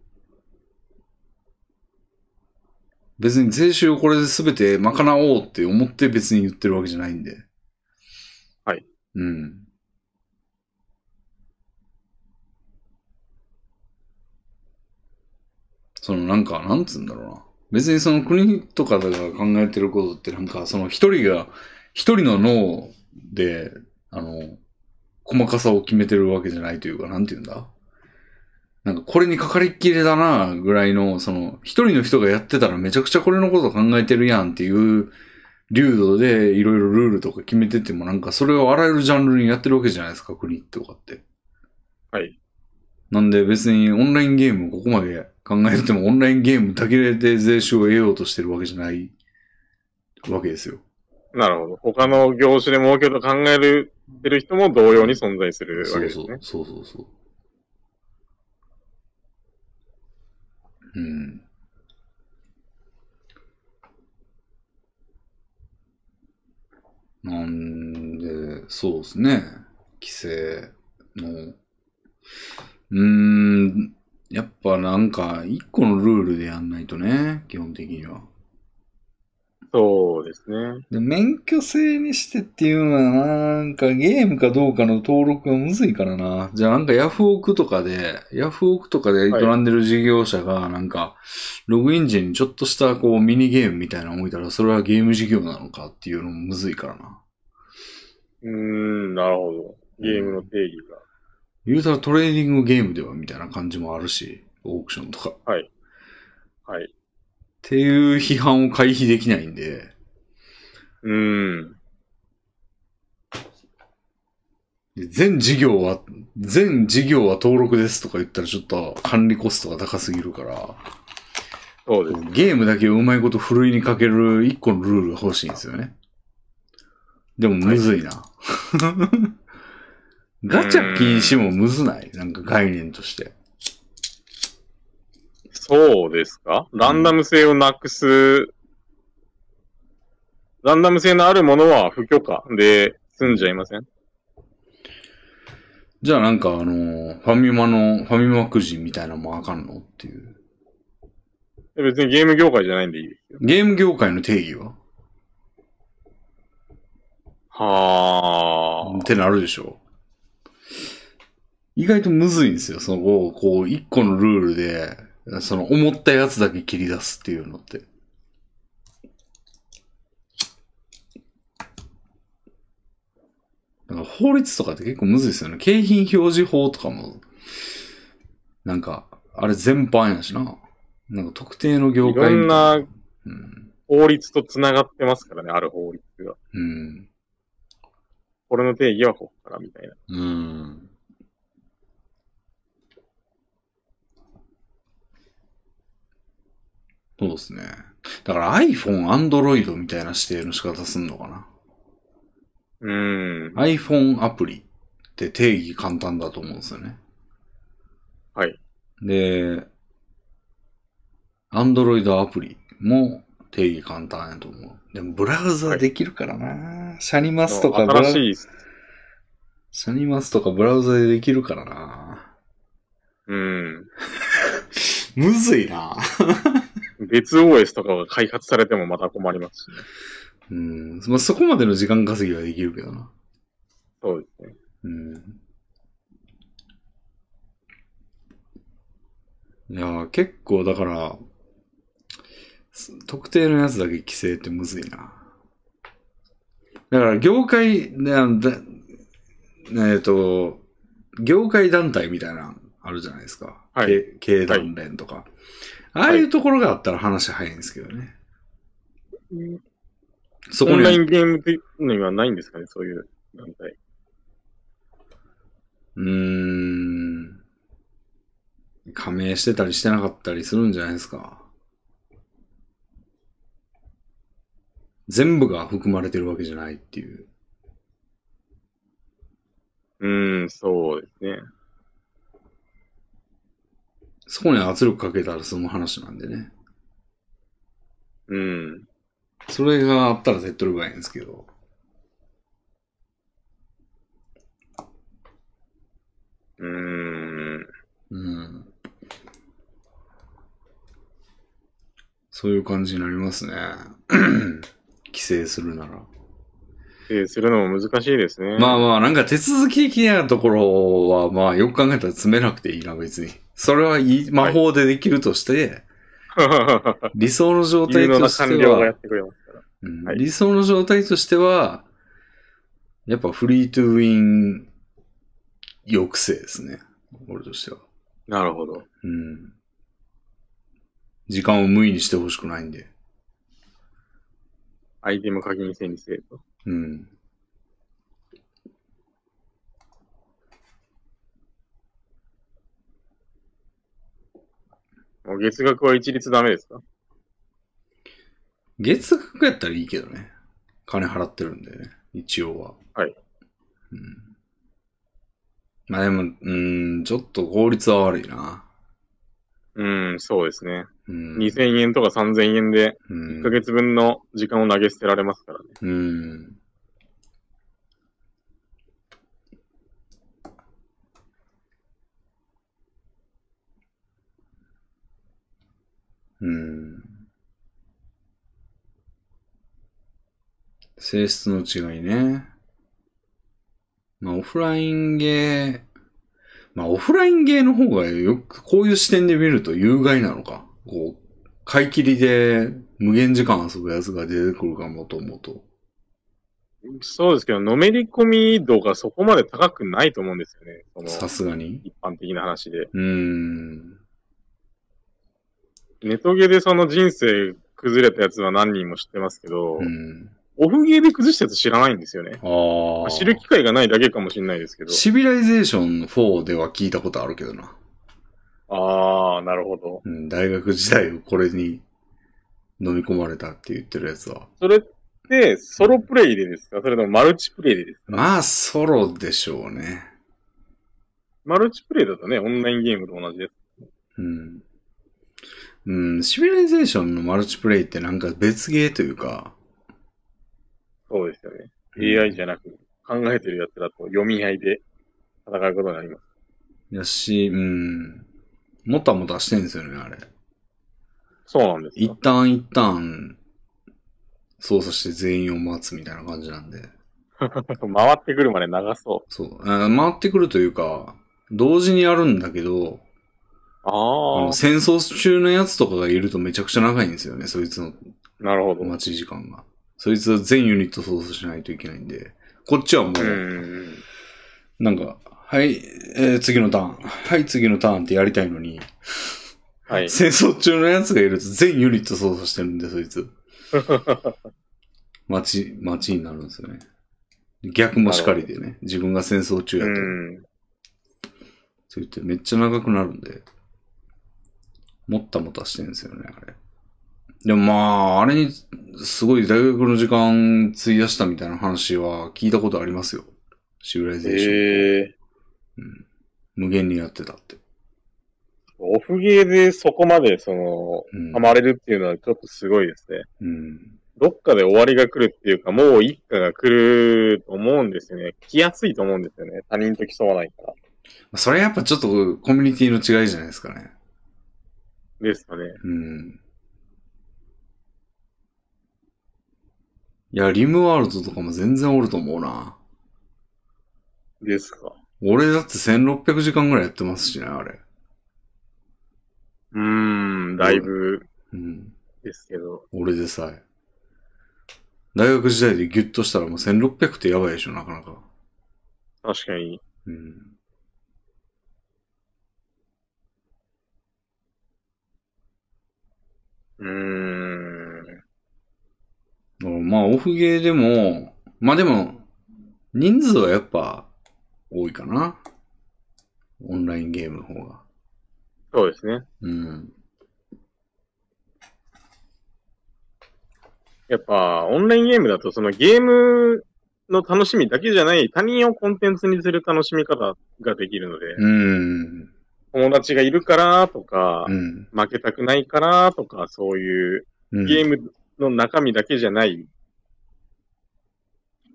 Speaker 1: 別に税収をこれで全て賄おうって思って別に言ってるわけじゃないんで。
Speaker 2: はい。
Speaker 1: うん。そのなんか、なんつうんだろうな。別にその国とかが考えてることってなんか、その一人が、一人の脳で、あの、細かさを決めてるわけじゃないというか、なんて言うんだなんかこれにかかりっきりだなぐらいの、その、一人の人がやってたらめちゃくちゃこれのこと考えてるやんっていう、流度でいろいろルールとか決めててもなんかそれをあらゆるジャンルにやってるわけじゃないですか、国とかって。
Speaker 2: はい。
Speaker 1: なんで別にオンラインゲームをここまで考えててもオンラインゲームだけで税収を得ようとしてるわけじゃないわけですよ。
Speaker 2: なるほど。他の業種で儲けようと考えるてる人も同様に存在するわけですね。
Speaker 1: そうそうそうそうそう。うん。なんで、そうですね。規制の。うーん。やっぱなんか、一個のルールでやんないとね、基本的には。
Speaker 2: そうですね。
Speaker 1: で免許制にしてっていうのはなんかゲームかどうかの登録がむずいからな。じゃあなんかヤフオクとかで、ヤフオクとかで営んでる事業者がなんか、ログイン時にちょっとしたこうミニゲームみたいなの置いたらそれはゲーム事業なのかっていうのもむずいからな。
Speaker 2: うーん、なるほど。ゲームの定義が。
Speaker 1: 言うたらトレーニングゲームではみたいな感じもあるし、オークションとか。
Speaker 2: はい。
Speaker 1: っていう批判を回避できないんで、
Speaker 2: うーん。
Speaker 1: で全事業は、全事業は登録ですとか言ったらちょっと管理コストが高すぎるから、
Speaker 2: そうです。
Speaker 1: ゲームだけをうまいことふるいにかける一個のルールが欲しいんですよね。でもむずいな。ガチャ禁止もむずないなんか概念として。
Speaker 2: そうですかランダム性をなくす、ランダム性のあるものは不許可で済んじゃいません
Speaker 1: じゃあなんかあのー、ファミマの、ファミマくじみたいなのもあかんのっていう。
Speaker 2: 別にゲーム業界じゃないんでいいですよ。
Speaker 1: ゲーム業界の定義は
Speaker 2: はあ
Speaker 1: っ。てなるでしょ意外とむずいんですよ。その、こう、一個のルールで、その、思ったやつだけ切り出すっていうのって。なんか法律とかって結構むずいですよね。景品表示法とかも、なんか、あれ全般やしな。なんか特定の業
Speaker 2: い
Speaker 1: 界みた
Speaker 2: ろ
Speaker 1: い
Speaker 2: んな
Speaker 1: うん。
Speaker 2: 法律と繋がってますからね、ある法律が。
Speaker 1: うん。
Speaker 2: これの定義はここからみたいな。
Speaker 1: うん。そうですね。だから iPhone、Android みたいな指定の仕方すんのかな。
Speaker 2: うーん。
Speaker 1: iPhone アプリって定義簡単だと思うんですよね。
Speaker 2: はい。
Speaker 1: で、Android アプリも定義簡単やと思う。でもブラウザできるからな、シャニマスとかブラ
Speaker 2: 新しいっす、
Speaker 1: シャニマスとかブラウザでできるからな
Speaker 2: うん。
Speaker 1: むずいな
Speaker 2: 別 OS とかが開発されてもまた困りますしね。
Speaker 1: うん。まあ、そこまでの時間稼ぎはできるけどな。
Speaker 2: そうですね。
Speaker 1: うん。いやー、結構だから、す特定のやつだけ規制ってむずいな。だから、業界、ね、あのだえっ、と、業界団体みたいなのあるじゃないですか。
Speaker 2: はい
Speaker 1: け経団連とか。ああいうところがあったら話早いんですけどね。そこ
Speaker 2: オン
Speaker 1: に
Speaker 2: ラインゲームっていうのにはないんですかね、そういう団体。
Speaker 1: うーん。加盟してたりしてなかったりするんじゃないですか。全部が含まれてるわけじゃないっていう。
Speaker 2: うん、そうですね。
Speaker 1: そこに圧力かけたら済む話なんでね。
Speaker 2: うん。
Speaker 1: それがあったら手っ取り早いんですけど。
Speaker 2: うん。
Speaker 1: うん。そういう感じになりますね。 帰省するなら。
Speaker 2: えーするのも難しいですね。
Speaker 1: まあまあ、なんか手続き的なところは、まあよく考えたら詰めなくていいな、別に。それはいい魔法でできるとして、
Speaker 2: あ。
Speaker 1: 理想の状態
Speaker 2: 有能
Speaker 1: と
Speaker 2: な
Speaker 1: して
Speaker 2: 官僚がや
Speaker 1: は
Speaker 2: っ、てくれますから。
Speaker 1: うん
Speaker 2: はい
Speaker 1: 理想の状態としては、やっぱフリートゥーウィン抑制ですね。俺としては。
Speaker 2: なるほど。
Speaker 1: うん。時間を無意にしてほしくないんで。
Speaker 2: アイテム課金制にせよと。
Speaker 1: うん。
Speaker 2: もう月額は一律ダメですか
Speaker 1: 月額やったらいいけどね。金払ってるんでね。一応は。
Speaker 2: はい。
Speaker 1: うん。まあでも、うん、ちょっと効率は悪いな。
Speaker 2: うん、そうですね。
Speaker 1: うん。
Speaker 2: 2000円とか3000円で
Speaker 1: うん
Speaker 2: 1ヶ月分の時間を投げ捨てられますからね。
Speaker 1: うん。うん。性質の違いね。まあ、オフラインゲー、まあ、オフラインゲーの方がよく、こういう視点で見ると有害なのか。こう、買い切りで無限時間遊ぶやつが出てくるかもと思うと。
Speaker 2: そうですけど、のめり込み度がそこまで高くないと思うんですよね。そ
Speaker 1: さ
Speaker 2: の
Speaker 1: すがに。
Speaker 2: 一般的な話で。
Speaker 1: うーん。
Speaker 2: ネトゲでその人生崩れたやつは何人も知ってますけど、
Speaker 1: うん。
Speaker 2: オフゲーで崩したやつ知らないんですよね。
Speaker 1: あ
Speaker 2: ま
Speaker 1: あ。
Speaker 2: あ知る機会がないだけかもしれないですけど。
Speaker 1: シビライゼーション4では聞いたことあるけどな。
Speaker 2: ああ、なるほど。
Speaker 1: うん、大学時代をこれに飲み込まれたって言ってるやつは。
Speaker 2: それって、ソロプレイでですかそれともマルチプレイでですか
Speaker 1: まあ、ソロでしょうね。
Speaker 2: マルチプレイだとね、オンラインゲームと同じです。
Speaker 1: うん。うん、シビライゼーションのマルチプレイってなんか別ゲーというか、
Speaker 2: そうですよね。
Speaker 1: うん
Speaker 2: AI じゃなく、考えてるやつだと読み合いで戦うことになります。
Speaker 1: やし、うん、もたもたしてんですよね、あれ。
Speaker 2: そうなんです
Speaker 1: 一
Speaker 2: か
Speaker 1: 旦一旦操作して全員を待つみたいな感じなんで。
Speaker 2: 回ってくるまで長そ
Speaker 1: そう。あー回ってくるというか、同時にやるんだけど、
Speaker 2: う。
Speaker 1: あ
Speaker 2: あ
Speaker 1: の戦争中のやつとかがいるとめちゃくちゃ長いんですよね、そいつの
Speaker 2: あ、なるほど。うん
Speaker 1: 待ち時間が。そいつは全ユニット操作しないといけないんで、こっちはもう、
Speaker 2: うん。
Speaker 1: なんか、はい、えー次のターン、はい、次のターンってやりたいのに、
Speaker 2: はい。
Speaker 1: 戦争中のやつがいると全ユニット操作してるんで、そい つ。待ち、待ちになるんですよね。逆もしかりでね、自分が戦争中や
Speaker 2: う
Speaker 1: と。
Speaker 2: ん。
Speaker 1: そう言ってめっちゃ長くなるんで、もったもたしてるんですよね、あれ。でもまあ、あれにすごい大学の時間費やしたみたいな話は聞いたことありますよ。シビライゼーション。
Speaker 2: ええ
Speaker 1: うん、無限にやってたって。
Speaker 2: オフゲーでそこまで、その、
Speaker 1: うん
Speaker 2: ハ。マれるっていうのはちょっとすごいですね。
Speaker 1: うん。
Speaker 2: どっかで終わりが来るっていうか、もう一家が来ると思うんですよね。来やすいと思うんですよね。他人と競わないから。
Speaker 1: それやっぱちょっとコミュニティの違いじゃないですかね。
Speaker 2: ですかね。
Speaker 1: うん。いや、リムワールドとかも全然おると思うな。
Speaker 2: ですか。
Speaker 1: 俺だって1600時間ぐらいやってますしね、あれ。
Speaker 2: うーん、だいぶ
Speaker 1: うん。
Speaker 2: ですけど。
Speaker 1: 俺でさえ。大学時代でギュッとしたらもう1600ってやばいでしょ、なかなか。
Speaker 2: 確かに。
Speaker 1: うん。
Speaker 2: うーん。
Speaker 1: だからまあ、オフゲーでも、まあでも、人数はやっぱ多いかな。オンラインゲームの方が。
Speaker 2: そうですね。
Speaker 1: うん。
Speaker 2: やっぱ、オンラインゲームだと、そのゲームの楽しみだけじゃない、他人をコンテンツにする楽しみ方ができるので、
Speaker 1: うん。
Speaker 2: 友達がいるからとか
Speaker 1: う、ん。
Speaker 2: 負けたくないからとか、そういう
Speaker 1: うん
Speaker 2: ゲームの中身だけじゃない、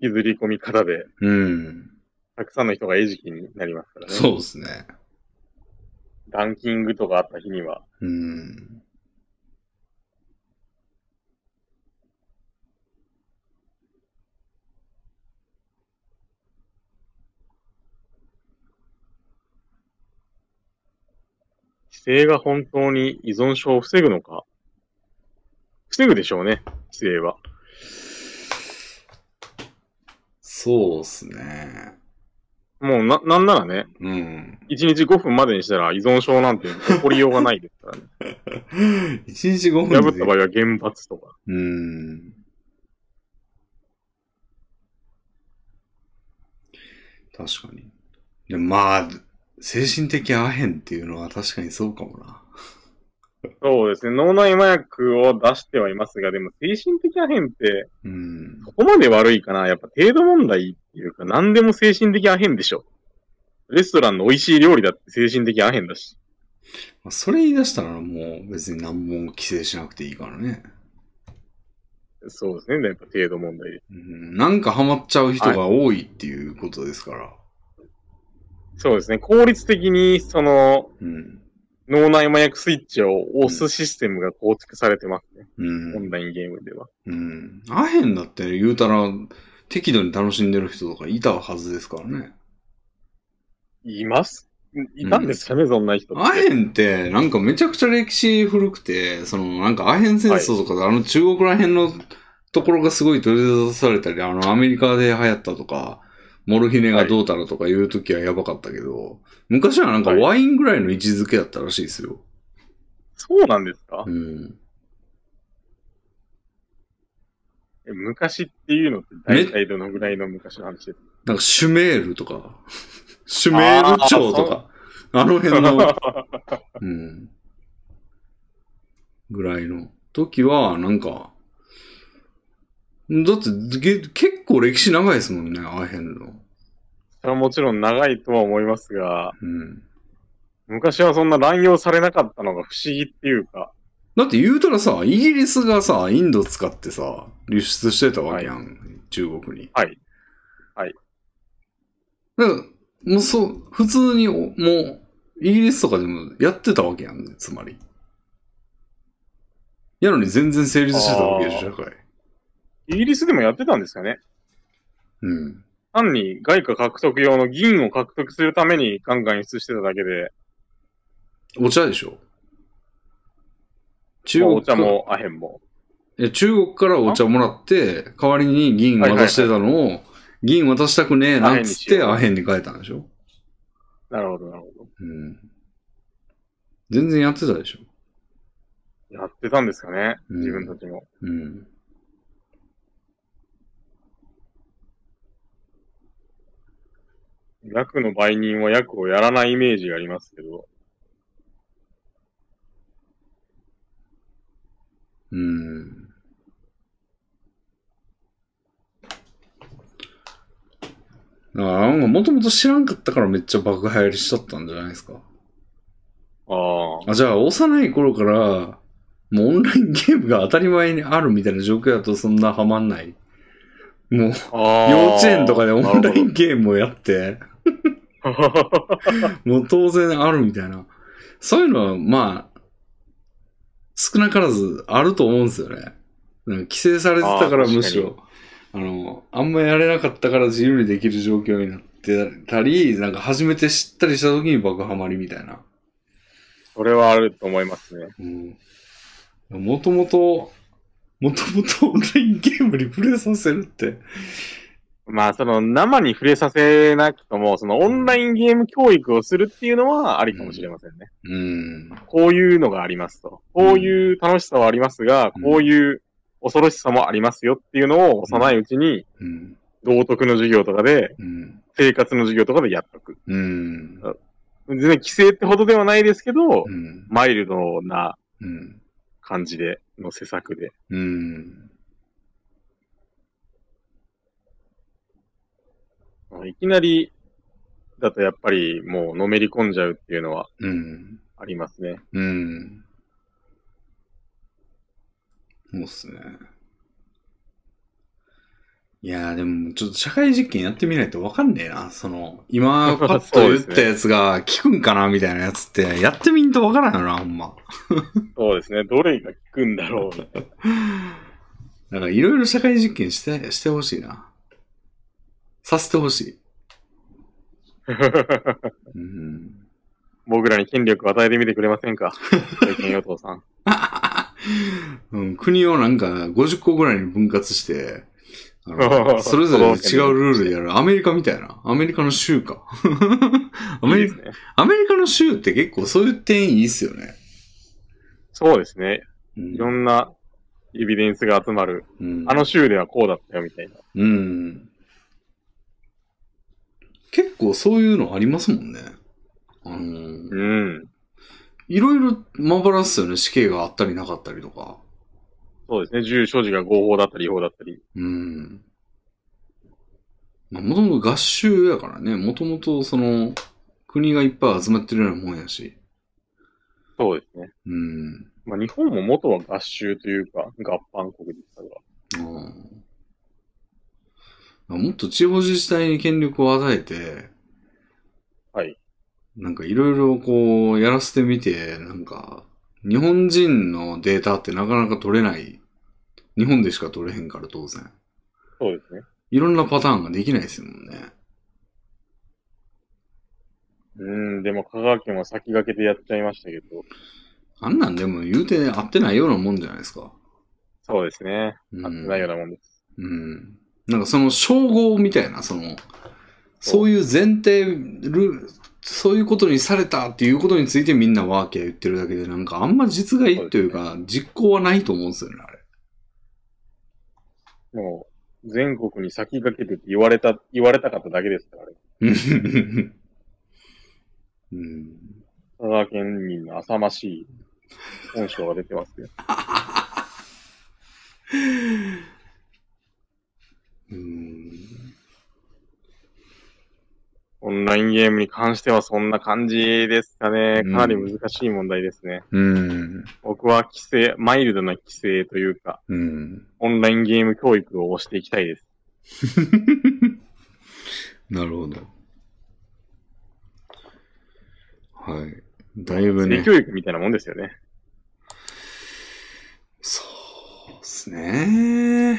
Speaker 2: 譲り込み方で、
Speaker 1: うん。
Speaker 2: たくさんの人が餌食になりますからね。
Speaker 1: そうですね。
Speaker 2: ランキングとかあった日には、
Speaker 1: うん。
Speaker 2: 規制が本当に依存症を防ぐのか。防ぐでしょうね、規制は。
Speaker 1: そうですね。
Speaker 2: もうな、なんならね、
Speaker 1: うん。
Speaker 2: 1日5分までにしたら依存症なんて起こりようがないです からね。
Speaker 1: 一日5分
Speaker 2: 破
Speaker 1: で
Speaker 2: った場合は原発とか。
Speaker 1: うん。確かに。でもまあ、精神的アヘンっていうのは確かにそうかもな。
Speaker 2: そうですね、脳内麻薬を出してはいますが、でも精神的アヘンって、
Speaker 1: うん。
Speaker 2: ここまで悪いかなやっぱ程度問題っていうか、何でも精神的アヘンでしょ。レストランの美味しい料理だって精神的アヘンだし。
Speaker 1: まあそれ言い出したらもう別に何も規制しなくていいからね。
Speaker 2: そうですね、やっぱ程度問題で
Speaker 1: うん、なんかハマっちゃう人が多いっていうことですから。
Speaker 2: す。そうですね、効率的に、その、
Speaker 1: うん。
Speaker 2: 脳内麻薬スイッチを押すシステムが構築されてますね。
Speaker 1: うん
Speaker 2: オンラインゲームでは。
Speaker 1: うん。アヘンだって言うたら、適度に楽しんでる人とかいたはずですからね。
Speaker 2: いますいたんですかね、そんな人って。
Speaker 1: アヘンって、なんかめちゃくちゃ歴史古くて、そのなんかアヘン戦争とかで、あの中国ら辺のところがすごい取り出されたり、あのアメリカで流行ったとか、モルヒネがどうたらとか言うときはやばかったけど、昔はなんかワインぐらいの位置づけだったらしいですよ。
Speaker 2: そうなんですか、
Speaker 1: うん。
Speaker 2: え昔っていうのって大体どのぐらいの昔の話ですか
Speaker 1: なんかシュメールとか、シュメール朝とか、あの辺の、うん。ぐらいの時は、なんか、だってげ結構歴史長いですもんね、ああへんの。
Speaker 2: それはもちろん長いとは思いますが、
Speaker 1: うん。
Speaker 2: 昔はそんな乱用されなかったのが不思議っていうか、
Speaker 1: だって言うたらさ、イギリスがさ、インド使ってさ、輸出してたわけやん、中国に。
Speaker 2: はい。はい。
Speaker 1: だから、もうそう、普通にお、もう、イギリスとかでもやってたわけやん、つまり。やのに全然成立してたわけでしょ、社会。
Speaker 2: イギリスでもやってたんですかね
Speaker 1: うん。
Speaker 2: 単に外貨獲得用の銀を獲得するためにガンガン輸出してただけで、
Speaker 1: お茶でしょ中
Speaker 2: まあ
Speaker 1: 国
Speaker 2: お茶
Speaker 1: から
Speaker 2: もアヘンも。
Speaker 1: え中国からお茶もらって、代わりに銀渡してたのを、銀渡したくねえなっつって、ア
Speaker 2: ア
Speaker 1: ヘンに変えたんでしょ
Speaker 2: なるほど、なるほど。
Speaker 1: うん。全然やってたでしょ
Speaker 2: やってたんですかね
Speaker 1: うん
Speaker 2: 自分たちも。
Speaker 1: うん。
Speaker 2: 役の売人は役をやらないイメージがありますけど、
Speaker 1: うん。あなんかもともと知らんかったからめっちゃ爆流行りしちゃったんじゃないですか。
Speaker 2: ああ、
Speaker 1: あ、じゃあ幼い頃から、もうオンラインゲームが当たり前にあるみたいな状況だとそんなハマんない。もう、
Speaker 2: ああ
Speaker 1: 幼稚園とかでオンライン
Speaker 2: な
Speaker 1: ゲームをやって、
Speaker 2: るほど
Speaker 1: もう当然あるみたいな。そういうのは、まあ、少なからずあると思うんですよね。なんか規制されてたから
Speaker 2: あー
Speaker 1: むしろ、あの、あんまやれなかったから自由にできる状況になってたり、なんか初めて知ったりした時に爆ハマりみたいな。
Speaker 2: それはあると思いますね。
Speaker 1: うん。もともと、もともとオンラインゲームにプレイさせるって。
Speaker 2: まあ、その生に触れさせなくとも、そのオンラインゲーム教育をするっていうのはありかもしれませんね。
Speaker 1: うん。
Speaker 2: こういうのがありますと。こういう楽しさはありますが、
Speaker 1: うん
Speaker 2: こういう恐ろしさもありますよっていうのを幼いうちに、
Speaker 1: うん。
Speaker 2: 道徳の授業とかで、
Speaker 1: うん。
Speaker 2: 生活の授業とかでやっとく。
Speaker 1: うん。
Speaker 2: 全然規制ってほどではないですけど、
Speaker 1: うん。
Speaker 2: マイルドな
Speaker 1: うん。
Speaker 2: 感じで、の施策で。
Speaker 1: うん。
Speaker 2: いきなりだとやっぱりもうのめり込んじゃうっていうのは
Speaker 1: うん。
Speaker 2: ありますね。
Speaker 1: うん。そうっすね。いやーでも、ちょっと社会実験やってみないとわかんねえな。その、今、パッと
Speaker 2: そ
Speaker 1: 打
Speaker 2: うで
Speaker 1: っ
Speaker 2: すね
Speaker 1: たやつが効くんかなみたいなやつって、やってみんとわからんよな、ほんま。
Speaker 2: そうですね。どれが効くんだろう。
Speaker 1: なんかいろいろ社会実験して、してほしいな。させてほしい。うん。
Speaker 2: 僕らに権力を与えてみてくれませんか最近与党 さん。
Speaker 1: うん、国をなんか50個ぐらいに分割して、あ のそれぞれ違うルールでやる。アメリカみたいな。アメリカの州か。アメ
Speaker 2: いい
Speaker 1: リ
Speaker 2: で
Speaker 1: カ
Speaker 2: すね。
Speaker 1: アメリカの州って結構そういう点いいっすよね。
Speaker 2: そうですね。
Speaker 1: う
Speaker 2: いろ
Speaker 1: ん。
Speaker 2: んなエビデンスが集まる。
Speaker 1: うん
Speaker 2: あの州ではこうだったよみたいな。
Speaker 1: うん。結構そういうのありますもんね。あの
Speaker 2: うん。
Speaker 1: いろいろまばらっすよね。死刑があったりなかったりとか。
Speaker 2: そうですね。銃所持が合法だったり違法だったり。
Speaker 1: うん。まあ、もともと合衆やからね。もともとその、国がいっぱい集まってるようなもんやし。
Speaker 2: そうですね。
Speaker 1: うん。
Speaker 2: まあ日本も元は合衆というか、合藩国でしたが。
Speaker 1: ああもっと地方自治体に権力を与えて、
Speaker 2: はい。
Speaker 1: なんかいろいろこう、やらせてみて、なんか、日本人のデータってなかなか取れない。日本でしか取れへんから当然。
Speaker 2: そうですね。
Speaker 1: いろんなパターンができないですもんね。
Speaker 2: うん、でも香川県は先駆けてやっちゃいましたけど。
Speaker 1: あんなんでも言うて合ってないようなもんじゃないですか。
Speaker 2: そうですね。
Speaker 1: うん
Speaker 2: 合ってないようなもんです。
Speaker 1: うん。なんかその称号みたいな、その、そういう前提、ルそういうことにされたっていうことについてみんなワーキャー言ってるだけで、なんかあんま実害というか、実行はないと思うんですよね、あれ。
Speaker 2: もう、全国に先駆けてって言われた、言われたかっただけですからね。
Speaker 1: うん。
Speaker 2: 香川県民の浅ましい本性が出てますけど。
Speaker 1: うん。
Speaker 2: オンラインゲームに関してはそんな感じですかね。
Speaker 1: うん
Speaker 2: かなり難しい問題ですね。
Speaker 1: うん。
Speaker 2: 僕は規制、マイルドな規制というか、
Speaker 1: うん。
Speaker 2: オンラインゲーム教育を推していきたいです。
Speaker 1: なるほど。はい。だいぶ
Speaker 2: 性
Speaker 1: ね。
Speaker 2: 教育みたいなもんですよね。
Speaker 1: そうですね。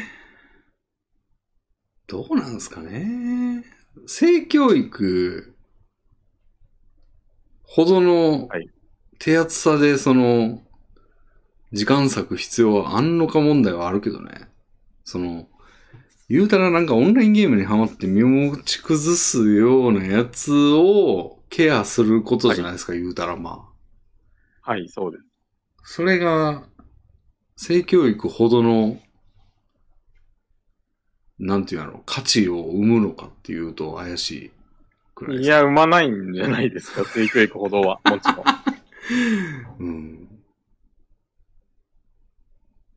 Speaker 1: どうなんですかね。性教育ほどの
Speaker 2: はい
Speaker 1: 手厚さで、その、時間割く必要はあんのか問題はあるけどね。その、言うたらなんかオンラインゲームにハマって身を持ち崩すようなやつをケアすることじゃないですか、言うたらまあ。
Speaker 2: はい、そうです。
Speaker 1: それが、性教育ほどの、なんていうの、価値を生むのかっていうと怪しいくらいで
Speaker 2: い
Speaker 1: す。
Speaker 2: や、生まないんじゃないですか、性教育ほどは。もちろ
Speaker 1: うん。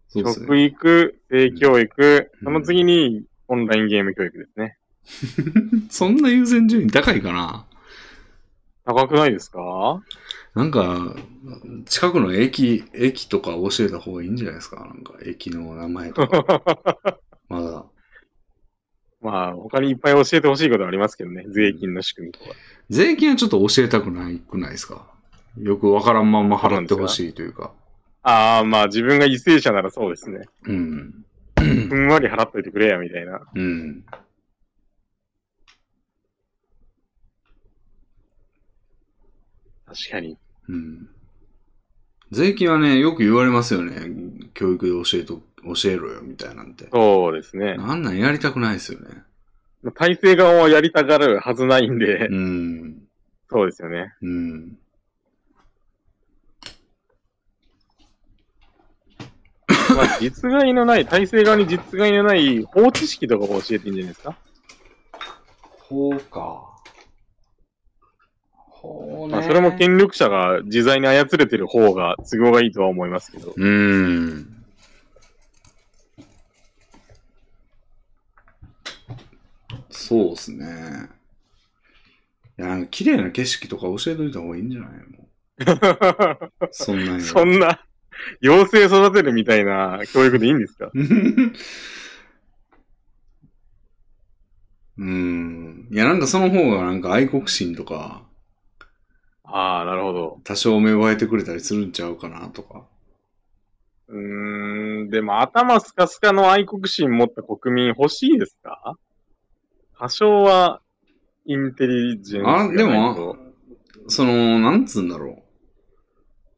Speaker 1: そうで
Speaker 2: ん。
Speaker 1: す
Speaker 2: 食
Speaker 1: ね。
Speaker 2: 育、性教育、
Speaker 1: うん
Speaker 2: その次にオンラインゲーム教育ですね。
Speaker 1: そんな優先順位高いかな
Speaker 2: 高くないですか
Speaker 1: なんか、近くの駅、駅とか教えた方がいいんじゃないですかなんか、駅の名前 とか、まだ。
Speaker 2: まあ、他にいっぱい教えてほしいことはありますけどね。税金の仕組みとか。
Speaker 1: 税金はちょっと教えたくないくないですかよくわからんまんま払ってほしいというか。
Speaker 2: ああ、まあ自分が為政者ならそうですね。
Speaker 1: うん。
Speaker 2: ふんわり払っといてくれや、みたいな。
Speaker 1: うん。
Speaker 2: 確かに。
Speaker 1: うん。税金はね、よく言われますよね。教育で教えと、教えろよ、みたいなんて。
Speaker 2: そうですね。
Speaker 1: あんなんやりたくないですよね。
Speaker 2: まあ体制側はやりたがるはずないんで、
Speaker 1: うん。
Speaker 2: そうですよね。
Speaker 1: うん。
Speaker 2: まあ、実害のない、体制側に実害のない法知識とかを教えていいんじゃないですか、
Speaker 1: ほうか。ほう
Speaker 2: まあ、それも権力者が自在に操れてる方が都合がいいとは思いますけど。
Speaker 1: うん。そうですね。いや、なんか綺麗な景色とか教えといた方がいいんじゃないもう。そんな に。
Speaker 2: そんな、妖精育てるみたいな教育でいいんですか
Speaker 1: うん。いや、なんかその方がなんか愛国心とか、
Speaker 2: ああ、なるほど。
Speaker 1: 多少芽生えてくれたりするんちゃうかなとか。
Speaker 2: うーん、でも頭スカスカの愛国心持った国民欲しいですか多少は、インテリジェンスがな
Speaker 1: あ
Speaker 2: いと。
Speaker 1: でもその、なんつうんだろ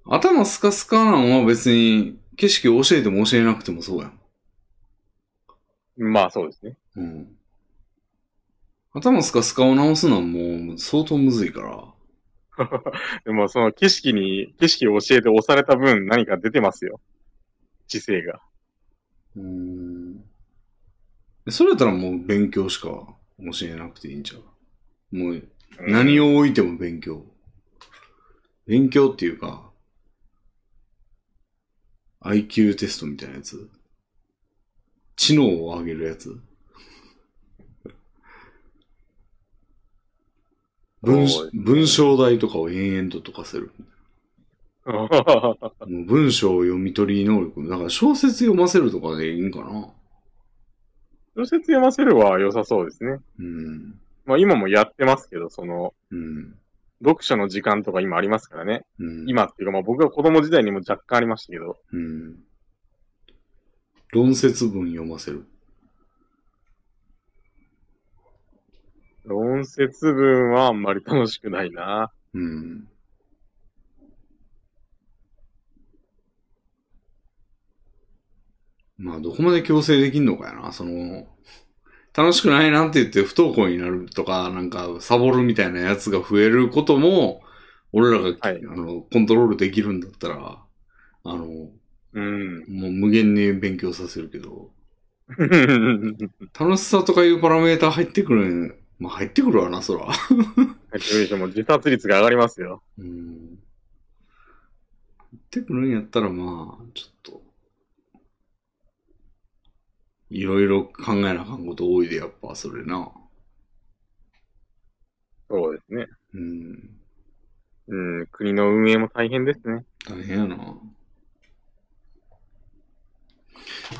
Speaker 1: う。頭スカスカなのは別に景色を教えても教えなくてもそうやん。
Speaker 2: まあそうですね。
Speaker 1: うん。頭スカスカを直すのはもう相当むずいから。
Speaker 2: でもその景色に、景色を教えて押された分何か出てますよ。知性が。
Speaker 1: うーん。それやったらもう勉強しか教えなくていいんちゃうもう何
Speaker 2: を
Speaker 1: を置いても勉強。勉強っていうか、IQ テストみたいなやつ。知能を上げるやつ。文
Speaker 2: そうですね
Speaker 1: 文章題とかを延々と解かせる。もう文章を読み取り能力。だから小説読ませるとかでいいんかな。
Speaker 2: 小説読ませるは良さそうですね。
Speaker 1: うん。
Speaker 2: まあ今もやってますけど、その、
Speaker 1: うん。
Speaker 2: 読書の時間とか今ありますからね。
Speaker 1: うん。
Speaker 2: 今っていうかまあ僕が子供時代にも若干ありましたけど。
Speaker 1: うん。論説文読ませる。
Speaker 2: 論説文はあんまり楽しくないな。
Speaker 1: うん。まあ、どこまで強制できんのかやな。その、楽しくないなって言って不登校になるとか、なんか、サボるみたいなやつが増えることも、俺らが、
Speaker 2: はい
Speaker 1: あの、コントロールできるんだったら、あの、も
Speaker 2: うん。
Speaker 1: う無限に勉強させるけど、楽しさとかいうパラメーター入ってくる、まあ入ってくるわな、そら。
Speaker 2: もう自殺率が上がりますよ。
Speaker 1: うん。言ってくるんやったら、まあ、ちょっと、いろいろ考えなあかんこと多いで、やっぱ、それな。
Speaker 2: そうですね。
Speaker 1: うん。
Speaker 2: うん。国の運営も大変ですね。
Speaker 1: 大変やな。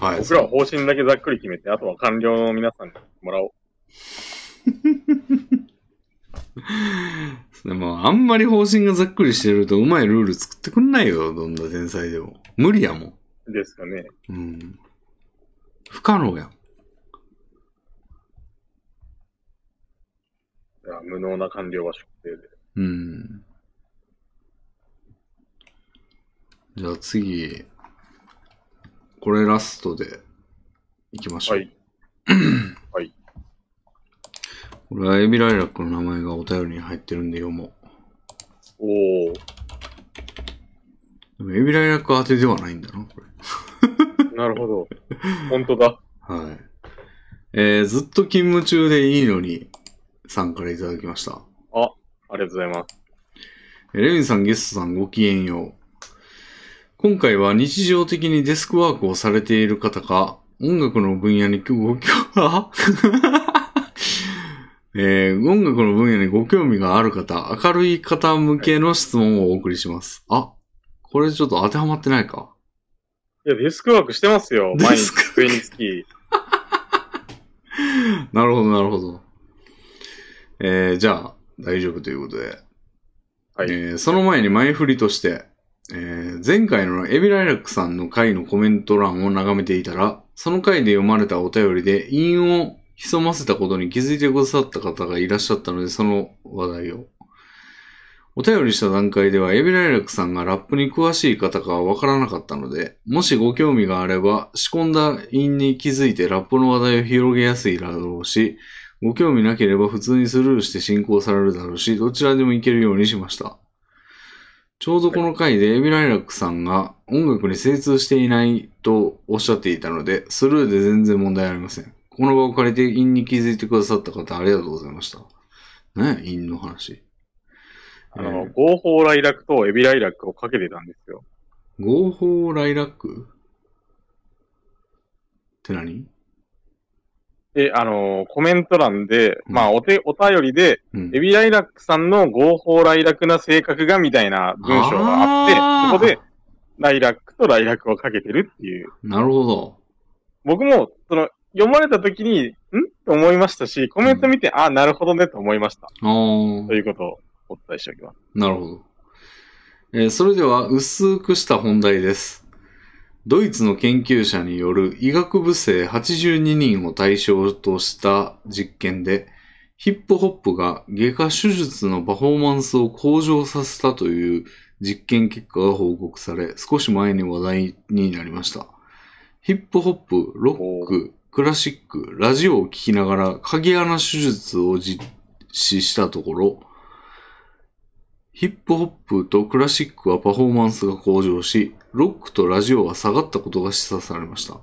Speaker 1: はい。
Speaker 2: 僕らは方針だけざっくり決めて、あとは官僚の皆さんにもらおう。
Speaker 1: でも、あんまり方針がざっくりしてると、うまいルール作ってくんないよ、どんな天才でも。無理やもん。
Speaker 2: ですかね。
Speaker 1: うん。不可能やん。
Speaker 2: いや無能な官僚は職定で。
Speaker 1: うん。じゃあ次、これラストで行きましょう。
Speaker 2: はい。はい。
Speaker 1: これはエビライラックの名前がお便りに入ってるんで読も
Speaker 2: おお、
Speaker 1: う。でもエビライラック宛てではないんだな、これ。
Speaker 2: なるほど。本当だ。
Speaker 1: はい。えー、ずっと勤務中でいいのに、さんからいただきました。
Speaker 2: ありがとうございます。
Speaker 1: えーレミンさん、ゲストさん、ごきげんよう。今回は日常的にデスクワークをされている方か、音楽の分野にご興 えー音楽の分野にご興味がある方、明るい方向けの質問をお送りします。あ、これちょっと当てはまってないか。
Speaker 2: いや、デスクワークしてますよ。
Speaker 1: デ
Speaker 2: 毎日
Speaker 1: スクワーク
Speaker 2: 机につき。
Speaker 1: なるほど、なるほど。えーじゃあ、大丈夫ということで。
Speaker 2: はい
Speaker 1: えーその前に前振りとして、えー前回のエビライラックさんの回のコメント欄を眺めていたら、その回で読まれたお便りで、陰を潜ませたことに気づいてくださった方がいらっしゃったので、その話題を。お便りした段階では、エビライラックさんがラップに詳しい方かはわからなかったので、もしご興味があれば、仕込んだ陰に気づいてラップの話題を広げやすいだろうし、ご興味なければ普通にスルーして進行されるだろうし、どちらでもいけるようにしました。ちょうどこの回でエビライラックさんが音楽に精通していないとおっしゃっていたので、スルーで全然問題ありません。この場を借りて陰に気づいてくださった方ありがとうございました。ね陰の話。
Speaker 2: あの、
Speaker 1: えー
Speaker 2: 合法来楽とエビ来楽をかけてたんですよ。
Speaker 1: 合法ライラックって何
Speaker 2: で、あのーコメント欄で、
Speaker 1: うん
Speaker 2: まあ、お手、お便りで、
Speaker 1: うん
Speaker 2: エビライラックさんの合法ライラクな性格がみたいな文章が
Speaker 1: あ
Speaker 2: あ
Speaker 1: ー
Speaker 2: って、そこで、ライラックとライラクをかけてるっていう。
Speaker 1: なるほど。
Speaker 2: 僕も、その、読まれた時に、んと思いましたし、コメント見て、ああ、なるほどねと思いました。
Speaker 1: あー
Speaker 2: ということをお伝えしておきます。
Speaker 1: なるほど。えーそれでは、薄くした本題です。ドイツの研究者による医学部生82人を対象とした実験で、ヒップホップが外科手術のパフォーマンスを向上させたという実験結果が報告され、少し前に話題になりました。ヒップホップ、ロック、クラシック、ラジオを聴きながら鍵穴手術を実施したところ、ヒップホップとクラシックはパフォーマンスが向上し、ロックとラジオは下がったことが示唆されました。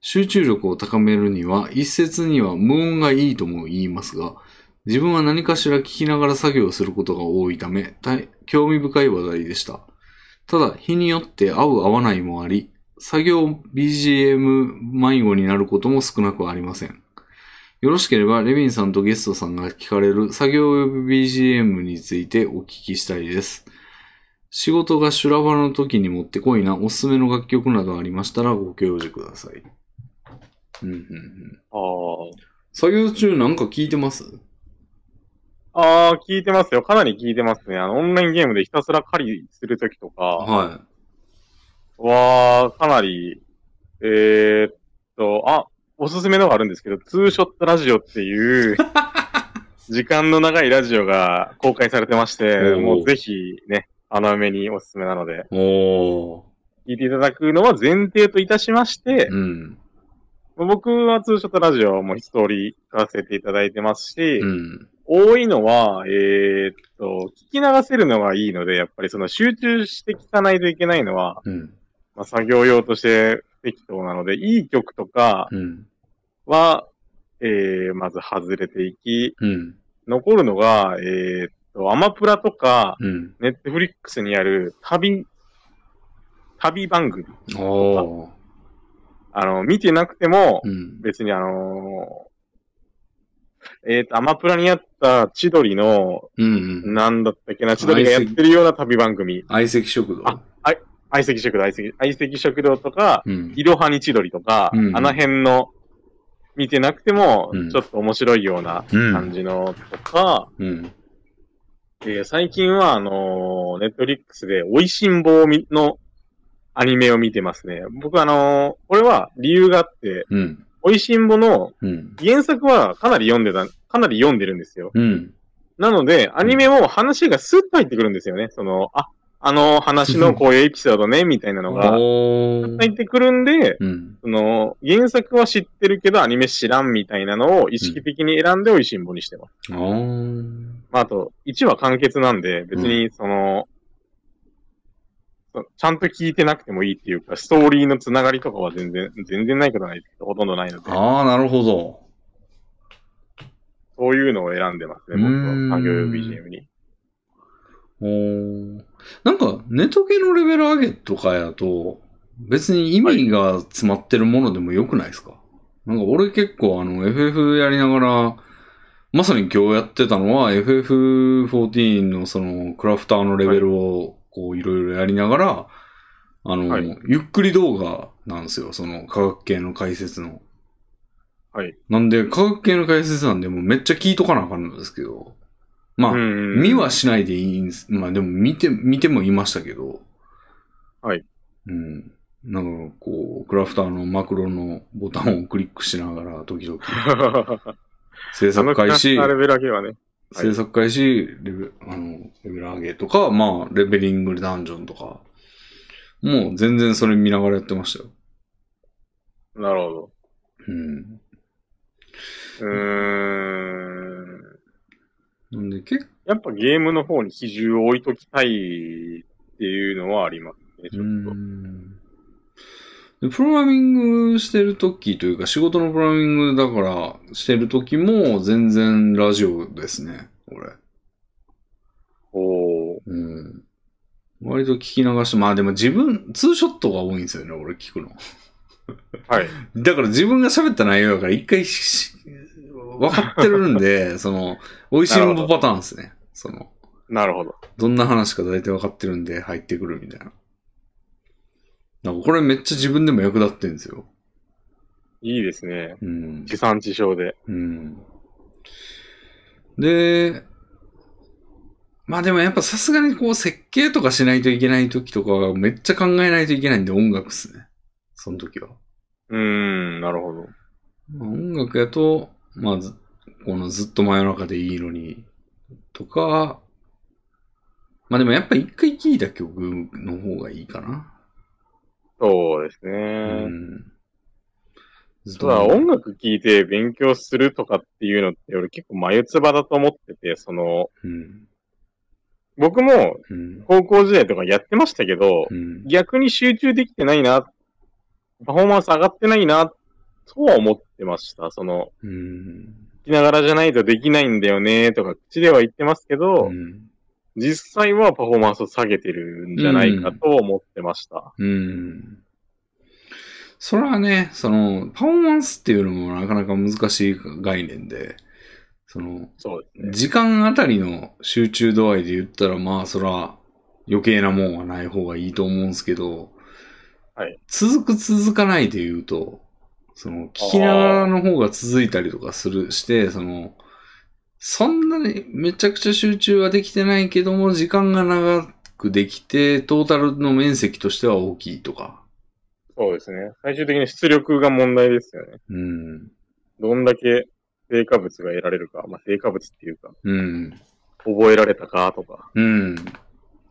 Speaker 1: 集中力を高めるには、一説には無音がいいとも言いますが、自分は何かしら聞きながら作業することが多いため、大興味深い話題でした。ただ、日によって合う合わないもあり、作業 BGM 迷子になることも少なくありません。よろしければ、レビンさんとゲストさんが聞かれる作業用 BGM についてお聞きしたいです。仕事が修羅場の時にもってこいなおすすめの楽曲などありましたらご教示ください。うんうんうん、
Speaker 2: あ
Speaker 1: 作業中なんか聞いてます
Speaker 2: あ。ああ、聞いてますよ。かなり聞いてますね。あの、オンラインゲームでひたすら狩りするときとか
Speaker 1: は
Speaker 2: は、かなり、えー、っと、あ、おすすめのがあるんですけど、ツーショットラジオって いう、時間の長いラジオが公開されてまして、
Speaker 1: おー
Speaker 2: もうぜひね、穴埋めにおすすめなので、
Speaker 1: い。おー。
Speaker 2: 聞いていただくのは前提といたしまして、
Speaker 1: うん。
Speaker 2: 僕はツーショットラジオも一通り聞かせていただいてますし、
Speaker 1: うん。
Speaker 2: 多いのは、えーっと、聞き流せるのがいいので、やっぱりその集中して聞かないといけないのは、
Speaker 1: うん。
Speaker 2: まあ、作業用として適当なので、いい曲とか
Speaker 1: うん。
Speaker 2: は、えー、まず外れていき、
Speaker 1: うん。
Speaker 2: 残るのが、えーっと、アマプラとか、
Speaker 1: うん。
Speaker 2: ネットフリックスにある旅、旅番組。
Speaker 1: おー。
Speaker 2: あの、見てなくても
Speaker 1: う、ん。
Speaker 2: 別にあのーえーっと、アマプラにあった千鳥の、
Speaker 1: うんうん。
Speaker 2: なんだったっけな、千鳥がやってるような旅番組。
Speaker 1: 相席食堂。
Speaker 2: あ相席食堂、相席、相席食堂とか、
Speaker 1: うん
Speaker 2: い。ろはに千鳥とか、
Speaker 1: うん
Speaker 2: あの辺の、見てなくても
Speaker 1: うん、
Speaker 2: ちょっと面白いような
Speaker 1: う
Speaker 2: 感
Speaker 1: ん。
Speaker 2: じのとか、
Speaker 1: うん。
Speaker 2: えー最近は、あのーネットリックスで、美味しんぼをみのアニメを見てますね。僕あのーこれは理由があって、
Speaker 1: うん。
Speaker 2: 美味しんぼの
Speaker 1: うん。
Speaker 2: 原作はかなり読んでた、かなり読んでるんですよ。
Speaker 1: うん。
Speaker 2: なので、アニメも話がスッと入ってくるんですよね。その、あ、あの話のこういうエピソードね、みたいなのが、
Speaker 1: お
Speaker 2: 入
Speaker 1: ー。
Speaker 2: ってくるんで、
Speaker 1: うん。
Speaker 2: その、原作は知ってるけど、アニメ知らんみたいなのを意識的に選んで美味しんぼにしてます。
Speaker 1: おー。
Speaker 2: まあ、あと、1話完結なんで、別に、その、そちゃんと聞いてなくてもいいっていうか、ストーリーのつながりとかは全然、全然ないことはないですけど、ほとんどないので、
Speaker 1: ああ、なるほど。
Speaker 2: そういうのを選んでますね、
Speaker 1: うー
Speaker 2: 僕
Speaker 1: ん
Speaker 2: は。作業用 BGM に。
Speaker 1: おーなんか、ネトゲのレベル上げとかやと、別に意味が詰まってるものでもよくないですか、なんか俺結構あの、FF やりながら、まさに今日やってたのは FF14 のその、クラフターのレベルを、こう、いろいろやりながら、あの、
Speaker 2: はい
Speaker 1: ゆっくり動画なんですよ、その、科学系の解説の。
Speaker 2: はい。
Speaker 1: なんで、科学系の解説なんで、もうめっちゃ聞いとかなあかんのですけど、まあ、
Speaker 2: ん
Speaker 1: 見はしないでいいんです。まあでも見て、見てもいましたけど。
Speaker 2: はい。
Speaker 1: うん。なんかこう、クラフターのマクロのボタンをクリックしながら、時 々制
Speaker 2: あ
Speaker 1: 作
Speaker 2: のク
Speaker 1: 開
Speaker 2: ラス
Speaker 1: 始
Speaker 2: ター、レベル上げはね、はい
Speaker 1: 制作開始、レベあのレベル上げとか、まあ、レベリングダンジョンとか、もう全然それ見ながらやってましたよ。
Speaker 2: なるほど。
Speaker 1: うん。
Speaker 2: うーん。
Speaker 1: なんで結
Speaker 2: やっぱゲームの方に比重を置いときたいっていうのはありますね、ち
Speaker 1: うー
Speaker 2: ょっと。
Speaker 1: んでプログラミングしてるときというか、仕事のプログラミングだからしてるときも全然ラジオですね、俺。
Speaker 2: おー
Speaker 1: うん。割と聞き流して、まあでも自分、ツーショットが多いんですよね、俺聞くの。
Speaker 2: はい。
Speaker 1: だから自分が喋った内容だから一回し分かってるんで、 その、美味しいものパターンですね。その、
Speaker 2: なるほど。
Speaker 1: どんな話か大体分かってるんで入ってくるみたいな。なんかこれめっちゃ自分でも役立ってるんですよ。
Speaker 2: いいですね。
Speaker 1: うん。
Speaker 2: 地産地消で。
Speaker 1: うん。で、まあでもやっぱさすがにこう設計とかしないといけない時とかはめっちゃ考えないといけないんで音楽っすね。その時は。
Speaker 2: うーん、なるほど。
Speaker 1: まあ音楽やと、まあず、このずっと真夜中でいいのに、とか、まあでもやっぱ一回聴いた曲の方がいいかな。
Speaker 2: そうですね。
Speaker 1: うん。ずっ
Speaker 2: ただ音楽聴いて勉強するとかっていうのって俺結構眉唾だと思ってて、その、
Speaker 1: うん。
Speaker 2: 僕も
Speaker 1: うん。
Speaker 2: 高校時代とかやってましたけど、
Speaker 1: うん。
Speaker 2: 逆に集中できてないな、パフォーマンス上がってないな、とは思ってました。その、
Speaker 1: うん。
Speaker 2: 聞きながらじゃないとできないんだよね、とか口では言ってますけど、
Speaker 1: うん
Speaker 2: 実際はパフォーマンスを下げてるんじゃないかと思ってました。
Speaker 1: うん。それはね、その、パフォーマンスっていうのもなかなか難しい概念で、その、
Speaker 2: そうですね。
Speaker 1: 時間あたりの集中度合いで言ったら、まあ、そら、余計なもんはない方がいいと思うんですけど、
Speaker 2: はい
Speaker 1: 続く続かないで言うと、その、聞きながらの方が続いたりとかする、して、その、そんなにめちゃくちゃ集中はできてないけども、時間が長くできて、トータルの面積としては大きいとか。
Speaker 2: そうですね。最終的に出力が問題ですよね。
Speaker 1: うん。
Speaker 2: どんだけ成果物が得られるか、まあ、成果物っていうか、
Speaker 1: うん。
Speaker 2: 覚えられたかとか、
Speaker 1: うん。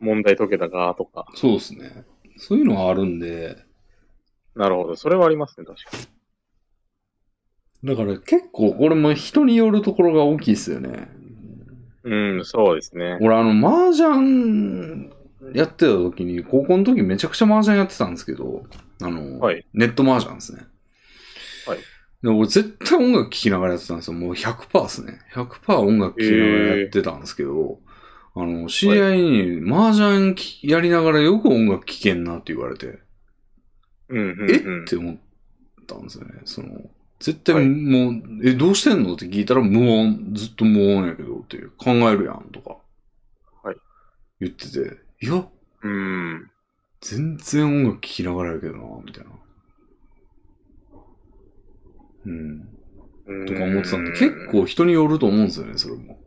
Speaker 2: 問題解けたかとか。
Speaker 1: そうですね。そういうのはあるんで、
Speaker 2: なるほど。それはありますね、確かに。
Speaker 1: だから結構これも人によるところが大きいですよね。
Speaker 2: うん、そうですね。
Speaker 1: 俺あの麻雀やってた時に高校の時めちゃくちゃ麻雀やってたんですけど、あの、
Speaker 2: はい
Speaker 1: ネット麻雀ですね。
Speaker 2: はい
Speaker 1: で俺絶対音楽聴きながらやってたんですよ。もう100%ですね。100%音楽聴きながらやってたんですけど、あの、知り合いに麻雀きやりながらよく音楽聴けんなって言われて。
Speaker 2: うん、うん、
Speaker 1: え
Speaker 2: うん
Speaker 1: っ。て思ったんですよね。その、絶対
Speaker 2: はい
Speaker 1: もう、え、どうしてんのって聞いたら無音、ずっと無音やけどっていう、考えるやんとか、
Speaker 2: はい。
Speaker 1: 言ってて、いや、
Speaker 2: うん。
Speaker 1: 全然音楽聴きながらやけどな、みたいな。うん。とか思ってたんで、結構人によると思うんですよね、それも。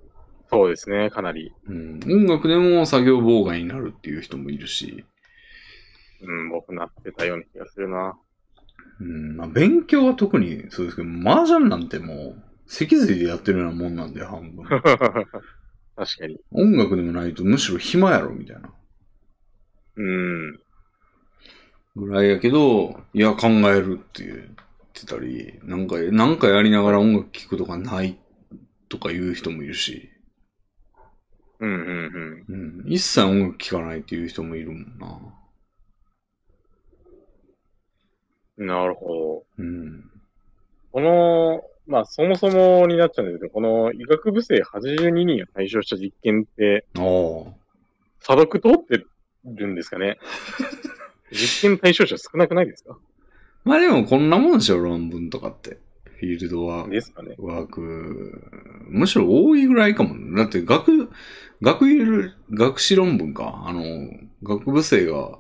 Speaker 2: そうですね、かなり。
Speaker 1: うん。音楽でも作業妨害になるっていう人もいるし、
Speaker 2: うん、僕なってたような気がするな。
Speaker 1: うん、まあ勉強は特にそうですけど、麻雀なんてもう、脊髄でやってるようなもんなんで、半分。
Speaker 2: 確かに。
Speaker 1: 音楽でもないとむしろ暇やろみたいな
Speaker 2: うん。
Speaker 1: ぐらいやけど、いや考えるって言ってたり、なんか、なんかやりながら音楽聴くとかないとか言う人もいるし、
Speaker 2: うん、うん、うん。
Speaker 1: うん、一切音楽聴かないっていう人もいるもんな。
Speaker 2: なるほ
Speaker 1: う
Speaker 2: ど。
Speaker 1: ん。
Speaker 2: この、まあ、そもそもになっちゃうんですけど、この医学部生82人を対象した実験って、
Speaker 1: ああ。
Speaker 2: 査読通ってるんです かね実験対象者少なくないですか
Speaker 1: まあでもこんなもんでしょ、論文とかって。フィールドは。
Speaker 2: ですかね。
Speaker 1: ワーク、むしろ多いぐらいかも。だって学、学いる、学士論文か。あの、学部生が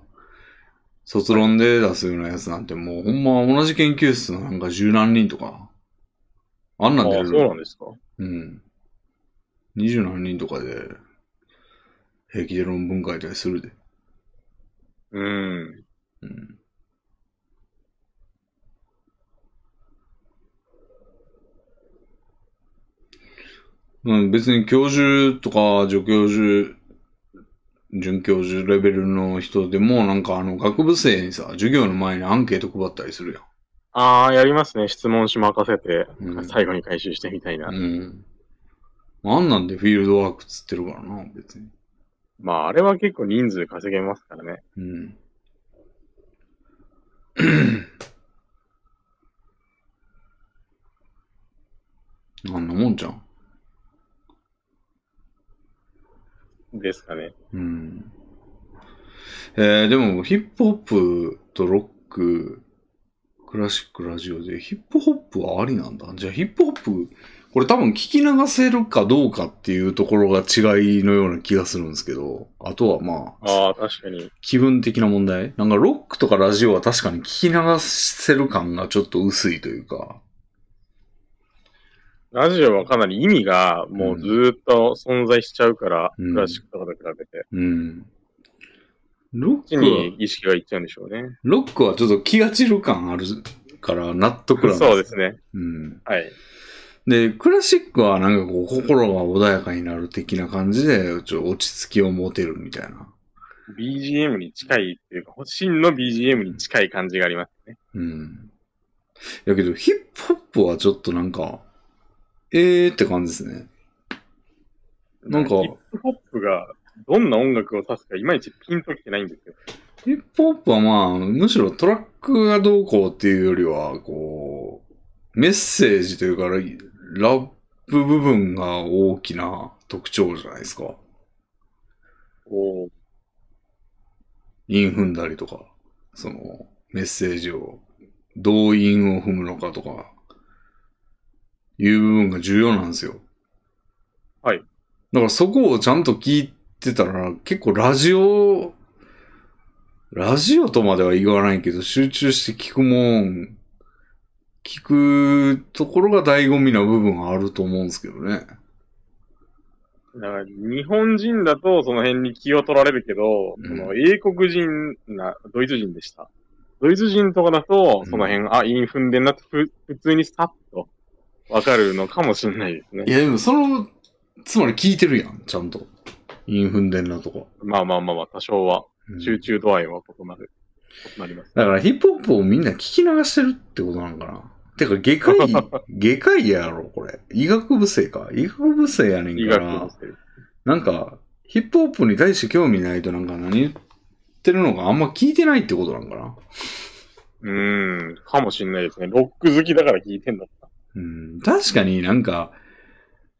Speaker 1: 卒論で出すようなやつなんてもうほんま同じ研究室のなんか十何人とか。あんな
Speaker 2: ああ
Speaker 1: ん出
Speaker 2: そう
Speaker 1: る
Speaker 2: なんですか
Speaker 1: うん。二十何人とかで平気で論文書いたりするで。
Speaker 2: うん。
Speaker 1: うん。うん、別に教授とか助教授、准教授レベルの人でも、なんかあの学部生にさ、授業の前にアンケート配ったりする
Speaker 2: ああ、やりますね。質問し任せて、
Speaker 1: うん
Speaker 2: 最後に回収してみたいな。
Speaker 1: やん。うん。あんなんでフィールドワークっつってるからな、別に。
Speaker 2: まあ、あれは結構人数稼げますからね。
Speaker 1: うん。あんなもんじゃん。
Speaker 2: ですかね。
Speaker 1: うん。えー、でも、ヒップホップとロック比クラシックラジオで、ヒップホップはありなんだ。じゃあヒップホップ、これ多分聞き流せるかどうかっていうところが違いのような気がするんですけど、あとはまあ、
Speaker 2: ああ、確かに。
Speaker 1: 気分的な問題なんかロックとかラジオは確かに聞き流せる感がちょっと薄いというか。
Speaker 2: ラジオはかなり意味がもうずーっと存在しちゃうから、
Speaker 1: うん
Speaker 2: クラシックとかと比べて。
Speaker 1: うん。ロ
Speaker 2: そ
Speaker 1: ッ
Speaker 2: っち
Speaker 1: ク
Speaker 2: に
Speaker 1: は、
Speaker 2: 意識がいっちゃうんでしょうね。
Speaker 1: ロックはちょっと気が散る感あるから納得なん
Speaker 2: そうですね。
Speaker 1: うん。
Speaker 2: はい。
Speaker 1: で、クラシックはなんかこう心が穏やかになる的な感じで、ちょっと落ち着きを持てるみたいな。
Speaker 2: BGM に近いっていうか、真の BGM に近い感じがありますね。
Speaker 1: うん。やけど、ヒップホップはちょっとなんか、えーって感じですね。なんか
Speaker 2: ヒップホップがどんな音楽を指すかいまいちピンときてないんですよ。
Speaker 1: ヒップホップはまあ、むしろトラックがどうこうっていうよりは、こう、メッセージというか、ラップ部分が大きな特徴じゃないですか。
Speaker 2: おー
Speaker 1: 韻踏んだりとか、その、メッセージを、どう韻を踏むのかとか、いう部分が重要なんですよ。
Speaker 2: はい。
Speaker 1: だからそこをちゃんと聞いてたら、結構ラジオ、ラジオとまでは言わないけど、集中して聞くもん、聞くところが醍醐味な部分はあると思うんですけどね。
Speaker 2: だから日本人だとその辺に気を取られるけど、
Speaker 1: うん
Speaker 2: その英国人な、ドイツ人でした。ドイツ人とかだと、その辺、あ、インフンでんなってふ普通にさっとわかるのかもしれないですね
Speaker 1: い。や、でもその、つまり聞いてるやん、ちゃんと。韻踏んでんなとか。
Speaker 2: まあまあまあまあ、多少は、
Speaker 1: うん
Speaker 2: 集中度合いは異なる。異なります。
Speaker 1: だからヒップホップをみんな聞き流してるってことなのかなてか、外科 医、外科医やろ、これ。医学部生か。医学部生やね
Speaker 2: 医
Speaker 1: んか
Speaker 2: 学を
Speaker 1: ら
Speaker 2: し。てる。
Speaker 1: なんか、ヒップホップに対して興味ないとなんか何言ってるのかあんま聞いてないってことなのかな
Speaker 2: うーん、かもしれないですね。ロック好きだから聞いてんだった。
Speaker 1: うん。確かになんか、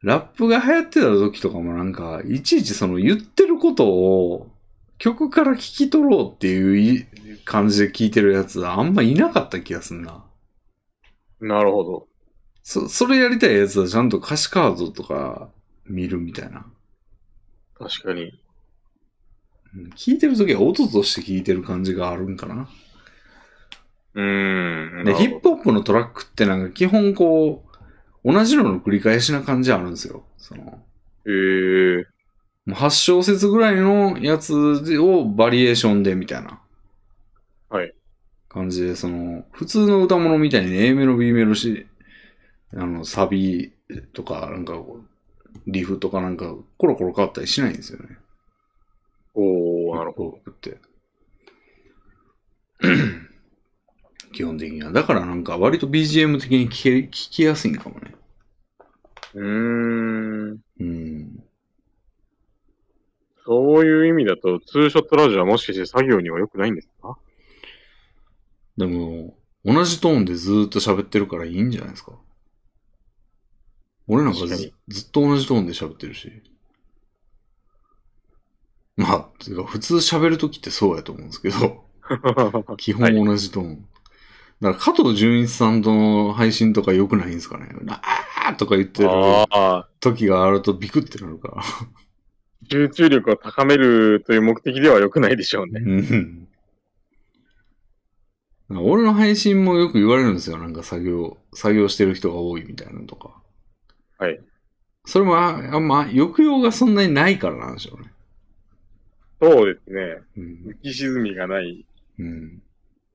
Speaker 1: ラップが流行ってた時とかもなんか、いちいちその言ってることを曲から聞き取ろうっていうい感じで聞いてるやつあんまいなかった気がすんな。
Speaker 2: なるほど。
Speaker 1: そ、それやりたいやつはちゃんと歌詞カードとか見るみたいな。
Speaker 2: 確かに。
Speaker 1: うん聞いてるときは音として聞いてる感じがあるんかな。
Speaker 2: うーん。
Speaker 1: で、
Speaker 2: な
Speaker 1: ヒ
Speaker 2: る
Speaker 1: ッ
Speaker 2: ほ
Speaker 1: プホップのトラックってなんか基本こう、同じのの繰り返しな感じあるんですよ。その、も
Speaker 2: どへえ。
Speaker 1: う8小節ぐらいのやつをバリエーションでみたいな。
Speaker 2: はい。
Speaker 1: 感じで、その、普通の歌物みたいに A メロ、B メロし、あの、サビとか、なんかこう、リフとかなんか、コロコロ変わったりしないんですよね。
Speaker 2: おー、なるほど。
Speaker 1: ど。って。 基本的には。だからなんか割と BGM 的に聞け聞きやすいんかもね。
Speaker 2: うーん。
Speaker 1: うん。
Speaker 2: そういう意味だと、ツーショットラジオはもしかして作業には良くないんですか
Speaker 1: でも、同じトーンでずーっと喋ってるからいいんじゃないですか。俺なんか
Speaker 2: 確か
Speaker 1: ず
Speaker 2: に
Speaker 1: ずっと同じトーンで喋ってるし。まあ、てか普通喋るときってそうやと思うんですけど。基本同じトーン。だから、加藤純一さんとの配信とか良くないんですかね。あーとか言ってる
Speaker 2: ああ、
Speaker 1: 時があるとビクってなるから。
Speaker 2: 集中力を高めるという目的では良くないでしょうね。
Speaker 1: うん俺の配信もよく言われるんですよ。なんか作業、作業してる人が多いみたいなのとか。
Speaker 2: はい。
Speaker 1: それもあ、あんま抑揚がそんなにないからなんでしょうね。
Speaker 2: そうですね。
Speaker 1: うん
Speaker 2: 浮き沈みがない。
Speaker 1: うん。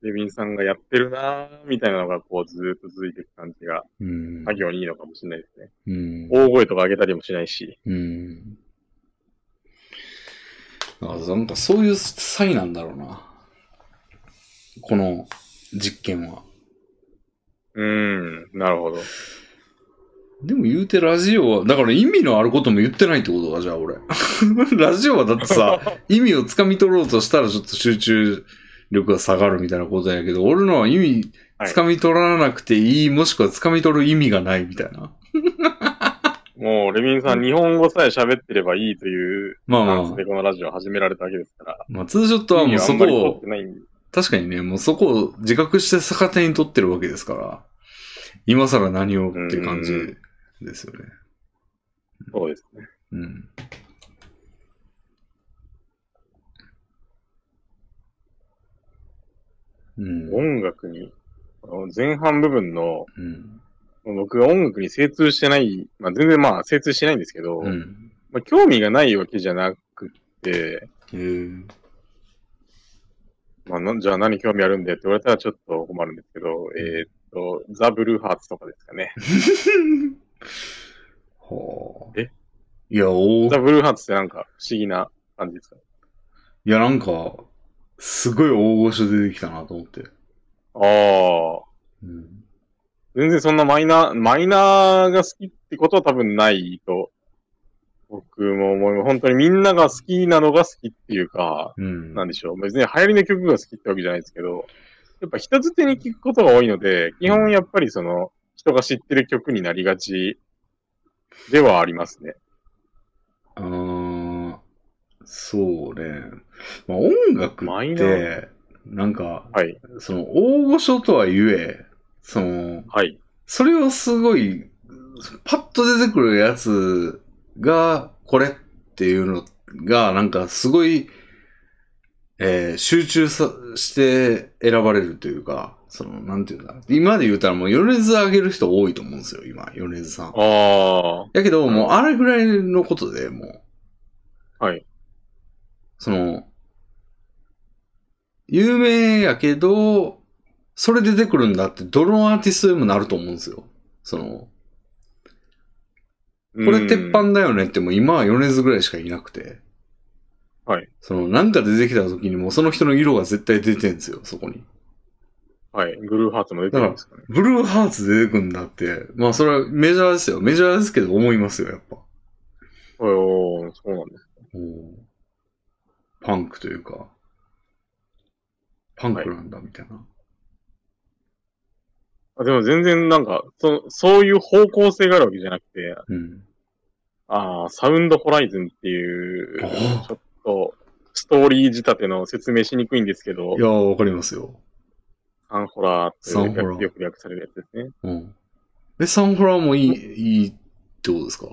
Speaker 2: レビンさんがやってるなーみたいなのがこうずーっと続いていく感じが
Speaker 1: うん。
Speaker 2: 作業にいいのかもしれないですね。
Speaker 1: うん。
Speaker 2: 大声とか上げたりもしないし。
Speaker 1: うん。あなんかそういう才なんだろうな。この実験は。
Speaker 2: うーん、なるほど。
Speaker 1: でも言うてラジオは、だから意味のあることも言ってないってことか、じゃあ俺。 ラジオはだってさ、 意味をつかみ取ろうとしたらちょっと集中力が下がるみたいなことやけど、俺のは意味
Speaker 2: はい
Speaker 1: つかみ取らなくていい、もしくはつかみ取る意味がないみたいな。
Speaker 2: もう、レミンさん、日本語さえ喋ってればいいという、
Speaker 1: まあ
Speaker 2: ス
Speaker 1: ま
Speaker 2: タ
Speaker 1: あ
Speaker 2: ンスでこのラジオを始められたわけですから。
Speaker 1: まあ、ツーショットはもうそこ
Speaker 2: 意味はあんまり通っ
Speaker 1: を
Speaker 2: てないんで
Speaker 1: 確かにね、もうそこを自覚して逆手に取ってるわけですから、今更何をっていう感じですよね。
Speaker 2: そうですね。
Speaker 1: うん。うん。
Speaker 2: 音楽に、あの前半部分の、
Speaker 1: うん。
Speaker 2: 僕が音楽に精通してない、まあ全然まあ精通してないんですけど、
Speaker 1: うん。
Speaker 2: まあ興味がないわけじゃなくて、
Speaker 1: へー
Speaker 2: まあなじゃあ何興味あるんだよって言われたらちょっと困るんですけど、えーっと、ザ・ブルーハーツとかですかね。
Speaker 1: はあ。
Speaker 2: え
Speaker 1: いや、お
Speaker 2: ザ・ブルーハーツってなんか不思議な感じですか
Speaker 1: いや、なんか、すごい大御所出てきたなと思って。
Speaker 2: ああ、
Speaker 1: うん。
Speaker 2: 全然そんなマイナー、マイナーが好きってことは多分ないと、僕も思う。本当にみんなが好きなのが好きっていうか、
Speaker 1: うん。
Speaker 2: なんでしょう。別に流行りの曲が好きってわけじゃないですけど、やっぱ人づてに聞くことが多いので、基本やっぱりその、人が知ってる曲になりがちではありますね。
Speaker 1: あーそうね。まあ、音楽
Speaker 2: マ
Speaker 1: っ
Speaker 2: イナ
Speaker 1: て
Speaker 2: ー、
Speaker 1: なんか、
Speaker 2: はい。
Speaker 1: その、大御所とはゆえ、その、
Speaker 2: はい。
Speaker 1: それをすごい、パッと出てくるやつが、これっていうのが、なんかすごい、えー集中さして選ばれるというか、その、なんていうんだ。今で言うたらもう、米津上げる人多いと思うんですよ、今、米津さん。
Speaker 2: あ
Speaker 1: やけど、もう、あれぐらいのことでもう。
Speaker 2: はい。
Speaker 1: その、有名やけど、それ出てくるんだって、どのアーティストでもなると思うんですよ。その、
Speaker 2: あ。
Speaker 1: これ鉄
Speaker 2: うん。
Speaker 1: 板だよねって、もう今は米津ぐらいしかいなくて。
Speaker 2: はい。
Speaker 1: その、なんか出てきた時にもうその人の色が絶対出てんですよ、そこに。
Speaker 2: はい。ブルーハーツも出てるんですかね。
Speaker 1: ブルーハーツ出てくんだって、まあそれはメジャーですよ。メジャーですけど思いますよ、やっぱ。
Speaker 2: おー、そうなんです。
Speaker 1: うんパンクというか、パンクなんだみたいな。
Speaker 2: あでも全然なんか、そそういう方向性があるわけじゃなくて、
Speaker 1: うん。
Speaker 2: ああ、サウンドホライズンっていう、
Speaker 1: ああ
Speaker 2: ちょっと、ストーリー仕立ての説明しにくいんですけど
Speaker 1: い、やー、わかりますよ。
Speaker 2: サンホラー
Speaker 1: サ
Speaker 2: と
Speaker 1: ンホ
Speaker 2: い
Speaker 1: ラー
Speaker 2: うよく略されるやつですね。
Speaker 1: うん。え、サンフラーもいい、いいってことですか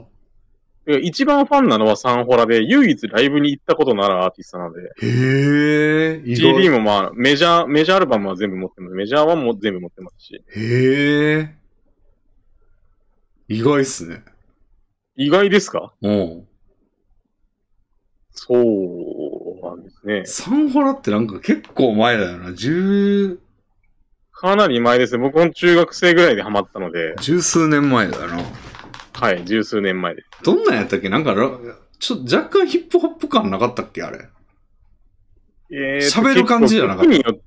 Speaker 2: で一番ファンなのはサンホラで、唯一ライブに行ったことのあるアーティストなので、
Speaker 1: へえ、意
Speaker 2: CD
Speaker 1: 外。
Speaker 2: もまあ、メジャー、メジャーアルバムは全部持ってます。メジャーはもう全部持ってますし、
Speaker 1: へえ。意外っすね。
Speaker 2: 意外ですか
Speaker 1: うん。
Speaker 2: そうなんですね。
Speaker 1: サンフラーってなんか結構前だよな。十、
Speaker 2: かなり前ですね。僕も中学生ぐらいでハマったので、
Speaker 1: 十数年前だよな。
Speaker 2: はい、十数年前です。
Speaker 1: どんなんやったっけなんかラ、ちょ、若干ヒップホップ感なかったっけあれ。
Speaker 2: え
Speaker 1: 喋る感じじゃなかった
Speaker 2: 結構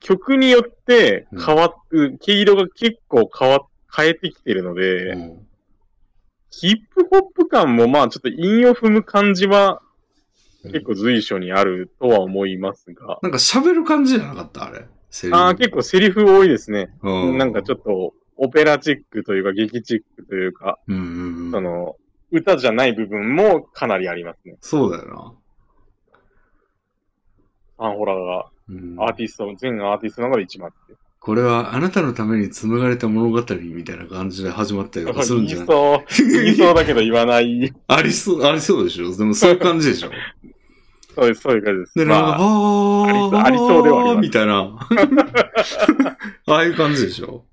Speaker 2: 曲によっ曲によって変わっ、うん毛色が結構変わっ、変えてきてるので、
Speaker 1: うん。
Speaker 2: ヒップホップ感もまあちょっと韻を踏む感じは結構随所にあるとは思いますが、
Speaker 1: なんか喋る感じじゃなかったあれ。セリフ
Speaker 2: ああ、結構セリフ多いですね。
Speaker 1: う
Speaker 2: なんかち
Speaker 1: ょっ
Speaker 2: ょっとオペラチックというか劇チックというか、
Speaker 1: と。うんうんう
Speaker 2: そ
Speaker 1: ん。
Speaker 2: の歌じゃない部分もかなりありますね。
Speaker 1: そうだよ
Speaker 2: アンホラが
Speaker 1: な。うん、
Speaker 2: アーティスト、全アーティストの中で一番って。
Speaker 1: これはあなたのために紡がれた物語みたいな感じで始まったりとかするん
Speaker 2: 言い
Speaker 1: じゃない
Speaker 2: そう、言いそうだけど言わない。
Speaker 1: ありそう、ありそうでしょでもそういう感じでし ょ
Speaker 2: そうです、そういう感じです。
Speaker 1: で、なんか、あ
Speaker 2: まあ、ありそう
Speaker 1: ー
Speaker 2: ありそうではあります
Speaker 1: みたいな。 ああいう感じでしょ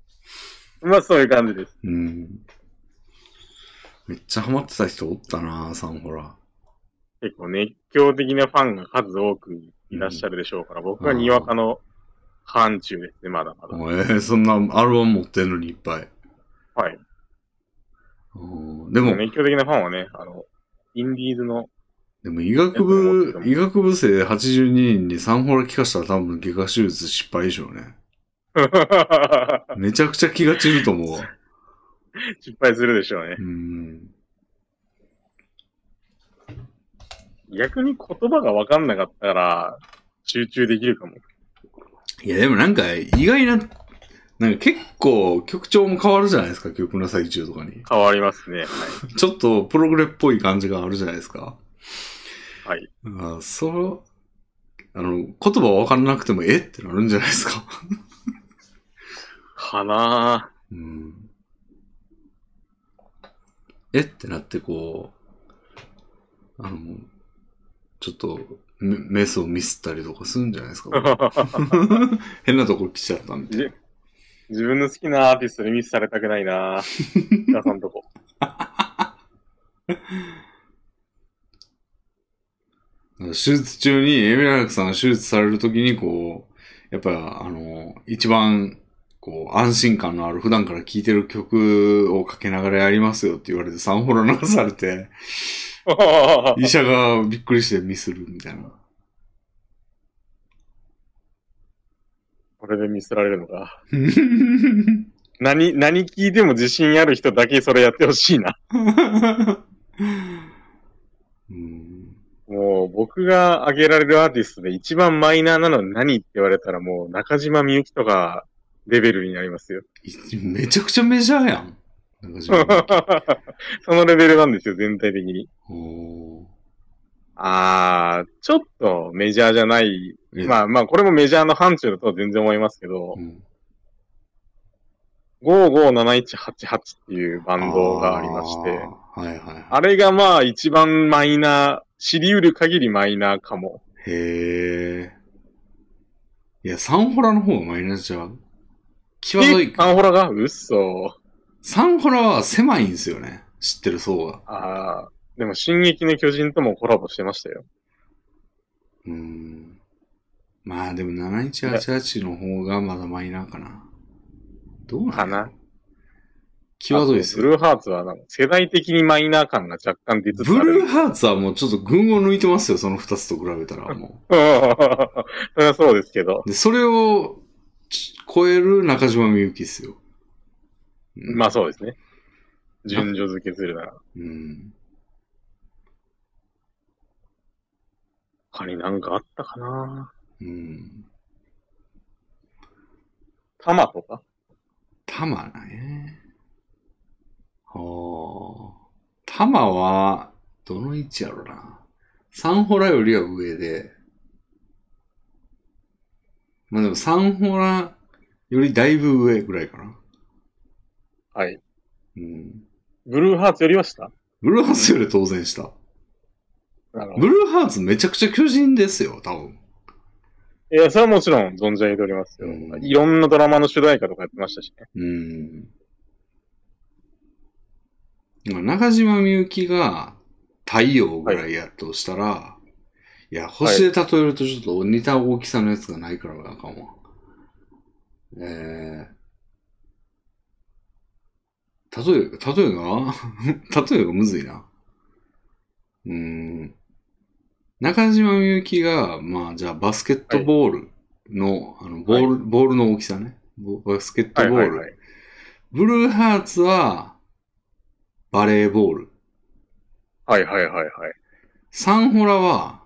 Speaker 2: まあそういう感じです。
Speaker 1: うん。めっちゃハマってた人おったなサンホラ。
Speaker 2: 結構熱狂的なファンが数多くいらっしゃるでしょうから、僕はにわかの範疇ですね、まだまだ。
Speaker 1: おえーそんなアルバム持ってんのにいっぱい。
Speaker 2: はい。
Speaker 1: うんでも、
Speaker 2: 熱狂的なファンはね、あの、インディーズの、
Speaker 1: でも医学部、医学部生82人にサンホラ聞かしたら多分外科手術失敗でしょうね。めちゃくちゃ気が散ると思うわ。
Speaker 2: 失敗するでしょうね。
Speaker 1: うん。
Speaker 2: 逆に言葉がわかんなかったら、集中できるかも。
Speaker 1: いやでもなんか意外な、なんか結構曲調も変わるじゃないですか、曲の最中とかに。
Speaker 2: 変わりますね。はい。
Speaker 1: ちょっとプログレっぽい感じがあるじゃないですか。
Speaker 2: はい。
Speaker 1: あその、あの、言葉は分からなくても、えってなるんじゃないですか。
Speaker 2: かなぁ。
Speaker 1: うん。えってなって、こう、あの、ちょっと、メメスをミスったりとかするんじゃないです か。変なとこ来ちゃったみたいな。
Speaker 2: じ自分の好きなアーティストにミスされたくないなぁ。 皆さんとこ。
Speaker 1: 手術中に、エビララクさんが手術されるときに、こう、やっぱ、あの、一番、こう、安心感のある、普段から聴いてる曲をかけながらやりますよって言われて、3ホロ流されて、医者がびっくりしてミスるみたいな。
Speaker 2: これでミスられるのか。何、何聞いても自信ある人だけそれやってほしいな。
Speaker 1: うん
Speaker 2: もう僕が挙げられるアーティストで一番マイナーなのは何って言われたらもう中島みゆきとかレベルになり ますよ。
Speaker 1: いめちゃくちゃメジャーやん。なんか自分
Speaker 2: そのレベルなんですよ、全体的に。
Speaker 1: お
Speaker 2: あー、ちょっとメジャーじゃない。
Speaker 1: ー
Speaker 2: まあまあ、これもメジャーの範疇だとは全然思いますけど
Speaker 1: う、ん
Speaker 2: 557188っていうバンドがありまして、
Speaker 1: あーはいはいは
Speaker 2: あれがまあ一番マイナー、知り得る限りマイナーかも。
Speaker 1: い。へえ。いや、サンホラの方がマイナスじゃん。際どい
Speaker 2: え。アンホラが嘘。
Speaker 1: サンホラは狭いんですよね。知ってる層が。
Speaker 2: あー、でも進撃の巨人ともコラボしてましたよ。
Speaker 1: うん。まあでも7188の方がまだマイナーかな。どうなんやろ
Speaker 2: かな
Speaker 1: 際どいです
Speaker 2: ブ
Speaker 1: よ。
Speaker 2: ルーハーツはなんか世代的にマイナー感が若干出つつ
Speaker 1: ブ
Speaker 2: ある
Speaker 1: ルー。ハーツはもうちょっと群を抜いてますよ、その二つと比べたらも
Speaker 2: うんそれはそうですけど。
Speaker 1: う。で、それをち超える中島みゆきっすよ。うん
Speaker 2: まあそうですね。順序付けするなら。
Speaker 1: うん。
Speaker 2: 他になんかあったかな
Speaker 1: うん。
Speaker 2: タマとか
Speaker 1: タマね。はあ。タマは、どの位置やろな。サンホラよりは上で。まあでもサンホラよりだいぶ上ぐらいかな。
Speaker 2: はい。
Speaker 1: うん。
Speaker 2: ブルーハーツよりは下
Speaker 1: ブルーハーツより当然した。
Speaker 2: なるほど
Speaker 1: ブルーハーツめちゃくちゃ巨人ですよ、多分。
Speaker 2: いや、それはもちろん存じ上げておりますよ。
Speaker 1: うん
Speaker 2: いろんなドラマの主題歌とかやってましたしね。
Speaker 1: うん。まあ中島みゆきが太陽ぐらいやとしたら、い、や、星で例えるとちょっと似た大きさのやつがないからなんかも。えー、例え、例えが 例えがむずいな。うーん。中島みゆきが、まあ、じゃあバスケットボールの、あの、ボール、ボールの大きさね。ボバスケットボール。
Speaker 2: はいはいはい。
Speaker 1: ブルーハーツは、バレーボール。
Speaker 2: はいはいはいはい。
Speaker 1: サンホラは、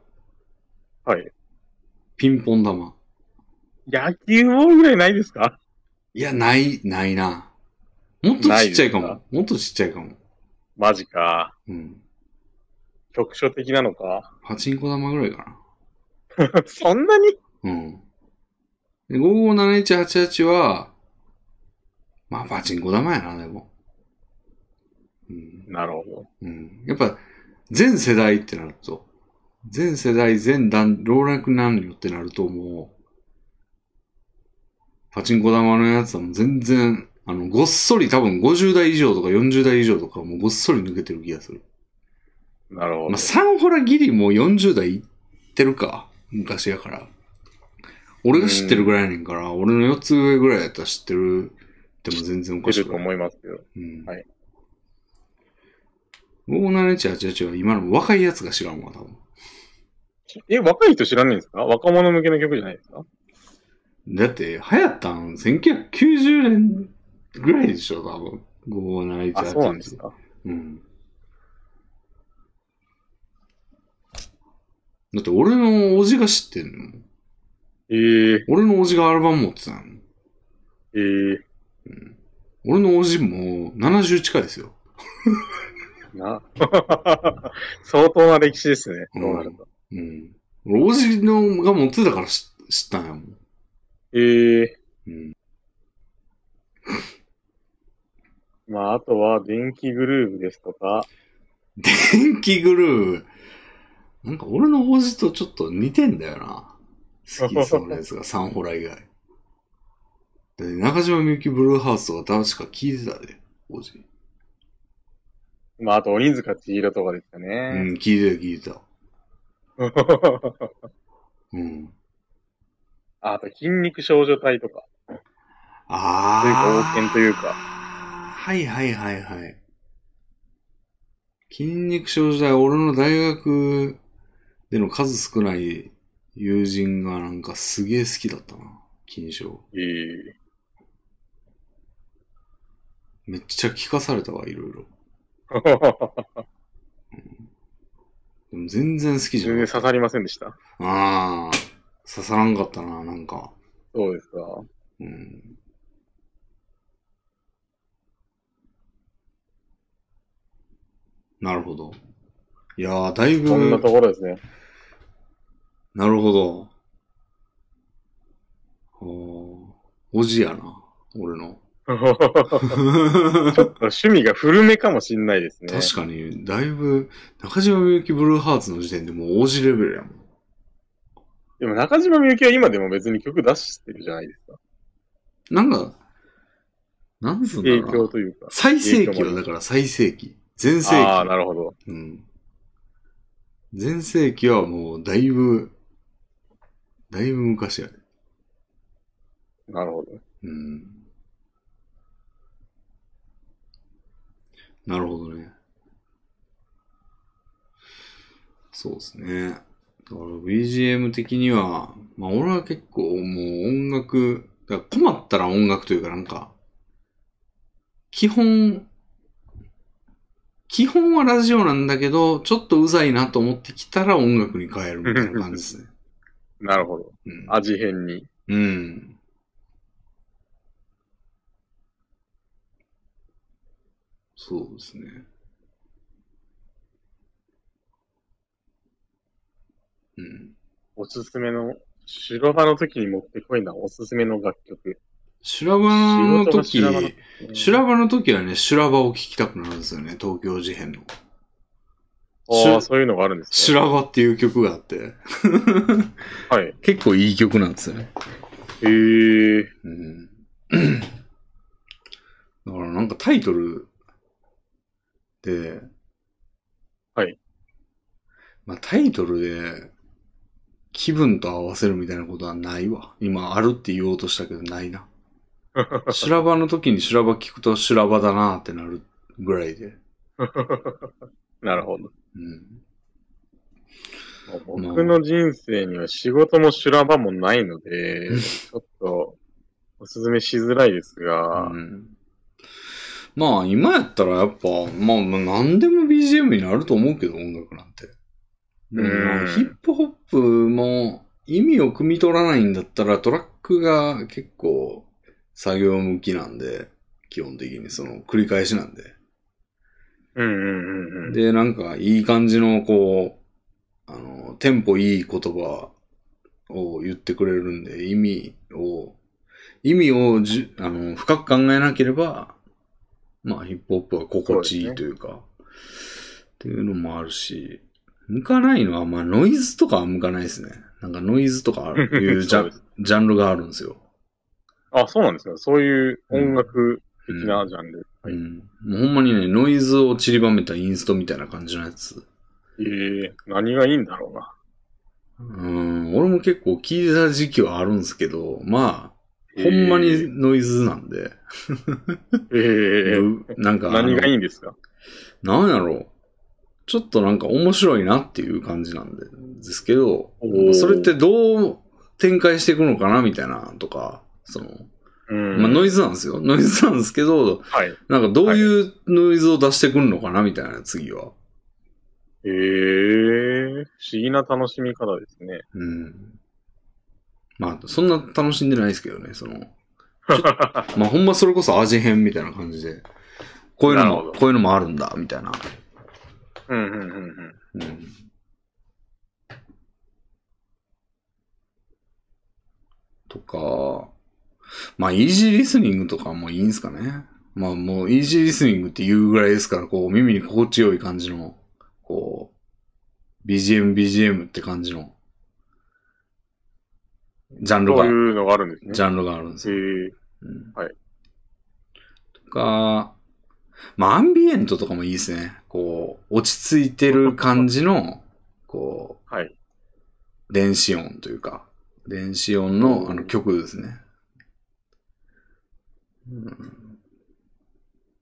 Speaker 2: はい。
Speaker 1: ピンポン玉。
Speaker 2: 野球ボールぐらいないですか
Speaker 1: いや、ない、ないな。もっとちっちゃいか
Speaker 2: ないで
Speaker 1: も。もっとちっちゃいかも。
Speaker 2: マジか。
Speaker 1: うん。
Speaker 2: 局所的なのか。
Speaker 1: パチンコ玉ぐらいか
Speaker 2: そんなに
Speaker 1: な。うん。で、557188は、まあ、パチンコ玉やな、でも。うん。
Speaker 2: なるほ
Speaker 1: うん。やっぱ、全世代ってなると、全世代、全段、老若男女ってなるともう、パチンコ玉のやつはもう全然、あの、ごっそり多分50代以上とか40代以上とかもうごっそり抜けてる気がする。
Speaker 2: ど。なるほ
Speaker 1: まあ、
Speaker 2: ど。
Speaker 1: サンホラギリもう40代いってるか。昔やから。俺が知ってるぐらいやねんから、俺の4つ上ぐらいやったら知ってる。でも全然おか
Speaker 2: 出
Speaker 1: し
Speaker 2: る
Speaker 1: く
Speaker 2: と
Speaker 1: ない。
Speaker 2: 思いますけど。
Speaker 1: うん。
Speaker 2: はい。
Speaker 1: 5788は今の若いやつが知らんわ、多分。
Speaker 2: え、若い人知らないんですか若者向けの曲じゃないですか
Speaker 1: だって、流行ったん、1990年ぐらいでしょ、多分。5718。
Speaker 2: あ、そうなんですか。
Speaker 1: うん。だって、俺のおじが知ってんの。
Speaker 2: えー、
Speaker 1: 俺のおじがアルバム持ってたの。
Speaker 2: えー、
Speaker 1: 俺のおじも70近いですよ。
Speaker 2: な。相当な歴史ですね。
Speaker 1: う
Speaker 2: そ
Speaker 1: ん
Speaker 2: うなると。
Speaker 1: うん。老人のが持ってたから知知ったんやもん。
Speaker 2: ええ
Speaker 1: うん。
Speaker 2: まあ、あとは、電気グルーヴですとか、
Speaker 1: 電気グルーヴ。なんか俺の王子とちょっと似てんだよな。好きそうなやつがサンホラ以外。で中島みゆきブルーハウスとか確か聞いてたで、王子。
Speaker 2: まあ、あと、鬼塚千尋とかですか
Speaker 1: う
Speaker 2: ね。
Speaker 1: ん、聞いてた聞いてた。うん。
Speaker 2: あと、筋肉少女隊とか。
Speaker 1: ああ。
Speaker 2: というか王権というか
Speaker 1: はいはいはいはい。筋肉症時代、俺の大学での数少ない友人がなんかすげえ好きだったな。筋症。
Speaker 2: え え
Speaker 1: めっちゃ聞かされたわ、いろいろ。でも全然好きじゃ
Speaker 2: 全
Speaker 1: な
Speaker 2: 然
Speaker 1: い。
Speaker 2: 刺さりませんでした。
Speaker 1: ああ、刺さらんかったな、なんか。
Speaker 2: そうですか。
Speaker 1: うん。なるほど。いやー、だいぶ。
Speaker 2: そんなところですね。
Speaker 1: なるほど。おおじやな、俺の。
Speaker 2: ちょっと趣味が古めかもしんないですね。
Speaker 1: 確かに、だいぶ、中島みゆきブルーハーツの時点でもう王子レベルやもん。
Speaker 2: でも中島みゆきは今でも別に曲出してるじゃないですか。
Speaker 1: なんか、なんつうんだ
Speaker 2: 影
Speaker 1: ろう
Speaker 2: 響
Speaker 1: な。
Speaker 2: というか。
Speaker 1: 最盛
Speaker 2: 影
Speaker 1: 期
Speaker 2: 響もあ
Speaker 1: は
Speaker 2: る
Speaker 1: だから最盛期。全盛
Speaker 2: ああ、
Speaker 1: 期。
Speaker 2: なるほど。
Speaker 1: うん。全盛期はもうだいぶ、だいぶ昔やね。
Speaker 2: なるほど。
Speaker 1: うん。なるほどね。そうですね。だから BGM 的には、まあ俺は結構もう音楽、だから困ったら音楽というかなんか、基本、基本はラジオなんだけど、ちょっとうざいなと思ってきたら音楽に変えるみたいな感じですね。
Speaker 2: なるほど。
Speaker 1: うん
Speaker 2: 味変に。
Speaker 1: うん。そうですね。うん。
Speaker 2: おすすめの、修羅場の時に持ってこいな、おすすめの楽曲。
Speaker 1: 修羅場の時、
Speaker 2: 仕事が修羅
Speaker 1: 修羅場の時はね、修羅場を聞きたくなるんですよね、東京事変の。
Speaker 2: あ
Speaker 1: 修
Speaker 2: あ、そういうのがあるんですね。
Speaker 1: 修羅場っていう曲があって、
Speaker 2: はい。へ
Speaker 1: 結構いい曲なんですよね。
Speaker 2: え。
Speaker 1: うん。だからなんかタイトルで、
Speaker 2: はい。
Speaker 1: まあタイトルで気分と合わせるみたいなことはないわ。今あるって言おうとしたけどない な。修羅場の時に修羅場聞くと修羅場だなってなるぐらいで。
Speaker 2: なるほど。
Speaker 1: うん。
Speaker 2: 僕の人生には仕事も修羅場もないので、ちょっと、おすすめしづらいですが、
Speaker 1: うんまあ今やったらやっぱ、まあまあ何でも BGM になると思うけど音楽なんて。でも
Speaker 2: うん
Speaker 1: ヒップホップも意味を汲み取らないんだったらトラックが結構作業向きなんで、基本的にその繰り返しなんで。
Speaker 2: うんうんうんうん。
Speaker 1: で、なんかいい感じのこう、あの、テンポいい言葉を言ってくれるんで、意味を、意味をじゅあの深く考えなければ、まあヒップホップは心地いいというか、っていうのもあるし、向かないのは、まあノイズとかは向かないですね。なんかノイズとかあるいうジ
Speaker 2: そう
Speaker 1: ャ
Speaker 2: です
Speaker 1: ジャンルがあるんですよ。
Speaker 2: あ、そうなんですよ。そういう音楽的なジャンル。はい
Speaker 1: うん。もうほんまにね、ノイズを散りばめたインストみたいな感じのやつ。
Speaker 2: ええ何がいいんだろうな。
Speaker 1: うん、俺も結構聞いてた時期はあるんですけど、まあ、
Speaker 2: え
Speaker 1: ほん
Speaker 2: え
Speaker 1: まにノイズなんで、
Speaker 2: ええ
Speaker 1: うなんか、
Speaker 2: 何がい
Speaker 1: い
Speaker 2: いんですか
Speaker 1: なんやろう。ちょっとなんか面白いなっていう感じなんで、ですけど
Speaker 2: お、ー
Speaker 1: それってどう展開していくのかなみたいなとか、その、
Speaker 2: うん。
Speaker 1: まあノイズなんですよ。ノイズなんですけど、
Speaker 2: はい。え
Speaker 1: なんかどういうノイズを出してくるのかなみたいな、次は。
Speaker 2: え不思議な楽しみ方ですね。
Speaker 1: うん。まあ、そんな楽しんでないですけどね、その、まあほんまそれこそ味変みたいな感じで、こういうの
Speaker 2: なる
Speaker 1: も、
Speaker 2: ほど
Speaker 1: こういうのもあるんだ、みたいな。
Speaker 2: うんうんうんうん。
Speaker 1: うん。とか、まあ、イージーリスニングとかもいいんですかね。まあ、もう、イージーリスニングっていうぐらいですから、こう、耳に心地よい感じの、こう、BGM、BGM って感じの、ジャンル
Speaker 2: そ
Speaker 1: が
Speaker 2: うい、うのがあるんですね。
Speaker 1: ジャンルがあるんですよ。
Speaker 2: へえ
Speaker 1: うん
Speaker 2: はい。
Speaker 1: とか、まあ、アンビエントとかもいいですね。こう、落ち着いてる感じの、こう、
Speaker 2: はい
Speaker 1: 電子音というか、電子音のあの曲ですね。うん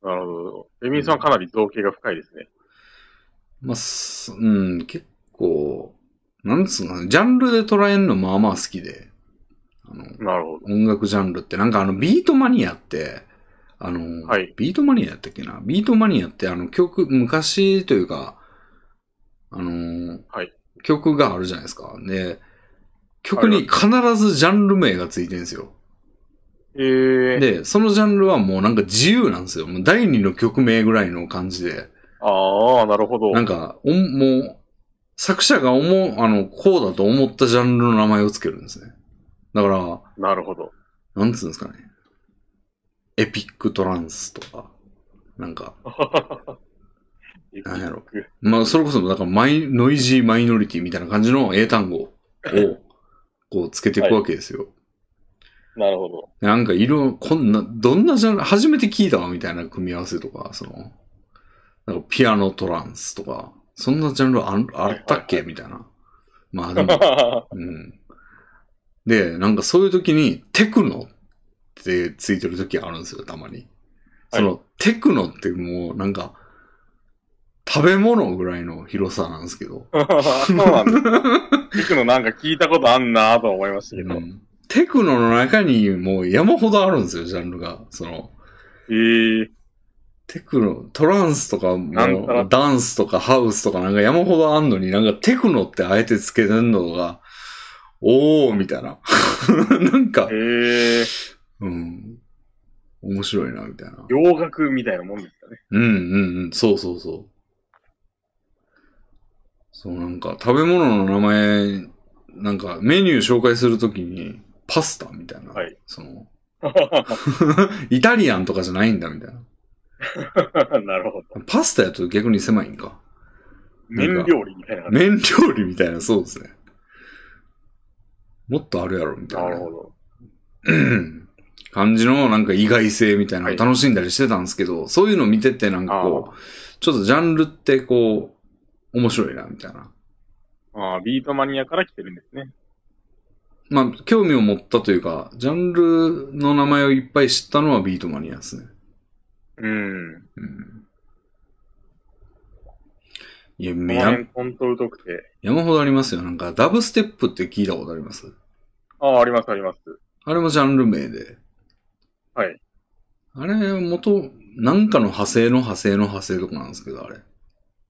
Speaker 2: なるほど。エミンさんはかなり造形が深いですね。
Speaker 1: まあ、すうん、結構、なんつうのかな、ジャンルで捉えるのまあまあ好きで、あの、
Speaker 2: なるほど。
Speaker 1: 音楽ジャンルって、なんかあの、ビートマニアって、あの、
Speaker 2: はい
Speaker 1: ビートマニアやったっけなビートマニアってあの曲、昔というか、あの、
Speaker 2: はい
Speaker 1: 曲があるじゃないですか。で、曲に必ずジャンル名がついてるんですよ。
Speaker 2: ええ
Speaker 1: で、そのジャンルはもうなんか自由なんですよ。もう第二の曲名ぐらいの感じで。
Speaker 2: ああ、なるほど。
Speaker 1: なんか、おんもう、作者が思う、あの、こうだと思ったジャンルの名前をつけるんですね。だから、
Speaker 2: なるほど。
Speaker 1: なんつうんですかね。エピックトランスとか、なんか、 なんやろまあ、それこそ、だからマイ、ノイジーマイノリティみたいな感じの英単語 を、こう、つけていくわけですよ。
Speaker 2: なるほど。
Speaker 1: なんか、色、こんな、どんなジャンル、初めて聞いたわ、みたいな組み合わせとか、その、なんか、ピアノトランスとか、そんなジャンルあんあったっけみたいな。まあ、でも、うん。で、なんかそういう時に、テクノってついてる時あるんですよ、たまに。その、テクノってもうなんか、食べ物ぐらいの広さなんですけど。
Speaker 2: そうなんだ。 聞くのなんか聞いたことあんなとは思いましたけど。
Speaker 1: う
Speaker 2: え
Speaker 1: んテクノの中にもう山ほどあるんですよ、ジャンルが。その、
Speaker 2: え
Speaker 1: テクノ、トランスとか、
Speaker 2: なんたら
Speaker 1: ダンスとかハウスとかなんか山ほどあんのになんかテクノってあえてつけてんのが、おー、みたいな。 なんか
Speaker 2: え、え
Speaker 1: うん。面白いな、みたいな。
Speaker 2: 洋楽みたいなもんですかね。
Speaker 1: うんうんうん、そうそうそう。そう、なんか、食べ物の名前、なんか、メニュー紹介するときに、パスタみたいな。
Speaker 2: はい
Speaker 1: その、 イタリアンとかじゃないんだ、みたいな。
Speaker 2: なるほど。
Speaker 1: パスタやと逆に狭いんか。
Speaker 2: 麺料理みたいな感じ。
Speaker 1: 麺料理みたいな、そうですね。もっとあるやろ、みたい
Speaker 2: な
Speaker 1: な。
Speaker 2: るほど。
Speaker 1: うん 感じの、なんか意外性みたいなのを楽しんだりしてたんですけど、そういうのを見てて、なんかこう、ちょっとジャンルってこう、面白いな、みたいな。
Speaker 2: ああ、ビートマニアから来てるんですね。
Speaker 1: まあ、興味を持ったというか、ジャンルの名前をいっぱい知ったのはビートマニアですね。
Speaker 2: うん。
Speaker 1: うん。いや、
Speaker 2: こ
Speaker 1: め
Speaker 2: の
Speaker 1: や
Speaker 2: 辺コントルトくて。
Speaker 1: 山ほどありますよ。なんか、ダブステップって聞いたことあります
Speaker 2: ああ、ありますあります。
Speaker 1: あれもジャンル名で。
Speaker 2: はい。
Speaker 1: あれ、元、なんかの派生の派生の派生とかなんですけど、あれ。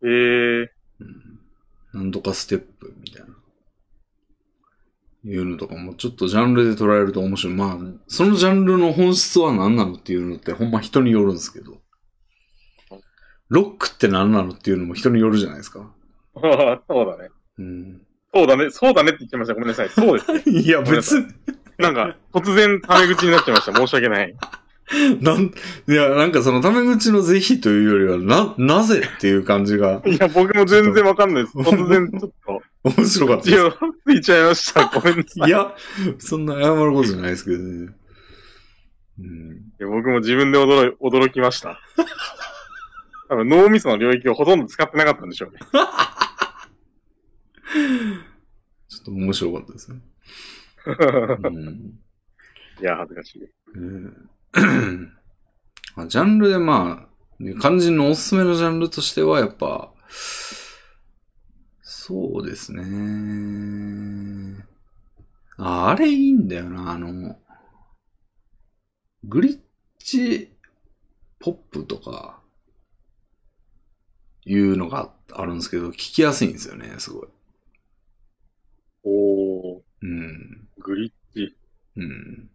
Speaker 2: ええ
Speaker 1: うんなんとかステップみたいな。いうのとかもちょっとジャンルで捉えると面白い。まあ、そのジャンルの本質は何なのっていうのってほんま人によるんですけど。ロックって何なのっていうのも人によるじゃないですか。
Speaker 2: そうだね。
Speaker 1: うん。
Speaker 2: そうだね。そうだねって言ってました。ごめんなさい。そうです。
Speaker 1: いや、別に、
Speaker 2: なんか、突然タメ口になっちゃいました。申し訳ない。
Speaker 1: なん、いや、なんかそのタメ口の是非というよりは、な、なぜっていう感じが
Speaker 2: いや、僕も全然わかん ないです。突然ちょっと、
Speaker 1: 面白かったです
Speaker 2: 一応ついちゃいました。ごめんなさい。
Speaker 1: いや、 そんな謝ることじゃないですけどね。うん。
Speaker 2: いや僕も自分で驚い驚きました。多分脳みその領域をほとんど使ってなかったんでしょうね。
Speaker 1: ちょっと面白かったですね。うん
Speaker 2: いや、恥ずかしい。
Speaker 1: うん、あジャンルでまあ、肝心のおすすめのジャンルとしてはやっぱ、そうですね。あ、あれいいんだよな、あの、グリッチポップとか、いうのがあるんですけど、聞きやすいんですよね、すごい。
Speaker 2: おー、
Speaker 1: うん。
Speaker 2: グリッチ。
Speaker 1: うん。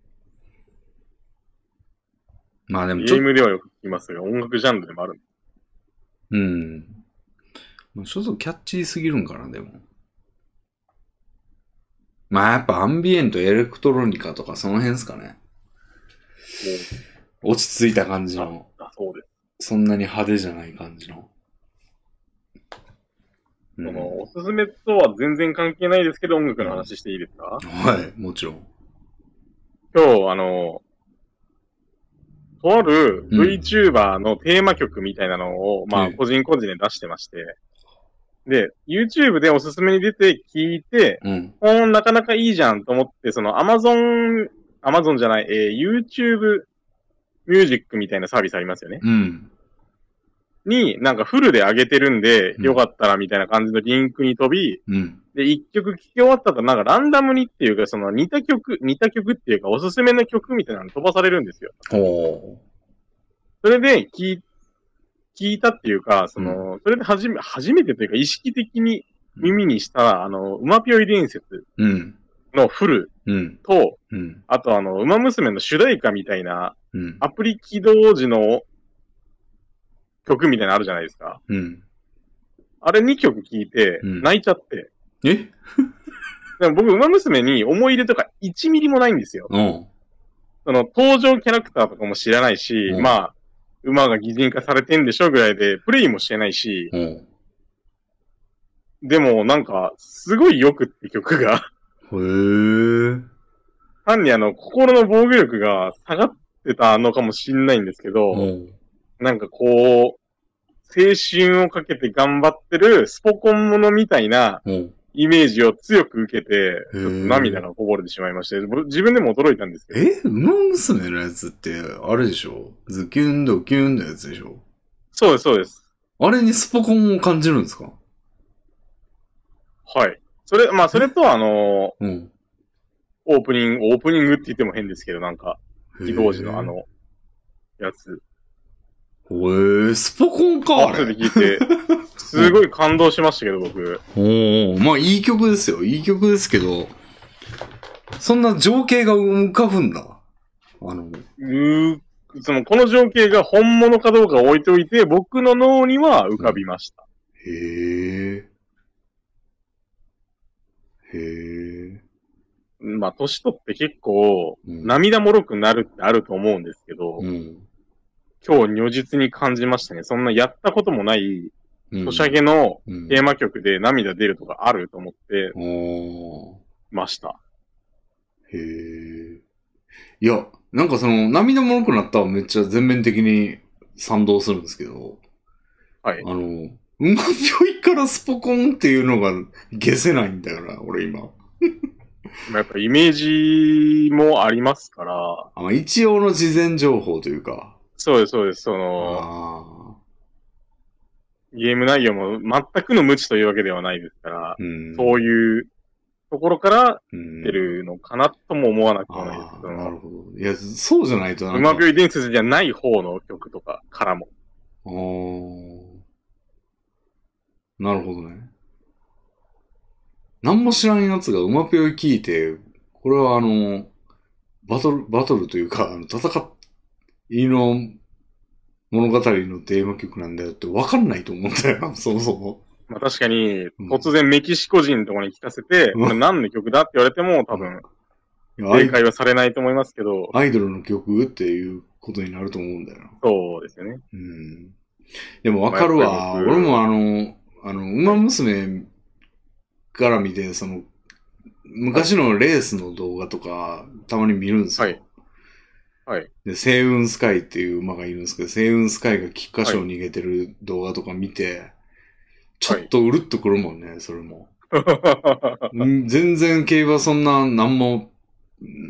Speaker 1: まあで
Speaker 2: ゲ
Speaker 1: もちょっと
Speaker 2: ームではよく聞きますが、音楽ジャンルでもあるんで
Speaker 1: うん。まあ、ちょっとキャッチーすぎるんかな、でも。まあやっぱアンビエント、エレクトロニカとかその辺ですかね。落ち着いた感じの、
Speaker 2: あそうです。
Speaker 1: そんなに派手じゃない感じの。う
Speaker 2: そ
Speaker 1: ん、は
Speaker 2: のおすすめとは全然関係ないですけど、音楽の話していいですか
Speaker 1: い、もちろん。
Speaker 2: 今日、あの、とある VTuber のテーマ曲みたいなのを、
Speaker 1: え
Speaker 2: まあ、
Speaker 1: え
Speaker 2: 個人個人で出してまして、で、YouTube でおすすめに出て聞いて、
Speaker 1: うん。
Speaker 2: おーなかなかいいじゃんと思って、その Amazon、Amazon じゃない、えー YouTube ミュージックみたいなサービスありますよね。
Speaker 1: うん。
Speaker 2: に、なんかフルで上げてるんで、
Speaker 1: うん
Speaker 2: よかったらみたいな感じのリンクに飛び、
Speaker 1: うん。
Speaker 2: で、一曲聴き終わったと、なんかランダムにっていうか、その似た曲、似た曲っていうか、おすすめの曲みたいなの飛ばされるんですよ。
Speaker 1: ほ
Speaker 2: それで聞い、聞いたっていうか、その、それで初め、初めてというか、意識的に耳にした、あの、馬ぴよい伝説
Speaker 1: う。うん。
Speaker 2: のフル
Speaker 1: うん。
Speaker 2: と、
Speaker 1: うん。
Speaker 2: あとあの、馬娘の主題歌みたいな、
Speaker 1: うん。
Speaker 2: アプリ起動時の曲みたいなのあるじゃないですか。
Speaker 1: うん。
Speaker 2: あれ2曲聞いて、
Speaker 1: うん
Speaker 2: 泣いちゃって。
Speaker 1: え
Speaker 2: でも僕、馬娘に思い入れとか1ミリもないんですよ。
Speaker 1: うん。
Speaker 2: その、登場キャラクターとかも知らないし、
Speaker 1: うん
Speaker 2: まあ、馬が擬人化されてんでしょぐらいで、プレイもしてないし、
Speaker 1: うん。
Speaker 2: でもなんか、すごいよくって曲が、
Speaker 1: へー。
Speaker 2: 単にあの、心の防御力が下がってたのかもしんないんですけど、
Speaker 1: うん。
Speaker 2: なんかこう、青春をかけて頑張ってるスポコンものみたいな
Speaker 1: うん。
Speaker 2: イメージを強く受けて、ち
Speaker 1: へ
Speaker 2: ょ
Speaker 1: ー
Speaker 2: っと涙がこぼれてしまいまして、僕自分でも驚いたんですけど、
Speaker 1: え馬娘のやつって、あれでしょズキュンドキュンのやつでしょ
Speaker 2: そうです、そうです。
Speaker 1: あれにスポコンを感じるんですか
Speaker 2: はい。それ、まあ、それとあの、
Speaker 1: うん。
Speaker 2: オープニング、オープニングって言っても変ですけど、なんか、
Speaker 1: へー
Speaker 2: 起動時のあ。の、やつ。
Speaker 1: へー、スポコンか、あ
Speaker 2: 後
Speaker 1: れ
Speaker 2: で。聞いて、すごい感動しましたけど、僕。
Speaker 1: おおまあいい曲ですよ。いい曲ですけど、そんな情景が浮かぶんだ。あの、
Speaker 2: うーその、この情景が本物かどうか置いておいて、僕の脳には浮かびました。
Speaker 1: へえ。へえ。
Speaker 2: まあ、年取って結構、
Speaker 1: うん
Speaker 2: 涙もろくなるってあると思うんですけど、
Speaker 1: うん。
Speaker 2: 今日如実に感じましたね。そんなやったこともない、
Speaker 1: うん。
Speaker 2: ソシャゲの
Speaker 1: うん。
Speaker 2: テーマ曲で涙出るとかあると思って
Speaker 1: お
Speaker 2: ました。
Speaker 1: ーへえ。いや、なんかその、涙もろくなったはめっちゃ全面的に賛同するんですけど、
Speaker 2: はい
Speaker 1: あ。の、馬病いからスポコンっていうのが消せないんだよな、俺今。
Speaker 2: まあやっぱイメージもありますから、
Speaker 1: あ一応の事前情報というか。
Speaker 2: そうです、そうです。そ
Speaker 1: あ
Speaker 2: の、ゲーム内容も全くの無知というわけではないですから
Speaker 1: あ。、うん。
Speaker 2: そういうところから
Speaker 1: うん
Speaker 2: 出てるのかなとも思わなく
Speaker 1: あ
Speaker 2: もないですけ
Speaker 1: あ、
Speaker 2: ど、
Speaker 1: なるほど。いや、そうじゃないとなん
Speaker 2: 馬
Speaker 1: か。
Speaker 2: 病伝説じゃない方の曲とかからも。
Speaker 1: あーなるほどね。なんも知らんやつが馬ぴょい聞いて、これはあの、バトル、バトルというか、あの戦いの物語のテーマ曲なんだよって分かんないと思ったよな、そもそも。
Speaker 2: まあ確かに
Speaker 1: う、ん
Speaker 2: 突然メキシコ人とかに聞かせて、
Speaker 1: うん
Speaker 2: これ何の曲だって言われても多分、
Speaker 1: いやア
Speaker 2: 正
Speaker 1: イ
Speaker 2: 解はされないと思いますけど、
Speaker 1: アイドルの曲っていうことになると思うんだよな。
Speaker 2: そうです よね。
Speaker 1: うんでもわかる
Speaker 2: まあ
Speaker 1: わ。
Speaker 2: やっぱり僕
Speaker 1: 俺もあの、あの、馬娘から見て、その、昔のレースの動画とか、たまに見るんですよ。
Speaker 2: はいはい
Speaker 1: で、星雲スカイっていう馬がいるんですけど、星雲スカイが菊花賞を逃げてる動画とか見て、ちょっとうるっとくるもんね、それも。うん全然競馬そんな何も、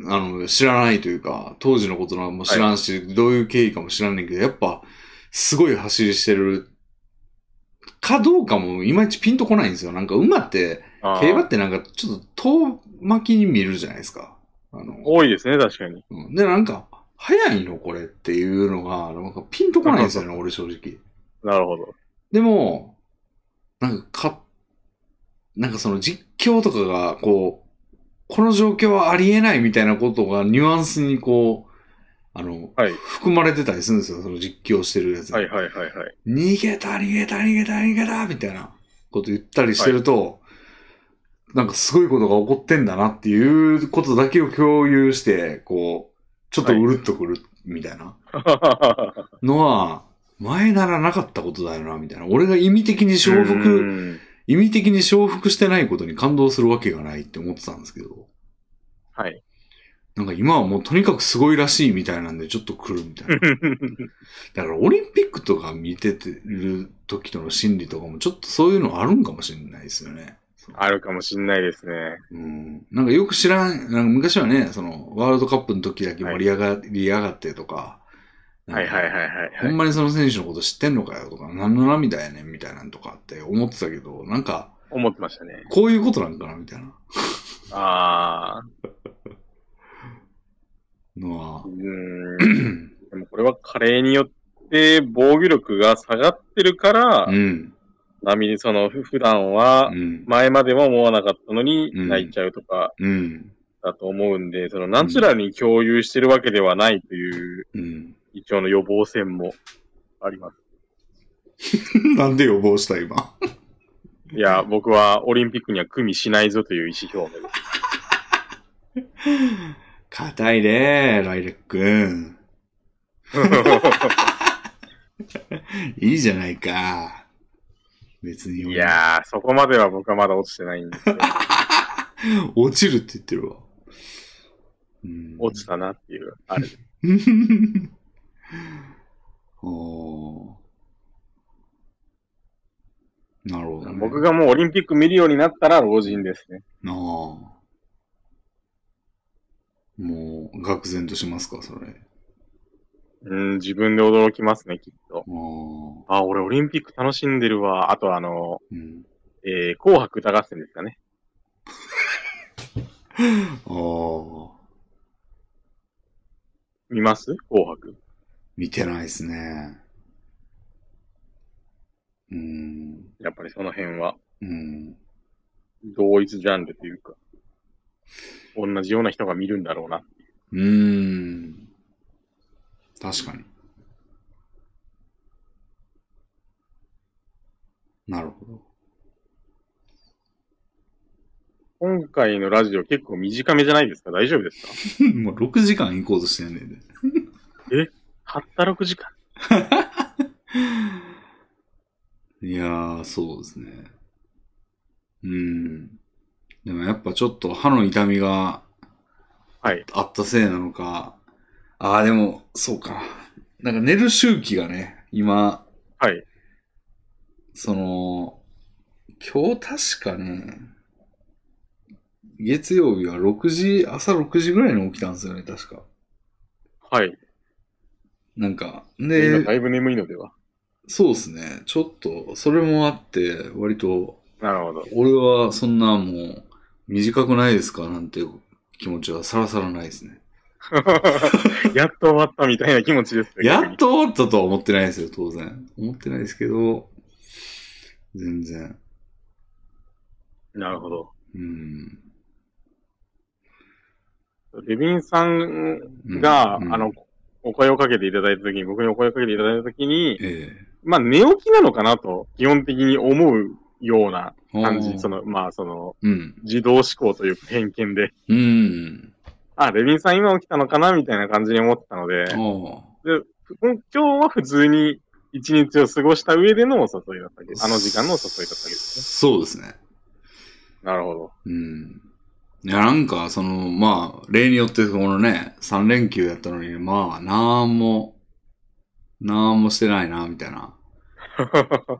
Speaker 1: あの、知らないというか、当時のことなんも知らんし、どういう経緯かも知らんねんけど、やっぱ、すごい走りしてる、かどうかもいまいちピンとこないんですよ。なんか馬って、
Speaker 2: あー
Speaker 1: 競馬ってなんかちょっと遠巻きに見るじゃないですか。あの、
Speaker 2: 多いですね、確かに。
Speaker 1: うんで、なんか、早いのこれっていうのが、なんかピンとこないんですよ ね、俺正直。
Speaker 2: なるほど。
Speaker 1: でも、なんか、か、なんかその実況とかが、こう、この状況はありえないみたいなことがニュアンスにこう、あの、
Speaker 2: はい
Speaker 1: 含まれてたりするんですよ、その実況してるやつに。
Speaker 2: はいはいはいはい。
Speaker 1: 逃げた、逃げた、逃げた、逃げた、みたいなこと言ったりしてると、なんかすごいことが起こってんだなっていうことだけを共有して、こう、ちょっとうるっとくるみたいなのは、前ならなかったことだよな、みたいな。俺が意味的に承
Speaker 2: う
Speaker 1: 服、
Speaker 2: ん
Speaker 1: 意味的に承服してないことに感動するわけがないって思ってたんですけど、
Speaker 2: はい。
Speaker 1: なんか今はもうとにかくすごいらしいみたいなんでちょっと来るみたいな。だからオリンピックとか見ててる時との心理とかもちょっとそういうのあるんかもしれないですよね。
Speaker 2: あるかもしんないですね。
Speaker 1: うん。なんかよく知らん、なんか昔はね、そのワールドカップの時だけ盛り上がりやがってとか、な
Speaker 2: は
Speaker 1: ん
Speaker 2: い
Speaker 1: か
Speaker 2: はいはいはい
Speaker 1: ほん
Speaker 2: はい。
Speaker 1: まにその選手のこと知ってんのかよとか、なんならみたいやねんみたいなんとかって思ってたけど、なんか、
Speaker 2: 思ってましたね。
Speaker 1: こういうことなんかなみたいな
Speaker 2: ああ。
Speaker 1: のは
Speaker 2: う、ん。でもこれは加齢によって防御力が下がってるから
Speaker 1: う、ん。
Speaker 2: 波にそのふ普段は
Speaker 1: うん。
Speaker 2: 前までは思わなかったのに
Speaker 1: うん
Speaker 2: 泣いちゃうとか
Speaker 1: うん。
Speaker 2: だと思うんで、そのナチュラルに共有してるわけではないという
Speaker 1: うん。
Speaker 2: 一応の予防線もあります。
Speaker 1: なんで予防した今。
Speaker 2: いや、僕はオリンピックには組みしないぞという意思表明です。
Speaker 1: 硬いね、ライレックん。 いいじゃないか。別に
Speaker 2: い
Speaker 1: 俺
Speaker 2: やー、そこまでは僕はまだ落ちてないんですけど、
Speaker 1: 落ちるって言ってるわ。うん、
Speaker 2: 落ちたなっていう、あれ。
Speaker 1: おーなるほど、ね。
Speaker 2: 僕がもうオリンピック見るようになったら老人ですね。
Speaker 1: なあ。もう、愕然としますか、それ。
Speaker 2: うん、自分で驚きますね、きっと。
Speaker 1: あー
Speaker 2: あ、俺オリンピック楽しんでるわ。あとあの、
Speaker 1: うん、
Speaker 2: えー、紅白歌合戦ですかね。
Speaker 1: あー
Speaker 2: 見ます紅白。
Speaker 1: 見てないですね。うん、
Speaker 2: やっぱりその辺は、
Speaker 1: うん。
Speaker 2: 同一ジャンルというか、同じような人が見るんだろうな。
Speaker 1: うーん。確かに。なるほど。
Speaker 2: 今回のラジオ結構短めじゃないですか大丈夫ですか
Speaker 1: もう6時間行こうとしてんねんで。
Speaker 2: たった6時間。
Speaker 1: いやー、そうですね。うん。でもやっぱちょっと歯の痛みが
Speaker 2: はい。
Speaker 1: あったせいなのか。ああ、でも、そうか。なんか寝る周期がね、今、
Speaker 2: はい。
Speaker 1: その、今日確かね、月曜日は6時、朝6時ぐらいに起きたんですよね、確か。
Speaker 2: はい。
Speaker 1: なんか、
Speaker 2: みんな
Speaker 1: で
Speaker 2: だ、いぶ眠いのでは。
Speaker 1: そうですね。ちょっと、それもあって、割と、
Speaker 2: なるほど。
Speaker 1: 俺はそんなもう、短くないですかなんて気持ちはさらさらないですね。
Speaker 2: やっと終わったみたいな気持ちですね
Speaker 1: や
Speaker 2: 逆
Speaker 1: っ
Speaker 2: に
Speaker 1: と終わったとは思ってないですよ、当然。思ってないですけど、全然。
Speaker 2: なるほど。
Speaker 1: うん。
Speaker 2: レビンさん
Speaker 1: うん
Speaker 2: が、
Speaker 1: うん
Speaker 2: あの、お声をかけていただいたときに、僕にお声をかけていただいたときに、
Speaker 1: え
Speaker 2: まあ、寝起きなのかなと、基本的に思うような
Speaker 1: え
Speaker 2: 感じ、そ
Speaker 1: の。
Speaker 2: の、まあ、その、
Speaker 1: うん。
Speaker 2: 自動思考というか偏見で、
Speaker 1: うん。
Speaker 2: あ、レビンさん今起きたのかなみたいな感じに思ってたので、
Speaker 1: ああ。
Speaker 2: ふ今日は普通に一日を過ごした上でのお誘いだったわけです。あの時間のお誘いだったわけですね。
Speaker 1: そうですね。
Speaker 2: なるほ ど。
Speaker 1: うん。いや、なんか、その、まあ、例によって、このね、3連休やったのに、まあ、なんも、なんもしてないな、みたいな。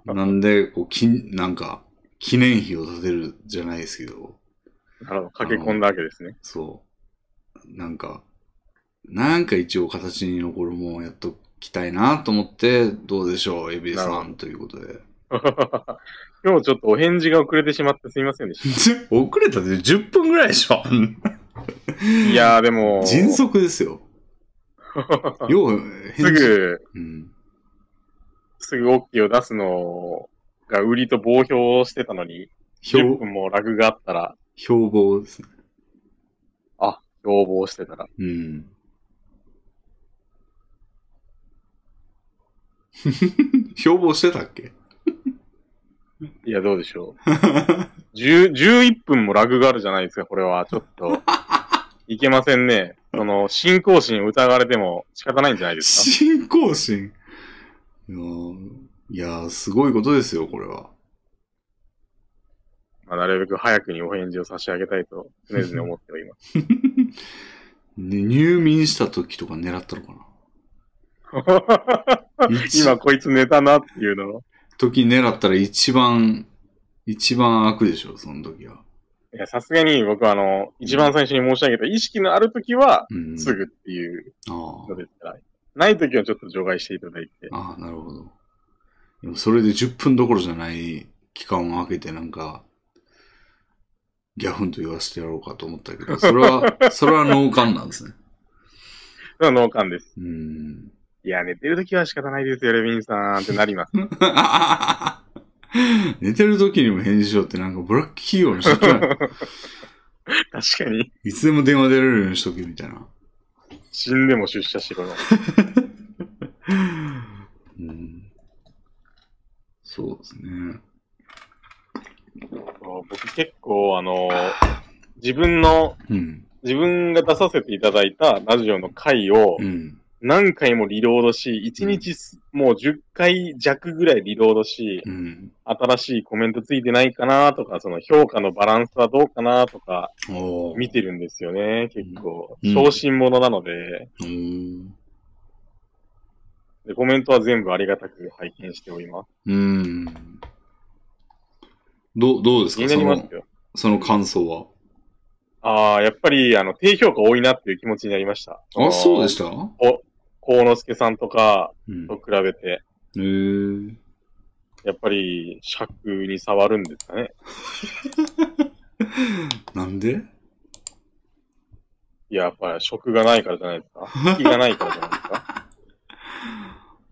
Speaker 1: なんで、こう、きん、なんか、記念碑を立てるじゃないですけど、
Speaker 2: なるほど。駆け込んだわけですね。
Speaker 1: そう。なんか、なんか一応形に残るもんをやっときたいなと思って、どうでしょう、エビエ
Speaker 2: な
Speaker 1: さ
Speaker 2: るほ
Speaker 1: んということで。
Speaker 2: 今日ちょっとお返事が遅れてしまってすみませんでし
Speaker 1: 遅れたで10分ぐらいでしょ
Speaker 2: た。いやーで も、
Speaker 1: 迅速ですよ。よう、
Speaker 2: す
Speaker 1: 返事。
Speaker 2: ぐ、
Speaker 1: うん。
Speaker 2: すぐ OK を出すのが売りと暴表をしてたのに、10
Speaker 1: 標、
Speaker 2: 分もラグがあったら、
Speaker 1: 標榜ですね。
Speaker 2: 要望してたら。
Speaker 1: うん。 標榜してたっけ
Speaker 2: いや、どうでしょ10 11分もラグがあるじゃないですか、これは。ちょっと。いけませんね。その、信仰心を疑われても仕方ないんじゃないですか。
Speaker 1: 信仰心。いやーいやーすごいことですよ、これは。
Speaker 2: まあ、なるべく早くにお返事を差し上げたいと、常々思っております。
Speaker 1: ね入眠した時とか狙ったのかな一
Speaker 2: 今こいつ寝たなっていうの。
Speaker 1: 時狙ったら一番、一番悪でしょ、その時は。
Speaker 2: いや、さすがに僕はあの、一番最初に申し上げた意識のある時は、
Speaker 1: うん。
Speaker 2: すぐっていう
Speaker 1: あ
Speaker 2: のですから、ない時はちょっと除外していただいて
Speaker 1: あ。、ああ、なるほど。でもそれで10分どころじゃない期間を空けてなんか、ギャフンと言わせてやろうかと思ったけど、それは、それは脳幹なんですね。
Speaker 2: それは脳幹です。
Speaker 1: うん。
Speaker 2: いや、寝てる時は仕方ないですよ、レビンさんって なります。
Speaker 1: 寝てる時にも返事しようってなんかブラック企業の社長や
Speaker 2: 確かに。
Speaker 1: いつでも電話出れるようにしとけみたいな。
Speaker 2: 死んでも出社しろよ。
Speaker 1: うん、そうですね。
Speaker 2: 僕結構、あの、自分の、
Speaker 1: うん。
Speaker 2: 自分が出させていただいたラジオの回を
Speaker 1: うん。
Speaker 2: 何回もリロードし、1日すもう10回弱ぐらいリロードし、
Speaker 1: うん。
Speaker 2: 新しいコメントついてないかなとか、その評価のバランスはどうかなとか、
Speaker 1: おー
Speaker 2: 見てるんですよね、結構。
Speaker 1: うん
Speaker 2: 昇進者なので
Speaker 1: おー
Speaker 2: で、コメントは全部ありがたく拝見しております。
Speaker 1: うん。どう、どうです
Speaker 2: 気
Speaker 1: か
Speaker 2: にな
Speaker 1: そ
Speaker 2: ります
Speaker 1: の、
Speaker 2: よ。
Speaker 1: その感想は。
Speaker 2: ああ、やっぱり、あの、低評価多いなっていう気持ちになりました。。
Speaker 1: あ、そうでしたた
Speaker 2: 幸之助さんとか
Speaker 1: うん。
Speaker 2: と比べて、
Speaker 1: えー、
Speaker 2: やっぱり、尺に触るんですかね。
Speaker 1: なんで
Speaker 2: いや、やっぱり、職がないからじゃないですか。 引きがないからじゃないですか。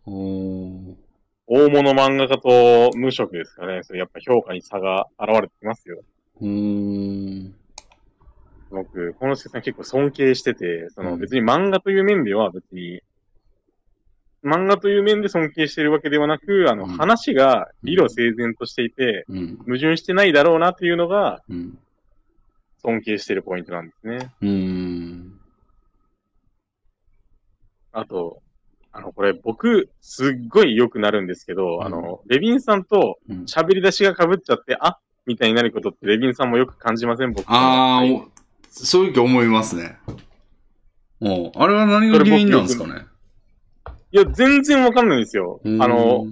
Speaker 1: おー
Speaker 2: 大物漫画家と無職ですかね。それやっぱ評価に差が現れてきますよ。
Speaker 1: うーん。
Speaker 2: 僕、この助さん結構尊敬してて、その
Speaker 1: うん
Speaker 2: 別に漫画という面では別に、漫画という面で尊敬してるわけではなく、あの、
Speaker 1: うん
Speaker 2: 話が理路整然としていて、
Speaker 1: うん。
Speaker 2: 矛盾してないだろうなというのが
Speaker 1: うん。
Speaker 2: 尊敬してるポイントなんですね。
Speaker 1: うーん。
Speaker 2: あと、あの、これ僕、すっごい良くなるんですけ
Speaker 1: う
Speaker 2: ど、
Speaker 1: ん
Speaker 2: あの、レビンさんと
Speaker 1: うん
Speaker 2: 喋り出しが被っちゃって、あみたいになることってレビンさんもよく感じません僕
Speaker 1: ああ、
Speaker 2: はい
Speaker 1: お正直思いますね。おあれは何が原因なんですかね
Speaker 2: いや、全然わかんないんですよ。あの、、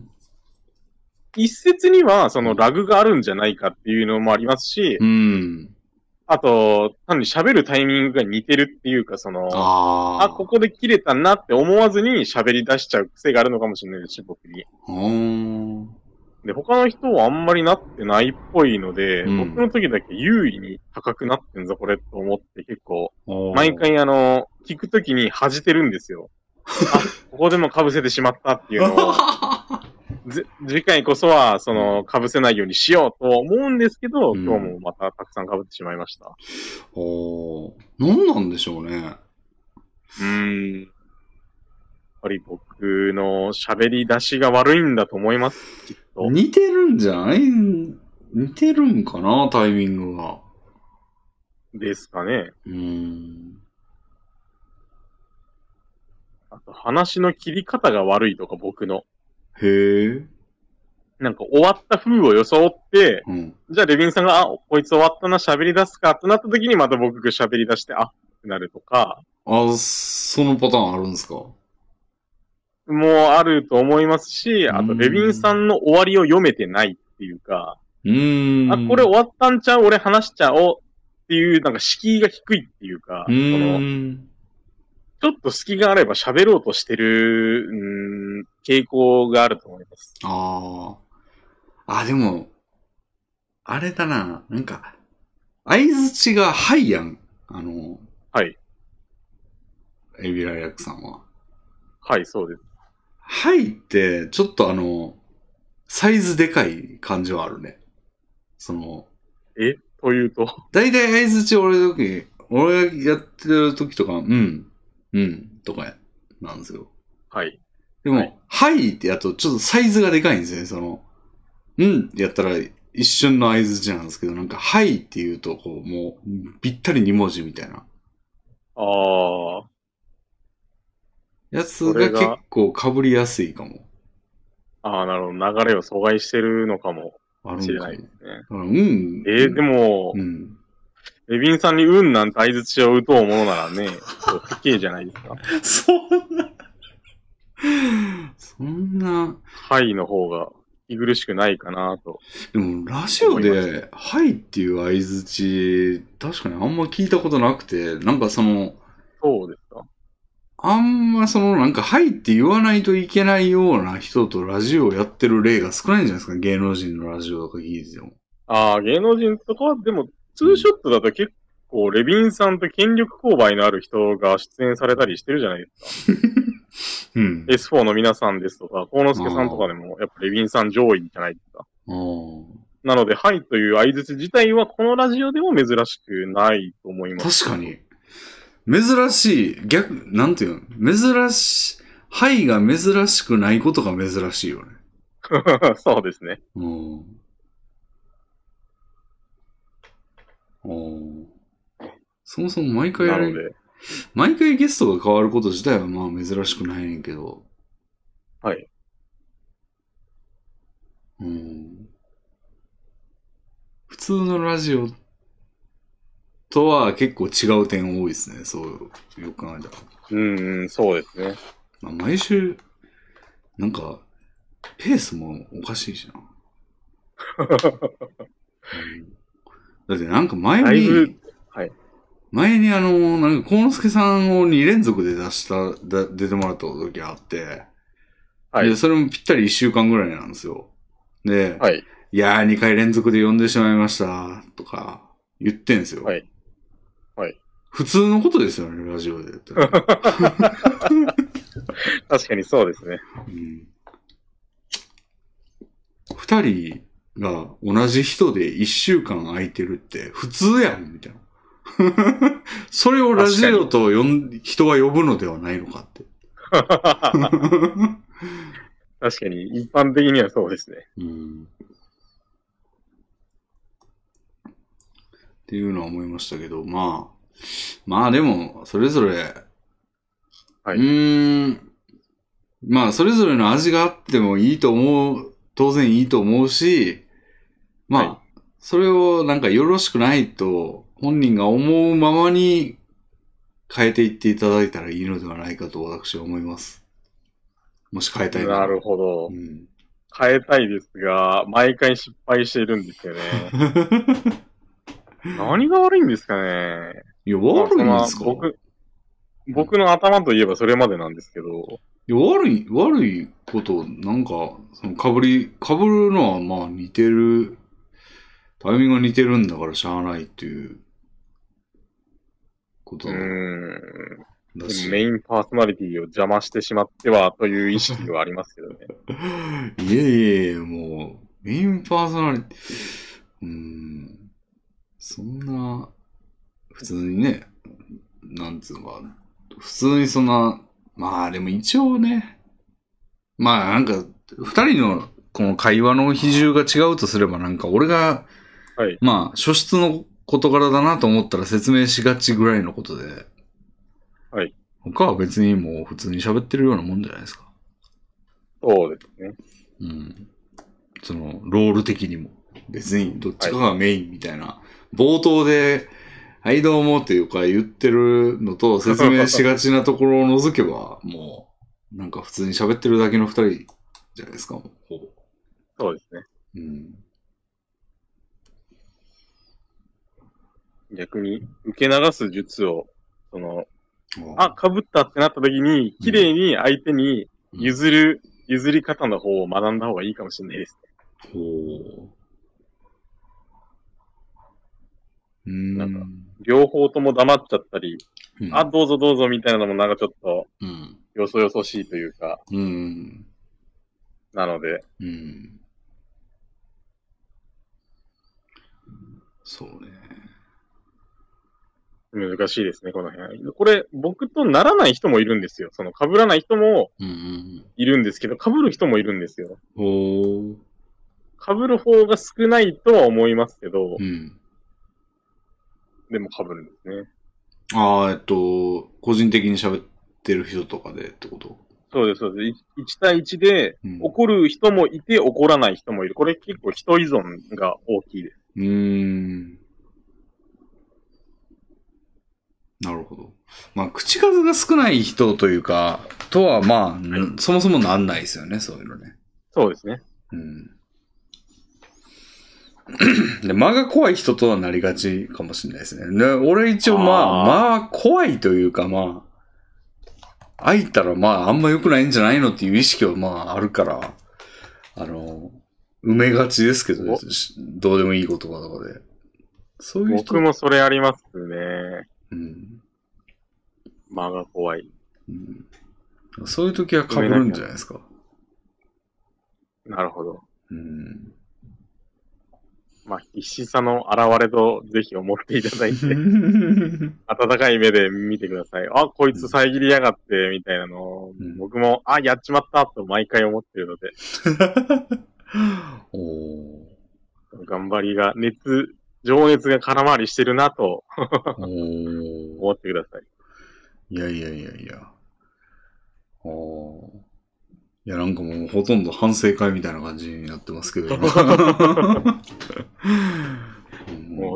Speaker 2: 一説には、そのラグがあるんじゃないかっていうのもありますし、
Speaker 1: うーん。
Speaker 2: あと、単に喋るタイミングが似てるっていうか、その、あ
Speaker 1: ああ。
Speaker 2: ここで切れたなって思わずに喋り出しちゃう癖があるのかもしれないですし、僕に。
Speaker 1: あー
Speaker 2: で、他の人はあんまりなってないっぽいので、
Speaker 1: うん
Speaker 2: 僕の時だけ優位に高くなってんぞ、これと思って結構、
Speaker 1: あー
Speaker 2: 毎。回あの、聞く時に恥じてるんで すよ。あ、ここでも被せてしまったっていうのを。ぜ次回こそは、その、被せないようにしようとは思うんですけど、
Speaker 1: うん
Speaker 2: 今日もまたたくさん被ってしまいました。
Speaker 1: お何なんでしょうね。
Speaker 2: うん。やっぱり僕の喋り出しが悪いんだと思います。お
Speaker 1: 似てるんじゃない似てるんかなタイミングが。
Speaker 2: ですかね。
Speaker 1: うーん。
Speaker 2: あと、話の切り方が悪いとか、僕の。
Speaker 1: へえ。
Speaker 2: なんか、終わった風を装って、
Speaker 1: うん。
Speaker 2: じゃあ、レビンさんが、あ、こいつ終わったな、喋り出すか、となった時にまた僕が喋り出して、あ、ってなるとか、
Speaker 1: あ、そのパターンあるんですか
Speaker 2: もうあると思いますし、あと、レビンさんの終わりを読めてないっていうか、
Speaker 1: うーん。
Speaker 2: あ、これ終わったんちゃう俺話しちゃおうっていう、なんか敷居が低いっていうか、
Speaker 1: う
Speaker 2: その
Speaker 1: ーん。
Speaker 2: ちょっと隙があれば喋ろうとしてる、うーん、傾向があると思います。
Speaker 1: ああ。あ、でも、あれだな。なんか、相づちがはいやん。あの、
Speaker 2: はい。
Speaker 1: エビライラックさんは。
Speaker 2: はい、そうです。
Speaker 1: はいって、ちょっとあの、サイズでかい感じはあるね。その、
Speaker 2: えというと、
Speaker 1: 大体相づち俺の時、俺がやってる時とか、うん、うん、とかや、なんですよ。
Speaker 2: はい。
Speaker 1: でも、は、
Speaker 2: はい
Speaker 1: ってやると、ちょっとサイズがでかいんですよね、その。うんってやったら、一瞬の合図字なんですけど、なんか、はいって言うと、こう、もう、ぴったり2文字みたいな
Speaker 2: ああ、
Speaker 1: やつ
Speaker 2: そ
Speaker 1: が
Speaker 2: れが
Speaker 1: 結構被りやすいかも。
Speaker 2: ああ、なるほど。流れを阻害してるのかも
Speaker 1: あるん
Speaker 2: し
Speaker 1: かも。
Speaker 2: れない
Speaker 1: だ
Speaker 2: で
Speaker 1: か
Speaker 2: すね。
Speaker 1: らうん。
Speaker 2: えー、でも、
Speaker 1: うん。
Speaker 2: レビンさんに運なんて相づちを打とうものならね、そう不敬じゃないですか。
Speaker 1: そんな、そんな、
Speaker 2: はいの方が息苦しくないかなと。
Speaker 1: でも、ラジオで、はいっていう相づち、確かにあんま聞いたことなくて、なんかその、
Speaker 2: そうですか。
Speaker 1: あんまその、なんか、はいって言わないといけないような人とラジオをやってる例が少ないんじゃないですか芸能人のラジオとか聞いてても。
Speaker 2: ああ、芸能人とかは、でも、ツーショットだと結構、レビンさんと権力勾配のある人が出演されたりしてるじゃないですか。
Speaker 1: うん。
Speaker 2: S4 の皆さんですとか、幸之助さんとかでも、やっぱレビンさん上位じゃないですか。
Speaker 1: あー
Speaker 2: なので、はいという相槌自体は、このラジオでも珍しくないと思います。
Speaker 1: 確かに。珍しい。逆、なんていうの珍し、はいが珍しくないことが珍しいよね。
Speaker 2: そうですね。
Speaker 1: うん。うんそもそも毎回
Speaker 2: な
Speaker 1: あ
Speaker 2: の
Speaker 1: れ、
Speaker 2: で、
Speaker 1: 毎回ゲストが変わること自体はまあ珍しくないねんけど。
Speaker 2: はい。
Speaker 1: うん。普通のラジオとは結構違う点多いですね。そう、よく考えたら。
Speaker 2: うん、 そうですね。
Speaker 1: まあ、毎週、なんか、ペースもおかしいしな。うんだってなんか前
Speaker 2: だいぶ
Speaker 1: に、
Speaker 2: はい
Speaker 1: 前にあの、なんか、幸之助さんを2連続で出した、だ出てもらった時があって、
Speaker 2: はい
Speaker 1: で、それもぴったり1週間ぐらいなんですよ。で、
Speaker 2: はい。
Speaker 1: い、やー2回連続で呼んでしまいました、とか、言ってんすよ。
Speaker 2: はいはい
Speaker 1: 普通のことですよね、ラジオ で。
Speaker 2: 確かにそうです ね。
Speaker 1: うん二人が同じ人で一週間空いてるって普通やん、みたいな。 それをラジオと呼ん、人は呼ぶのではないのかって。
Speaker 2: 確かに、一般的にはそうですね。
Speaker 1: うんっていうのは思いましたけど、まあ、まあでも、それぞれ、
Speaker 2: はいう
Speaker 1: ーん、まあ、それぞれの味があってもいいと思う、当然いいと思うし、まあ、
Speaker 2: は
Speaker 1: それをなんかよろしくないと、本人が思うままに変えていっていただいたらいいのではないかと私は思います。もし変えたいら
Speaker 2: なるほど
Speaker 1: う。ん
Speaker 2: 変えたいですが、毎回失敗しているんで すよね。何が悪いんですかね。
Speaker 1: いや、悪いんですか
Speaker 2: まあ僕、僕の頭といえばそれまでなんですけど、
Speaker 1: いや悪い、悪いこと、なんか、その、かぶり、かぶるのは、まあ、似てる、タイミングが似てるんだからしゃあないっていう、こと
Speaker 2: うーん。
Speaker 1: だ
Speaker 2: で
Speaker 1: し。
Speaker 2: もメインパーソナリティを邪魔してしまってはという意識はありますけどね。
Speaker 1: いえいえいえ、もう、メインパーソナリティ、うーん、そんな、普通にね、なんつうのか、普通にそんな、まあでも一応ね、まあなんか、二人のこの会話の比重が違うとすればなんか俺が、
Speaker 2: はい
Speaker 1: まあ、初出の事柄だなと思ったら説明しがちぐらいのことで、
Speaker 2: はい。
Speaker 1: 他は別にもう普通に喋ってるようなもんじゃないですか。
Speaker 2: そうですね。
Speaker 1: うん。その、ロール的にも。別に、どっちかがメインみたいな。冒頭で、はいどうもっていうか言ってるのと 説明しがちなところを除けば、もう、なんか普通に喋ってるだけの二人じゃないですか、もうほぼ。
Speaker 2: そうですね。
Speaker 1: うん。
Speaker 2: 逆に、受け流す術を、その、あ、被ったってなった時に、綺麗に相手に
Speaker 1: うん、
Speaker 2: 譲る、譲り方の方を学んだ方がいいかもしれないです。
Speaker 1: ほう。うん。
Speaker 2: なんか両方とも黙っちゃったり、
Speaker 1: うん、
Speaker 2: あ、どうぞどうぞみたいなのもなんかちょっと、
Speaker 1: うん。
Speaker 2: よそよそしいというか、
Speaker 1: うん。
Speaker 2: なので、
Speaker 1: うん。そうね。
Speaker 2: 難しいですね、この辺。これ、僕とならない人もいるんですよ。その、被らない人も
Speaker 1: うんうんうん。
Speaker 2: いるんですけど、被る人もいるんですよ。
Speaker 1: ほう。
Speaker 2: 被る方が少ないとは思いますけど、
Speaker 1: うん。
Speaker 2: でも被るんですね。
Speaker 1: ああ、えっと、個人的に喋ってる人とかでってこと
Speaker 2: そうです、そうです。い1対1で、
Speaker 1: うん。う
Speaker 2: 怒る人もいて怒らない人もいる。これ結構人依存が大きいです。
Speaker 1: ーん。なるほど。まあ、口数が少ない人というか、とはまあ、
Speaker 2: い
Speaker 1: そもそもなんないですよね、そういうのね。
Speaker 2: そうですね。
Speaker 1: うん。で、間が怖い人とはなりがちかもしれないですね。ね俺一応まあ、
Speaker 2: あー
Speaker 1: 間は怖いというかまあ、開いたらまあ、あんま良くないんじゃないのっていう意識はまあ、あるから、あの、埋めがちですけど、
Speaker 2: お
Speaker 1: しどうでもいいこととかで。そういう人
Speaker 2: 僕もそれありますね。
Speaker 1: うん。
Speaker 2: 間が怖い。
Speaker 1: うんそういう時は被るんじゃないですか。
Speaker 2: なるほど。
Speaker 1: うん。
Speaker 2: まあ、必死さの現れとぜひ思っていただい て、温かい目で見てください。あ、こいつ遮りやがって、みたいなのを、
Speaker 1: うん
Speaker 2: 僕も、あ、やっちまった、と毎回思ってるので、
Speaker 1: おー。
Speaker 2: 頑張りが、熱、情熱が空回りしてるなと
Speaker 1: おー。
Speaker 2: 思ってください。
Speaker 1: いやいやいやいや。あーいや、なんかもうほとんど反省会みたいな感じになってますけど。も
Speaker 2: も
Speaker 1: う
Speaker 2: う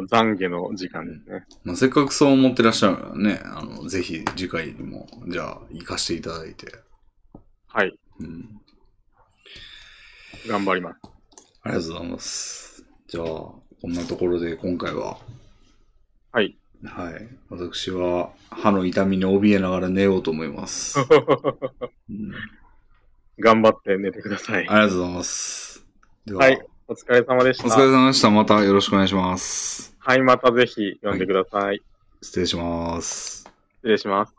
Speaker 2: 懺悔の時間ですね。
Speaker 1: まあ、せっかくそう思ってらっしゃるからね、あの、ぜひ次回にも、じゃあ、行かしていただいて。
Speaker 2: はい。
Speaker 1: うん。
Speaker 2: 頑張ります。
Speaker 1: ありがとうございます。じゃあ、こんなところで今回は、
Speaker 2: はい。
Speaker 1: はい。私は、歯の痛みに怯えながら寝ようと思い ます。うん
Speaker 2: 頑張って寝てください。
Speaker 1: ありがとうございます。では、
Speaker 2: はい。お疲れ様でし
Speaker 1: お疲れ
Speaker 2: た。
Speaker 1: 様でした。またよろしくお願いします。
Speaker 2: はい、またぜひ読んでください。
Speaker 1: 失礼します。
Speaker 2: 失礼します。